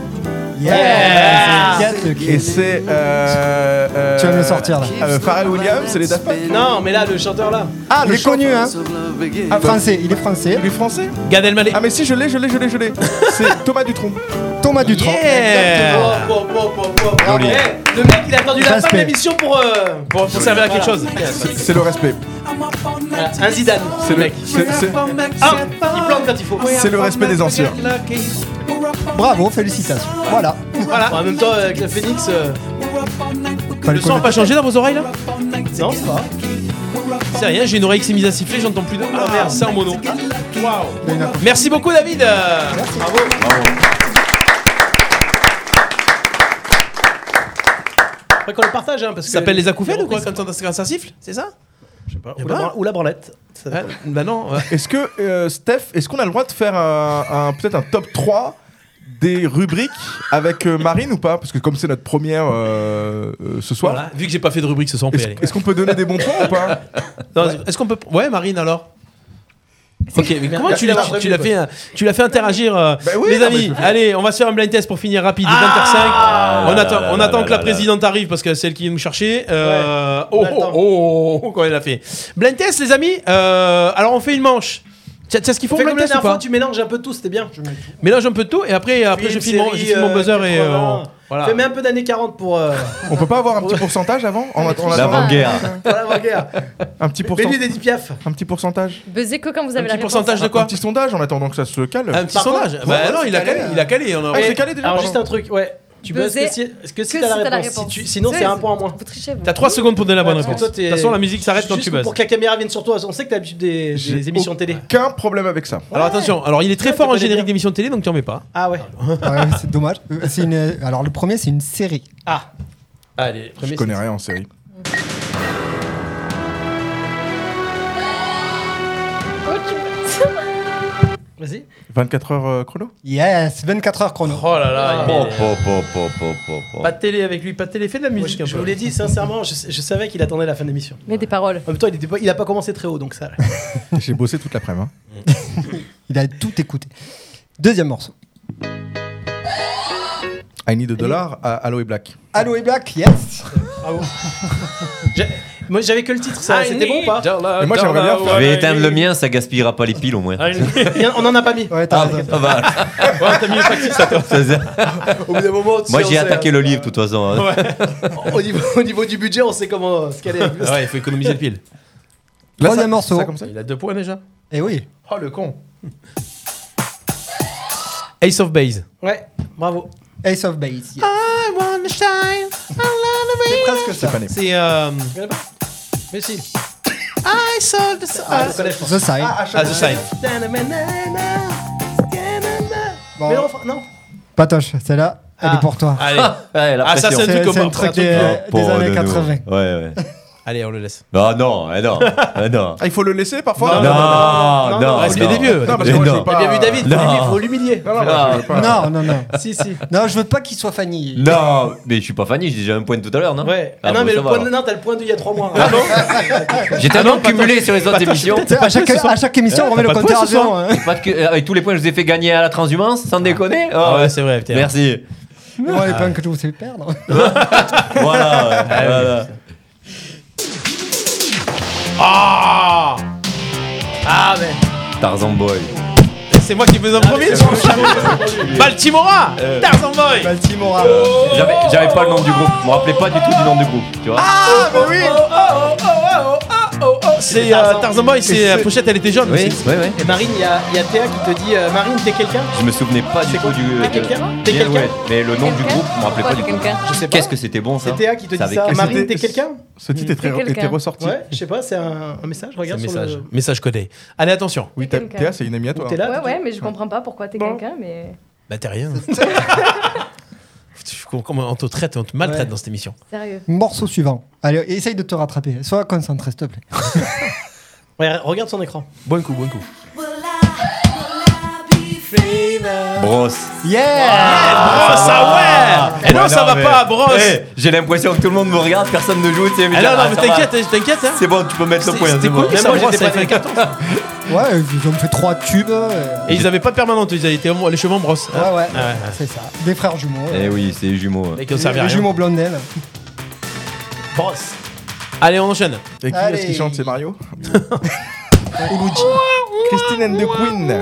[SPEAKER 4] Yeah. Yeah. Jet Lucky.
[SPEAKER 6] Et c'est. euh, euh,
[SPEAKER 4] Tu vas me le sortir, là.
[SPEAKER 6] euh, Pharrell Williams, c'est les Daft Punk.
[SPEAKER 3] Non, mais là, le chanteur là.
[SPEAKER 4] Ah, il
[SPEAKER 6] le
[SPEAKER 4] est connu, hein.
[SPEAKER 6] Ah, bah,
[SPEAKER 4] Français, il est français.
[SPEAKER 6] Il est français
[SPEAKER 2] Gad Elmaleh.
[SPEAKER 6] Ah, mais si, je l'ai, je l'ai, je l'ai, je l'ai. C'est Thomas Dutronc.
[SPEAKER 4] Thomas Dutronc.
[SPEAKER 2] Yeah.
[SPEAKER 3] Wow, wow, wow, wow, wow.
[SPEAKER 6] Joli.
[SPEAKER 3] Eh, le mec, il a attendu la fin
[SPEAKER 4] Respect.
[SPEAKER 3] de l'émission pour. euh,
[SPEAKER 2] Pour, pour servir à quelque chose.
[SPEAKER 3] Voilà.
[SPEAKER 6] C'est le respect.
[SPEAKER 3] Voilà, Un Zidane.
[SPEAKER 6] C'est le, c'est- c'est-
[SPEAKER 3] Ah, il plante quand il faut.
[SPEAKER 6] c'est le respect des anciens.
[SPEAKER 4] Bravo, félicitations. Voilà.
[SPEAKER 3] Voilà. en même temps, avec le Phoenix. euh,
[SPEAKER 4] Pas
[SPEAKER 2] Le son a pas changé dans vos oreilles là
[SPEAKER 3] Non, c'est pas.
[SPEAKER 2] C'est rien, j'ai une oreille qui s'est mise à siffler, j'entends plus de. Ah merde, c'est en mono.
[SPEAKER 4] Il y en a-
[SPEAKER 2] Merci beaucoup David euh,
[SPEAKER 3] Après qu'on le partage, hein, parce que.
[SPEAKER 2] Ça s'appelle les acouphènes ou quoi Quand t'entends- quand ça siffle C'est ça
[SPEAKER 3] Je sais pas.
[SPEAKER 2] Eh
[SPEAKER 3] Ou la,
[SPEAKER 2] ben.
[SPEAKER 3] bran- ou la branlette. Ça
[SPEAKER 2] Ouais,
[SPEAKER 3] dépend.
[SPEAKER 2] Bah non. ouais.
[SPEAKER 6] Est-ce que, euh, Steph, est-ce qu'on a le droit de faire un, un- peut-être un top 3 des rubriques avec euh, Marine ou pas Parce que comme c'est notre première euh, euh, ce soir,
[SPEAKER 2] Voilà. Vu que j'ai pas fait de rubrique ce soir, on peut y
[SPEAKER 6] est-ce,
[SPEAKER 2] aller.
[SPEAKER 6] est-ce qu'on peut donner des bons points ou pas
[SPEAKER 2] Non, Est-ce qu'on peut. Ouais, Marine alors Ok, mais comment tu l'as
[SPEAKER 3] Merde.
[SPEAKER 2] tu l'as fait, euh, tu l'as fait interagir, euh,
[SPEAKER 6] Bah oui,
[SPEAKER 2] les
[SPEAKER 6] non, mais
[SPEAKER 2] amis.
[SPEAKER 6] je peux-
[SPEAKER 2] Allez, on va se faire un blind test pour finir rapide.
[SPEAKER 3] Ah
[SPEAKER 2] il est 20h05. On attend, on attend que la présidente arrive parce que c'est elle qui nous chercher. Euh, oh,
[SPEAKER 3] on a le
[SPEAKER 2] oh,
[SPEAKER 3] temps.
[SPEAKER 2] oh, oh, quand elle a fait. Blind test, les amis. Euh, alors on fait une manche. Tu sais ce qu'il faut
[SPEAKER 3] Fais
[SPEAKER 2] blind
[SPEAKER 3] comme la
[SPEAKER 2] test ou
[SPEAKER 3] dernière
[SPEAKER 2] pas
[SPEAKER 3] fois, tu mélanges un peu tout, c'était bien.
[SPEAKER 2] Mélange un peu de tout et après, après je
[SPEAKER 3] Film,
[SPEAKER 2] filme mon, je
[SPEAKER 3] série,
[SPEAKER 2] filme mon
[SPEAKER 3] euh,
[SPEAKER 2] buzzer et
[SPEAKER 3] 80.
[SPEAKER 2] euh, voilà.
[SPEAKER 3] Fais même un peu d'années 40 pour. euh,
[SPEAKER 6] On peut pas avoir un petit pourcentage avant en, attendant-
[SPEAKER 4] Bah,
[SPEAKER 6] en attendant
[SPEAKER 5] L'avant-guerre.
[SPEAKER 3] pour l'avant-guerre.
[SPEAKER 6] un petit
[SPEAKER 3] Mets-lui
[SPEAKER 6] pourcentage.
[SPEAKER 3] des 10 piafs.
[SPEAKER 6] Un petit pourcentage.
[SPEAKER 14] Buzzez que quand vous
[SPEAKER 2] Un
[SPEAKER 14] avez la
[SPEAKER 2] petit
[SPEAKER 14] réponse.
[SPEAKER 2] pourcentage de
[SPEAKER 6] Un
[SPEAKER 2] quoi
[SPEAKER 6] petit sondage en attendant que ça se cale.
[SPEAKER 2] Un petit
[SPEAKER 3] Par
[SPEAKER 2] sondage.
[SPEAKER 3] contre-
[SPEAKER 2] Bah
[SPEAKER 4] Ouais,
[SPEAKER 2] non,
[SPEAKER 4] c'est
[SPEAKER 2] il a
[SPEAKER 4] calé,
[SPEAKER 2] calé.
[SPEAKER 4] hein.
[SPEAKER 2] Il a calé. on a-
[SPEAKER 6] Ah, c'est calé déjà
[SPEAKER 3] Alors,
[SPEAKER 6] pardon.
[SPEAKER 3] juste un truc, ouais. Tu buzzes
[SPEAKER 14] Buzzer
[SPEAKER 3] que si, est-ce que si
[SPEAKER 14] que
[SPEAKER 3] t'as
[SPEAKER 14] si
[SPEAKER 3] la
[SPEAKER 14] t'as la
[SPEAKER 3] réponse. Si
[SPEAKER 14] réponse.
[SPEAKER 3] tu- sinon, c'est
[SPEAKER 14] Buzz.
[SPEAKER 3] un point en moins.
[SPEAKER 14] Vous trichez, vous.
[SPEAKER 2] T'as 3 secondes pour donner la bonne
[SPEAKER 3] Parce que
[SPEAKER 2] réponse.
[SPEAKER 3] toi,
[SPEAKER 2] De
[SPEAKER 3] t'es-
[SPEAKER 2] toute façon, la musique s'arrête quand
[SPEAKER 3] juste
[SPEAKER 2] tu buzzes.
[SPEAKER 3] Pour que la caméra vienne sur toi, on sait que t'as l'habitude des,
[SPEAKER 6] J'ai
[SPEAKER 3] des émissions télé.
[SPEAKER 6] Aucun problème avec ça.
[SPEAKER 2] Alors attention, alors il est très
[SPEAKER 3] Ouais,
[SPEAKER 2] fort
[SPEAKER 3] t'as
[SPEAKER 2] en
[SPEAKER 3] pas les
[SPEAKER 2] générique
[SPEAKER 3] liens.
[SPEAKER 2] d'émission de télé, donc tu en mets pas.
[SPEAKER 3] Ah ouais.
[SPEAKER 4] Ah ouais, c'est dommage. Euh, C'est une... euh, Alors, le premier, c'est une série.
[SPEAKER 3] Ah.
[SPEAKER 2] Allez,
[SPEAKER 6] Je
[SPEAKER 2] premier.
[SPEAKER 6] connais rien en série.
[SPEAKER 3] Vas-y.
[SPEAKER 6] 24 heures euh, chrono
[SPEAKER 4] Yes, 24 heures chrono.
[SPEAKER 2] Oh là
[SPEAKER 3] Ah,
[SPEAKER 2] là, il est-
[SPEAKER 5] Po, po, po, po, po, po, po.
[SPEAKER 2] pas de télé avec lui, pas de télé, fais de la
[SPEAKER 3] Moi,
[SPEAKER 2] musique
[SPEAKER 3] je,
[SPEAKER 2] un
[SPEAKER 3] je
[SPEAKER 2] peu.
[SPEAKER 3] vous l'ai dit sincèrement, je, je savais qu'il attendait la fin de l'émission.
[SPEAKER 14] Mais des paroles.
[SPEAKER 3] En même temps, il, était pas- il a pas commencé très haut, donc ça.
[SPEAKER 6] J'ai bossé toute l'après-midi. hein.
[SPEAKER 4] Il a tout écouté. Deuxième morceau.
[SPEAKER 6] hein. I need a dollar à Aloe Black.
[SPEAKER 4] Aloe Black, yes.
[SPEAKER 3] J'ai- Moi, j'avais que le titre, ça.
[SPEAKER 2] I
[SPEAKER 3] C'était bon ou pas
[SPEAKER 2] need-
[SPEAKER 6] Mais moi, j'aimerais bien
[SPEAKER 5] Je vais éteindre le mien, ça gaspillera pas les piles au moins.
[SPEAKER 2] Ah,
[SPEAKER 3] Il y en- On en a pas mis.
[SPEAKER 4] Ouais, t'as raison.
[SPEAKER 5] Ah bah,
[SPEAKER 2] Ouais, t'as mis le tactique, ça, toi.
[SPEAKER 5] ça, ça-
[SPEAKER 3] Au bout d'un moment, tu
[SPEAKER 5] Moi
[SPEAKER 3] sais, on
[SPEAKER 5] j'ai
[SPEAKER 3] sait,
[SPEAKER 5] attaqué
[SPEAKER 3] euh,
[SPEAKER 5] le livre de toute façon. hein.
[SPEAKER 3] Au niveau, au niveau du budget, on sait comment ce qu'elle est.
[SPEAKER 2] Ah Ouais, il faut économiser le pile.
[SPEAKER 6] Là,
[SPEAKER 4] Troisième
[SPEAKER 6] ça-
[SPEAKER 4] morceau.
[SPEAKER 6] ça comme ça
[SPEAKER 2] Il a deux points déjà.
[SPEAKER 4] Eh oui.
[SPEAKER 2] Oh le con. Ace of Base.
[SPEAKER 3] Ouais, bravo.
[SPEAKER 4] Ace of Base. yes. C'est presque ça.
[SPEAKER 6] C'est pas né.
[SPEAKER 2] C'est euh,
[SPEAKER 3] Mais si.
[SPEAKER 4] Ah, The Sign.
[SPEAKER 2] Ah, The Sign.
[SPEAKER 4] Bon.
[SPEAKER 3] Mais non, enfin, non.
[SPEAKER 4] Patoche, celle-là, elle
[SPEAKER 3] Ah.
[SPEAKER 4] est pour toi.
[SPEAKER 2] Allez.
[SPEAKER 5] Ouais, la
[SPEAKER 2] Ah, ça,
[SPEAKER 5] pression.
[SPEAKER 2] c'est un truc
[SPEAKER 4] C'est
[SPEAKER 2] comme
[SPEAKER 4] un truc des,
[SPEAKER 5] Ah,
[SPEAKER 4] des
[SPEAKER 5] pauvre
[SPEAKER 4] années
[SPEAKER 5] de nous.
[SPEAKER 4] 80.
[SPEAKER 5] Ouais, ouais.
[SPEAKER 2] Allez, on le laisse.
[SPEAKER 5] Non, non, eh non, eh non.
[SPEAKER 6] Ah, il faut le laisser parfois
[SPEAKER 5] Non, non, non, non, non,
[SPEAKER 2] respect
[SPEAKER 5] non.
[SPEAKER 2] des vieux.
[SPEAKER 5] Non, parce que moi, je veux pas-
[SPEAKER 2] Eh bien vu David,
[SPEAKER 5] Non.
[SPEAKER 2] faut l'humilier, faut l'humilier.
[SPEAKER 5] Non, non, moi, je veux pas.
[SPEAKER 4] Non, non, non.
[SPEAKER 3] si, si.
[SPEAKER 4] Non, je veux pas qu'il soit fanny.
[SPEAKER 5] Non, mais je suis pas fanny, j'ai déjà un point tout à l'heure, non Ouais.
[SPEAKER 3] Ah non, mais le point de nain, t'as le point d'il y a 3 mois.
[SPEAKER 5] J'ai tellement cumulé sur les autres émissions.
[SPEAKER 4] À chaque, à chaque émission, on remet le compteur à zéro. hein.
[SPEAKER 5] Pas de que- euh, Avec tous les points, je vous ai fait gagner à la transhumance, sans déconner. Oh,
[SPEAKER 2] Ah ouais, c'est vrai, putain.
[SPEAKER 5] Merci.
[SPEAKER 4] Moi, les points que je vous fais perdre.
[SPEAKER 5] Voilà. ouais,
[SPEAKER 2] Ah oui.
[SPEAKER 5] voilà.
[SPEAKER 2] Ah Ah, mais.
[SPEAKER 5] Tarzan Boy.
[SPEAKER 2] Ah, C'est moi qui vous improvise Baltimora
[SPEAKER 5] Euh.
[SPEAKER 2] Tarzan Boy
[SPEAKER 4] Baltimora
[SPEAKER 5] J'avais j'avais pas le nom du groupe. Je me rappelais pas du tout du nom du groupe, tu vois.
[SPEAKER 2] Ah, mais oui C'est euh, Tarzan Boy, c'est la pochette, elle était jaune
[SPEAKER 5] Oui,
[SPEAKER 2] aussi.
[SPEAKER 5] oui, oui.
[SPEAKER 3] Et Marine, il y, a- il y a Théa qui te dit euh, Marine, t'es quelqu'un
[SPEAKER 5] Je me souvenais pas du tout du.
[SPEAKER 3] T'es
[SPEAKER 5] de-
[SPEAKER 3] quelqu'un
[SPEAKER 5] Bien,
[SPEAKER 3] T'es quelqu'un
[SPEAKER 5] ouais. Mais le nom du
[SPEAKER 3] Quelqu'un
[SPEAKER 5] groupe, je me rappelais
[SPEAKER 3] Pourquoi
[SPEAKER 5] pas du
[SPEAKER 3] t'es
[SPEAKER 5] tout.
[SPEAKER 3] quelqu'un Je sais pas.
[SPEAKER 5] Qu'est-ce que c'était bon ça
[SPEAKER 3] C'est Théa qui te
[SPEAKER 5] Ça
[SPEAKER 3] dit
[SPEAKER 5] avait-
[SPEAKER 3] ça. Marine, t'es quelqu'un
[SPEAKER 6] Ce titre est très-
[SPEAKER 3] T'es quelqu'un.
[SPEAKER 6] était ressorti.
[SPEAKER 3] Ouais, je sais pas, c'est un, un message.
[SPEAKER 2] C'est un
[SPEAKER 3] Regarde sur
[SPEAKER 2] message.
[SPEAKER 3] le.
[SPEAKER 2] Message codé. Allez, attention.
[SPEAKER 6] Oui,
[SPEAKER 14] t'as- quelqu'un. Théa,
[SPEAKER 6] c'est une amie à toi,
[SPEAKER 3] T'es là
[SPEAKER 14] ouais, ouais, mais je comprends pas pourquoi t'es quelqu'un, mais
[SPEAKER 2] Bah, t'es rien. Tu- Comment on te traite, on te maltraite dans cette émission.
[SPEAKER 14] sérieux.
[SPEAKER 4] Morceau suivant. Allez, essaye de te rattraper. Sois concentré, s'il te plaît.
[SPEAKER 3] Ouais, regarde son écran.
[SPEAKER 2] Bon coup, bon coup.
[SPEAKER 5] Brosse.
[SPEAKER 4] Yeah
[SPEAKER 2] Brosse, ah ouais Eh non,
[SPEAKER 5] Ouais,
[SPEAKER 2] ça va
[SPEAKER 5] mais-
[SPEAKER 2] pas, brosse
[SPEAKER 5] Eh, J'ai l'impression que tout le monde me regarde, personne ne joue, tu sais. mais
[SPEAKER 2] Ah
[SPEAKER 5] genre,
[SPEAKER 2] non, non, mais
[SPEAKER 5] ça va.
[SPEAKER 2] t'inquiète, t'inquiète, hein.
[SPEAKER 5] C'est bon, tu peux mettre le
[SPEAKER 2] C'est-
[SPEAKER 5] point.
[SPEAKER 2] c'était
[SPEAKER 5] c'est bon.
[SPEAKER 2] cool,
[SPEAKER 5] Même
[SPEAKER 2] ça,
[SPEAKER 5] moi,
[SPEAKER 2] brosse,
[SPEAKER 5] j'étais
[SPEAKER 2] ça
[SPEAKER 5] pas
[SPEAKER 2] fait
[SPEAKER 5] d'accord.
[SPEAKER 4] Ouais, ils ont fait trois tubes. euh,
[SPEAKER 2] Et ils avaient pas de permanente, ils étaient les cheveux en brosse. hein.
[SPEAKER 4] Ouais, ouais.
[SPEAKER 2] Ah
[SPEAKER 4] C'est ça. Des frères jumeaux.
[SPEAKER 5] Eh oui, c'est les jumeaux.
[SPEAKER 2] Et qui ont servi à
[SPEAKER 4] Les
[SPEAKER 2] rien.
[SPEAKER 4] jumeaux Blondel.
[SPEAKER 2] Brosse. Allez, on enchaîne.
[SPEAKER 6] Et qui
[SPEAKER 4] Allez.
[SPEAKER 6] est-ce qui chante C'est Mario Ou Luigi Christine and the Queen.
[SPEAKER 3] Moi,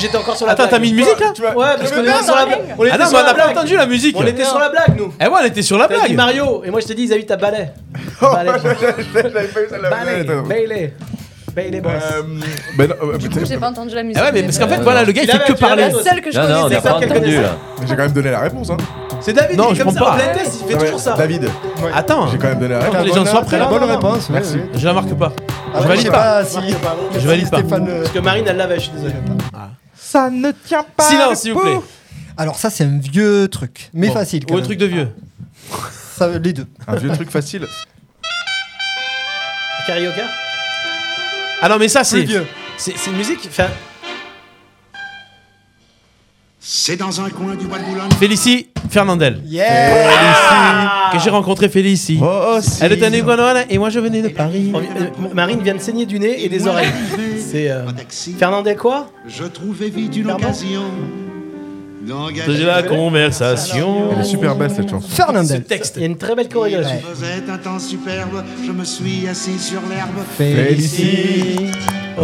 [SPEAKER 3] j'étais encore sur la
[SPEAKER 2] Attends,
[SPEAKER 3] blague.
[SPEAKER 2] t'as mis une musique là
[SPEAKER 3] Ouais, parce
[SPEAKER 6] Tu
[SPEAKER 3] qu'on
[SPEAKER 6] veux bien,
[SPEAKER 3] était sur la blague.
[SPEAKER 2] Ah
[SPEAKER 3] On était
[SPEAKER 2] non, mais
[SPEAKER 3] sur
[SPEAKER 2] on
[SPEAKER 3] la
[SPEAKER 2] n'a pas
[SPEAKER 3] blague.
[SPEAKER 2] entendu la musique.
[SPEAKER 3] On était sur la blague, nous.
[SPEAKER 2] Eh ouais, on était sur la
[SPEAKER 3] T'as dit
[SPEAKER 2] blague.
[SPEAKER 3] Mario, et moi je t'ai dit, ils habitent à Balai. Balai. Balai. Bailey. Bailey Boss.
[SPEAKER 6] Ben non, euh,
[SPEAKER 14] Du coup,
[SPEAKER 6] putain,
[SPEAKER 14] j'ai pas entendu la musique.
[SPEAKER 2] Ah ouais, mais parce qu'en fait,
[SPEAKER 5] Euh,
[SPEAKER 2] voilà, le gars il
[SPEAKER 3] Il
[SPEAKER 2] fait
[SPEAKER 3] avait-
[SPEAKER 2] que
[SPEAKER 3] tu l'avais
[SPEAKER 2] parler.
[SPEAKER 3] adoré.
[SPEAKER 14] Celle que je
[SPEAKER 5] Non, non, on
[SPEAKER 14] connaissais,
[SPEAKER 5] n'a
[SPEAKER 14] c'est
[SPEAKER 5] pas
[SPEAKER 14] celle que
[SPEAKER 5] entendu
[SPEAKER 14] connaissais.
[SPEAKER 5] là.
[SPEAKER 6] j'ai quand même donné la réponse. Hein.
[SPEAKER 3] C'est David,
[SPEAKER 2] Non,
[SPEAKER 3] il est
[SPEAKER 2] je
[SPEAKER 3] comme
[SPEAKER 2] prends
[SPEAKER 3] ça.
[SPEAKER 2] pas.
[SPEAKER 3] En plein test, il fait
[SPEAKER 6] Ouais,
[SPEAKER 3] toujours ça.
[SPEAKER 6] David,
[SPEAKER 2] Attends,
[SPEAKER 6] j'ai quand même donné la
[SPEAKER 2] Faut
[SPEAKER 6] réponse.
[SPEAKER 2] que les gens soient prêts
[SPEAKER 4] La
[SPEAKER 2] là.
[SPEAKER 4] bonne réponse. ouais,
[SPEAKER 6] Merci.
[SPEAKER 4] ouais.
[SPEAKER 2] Je la marque pas.
[SPEAKER 4] Ah,
[SPEAKER 2] Je
[SPEAKER 4] ouais,
[SPEAKER 2] valide
[SPEAKER 4] sais
[SPEAKER 2] pas.
[SPEAKER 4] si-
[SPEAKER 2] Je valide pas.
[SPEAKER 4] Stéphane, euh,
[SPEAKER 3] Parce que Marine, elle l'avait, je suis désolé.
[SPEAKER 6] Ça ne tient pas.
[SPEAKER 2] Silence, s'il vous plaît.
[SPEAKER 4] Alors ça, c'est un vieux truc, mais
[SPEAKER 2] Bon.
[SPEAKER 4] facile. Quand
[SPEAKER 2] Ou un
[SPEAKER 4] même.
[SPEAKER 2] truc de vieux.
[SPEAKER 4] Ça, euh, les deux.
[SPEAKER 6] Un vieux truc facile.
[SPEAKER 3] Carioca
[SPEAKER 2] Ah non, mais ça, c'est.
[SPEAKER 4] vieux.
[SPEAKER 3] C'est c'est une musique. Enfin,
[SPEAKER 10] C'est dans un coin du bois de Boulogne.
[SPEAKER 2] Félicie Fernandel.
[SPEAKER 4] Yeah
[SPEAKER 2] Que j'ai rencontré Félicie.
[SPEAKER 6] Oh, oh, si.
[SPEAKER 2] Elle était en Iguanoana et moi je venais de Paris.
[SPEAKER 3] on vient- euh, Marine vient de saigner du nez et des oreilles. C'est. euh, Fernandel quoi
[SPEAKER 10] Je trouvais vite une
[SPEAKER 3] Pardon
[SPEAKER 10] occasion
[SPEAKER 2] J'ai
[SPEAKER 10] d'engager
[SPEAKER 2] la conversation.
[SPEAKER 6] Elle est super belle cette chanson.
[SPEAKER 3] Ce
[SPEAKER 4] Fernandel.
[SPEAKER 3] texte. Il y a une très belle chorégraphie.
[SPEAKER 4] Ouais.
[SPEAKER 10] Faisait un temps superbe, je me suis assis sur l'herbe.
[SPEAKER 4] Félicie.
[SPEAKER 6] Eh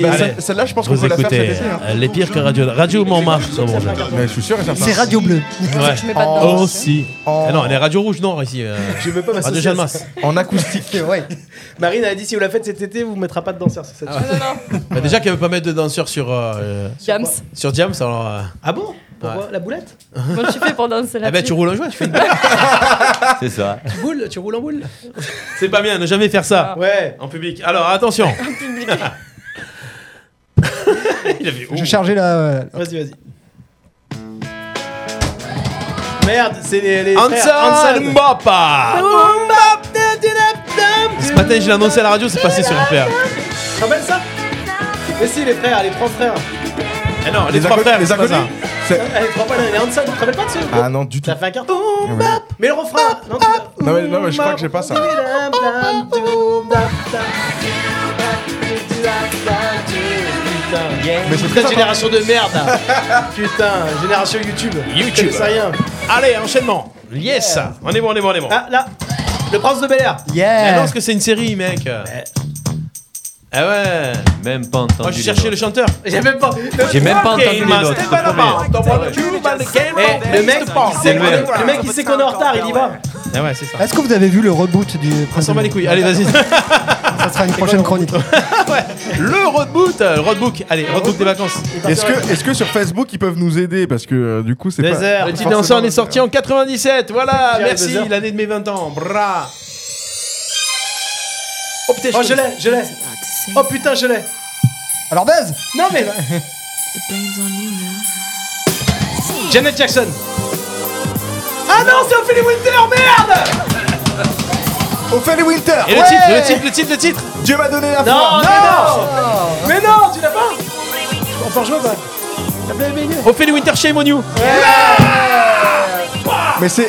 [SPEAKER 6] ben,
[SPEAKER 2] Allez.
[SPEAKER 6] ce- Celle-là, je pense qu'on
[SPEAKER 2] Vous
[SPEAKER 6] peut la faire cet
[SPEAKER 2] écoutez,
[SPEAKER 6] été. hein.
[SPEAKER 2] euh, les pires que Radio. Radio Montmartre, ça bon.
[SPEAKER 6] Mais je suis sûr et certain.
[SPEAKER 4] C'est Radio Bleu.
[SPEAKER 2] Ouais.
[SPEAKER 14] Je mets pas dedans.
[SPEAKER 2] Oh si.
[SPEAKER 6] En-
[SPEAKER 2] Ah non, les Radio Rouge, non, ici. euh,
[SPEAKER 3] Je veux pas
[SPEAKER 2] Radio
[SPEAKER 3] m'associer. à Ah, ça.
[SPEAKER 2] Jalmas.
[SPEAKER 6] En acoustique.
[SPEAKER 4] Ok, ouais.
[SPEAKER 3] Marine, elle a dit si vous la faites cet été, vous ne mettra pas de danseur sur cette
[SPEAKER 2] Ah ouais.
[SPEAKER 3] chanson.
[SPEAKER 2] Bah, déjà qu'elle veut pas mettre de danseurs sur. euh, euh,
[SPEAKER 14] James,
[SPEAKER 2] Sur Diams, alors. euh,
[SPEAKER 3] Ah bon Pourquoi La boulette
[SPEAKER 14] comment tu fais pour danser
[SPEAKER 2] Eh ben, tu
[SPEAKER 14] là-dessus
[SPEAKER 2] roules un jouet, tu fais une
[SPEAKER 5] C'est ça.
[SPEAKER 3] Tu boules Tu roules en boule
[SPEAKER 2] C'est pas bien, ne jamais faire ça.
[SPEAKER 3] Ouais.
[SPEAKER 2] En public. Alors, attention. Il avait.
[SPEAKER 6] Oh.
[SPEAKER 4] Je chargeais la. euh,
[SPEAKER 3] Vas-y, vas-y. Merde, c'est les. les frères
[SPEAKER 2] Anselm
[SPEAKER 3] Hanson.
[SPEAKER 2] Mbappa Ce matin, je l'ai annoncé à la radio, c'est passé sur RPA.
[SPEAKER 3] Tu te rappelles ça Mais si, les frères, les trois frères.
[SPEAKER 2] Eh non, les,
[SPEAKER 6] Les
[SPEAKER 2] trois
[SPEAKER 6] inco-
[SPEAKER 2] frères,
[SPEAKER 6] les
[SPEAKER 2] c'est pas ça.
[SPEAKER 6] inconnus C'est-
[SPEAKER 3] Eh, Les trois frères, les Hanson, tu te rappelles pas de ce
[SPEAKER 6] Ah non, du tout.
[SPEAKER 3] Ça fait un carton. Mais le refrain Non, tu l'as.
[SPEAKER 6] Non, mais, non, mais je crois que j'ai pas ça.
[SPEAKER 3] Putain,
[SPEAKER 6] Mais c'est très
[SPEAKER 3] Putain, génération de merde là. Putain, génération YouTube
[SPEAKER 2] YouTube.
[SPEAKER 3] C'est rien
[SPEAKER 2] Allez, enchaînement. Yes On est bon, on est bon, on est bon.
[SPEAKER 3] Ah, là Le prince de Bel-Air
[SPEAKER 2] Mais non,
[SPEAKER 4] Yeah
[SPEAKER 2] parce que c'est une série, mec. Eh ouais.
[SPEAKER 5] Même pas entendu.
[SPEAKER 2] Moi, je
[SPEAKER 5] les
[SPEAKER 2] cherchais
[SPEAKER 5] noms.
[SPEAKER 2] le chanteur.
[SPEAKER 3] J'ai même pas...
[SPEAKER 5] J'ai même pas entendu les
[SPEAKER 2] Game
[SPEAKER 5] notes.
[SPEAKER 2] Master Panama, the one you man, the game
[SPEAKER 3] Eh,
[SPEAKER 2] of
[SPEAKER 3] le mec,
[SPEAKER 2] Mr.
[SPEAKER 3] il sait
[SPEAKER 5] C'est
[SPEAKER 3] qu'on est-
[SPEAKER 5] vrai.
[SPEAKER 3] le mec, il sait qu'on est en retard, il y va.
[SPEAKER 2] Eh ouais, c'est ça.
[SPEAKER 4] Est-ce que vous avez vu le reboot du
[SPEAKER 2] On
[SPEAKER 4] Prince
[SPEAKER 2] s'en bat
[SPEAKER 4] de-
[SPEAKER 2] les couilles. Allez, vas-y.
[SPEAKER 4] Ça sera une prochaine chronique.
[SPEAKER 2] le roadbook. euh, Le roadbook. Allez, roadbook des vacances.
[SPEAKER 6] Est-ce que, est-ce que sur Facebook ils peuvent nous aider Parce que euh, du coup, c'est pas.
[SPEAKER 3] Buzzer.
[SPEAKER 2] Le petit danseur on est sorti en 97. Voilà,
[SPEAKER 3] J'ai
[SPEAKER 2] merci.
[SPEAKER 3] le buzzer.
[SPEAKER 2] L'année de mes 20 ans. Bra. Oh putain,
[SPEAKER 3] Oh, je l'ai, je l'ai Oh putain, je l'ai
[SPEAKER 4] Alors Buzz
[SPEAKER 3] Non mais... Janet Jackson Ah non, c'est Ophélie Winter, merde
[SPEAKER 22] Ophélie Winter
[SPEAKER 2] Et le
[SPEAKER 22] Ouais.
[SPEAKER 2] titre, le titre, le titre, le titre
[SPEAKER 22] Dieu m'a donné la
[SPEAKER 2] Non,
[SPEAKER 22] foi
[SPEAKER 3] non Mais non, tu l'as pas Enfin, je vois pas. T'as bien aimé
[SPEAKER 2] Ophélie Winter, Shame on You
[SPEAKER 6] Mais c'est.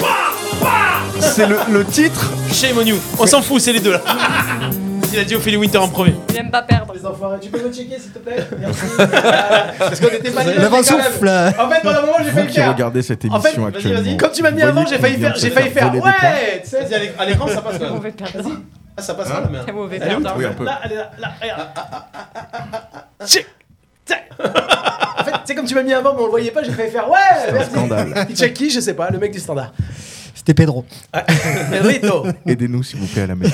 [SPEAKER 6] C'est le, le titre.
[SPEAKER 2] Shame on You On s'en fout, c'est les deux là Il a dit Ophélie Winter en premier.
[SPEAKER 14] Il aime pas perdre.
[SPEAKER 3] Oh, Les enfoirés, tu peux me checker s'il te plaît Merci. Voilà. Parce qu'on était pas les
[SPEAKER 6] Le vent
[SPEAKER 3] mêmes, mais quand
[SPEAKER 6] souffle.
[SPEAKER 3] même. En fait, pendant un moment, j'ai
[SPEAKER 6] Vous
[SPEAKER 3] failli
[SPEAKER 6] qui
[SPEAKER 3] faire.
[SPEAKER 6] regardez cette émission
[SPEAKER 3] En fait, vas-y,
[SPEAKER 6] actuellement.
[SPEAKER 3] vas-y. Quand tu m'as mis
[SPEAKER 6] voyez
[SPEAKER 3] avant, j'ai failli
[SPEAKER 6] combien
[SPEAKER 3] faire,
[SPEAKER 6] se
[SPEAKER 3] j'ai failli faire.
[SPEAKER 6] voler des
[SPEAKER 3] Ouais, tu sais, à l'é- à l'écran, ça passe là.
[SPEAKER 14] Mauvais perdant.
[SPEAKER 3] Ah, ça passe
[SPEAKER 6] Hein
[SPEAKER 3] là, la merde.
[SPEAKER 14] C'est mauvais
[SPEAKER 3] Elle est où,
[SPEAKER 14] perdant.
[SPEAKER 3] ta
[SPEAKER 14] Oui,
[SPEAKER 3] merde
[SPEAKER 14] un peu.
[SPEAKER 3] Là, elle est là, là, regarde. Tchic, tac. En fait, tu sais, comme tu m'as mis avant, mais on le voyait pas, j'ai failli faire. Ouais, merci.
[SPEAKER 6] scandale.
[SPEAKER 3] Il check qui Je sais pas, le mec du standard.
[SPEAKER 4] C'était Pedro.
[SPEAKER 3] Pedrito.
[SPEAKER 6] Aidez-nous s'il vous plaît à la maison.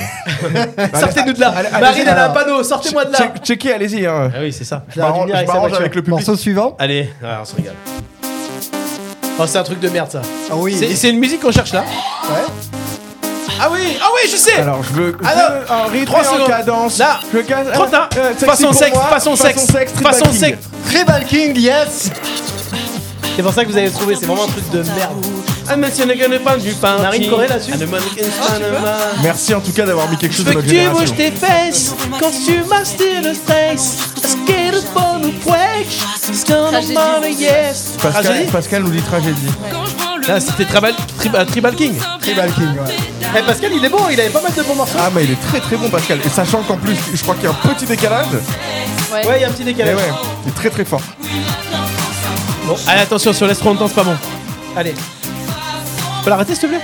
[SPEAKER 3] Sortez-nous de là.
[SPEAKER 6] Allez, allez,
[SPEAKER 3] Marine, elle a un
[SPEAKER 6] alors.
[SPEAKER 3] panneau, sortez-moi de là.
[SPEAKER 6] Check- checkez, allez-y. hein.
[SPEAKER 2] Ah oui, c'est ça.
[SPEAKER 6] Je m'arrange- je m'arrange avec le public.
[SPEAKER 4] Morceau suivant.
[SPEAKER 2] Allez, ouais, on se régale.
[SPEAKER 3] Oh, c'est un truc de merde ça.
[SPEAKER 4] Ah oui.
[SPEAKER 2] C'est c'est une musique qu'on cherche là Ah oui, ah oui, je sais
[SPEAKER 6] Alors, je veux.
[SPEAKER 3] Ah
[SPEAKER 2] Alors, euh,
[SPEAKER 6] je veux un rythme
[SPEAKER 2] trois
[SPEAKER 6] et en
[SPEAKER 2] secondes.
[SPEAKER 6] cadence.
[SPEAKER 2] Là,
[SPEAKER 6] je veux euh, cadence.
[SPEAKER 2] trop tard. Façon sexe, façon sexe, façon sexe.
[SPEAKER 4] Tribal King, yes
[SPEAKER 3] C'est pour ça que vous avez trouvé, c'est vraiment un truc de merde.
[SPEAKER 2] Ah, mais si on ne gagne pas du pain. Ah,
[SPEAKER 3] Marine Corée là-dessus
[SPEAKER 6] Merci en tout cas d'avoir mis quelque chose de notre
[SPEAKER 10] tu bouges
[SPEAKER 6] génération.
[SPEAKER 10] tes fesses quand tu mastiques le sexe. Skate for the quake. Stand on the yes.
[SPEAKER 6] Pascal,
[SPEAKER 2] Tragédie
[SPEAKER 6] Pascal nous dit tragédie.
[SPEAKER 2] Là, Ah, c'était Tribal, Tribal, Tribal King.
[SPEAKER 4] Tribal King, ouais.
[SPEAKER 3] Eh, Pascal, il est bon, il avait pas mal de bons morceaux.
[SPEAKER 6] Ah mais il est très très bon Pascal. Et sachant qu'en plus, je crois qu'il y a un petit décalage.
[SPEAKER 3] Ouais, il y a un petit
[SPEAKER 6] Mais
[SPEAKER 3] décalage.
[SPEAKER 6] ouais, il est très très fort.
[SPEAKER 2] Bon, allez, attention, si on laisse trop longtemps, c'est pas bon.
[SPEAKER 3] Allez.
[SPEAKER 2] Faut l'arrêter, s'il te plaît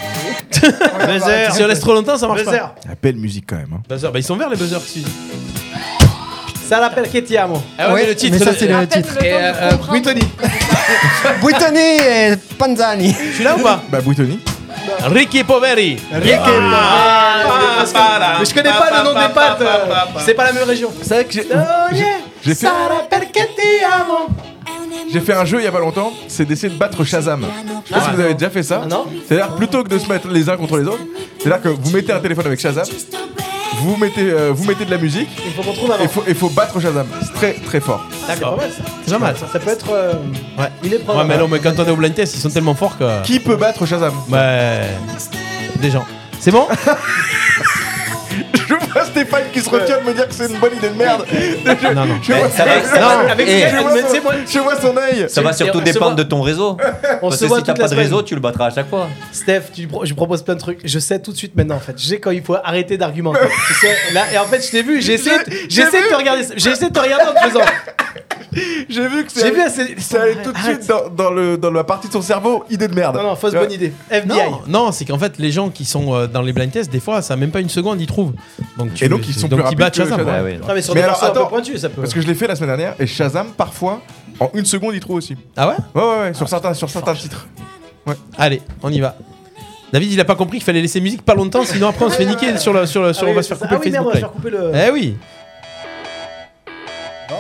[SPEAKER 2] Buzzer Si on laisse trop longtemps, ça marche
[SPEAKER 3] Buzzer.
[SPEAKER 2] pas.
[SPEAKER 6] La belle musique quand même. hein.
[SPEAKER 2] Buzzer, bah ils sont verts les buzzers, tu dis.
[SPEAKER 3] Ça l'appelle que ti amo.
[SPEAKER 2] Ah ouais,
[SPEAKER 4] Ouais,
[SPEAKER 2] mais le titre.
[SPEAKER 4] mais ça, c'est le titre.
[SPEAKER 3] Et euh, euh, Brittany.
[SPEAKER 4] Buitoni et Panzani.
[SPEAKER 2] Tu l'as ou pas
[SPEAKER 6] Bah Buitoni.
[SPEAKER 2] Ricky Poveri.
[SPEAKER 4] Ricky
[SPEAKER 2] Ah, voilà.
[SPEAKER 3] Mais je connais pas le nom des pattes. euh, C'est pas la même région.
[SPEAKER 6] C'est vrai que j'ai-
[SPEAKER 3] Oh yeah.
[SPEAKER 6] j'ai fait,
[SPEAKER 3] Ça l'appelle que ti amo.
[SPEAKER 6] j'ai fait un jeu il y a pas longtemps, c'est d'essayer de battre Shazam. Je sais pas
[SPEAKER 3] Ah.
[SPEAKER 6] si vous avez déjà fait ça.
[SPEAKER 3] non.
[SPEAKER 6] C'est-à-dire plutôt que de se mettre les uns contre les autres, c'est-à-dire que vous mettez un téléphone avec Shazam, vous mettez, euh, vous mettez de la musique
[SPEAKER 3] Il faut qu'on trouve avant.
[SPEAKER 6] et faut, et faut battre Shazam. C'est très très fort.
[SPEAKER 2] D'accord.
[SPEAKER 3] Ça
[SPEAKER 2] C'est pas mal ça.
[SPEAKER 3] peut être. euh,
[SPEAKER 2] Ouais.
[SPEAKER 3] Il est
[SPEAKER 2] Ouais,
[SPEAKER 3] probable.
[SPEAKER 2] mais non, mais quand on est au blind test, ils sont tellement forts que.
[SPEAKER 6] Qui peut battre Shazam
[SPEAKER 2] Ouais. Des gens. C'est bon
[SPEAKER 6] Je vois Stéphane qui se retient de me dire que c'est une bonne idée de merde. Je,
[SPEAKER 2] Non, non.
[SPEAKER 6] je vois,
[SPEAKER 5] Ça va-
[SPEAKER 3] ça va, avec
[SPEAKER 5] eh,
[SPEAKER 3] Yann, mais tu sais, moi,
[SPEAKER 6] je vois son œil.
[SPEAKER 5] Ça va surtout
[SPEAKER 3] on se voit-
[SPEAKER 5] dépendre de ton
[SPEAKER 3] On
[SPEAKER 5] réseau. Parce
[SPEAKER 3] se
[SPEAKER 5] que
[SPEAKER 3] voit
[SPEAKER 5] si t'as
[SPEAKER 3] toute la
[SPEAKER 5] pas de
[SPEAKER 3] semaine. Ah,
[SPEAKER 5] réseau, tu le battras à chaque fois.
[SPEAKER 3] Steph, tu pro- je lui propose plein de trucs. Je sais tout de suite maintenant en fait. J'ai quand il faut arrêter d'argumenter. tu sais, là, et en fait, je t'ai vu, j'ai essayé, de- j'ai
[SPEAKER 6] j'ai
[SPEAKER 3] essayé de
[SPEAKER 6] vu.
[SPEAKER 3] te regarder. J'ai essayé de te regarder en te faisant.
[SPEAKER 6] J'ai vu que
[SPEAKER 3] J'ai vu,
[SPEAKER 6] c'est
[SPEAKER 3] c'est-
[SPEAKER 6] c'est allé tout de suite dans, dans le, dans la partie de son cerveau. Idée de merde.
[SPEAKER 3] Non, non, fausse
[SPEAKER 6] Tu vois
[SPEAKER 3] bonne idée. FBI.
[SPEAKER 2] Non, non c'est qu'en fait, les gens qui sont euh, dans les blind tests, des fois, ça a même pas une seconde, ils trouvent. Donc, tu,
[SPEAKER 6] Et donc, ils sont plus
[SPEAKER 2] donc ils
[SPEAKER 6] rapides
[SPEAKER 2] battent
[SPEAKER 6] que
[SPEAKER 2] Shazam.
[SPEAKER 6] Shazam.
[SPEAKER 5] Ouais, ouais.
[SPEAKER 3] Non, mais sur
[SPEAKER 6] Mais
[SPEAKER 3] des
[SPEAKER 6] alors,
[SPEAKER 3] morceaux un peu
[SPEAKER 6] attends,
[SPEAKER 3] pointus, ça peut.
[SPEAKER 6] Parce que je l'ai fait la semaine dernière et Shazam, parfois, en une seconde, il trouve aussi.
[SPEAKER 2] Ah ouais
[SPEAKER 6] Ouais, ouais, ouais, sur certains, sur certains titres.
[SPEAKER 2] Allez, on y va. David, il a pas compris qu'il fallait laisser musique pas longtemps, sinon après on se fait niquer sur le, sur le,
[SPEAKER 3] Ah
[SPEAKER 2] sur-
[SPEAKER 3] oui,
[SPEAKER 2] on va se faire
[SPEAKER 3] ça-
[SPEAKER 2] couper
[SPEAKER 3] ah oui,
[SPEAKER 2] le
[SPEAKER 3] merde, on
[SPEAKER 2] Facebook
[SPEAKER 3] va se
[SPEAKER 2] Live.
[SPEAKER 3] faire couper le.
[SPEAKER 2] Eh oui.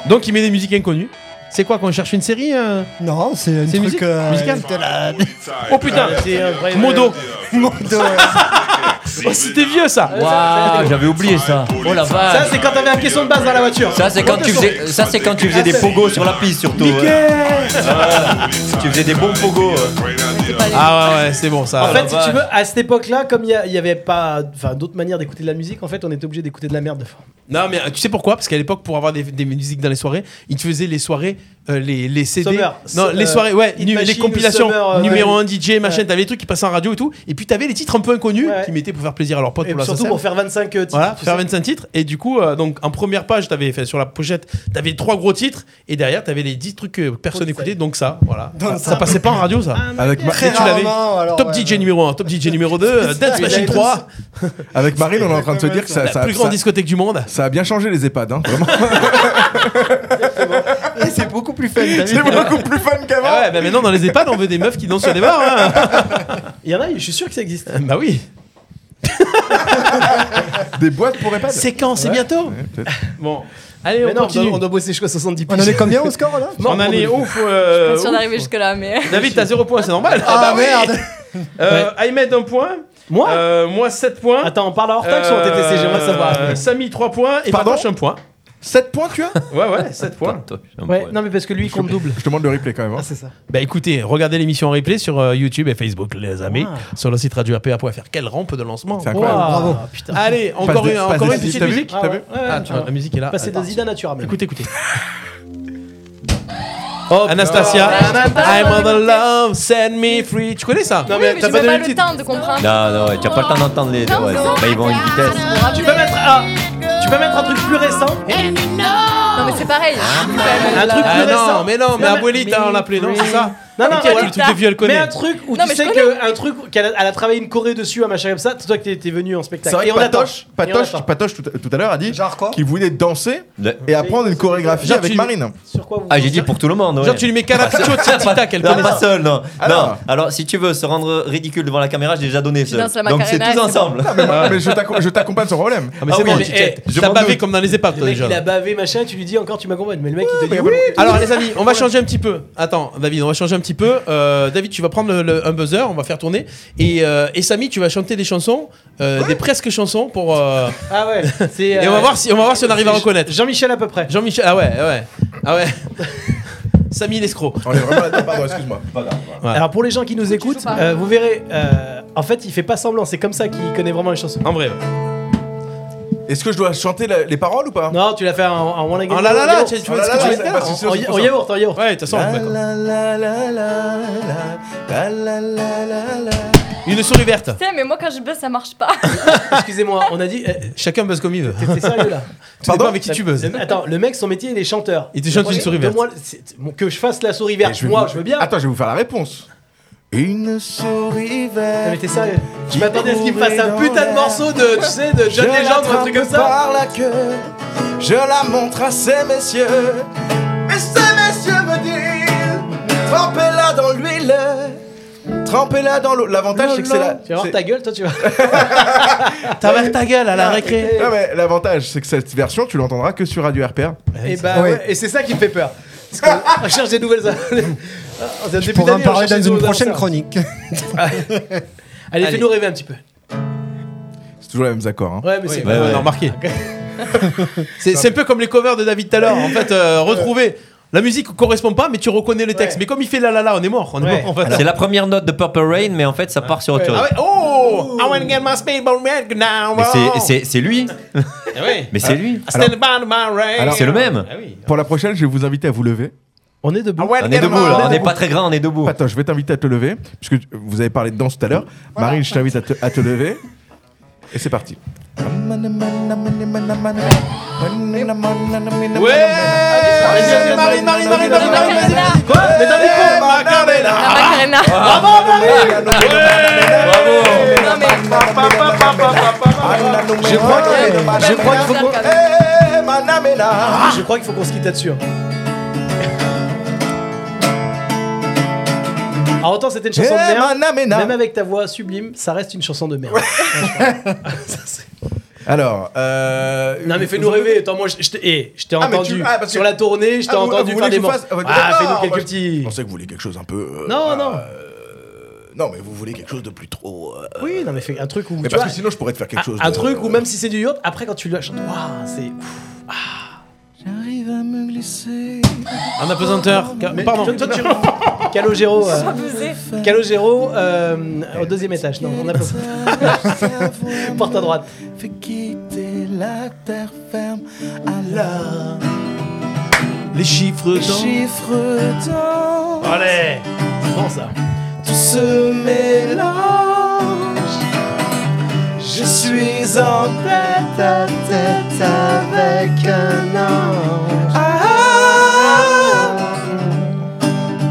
[SPEAKER 2] Donc il met des musiques inconnues. C'est quoi qu'on cherche une série euh
[SPEAKER 4] Non, c'est un
[SPEAKER 2] C'est
[SPEAKER 4] truc...
[SPEAKER 2] musique-
[SPEAKER 4] euh,
[SPEAKER 2] musical
[SPEAKER 4] de la-
[SPEAKER 2] Oh putain,
[SPEAKER 3] C'est Ah, un vrai- euh,
[SPEAKER 2] Modo.
[SPEAKER 4] de-
[SPEAKER 2] Oh, c'était vieux ça.
[SPEAKER 5] Waouh, j'avais oublié ça. Oh la
[SPEAKER 3] Ça,
[SPEAKER 5] vache.
[SPEAKER 3] c'est quand t'avais un caisson de base dans la voiture.
[SPEAKER 5] Ça, c'est quand tu faisais, ça, c'est quand tu faisais des pogos sur la piste, surtout. ouais. Ah, tu faisais des bons pogos. ouais.
[SPEAKER 3] hein.
[SPEAKER 2] Ah ouais, ouais, c'est bon ça.
[SPEAKER 3] En fait, si
[SPEAKER 5] vache.
[SPEAKER 3] tu veux, à cette époque-là, comme il y a- il y avait pas, enfin, d'autres manières d'écouter de la musique, en fait, on était obligé d'écouter de la merde de fois.
[SPEAKER 2] Non mais euh, tu sais pourquoi Parce qu'à l'époque pour avoir des, des musiques dans les soirées, ils te faisaient les soirées, euh, les, les CD,
[SPEAKER 3] Summer,
[SPEAKER 2] non
[SPEAKER 3] euh,
[SPEAKER 2] les soirées, ouais,
[SPEAKER 3] Hit
[SPEAKER 2] nu- les
[SPEAKER 3] Machine,
[SPEAKER 2] compilations,
[SPEAKER 3] Summer, euh,
[SPEAKER 2] numéro
[SPEAKER 3] ouais.
[SPEAKER 2] 1 DJ, machin,
[SPEAKER 3] Ouais.
[SPEAKER 2] t'avais les trucs qui passaient en radio et tout, et puis t'avais les titres un peu inconnus
[SPEAKER 3] Ouais.
[SPEAKER 2] qui mettaient pour faire plaisir à leurs potes
[SPEAKER 3] Et
[SPEAKER 2] pour la
[SPEAKER 3] surtout
[SPEAKER 2] SACEM.
[SPEAKER 3] pour faire 25 euh, titres.
[SPEAKER 2] Voilà,
[SPEAKER 3] tu
[SPEAKER 2] faire
[SPEAKER 3] sais.
[SPEAKER 2] 25 titres. Et du coup, euh, donc en première page, t'avais fait sur la pochette, t'avais trois gros titres, et derrière, t'avais les 10 trucs que personne n'écoutait, donc ça, voilà. ça,
[SPEAKER 4] Donc ça.
[SPEAKER 2] passait pas en radio, ça.
[SPEAKER 6] Avec, Ma-
[SPEAKER 4] Très
[SPEAKER 2] tu l'avais.
[SPEAKER 4] rarement, alors,
[SPEAKER 2] top
[SPEAKER 4] ouais,
[SPEAKER 2] DJ
[SPEAKER 4] ouais.
[SPEAKER 2] numéro 1, top DJ numéro 2, euh, Dance Machine 3,
[SPEAKER 6] avec Marine, on est en train de se dire que ça,
[SPEAKER 2] la
[SPEAKER 6] ça,
[SPEAKER 2] plus grande
[SPEAKER 6] ça- Ah
[SPEAKER 2] discothèque du monde.
[SPEAKER 6] ça a bien changé les EHPAD. Hein, vraiment.
[SPEAKER 4] Et c'est beaucoup plus fun. t'as vu
[SPEAKER 6] C'est beaucoup plus fun qu'avant.
[SPEAKER 2] Ah ouais, bah maintenant dans les EHPAD, on veut des meufs qui dansent sur des bars. hein.
[SPEAKER 3] Il y en a, je suis sûr que ça existe.
[SPEAKER 2] bah oui.
[SPEAKER 6] Des boîtes pour EHPAD.
[SPEAKER 2] C'est quand C'est bientôt
[SPEAKER 6] Ouais, peut-être.
[SPEAKER 2] Bon, allez,
[SPEAKER 3] Mais
[SPEAKER 2] on
[SPEAKER 3] non, on doit,
[SPEAKER 2] continue.
[SPEAKER 3] on doit bosser jusqu'à 70
[SPEAKER 4] On en est combien au score, là
[SPEAKER 2] On en est ouf. euh,
[SPEAKER 14] Pas sûr
[SPEAKER 2] ouf.
[SPEAKER 14] d'arriver jusque-là, mais.
[SPEAKER 2] David, t'as 0 points, c'est normal.
[SPEAKER 4] Ah,
[SPEAKER 2] Bah oui.
[SPEAKER 4] merde
[SPEAKER 2] Euh, Ahmed, 1 point.
[SPEAKER 3] Moi
[SPEAKER 2] Euh, moi 7 points.
[SPEAKER 3] Attends, on parle hors taxe ou en TTC J'aimerais savoir.
[SPEAKER 2] Euh, Samy 3 points et
[SPEAKER 6] Pardon
[SPEAKER 2] Patoche 1 point.
[SPEAKER 7] 7 points, tu as
[SPEAKER 5] Ouais, ouais, 7 points.
[SPEAKER 3] Ouais, non, mais parce que lui, il compte double. Ah,
[SPEAKER 6] Je demande le replay quand même. hein.
[SPEAKER 3] c'est ça.
[SPEAKER 2] Bah écoutez, regardez l'émission en replay sur euh, YouTube et Facebook, les amis, sur le site radio rpa.fr. Quelle rampe de lancement
[SPEAKER 3] C'est incroyable.
[SPEAKER 2] Waouh.
[SPEAKER 3] Bravo.
[SPEAKER 2] Putain. Allez,
[SPEAKER 3] Passe
[SPEAKER 2] encore,
[SPEAKER 3] des-
[SPEAKER 2] une,
[SPEAKER 3] passe
[SPEAKER 2] encore
[SPEAKER 3] des
[SPEAKER 2] une
[SPEAKER 3] Zidane,
[SPEAKER 2] petite
[SPEAKER 3] t'as vu
[SPEAKER 2] musique.
[SPEAKER 3] T'as vu
[SPEAKER 2] Ah,
[SPEAKER 3] Ah, Ouais,
[SPEAKER 2] tu
[SPEAKER 3] ouais.
[SPEAKER 2] vois, La musique est là.
[SPEAKER 3] Passer
[SPEAKER 2] Attends.
[SPEAKER 3] de Zidane à Thuram.
[SPEAKER 2] Écoutez, écoutez. Anastasia, I'm on the love, send me free. Tu connais ça
[SPEAKER 14] Non, mais Oui, mais t'as j'ai pas même donné pas le le titre. temps de comprendre.
[SPEAKER 5] Non, non, ouais, tu n'as pas le temps d'entendre les. ouais, bah, ils vont à une vitesse.
[SPEAKER 3] Ah, Tu peux mettre un, tu peux mettre un truc plus récent
[SPEAKER 14] Non, mais c'est pareil.
[SPEAKER 2] Un truc
[SPEAKER 3] plus
[SPEAKER 2] ah,
[SPEAKER 3] récent.
[SPEAKER 2] non, mais non, mais
[SPEAKER 3] Non, mais-
[SPEAKER 2] Abuelita, on l'appelait, non, c'est ça
[SPEAKER 3] Non, non,
[SPEAKER 2] Ok,
[SPEAKER 3] mais-
[SPEAKER 2] le truc de vieux, elle connaît.
[SPEAKER 3] Mais un truc où
[SPEAKER 14] Non,
[SPEAKER 3] tu
[SPEAKER 14] mais je
[SPEAKER 3] sais que un truc qu'elle a, elle a travaillé une choré dessus, un machin comme ça, c'est toi que t'es- t'es venu en
[SPEAKER 6] C'est
[SPEAKER 3] spectacle.
[SPEAKER 6] vrai
[SPEAKER 3] Et
[SPEAKER 6] que
[SPEAKER 3] on attend.
[SPEAKER 6] Patoche, Patoche,
[SPEAKER 3] Et on attend.
[SPEAKER 6] Patoche tout, tout à l'heure a dit qu'il voulait danser
[SPEAKER 5] De-
[SPEAKER 6] et apprendre une chorégraphie
[SPEAKER 5] Genre,
[SPEAKER 6] avec
[SPEAKER 5] tu-
[SPEAKER 6] Marine.
[SPEAKER 3] Sur quoi vous
[SPEAKER 5] Ah, j'ai dit pour tout le monde. ouais.
[SPEAKER 2] Genre, tu lui mets Caracacho,
[SPEAKER 5] Pas seul.
[SPEAKER 2] Tic-Tac, elle
[SPEAKER 5] Non, bah,
[SPEAKER 2] connaît
[SPEAKER 5] pas
[SPEAKER 2] ça.
[SPEAKER 5] seul, non.
[SPEAKER 2] Ah,
[SPEAKER 5] non.
[SPEAKER 2] non.
[SPEAKER 5] Alors, si tu veux se rendre ridicule devant la caméra, je l'ai déjà donné seul.
[SPEAKER 14] danses la
[SPEAKER 5] Donc, c'est
[SPEAKER 14] Macarena
[SPEAKER 5] tous
[SPEAKER 14] et c'est
[SPEAKER 5] ensemble.
[SPEAKER 14] bon.
[SPEAKER 6] mais, mais je t'accom- je t'accompagne sans problème.
[SPEAKER 2] Ah, mais c'est
[SPEAKER 5] Ah
[SPEAKER 2] bon,
[SPEAKER 5] oui,
[SPEAKER 2] tu
[SPEAKER 5] mais,
[SPEAKER 2] t'es-
[SPEAKER 5] eh,
[SPEAKER 2] t'as
[SPEAKER 5] je
[SPEAKER 2] bavé
[SPEAKER 5] m'en
[SPEAKER 2] comme dans les épaves,
[SPEAKER 3] Le
[SPEAKER 2] toi,
[SPEAKER 3] mec,
[SPEAKER 2] déjà.
[SPEAKER 3] il a bavé, machin, tu lui dis encore, tu m'accompagnes. Mais le mec, il te dit oui.
[SPEAKER 2] Alors les amis, on va changer un petit peu. Attends, David, on va changer un petit peu. Euh, David, tu vas prendre le, le- un buzzer, on va faire tourner. Et, euh, et Samy, tu vas chanter des chansons, euh, des presque chansons pour. euh,
[SPEAKER 3] Ah ouais. c'est,
[SPEAKER 2] et
[SPEAKER 3] euh,
[SPEAKER 2] on va voir si on va voir si on arrive à
[SPEAKER 3] c'est
[SPEAKER 2] reconnaître.
[SPEAKER 3] Jean-Michel à peu près.
[SPEAKER 2] Jean-Michel, ah ouais, ouais, ah ouais. Samy l'escroc.
[SPEAKER 6] On est vraiment là-dedans, pardon, excuse-moi.
[SPEAKER 3] Alors pour les gens qui nous écoutent, euh, vous verrez, euh, en fait, il fait pas semblant. C'est comme ça qu'il connaît vraiment les chansons.
[SPEAKER 2] En vrai.
[SPEAKER 6] Est-ce que je dois chanter la- les paroles ou pas
[SPEAKER 3] Non, tu l'as fait en, en one again.
[SPEAKER 2] Oh là là là, Ah,
[SPEAKER 3] yaourt.
[SPEAKER 2] tu- tu
[SPEAKER 3] Oh
[SPEAKER 2] veux
[SPEAKER 3] là
[SPEAKER 2] ce
[SPEAKER 3] là
[SPEAKER 2] que tu
[SPEAKER 3] là,
[SPEAKER 2] veux faire,
[SPEAKER 3] parce que
[SPEAKER 2] en-
[SPEAKER 3] c'est
[SPEAKER 2] en
[SPEAKER 3] sur-
[SPEAKER 2] ya-
[SPEAKER 3] En yaourt, en yaourt.
[SPEAKER 2] Ouais, de toute façon, on est d'accord. Une souris verte.
[SPEAKER 14] Tu sais, mais moi quand je buzz, ça marche pas.
[SPEAKER 3] Excusez-moi, on a dit. euh,
[SPEAKER 2] Chacun buzz comme il veut.
[SPEAKER 3] T'es sérieux là
[SPEAKER 2] Tu sais pas avec qui tu buzzes.
[SPEAKER 3] Le- Attends, le mec, son métier, il est chanteur.
[SPEAKER 2] Il te chante une souris verte.
[SPEAKER 3] Donne-moi le- c'est- bon, que je fasse la souris verte, Eh, moi, je veux bien.
[SPEAKER 6] Attends, je vais vous faire la réponse. Une souris verte.
[SPEAKER 3] Non, mais t'es sérieux Je m'attendais à ce qu'il me fasse un putain de morceau de, tu sais, de John
[SPEAKER 6] Je
[SPEAKER 3] Legend ou un truc comme
[SPEAKER 6] l'attrape
[SPEAKER 3] ça.
[SPEAKER 6] par la queue, je la montre à ces messieurs. Et ces messieurs me disent Trempez-la dans l'huile, trempez-la dans l'eau. L'avantage, c'est que c'est la.
[SPEAKER 3] Tu vas voir ta gueule, toi, tu vas.
[SPEAKER 2] T'as vers ta gueule à la récré.
[SPEAKER 6] Non, mais l'avantage, c'est que cette version, tu l'entendras que sur Radio RPR.
[SPEAKER 3] Et bah, ouais, et c'est ça qui me fait peur. Parce qu'on- on cherche des nouvelles.
[SPEAKER 4] Je pourrais en parler dans une prochaine chronique.
[SPEAKER 3] Allez,
[SPEAKER 4] Allez.
[SPEAKER 3] fais-nous rêver un petit peu.
[SPEAKER 6] C'est toujours les mêmes accords. Hein.
[SPEAKER 3] Ouais, mais c'est
[SPEAKER 2] Ouais, ouais, non, remarquez. C'est c'est un peu comme les covers de David tout à l'heure. En fait, euh, retrouver la musique correspond pas, mais tu reconnais le texte. Mais comme il fait la la la, on est mort. On est mort en fait.
[SPEAKER 5] C'est la première note de Purple Rain, mais en fait, ça part sur autre chose.
[SPEAKER 2] Ah ouais, oh, I wanna get my speedball red now.
[SPEAKER 5] Mais c'est- c'est- c'est lui.
[SPEAKER 3] Ah
[SPEAKER 2] Eh oui.
[SPEAKER 5] Mais c'est lui.
[SPEAKER 2] I stand by my rain.
[SPEAKER 5] Ah. Alors- C'est le même.
[SPEAKER 2] Ah oui.
[SPEAKER 6] Pour la prochaine, je vais vous inviter à vous lever.
[SPEAKER 3] On est debout.
[SPEAKER 5] On est debout, là. On n'est pas très grand, on est debout.
[SPEAKER 6] Attends, je vais t'inviter à te lever, puisque tu- vous avez parlé de danse tout à l'heure. Marine, je t'invite à te, à te lever. Et c'est parti.
[SPEAKER 2] Ouais. Marine, Marine, Marine, Marine, Marine, Marine, vas-y. Quoi Mais dans les coups, Macarena.
[SPEAKER 14] Macarena.
[SPEAKER 2] Bravo, Marine. Ouais.
[SPEAKER 3] Je crois que- je crois qu'il faut qu'on. Je crois qu'il faut qu'on se quitte là-dessus. hein. Alors autant c'était une chanson
[SPEAKER 6] Eh,
[SPEAKER 3] de merde,
[SPEAKER 6] manamena.
[SPEAKER 3] même avec ta voix sublime, ça reste une chanson de merde.
[SPEAKER 6] Alors, euh,
[SPEAKER 3] Non mais fais-nous rêver, attends moi je je t'ai eh, je t'ai
[SPEAKER 6] Ah, mais
[SPEAKER 3] entendu
[SPEAKER 6] tu- ah, parce que-
[SPEAKER 3] sur la tournée, je t'ai
[SPEAKER 6] Ah, vous-
[SPEAKER 3] entendu
[SPEAKER 6] vous
[SPEAKER 3] faire des
[SPEAKER 6] voulez que je
[SPEAKER 3] morceaux.
[SPEAKER 6] fasse- Ah, bah,
[SPEAKER 3] Ah,
[SPEAKER 6] d'accord,
[SPEAKER 3] fais-nous
[SPEAKER 6] moi,
[SPEAKER 3] quelques
[SPEAKER 6] je-
[SPEAKER 3] petits.
[SPEAKER 6] Je pensais que vous vouliez quelque chose un peu. euh,
[SPEAKER 3] Non
[SPEAKER 6] ah,
[SPEAKER 3] non.
[SPEAKER 6] Non, mais vous voulez quelque chose de plus trop. euh,
[SPEAKER 3] Oui, non mais fais un truc où tu
[SPEAKER 6] Mais parce
[SPEAKER 3] vois,
[SPEAKER 6] que sinon, je pourrais te faire quelque chose.
[SPEAKER 3] un
[SPEAKER 6] de-
[SPEAKER 3] truc où même si c'est du yacht, après quand tu le chantes, waouh, c'est Ah.
[SPEAKER 22] J'arrive à me glisser.
[SPEAKER 2] En apesanteur. Ca-
[SPEAKER 3] Mais-
[SPEAKER 2] Pardon.
[SPEAKER 3] toi- toi, tu- Calogero, euh,
[SPEAKER 14] Buzzé.
[SPEAKER 3] Calogero euh, au deuxième étage. Non, on a pas. Porte à droite.
[SPEAKER 22] Fait quitter la terre ferme alors
[SPEAKER 2] Les chiffres
[SPEAKER 22] les chiffres dans
[SPEAKER 3] Allez, c'est bon ça.
[SPEAKER 22] tout se mélange. Je suis en tête à tête avec un ange. Ah,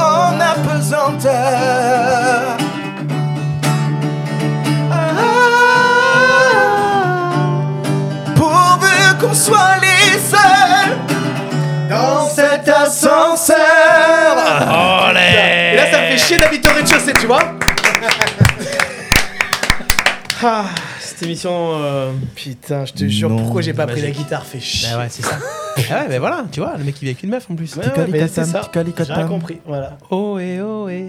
[SPEAKER 22] en apesanteur. Ah, pourvu qu'on soit les seuls dans cet ascenseur.
[SPEAKER 3] Et là, ça me fait chier d'habiter au rez-de-chaussée, tu vois. Ah, cette émission. euh, Putain, je te jure,
[SPEAKER 6] Non.
[SPEAKER 3] pourquoi j'ai pas pris la
[SPEAKER 2] Magique.
[SPEAKER 3] guitare Fait chier.
[SPEAKER 2] Bah ouais, c'est ça. Ah ouais, mais voilà, tu vois, le mec il vit avec une meuf en plus.
[SPEAKER 3] Ouais, ouais, mais c'est ça. J'ai rien compris, voilà.
[SPEAKER 2] Oh et oh et.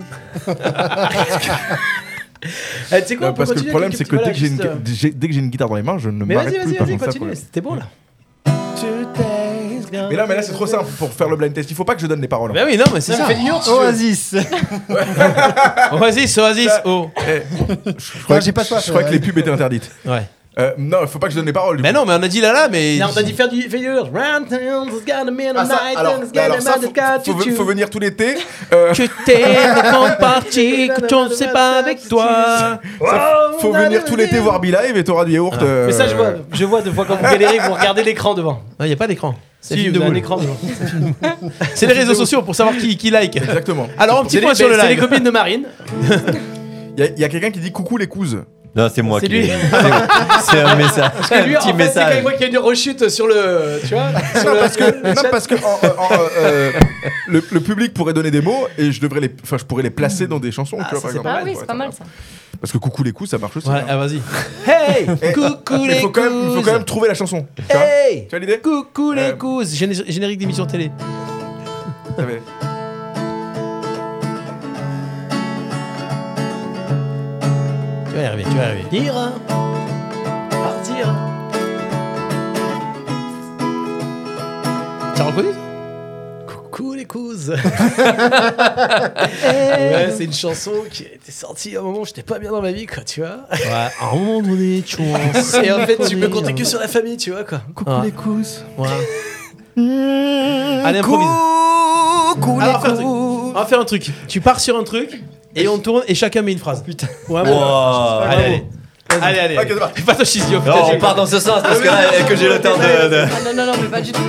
[SPEAKER 3] Eh, tu sais quoi,
[SPEAKER 6] Non,
[SPEAKER 3] on peut
[SPEAKER 6] parce que le
[SPEAKER 3] continuer
[SPEAKER 6] problème,
[SPEAKER 3] avec
[SPEAKER 6] c'est
[SPEAKER 3] une
[SPEAKER 6] que
[SPEAKER 3] petite-
[SPEAKER 6] dès que j'ai une,
[SPEAKER 3] voilà,
[SPEAKER 6] dès que j'ai une guitare dans les mains, je ne
[SPEAKER 3] Mais vas-y,
[SPEAKER 6] m'arrête plus.
[SPEAKER 3] vas-y,
[SPEAKER 6] par
[SPEAKER 3] vas-y,
[SPEAKER 6] contre, ça,
[SPEAKER 3] continue.
[SPEAKER 6] pour le-
[SPEAKER 3] C'était bon là.
[SPEAKER 22] Two days
[SPEAKER 6] Mais là, mais là, c'est trop simple pour faire le blind test. Il faut pas que je donne les paroles. hein.
[SPEAKER 2] Bah oui, non, mais c'est ça.
[SPEAKER 4] Oasis.
[SPEAKER 2] Oasis, Oasis, oh.
[SPEAKER 6] Je crois, que- je crois que les pubs étaient interdites. Euh,
[SPEAKER 2] Ouais.
[SPEAKER 6] non, il faut pas que je donne les paroles.
[SPEAKER 2] Mais non, mais on a dit là là, mais.
[SPEAKER 3] Non, on t'a dit faire du. Faire du round town, it's got a man
[SPEAKER 6] Ah,
[SPEAKER 3] on
[SPEAKER 6] ça,
[SPEAKER 3] night,
[SPEAKER 6] alors,
[SPEAKER 3] it's got a
[SPEAKER 6] alors ça,
[SPEAKER 3] man, it's got
[SPEAKER 6] faut,
[SPEAKER 3] to
[SPEAKER 6] faut-
[SPEAKER 3] choose.
[SPEAKER 6] faut venir tout l'été. euh,
[SPEAKER 2] Que t'es le temps de partir, que tu ne sais pas avec toi.
[SPEAKER 6] ça,
[SPEAKER 3] Oh,
[SPEAKER 6] faut venir tout l'été voir Be-Live et t'auras du yaourt. euh,
[SPEAKER 3] Ah. Mais ça, je vois, je vois de fois quand vous galérez, vous regardez l'écran devant.
[SPEAKER 2] Il n'y a pas d'écran. C'est
[SPEAKER 3] Si,
[SPEAKER 2] film
[SPEAKER 3] vous
[SPEAKER 2] de
[SPEAKER 3] avez un
[SPEAKER 2] boule.
[SPEAKER 3] écran devant.
[SPEAKER 2] C'est les réseaux sociaux pour savoir qui, qui like.
[SPEAKER 6] Exactement.
[SPEAKER 2] Alors, un Ah, petit
[SPEAKER 6] C'est
[SPEAKER 2] point
[SPEAKER 6] les-
[SPEAKER 2] sur le
[SPEAKER 6] c'est
[SPEAKER 2] live.
[SPEAKER 6] les copines
[SPEAKER 3] de Marine.
[SPEAKER 6] Il y a, y a quelqu'un qui dit coucou les couzes.
[SPEAKER 5] Non, c'est moi
[SPEAKER 6] C'est
[SPEAKER 5] qui.
[SPEAKER 6] lui.
[SPEAKER 5] l'ai- c'est- C'est un message.
[SPEAKER 3] Parce
[SPEAKER 5] un
[SPEAKER 3] que lui, en
[SPEAKER 5] petit
[SPEAKER 3] fait, c'est quand il
[SPEAKER 5] message.
[SPEAKER 3] voit qu'il y a une rechute sur le. Tu vois sur le-
[SPEAKER 6] parce que,
[SPEAKER 3] le
[SPEAKER 6] non,
[SPEAKER 3] chat.
[SPEAKER 6] parce que en- en- en- euh, le, le public pourrait donner des mots et je devrais les, enfin, je pourrais les placer dans des chansons. tu vois, par exemple.
[SPEAKER 14] Ah oui,
[SPEAKER 6] Ouais,
[SPEAKER 14] c'est pas mal ça.
[SPEAKER 6] Parce que coucou les couzes, ça marche aussi.
[SPEAKER 2] Ouais,
[SPEAKER 6] hein.
[SPEAKER 2] ah, vas-y.
[SPEAKER 6] Hey,
[SPEAKER 2] coucou
[SPEAKER 6] Eh, Il
[SPEAKER 2] les
[SPEAKER 6] faut quand même, faut
[SPEAKER 2] couzes.
[SPEAKER 6] quand même trouver la chanson.
[SPEAKER 17] Eh.
[SPEAKER 6] Tu vois
[SPEAKER 2] Hey
[SPEAKER 6] Tu as l'idée
[SPEAKER 2] Coucou les couzes géné- Générique d'émission télé.
[SPEAKER 6] Ah, mais-
[SPEAKER 2] Tu vas y arriver, tu vas y arriver.
[SPEAKER 3] Dire. Partir.
[SPEAKER 2] T'as reconnu ça
[SPEAKER 3] Coucou les couzes Ouais, c'est une chanson qui était sortie à un moment où j'étais pas bien dans ma vie, quoi, tu vois.
[SPEAKER 2] Ouais, à un moment donné, tu vois.
[SPEAKER 3] Et en fait, tu peux compter que sur la famille, tu vois, quoi. Coucou
[SPEAKER 2] Ouais.
[SPEAKER 3] les couzes
[SPEAKER 2] Ouais. Allez, improvise.
[SPEAKER 3] Coucou
[SPEAKER 2] Alors, on va faire un truc. On va faire un truc. Tu pars sur un truc et on tourne et chacun met une phrase. Putain.
[SPEAKER 5] Wow. Oh,
[SPEAKER 2] Allez, allez. Allez, allez. allez. Pas de schisio, putain,
[SPEAKER 5] Non,
[SPEAKER 2] j'ai-
[SPEAKER 5] on part dans ce sens parce que là, que j'ai le temps de. de-
[SPEAKER 14] Ah non, non, non, mais pas du tout.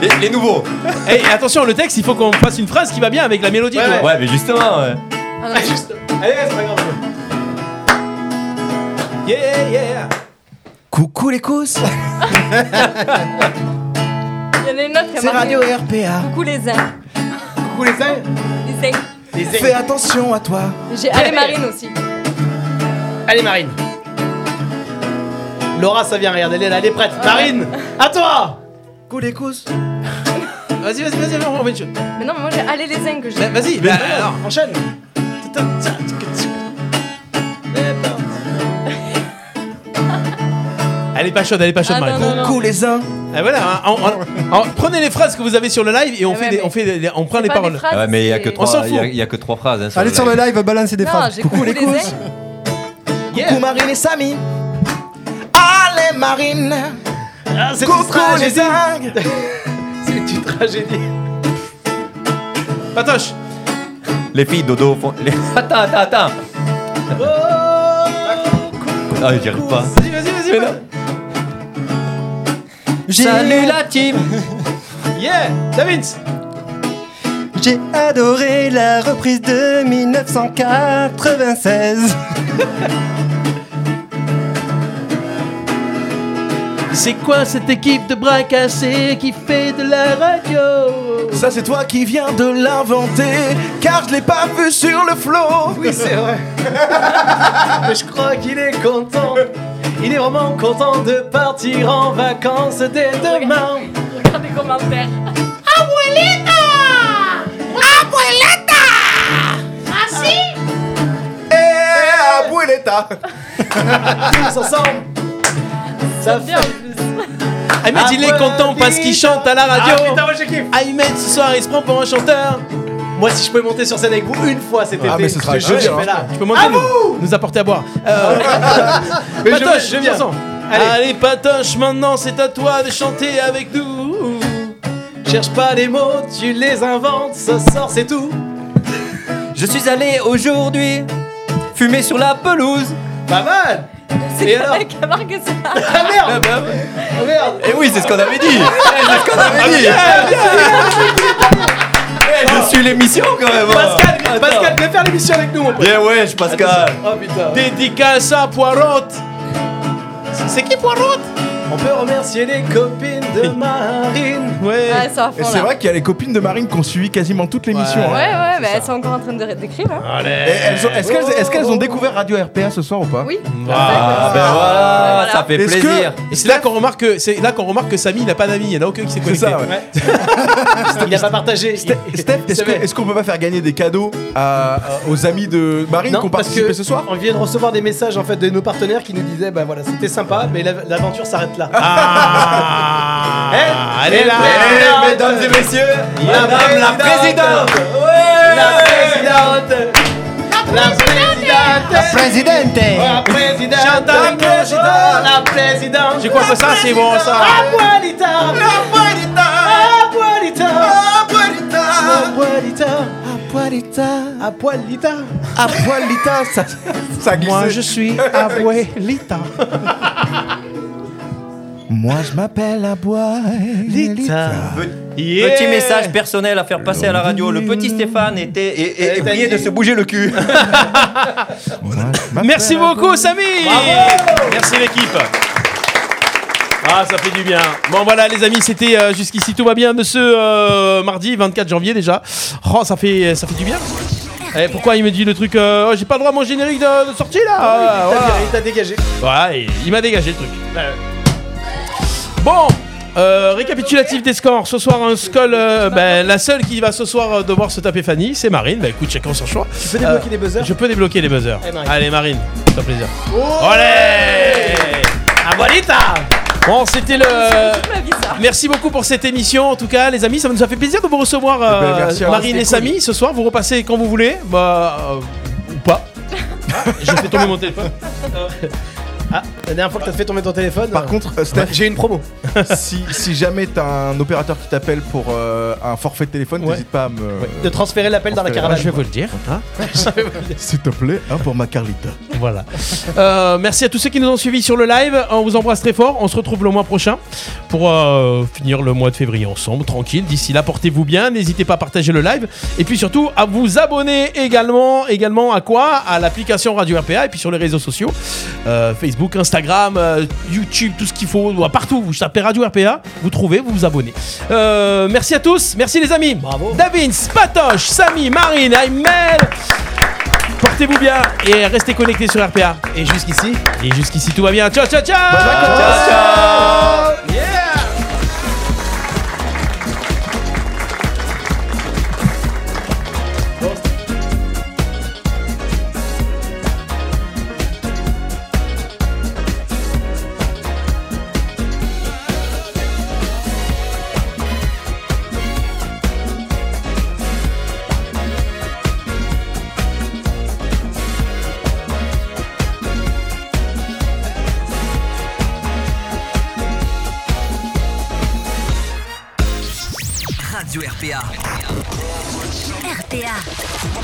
[SPEAKER 5] Les, les nouveaux.
[SPEAKER 2] Et attention, le texte, il faut qu'on fasse une phrase qui va bien avec la mélodie.
[SPEAKER 5] Ouais,
[SPEAKER 2] quoi.
[SPEAKER 5] mais justement. ouais.
[SPEAKER 14] Ah non, juste.
[SPEAKER 3] Allez, c'est pas grave.
[SPEAKER 2] Yeah, yeah.
[SPEAKER 17] Coucou les cousses
[SPEAKER 14] Il y en a une autre qui a
[SPEAKER 17] C'est
[SPEAKER 14] marqué.
[SPEAKER 17] Radio RPA.
[SPEAKER 14] Coucou les uns.
[SPEAKER 3] Coucou les uns.
[SPEAKER 14] Les uns.
[SPEAKER 17] Fais attention à toi.
[SPEAKER 14] J'ai Allez Marine aussi.
[SPEAKER 3] Allez, Marine. Laura, ça vient, regarde, elle est là, elle est prête. Marine, à toi
[SPEAKER 17] Coucou les cousses
[SPEAKER 2] Vas-y, vas-y, vas-y, on va une chose.
[SPEAKER 14] Mais non, mais moi j'ai Allez les uns que j'ai.
[SPEAKER 2] Bah, Vas-y, bah, alors.
[SPEAKER 3] enchaîne.
[SPEAKER 2] Elle est pas chaude, elle est pas chaude,
[SPEAKER 14] Ah,
[SPEAKER 2] Marine.
[SPEAKER 14] non, non, non. Coucou,
[SPEAKER 17] les uns.
[SPEAKER 2] Et voilà, hein, on- on- on- prenez les phrases que vous avez sur le live et on,
[SPEAKER 14] Ah, Ouais,
[SPEAKER 2] fait, des- on, fait des- on prend les
[SPEAKER 14] pas des
[SPEAKER 2] paroles.
[SPEAKER 14] phrases,
[SPEAKER 5] Ah ouais, mais il y a que
[SPEAKER 14] c'est-
[SPEAKER 5] trois.
[SPEAKER 2] On s'en
[SPEAKER 5] il y a-
[SPEAKER 2] fout.
[SPEAKER 5] Il y, a que trois phrases. hein,
[SPEAKER 4] Allez sur le live, balancez des
[SPEAKER 14] Non,
[SPEAKER 4] phrases.
[SPEAKER 14] j'ai Coucou les uns.
[SPEAKER 17] Coucou Marine et Samy Allez Marine
[SPEAKER 3] Ah, c'est une
[SPEAKER 17] Coucou les
[SPEAKER 3] tragédie.
[SPEAKER 17] dingues
[SPEAKER 3] C'est une tragédie.
[SPEAKER 2] Patoche.
[SPEAKER 5] Les filles dodo font. les- Attends, attends, attends. Ah, j'y arrive pas.
[SPEAKER 2] Vas-y, vas-y, vas-y. Marine.
[SPEAKER 5] Salut la team.
[SPEAKER 2] Yeah, Davins.
[SPEAKER 4] J'ai adoré la reprise de 1996.
[SPEAKER 2] C'est quoi cette équipe de bras cassés qui fait de la radio
[SPEAKER 17] Ça c'est toi qui viens de l'inventer Car je l'ai pas vu sur le flot
[SPEAKER 3] Oui, c'est vrai. Mais je crois qu'il est content. Il est vraiment content de partir en vacances dès demain.
[SPEAKER 14] Regarde les commentaires.
[SPEAKER 6] Eh, abuelita
[SPEAKER 3] Tous ensemble. Ça fait.
[SPEAKER 2] Ahmed, il est content parce qu'il chante à la radio.
[SPEAKER 3] Ah, putain, moi, je kiffe.
[SPEAKER 2] Ahmed, ce soir, il se prend pour un chanteur.
[SPEAKER 3] Moi, si je pouvais monter sur scène avec vous une fois cet été,
[SPEAKER 2] Ah, mais
[SPEAKER 3] je
[SPEAKER 2] ce
[SPEAKER 3] te
[SPEAKER 2] serait
[SPEAKER 3] jure,
[SPEAKER 2] génial,
[SPEAKER 3] je
[SPEAKER 2] hein.
[SPEAKER 3] vais là.
[SPEAKER 2] Tu peux monter
[SPEAKER 3] À
[SPEAKER 2] nous,
[SPEAKER 3] vous
[SPEAKER 2] nous apporter à boire. Euh,
[SPEAKER 3] Mais je
[SPEAKER 2] Patoche,
[SPEAKER 3] viens, je viens.
[SPEAKER 2] chanson. Allez.
[SPEAKER 3] Allez.
[SPEAKER 2] Patoche, maintenant c'est à toi de chanter avec nous.
[SPEAKER 3] Cherche pas les mots, tu les inventes, ça sort, c'est tout.
[SPEAKER 5] Je suis allé aujourd'hui fumer sur la pelouse.
[SPEAKER 3] Pas mal
[SPEAKER 14] C'est le mec qui a marqué ça.
[SPEAKER 3] Ah merde Ah merde
[SPEAKER 5] Eh oui, c'est ce qu'on avait dit. Ah, Eh, c'est ce qu'on avait dit. Eh, je suis l'émission quand même. hein.
[SPEAKER 3] Pascal, Pascal, viens faire l'émission avec nous, mon pote.
[SPEAKER 5] Bien wesh, Pascal.
[SPEAKER 3] Oh putain.
[SPEAKER 2] Dédicace à Poirotte. C'est qui Poirotte
[SPEAKER 3] On peut remercier les copines de Marine.
[SPEAKER 2] Ouais.
[SPEAKER 14] Ouais, ça va
[SPEAKER 6] Et
[SPEAKER 14] Ah, fond,
[SPEAKER 6] c'est
[SPEAKER 14] là.
[SPEAKER 6] vrai qu'il y a les copines de Marine qui ont suivi quasiment toute l'émission.
[SPEAKER 14] Ouais,
[SPEAKER 6] hein.
[SPEAKER 14] ouais, bah, elles sont encore en train de décrire. Hein.
[SPEAKER 6] Et elles ont- Est-ce qu'elles est-ce qu'elles ont découvert Radio RPA ce soir ou pas
[SPEAKER 14] Oui.
[SPEAKER 5] Ah ben voilà, ça fait
[SPEAKER 6] Est-ce que-
[SPEAKER 5] plaisir.
[SPEAKER 2] Et c'est là qu'on remarque que c'est là qu'on remarque que Samy il a pas d'amis, il y en a aucun qui s'est connecté.
[SPEAKER 6] ça, ouais.
[SPEAKER 3] Il a pas partagé. Il-
[SPEAKER 6] Steph, est-ce
[SPEAKER 3] C'est
[SPEAKER 6] que-
[SPEAKER 3] vrai.
[SPEAKER 6] est-ce qu'on peut pas faire gagner des cadeaux à- à- aux amis de Marine
[SPEAKER 3] Non,
[SPEAKER 6] qui ont
[SPEAKER 3] parce
[SPEAKER 6] participé
[SPEAKER 3] que
[SPEAKER 6] ce soir
[SPEAKER 3] on vient de recevoir des messages en fait de nos partenaires qui nous disaient bah voilà c'était sympa mais la- l'aventure s'arrête là.
[SPEAKER 2] Ah, Elle est là
[SPEAKER 22] Mesdames et messieurs,
[SPEAKER 2] Madame la présidente
[SPEAKER 22] La
[SPEAKER 3] Eh,
[SPEAKER 22] présidente La présidente La présidente La présidente
[SPEAKER 2] J'entends
[SPEAKER 22] La présidente La présidente
[SPEAKER 2] Je crois que ça, c'est bon, ça.
[SPEAKER 22] Abuelita Abuelita Abuelita Abuelita
[SPEAKER 17] Abuelita, Abuelita, Abuelita, Abuelita, ça,
[SPEAKER 6] ça
[SPEAKER 17] Moi je suis Abuelita.
[SPEAKER 6] Moi, je m'appelle Abuelita.
[SPEAKER 5] Petit message personnel à faire passer à la radio. Le petit Stéphane était et, et- et oubliait de se bouger le cul.
[SPEAKER 2] Merci beaucoup, Samy Merci l'équipe ah, ça fait du bien. Bon, voilà, les amis, c'était euh, jusqu'ici tout va bien de ce euh, mardi 24 janvier déjà. Oh, ça fait, ça fait du bien. Eh, pourquoi il me dit le truc euh, Oh, J'ai pas le droit à mon générique de, de sortie là Ah,
[SPEAKER 3] il t'a
[SPEAKER 2] voilà.
[SPEAKER 3] viré, il t'a dégagé.
[SPEAKER 2] Voilà, il, il m'a dégagé le truc. Bon, euh, récapitulatif des scores. Ce soir, un skull. euh, ben, la seule qui va ce soir euh, devoir se taper Fanny, c'est Marine. Bah écoute, chacun son choix. Tu
[SPEAKER 3] peux débloquer les buzzers
[SPEAKER 2] Je peux débloquer les buzzers.
[SPEAKER 3] Allez, Marine.
[SPEAKER 2] Allez, Eh, Marine, ça fait plaisir. Allez Abuelita Bon, c'était le. Merci beaucoup pour cette émission, en tout cas, les amis. Ça nous a fait plaisir de vous recevoir,
[SPEAKER 6] Eh ben,
[SPEAKER 2] euh,
[SPEAKER 6] merci à vous,
[SPEAKER 2] Marine et
[SPEAKER 6] c'était
[SPEAKER 2] Samy, ce soir. Vous repassez quand vous voulez. Bah. euh, ou pas. Ah, J'ai fait tomber mon téléphone.
[SPEAKER 3] Ah, la dernière fois que t'as fait tomber ton téléphone.
[SPEAKER 6] Par contre, euh, Steph,
[SPEAKER 3] Ouais.
[SPEAKER 6] j'ai une promo. si, si jamais t'as un opérateur qui t'appelle pour euh, un forfait de téléphone, n'hésite pas à me.
[SPEAKER 3] euh, De transférer l'appel dans la
[SPEAKER 6] Transférer
[SPEAKER 3] caravane.
[SPEAKER 6] l'appel.
[SPEAKER 2] Je vais vous le dire.
[SPEAKER 6] Ah. S'il te plaît, hein, pour ma Carlita.
[SPEAKER 2] Voilà. Euh, merci à tous ceux qui nous ont suivis sur le live. On vous embrasse très fort. On se retrouve le mois prochain pour euh, finir le mois de février ensemble, tranquille. D'ici là, portez-vous bien. N'hésitez pas à partager le live. Et puis surtout, à vous abonner également. Également à quoi À l'application Radio RPA et puis sur les réseaux sociaux Euh, Facebook, Instagram, euh, YouTube, tout ce qu'il faut. Bah, Partout, vous tapez Radio RPA, vous trouvez, vous vous abonnez. Euh, merci à tous. Merci les amis. Bravo. Davins, Patoche, Samy, Marine, Ayman. Portez-vous bien et restez connectés sur RPA. Et jusqu'ici Et jusqu'ici tout va bien. Ciao ciao ciao Ciao, ciao.
[SPEAKER 1] Radio RPA. RPA.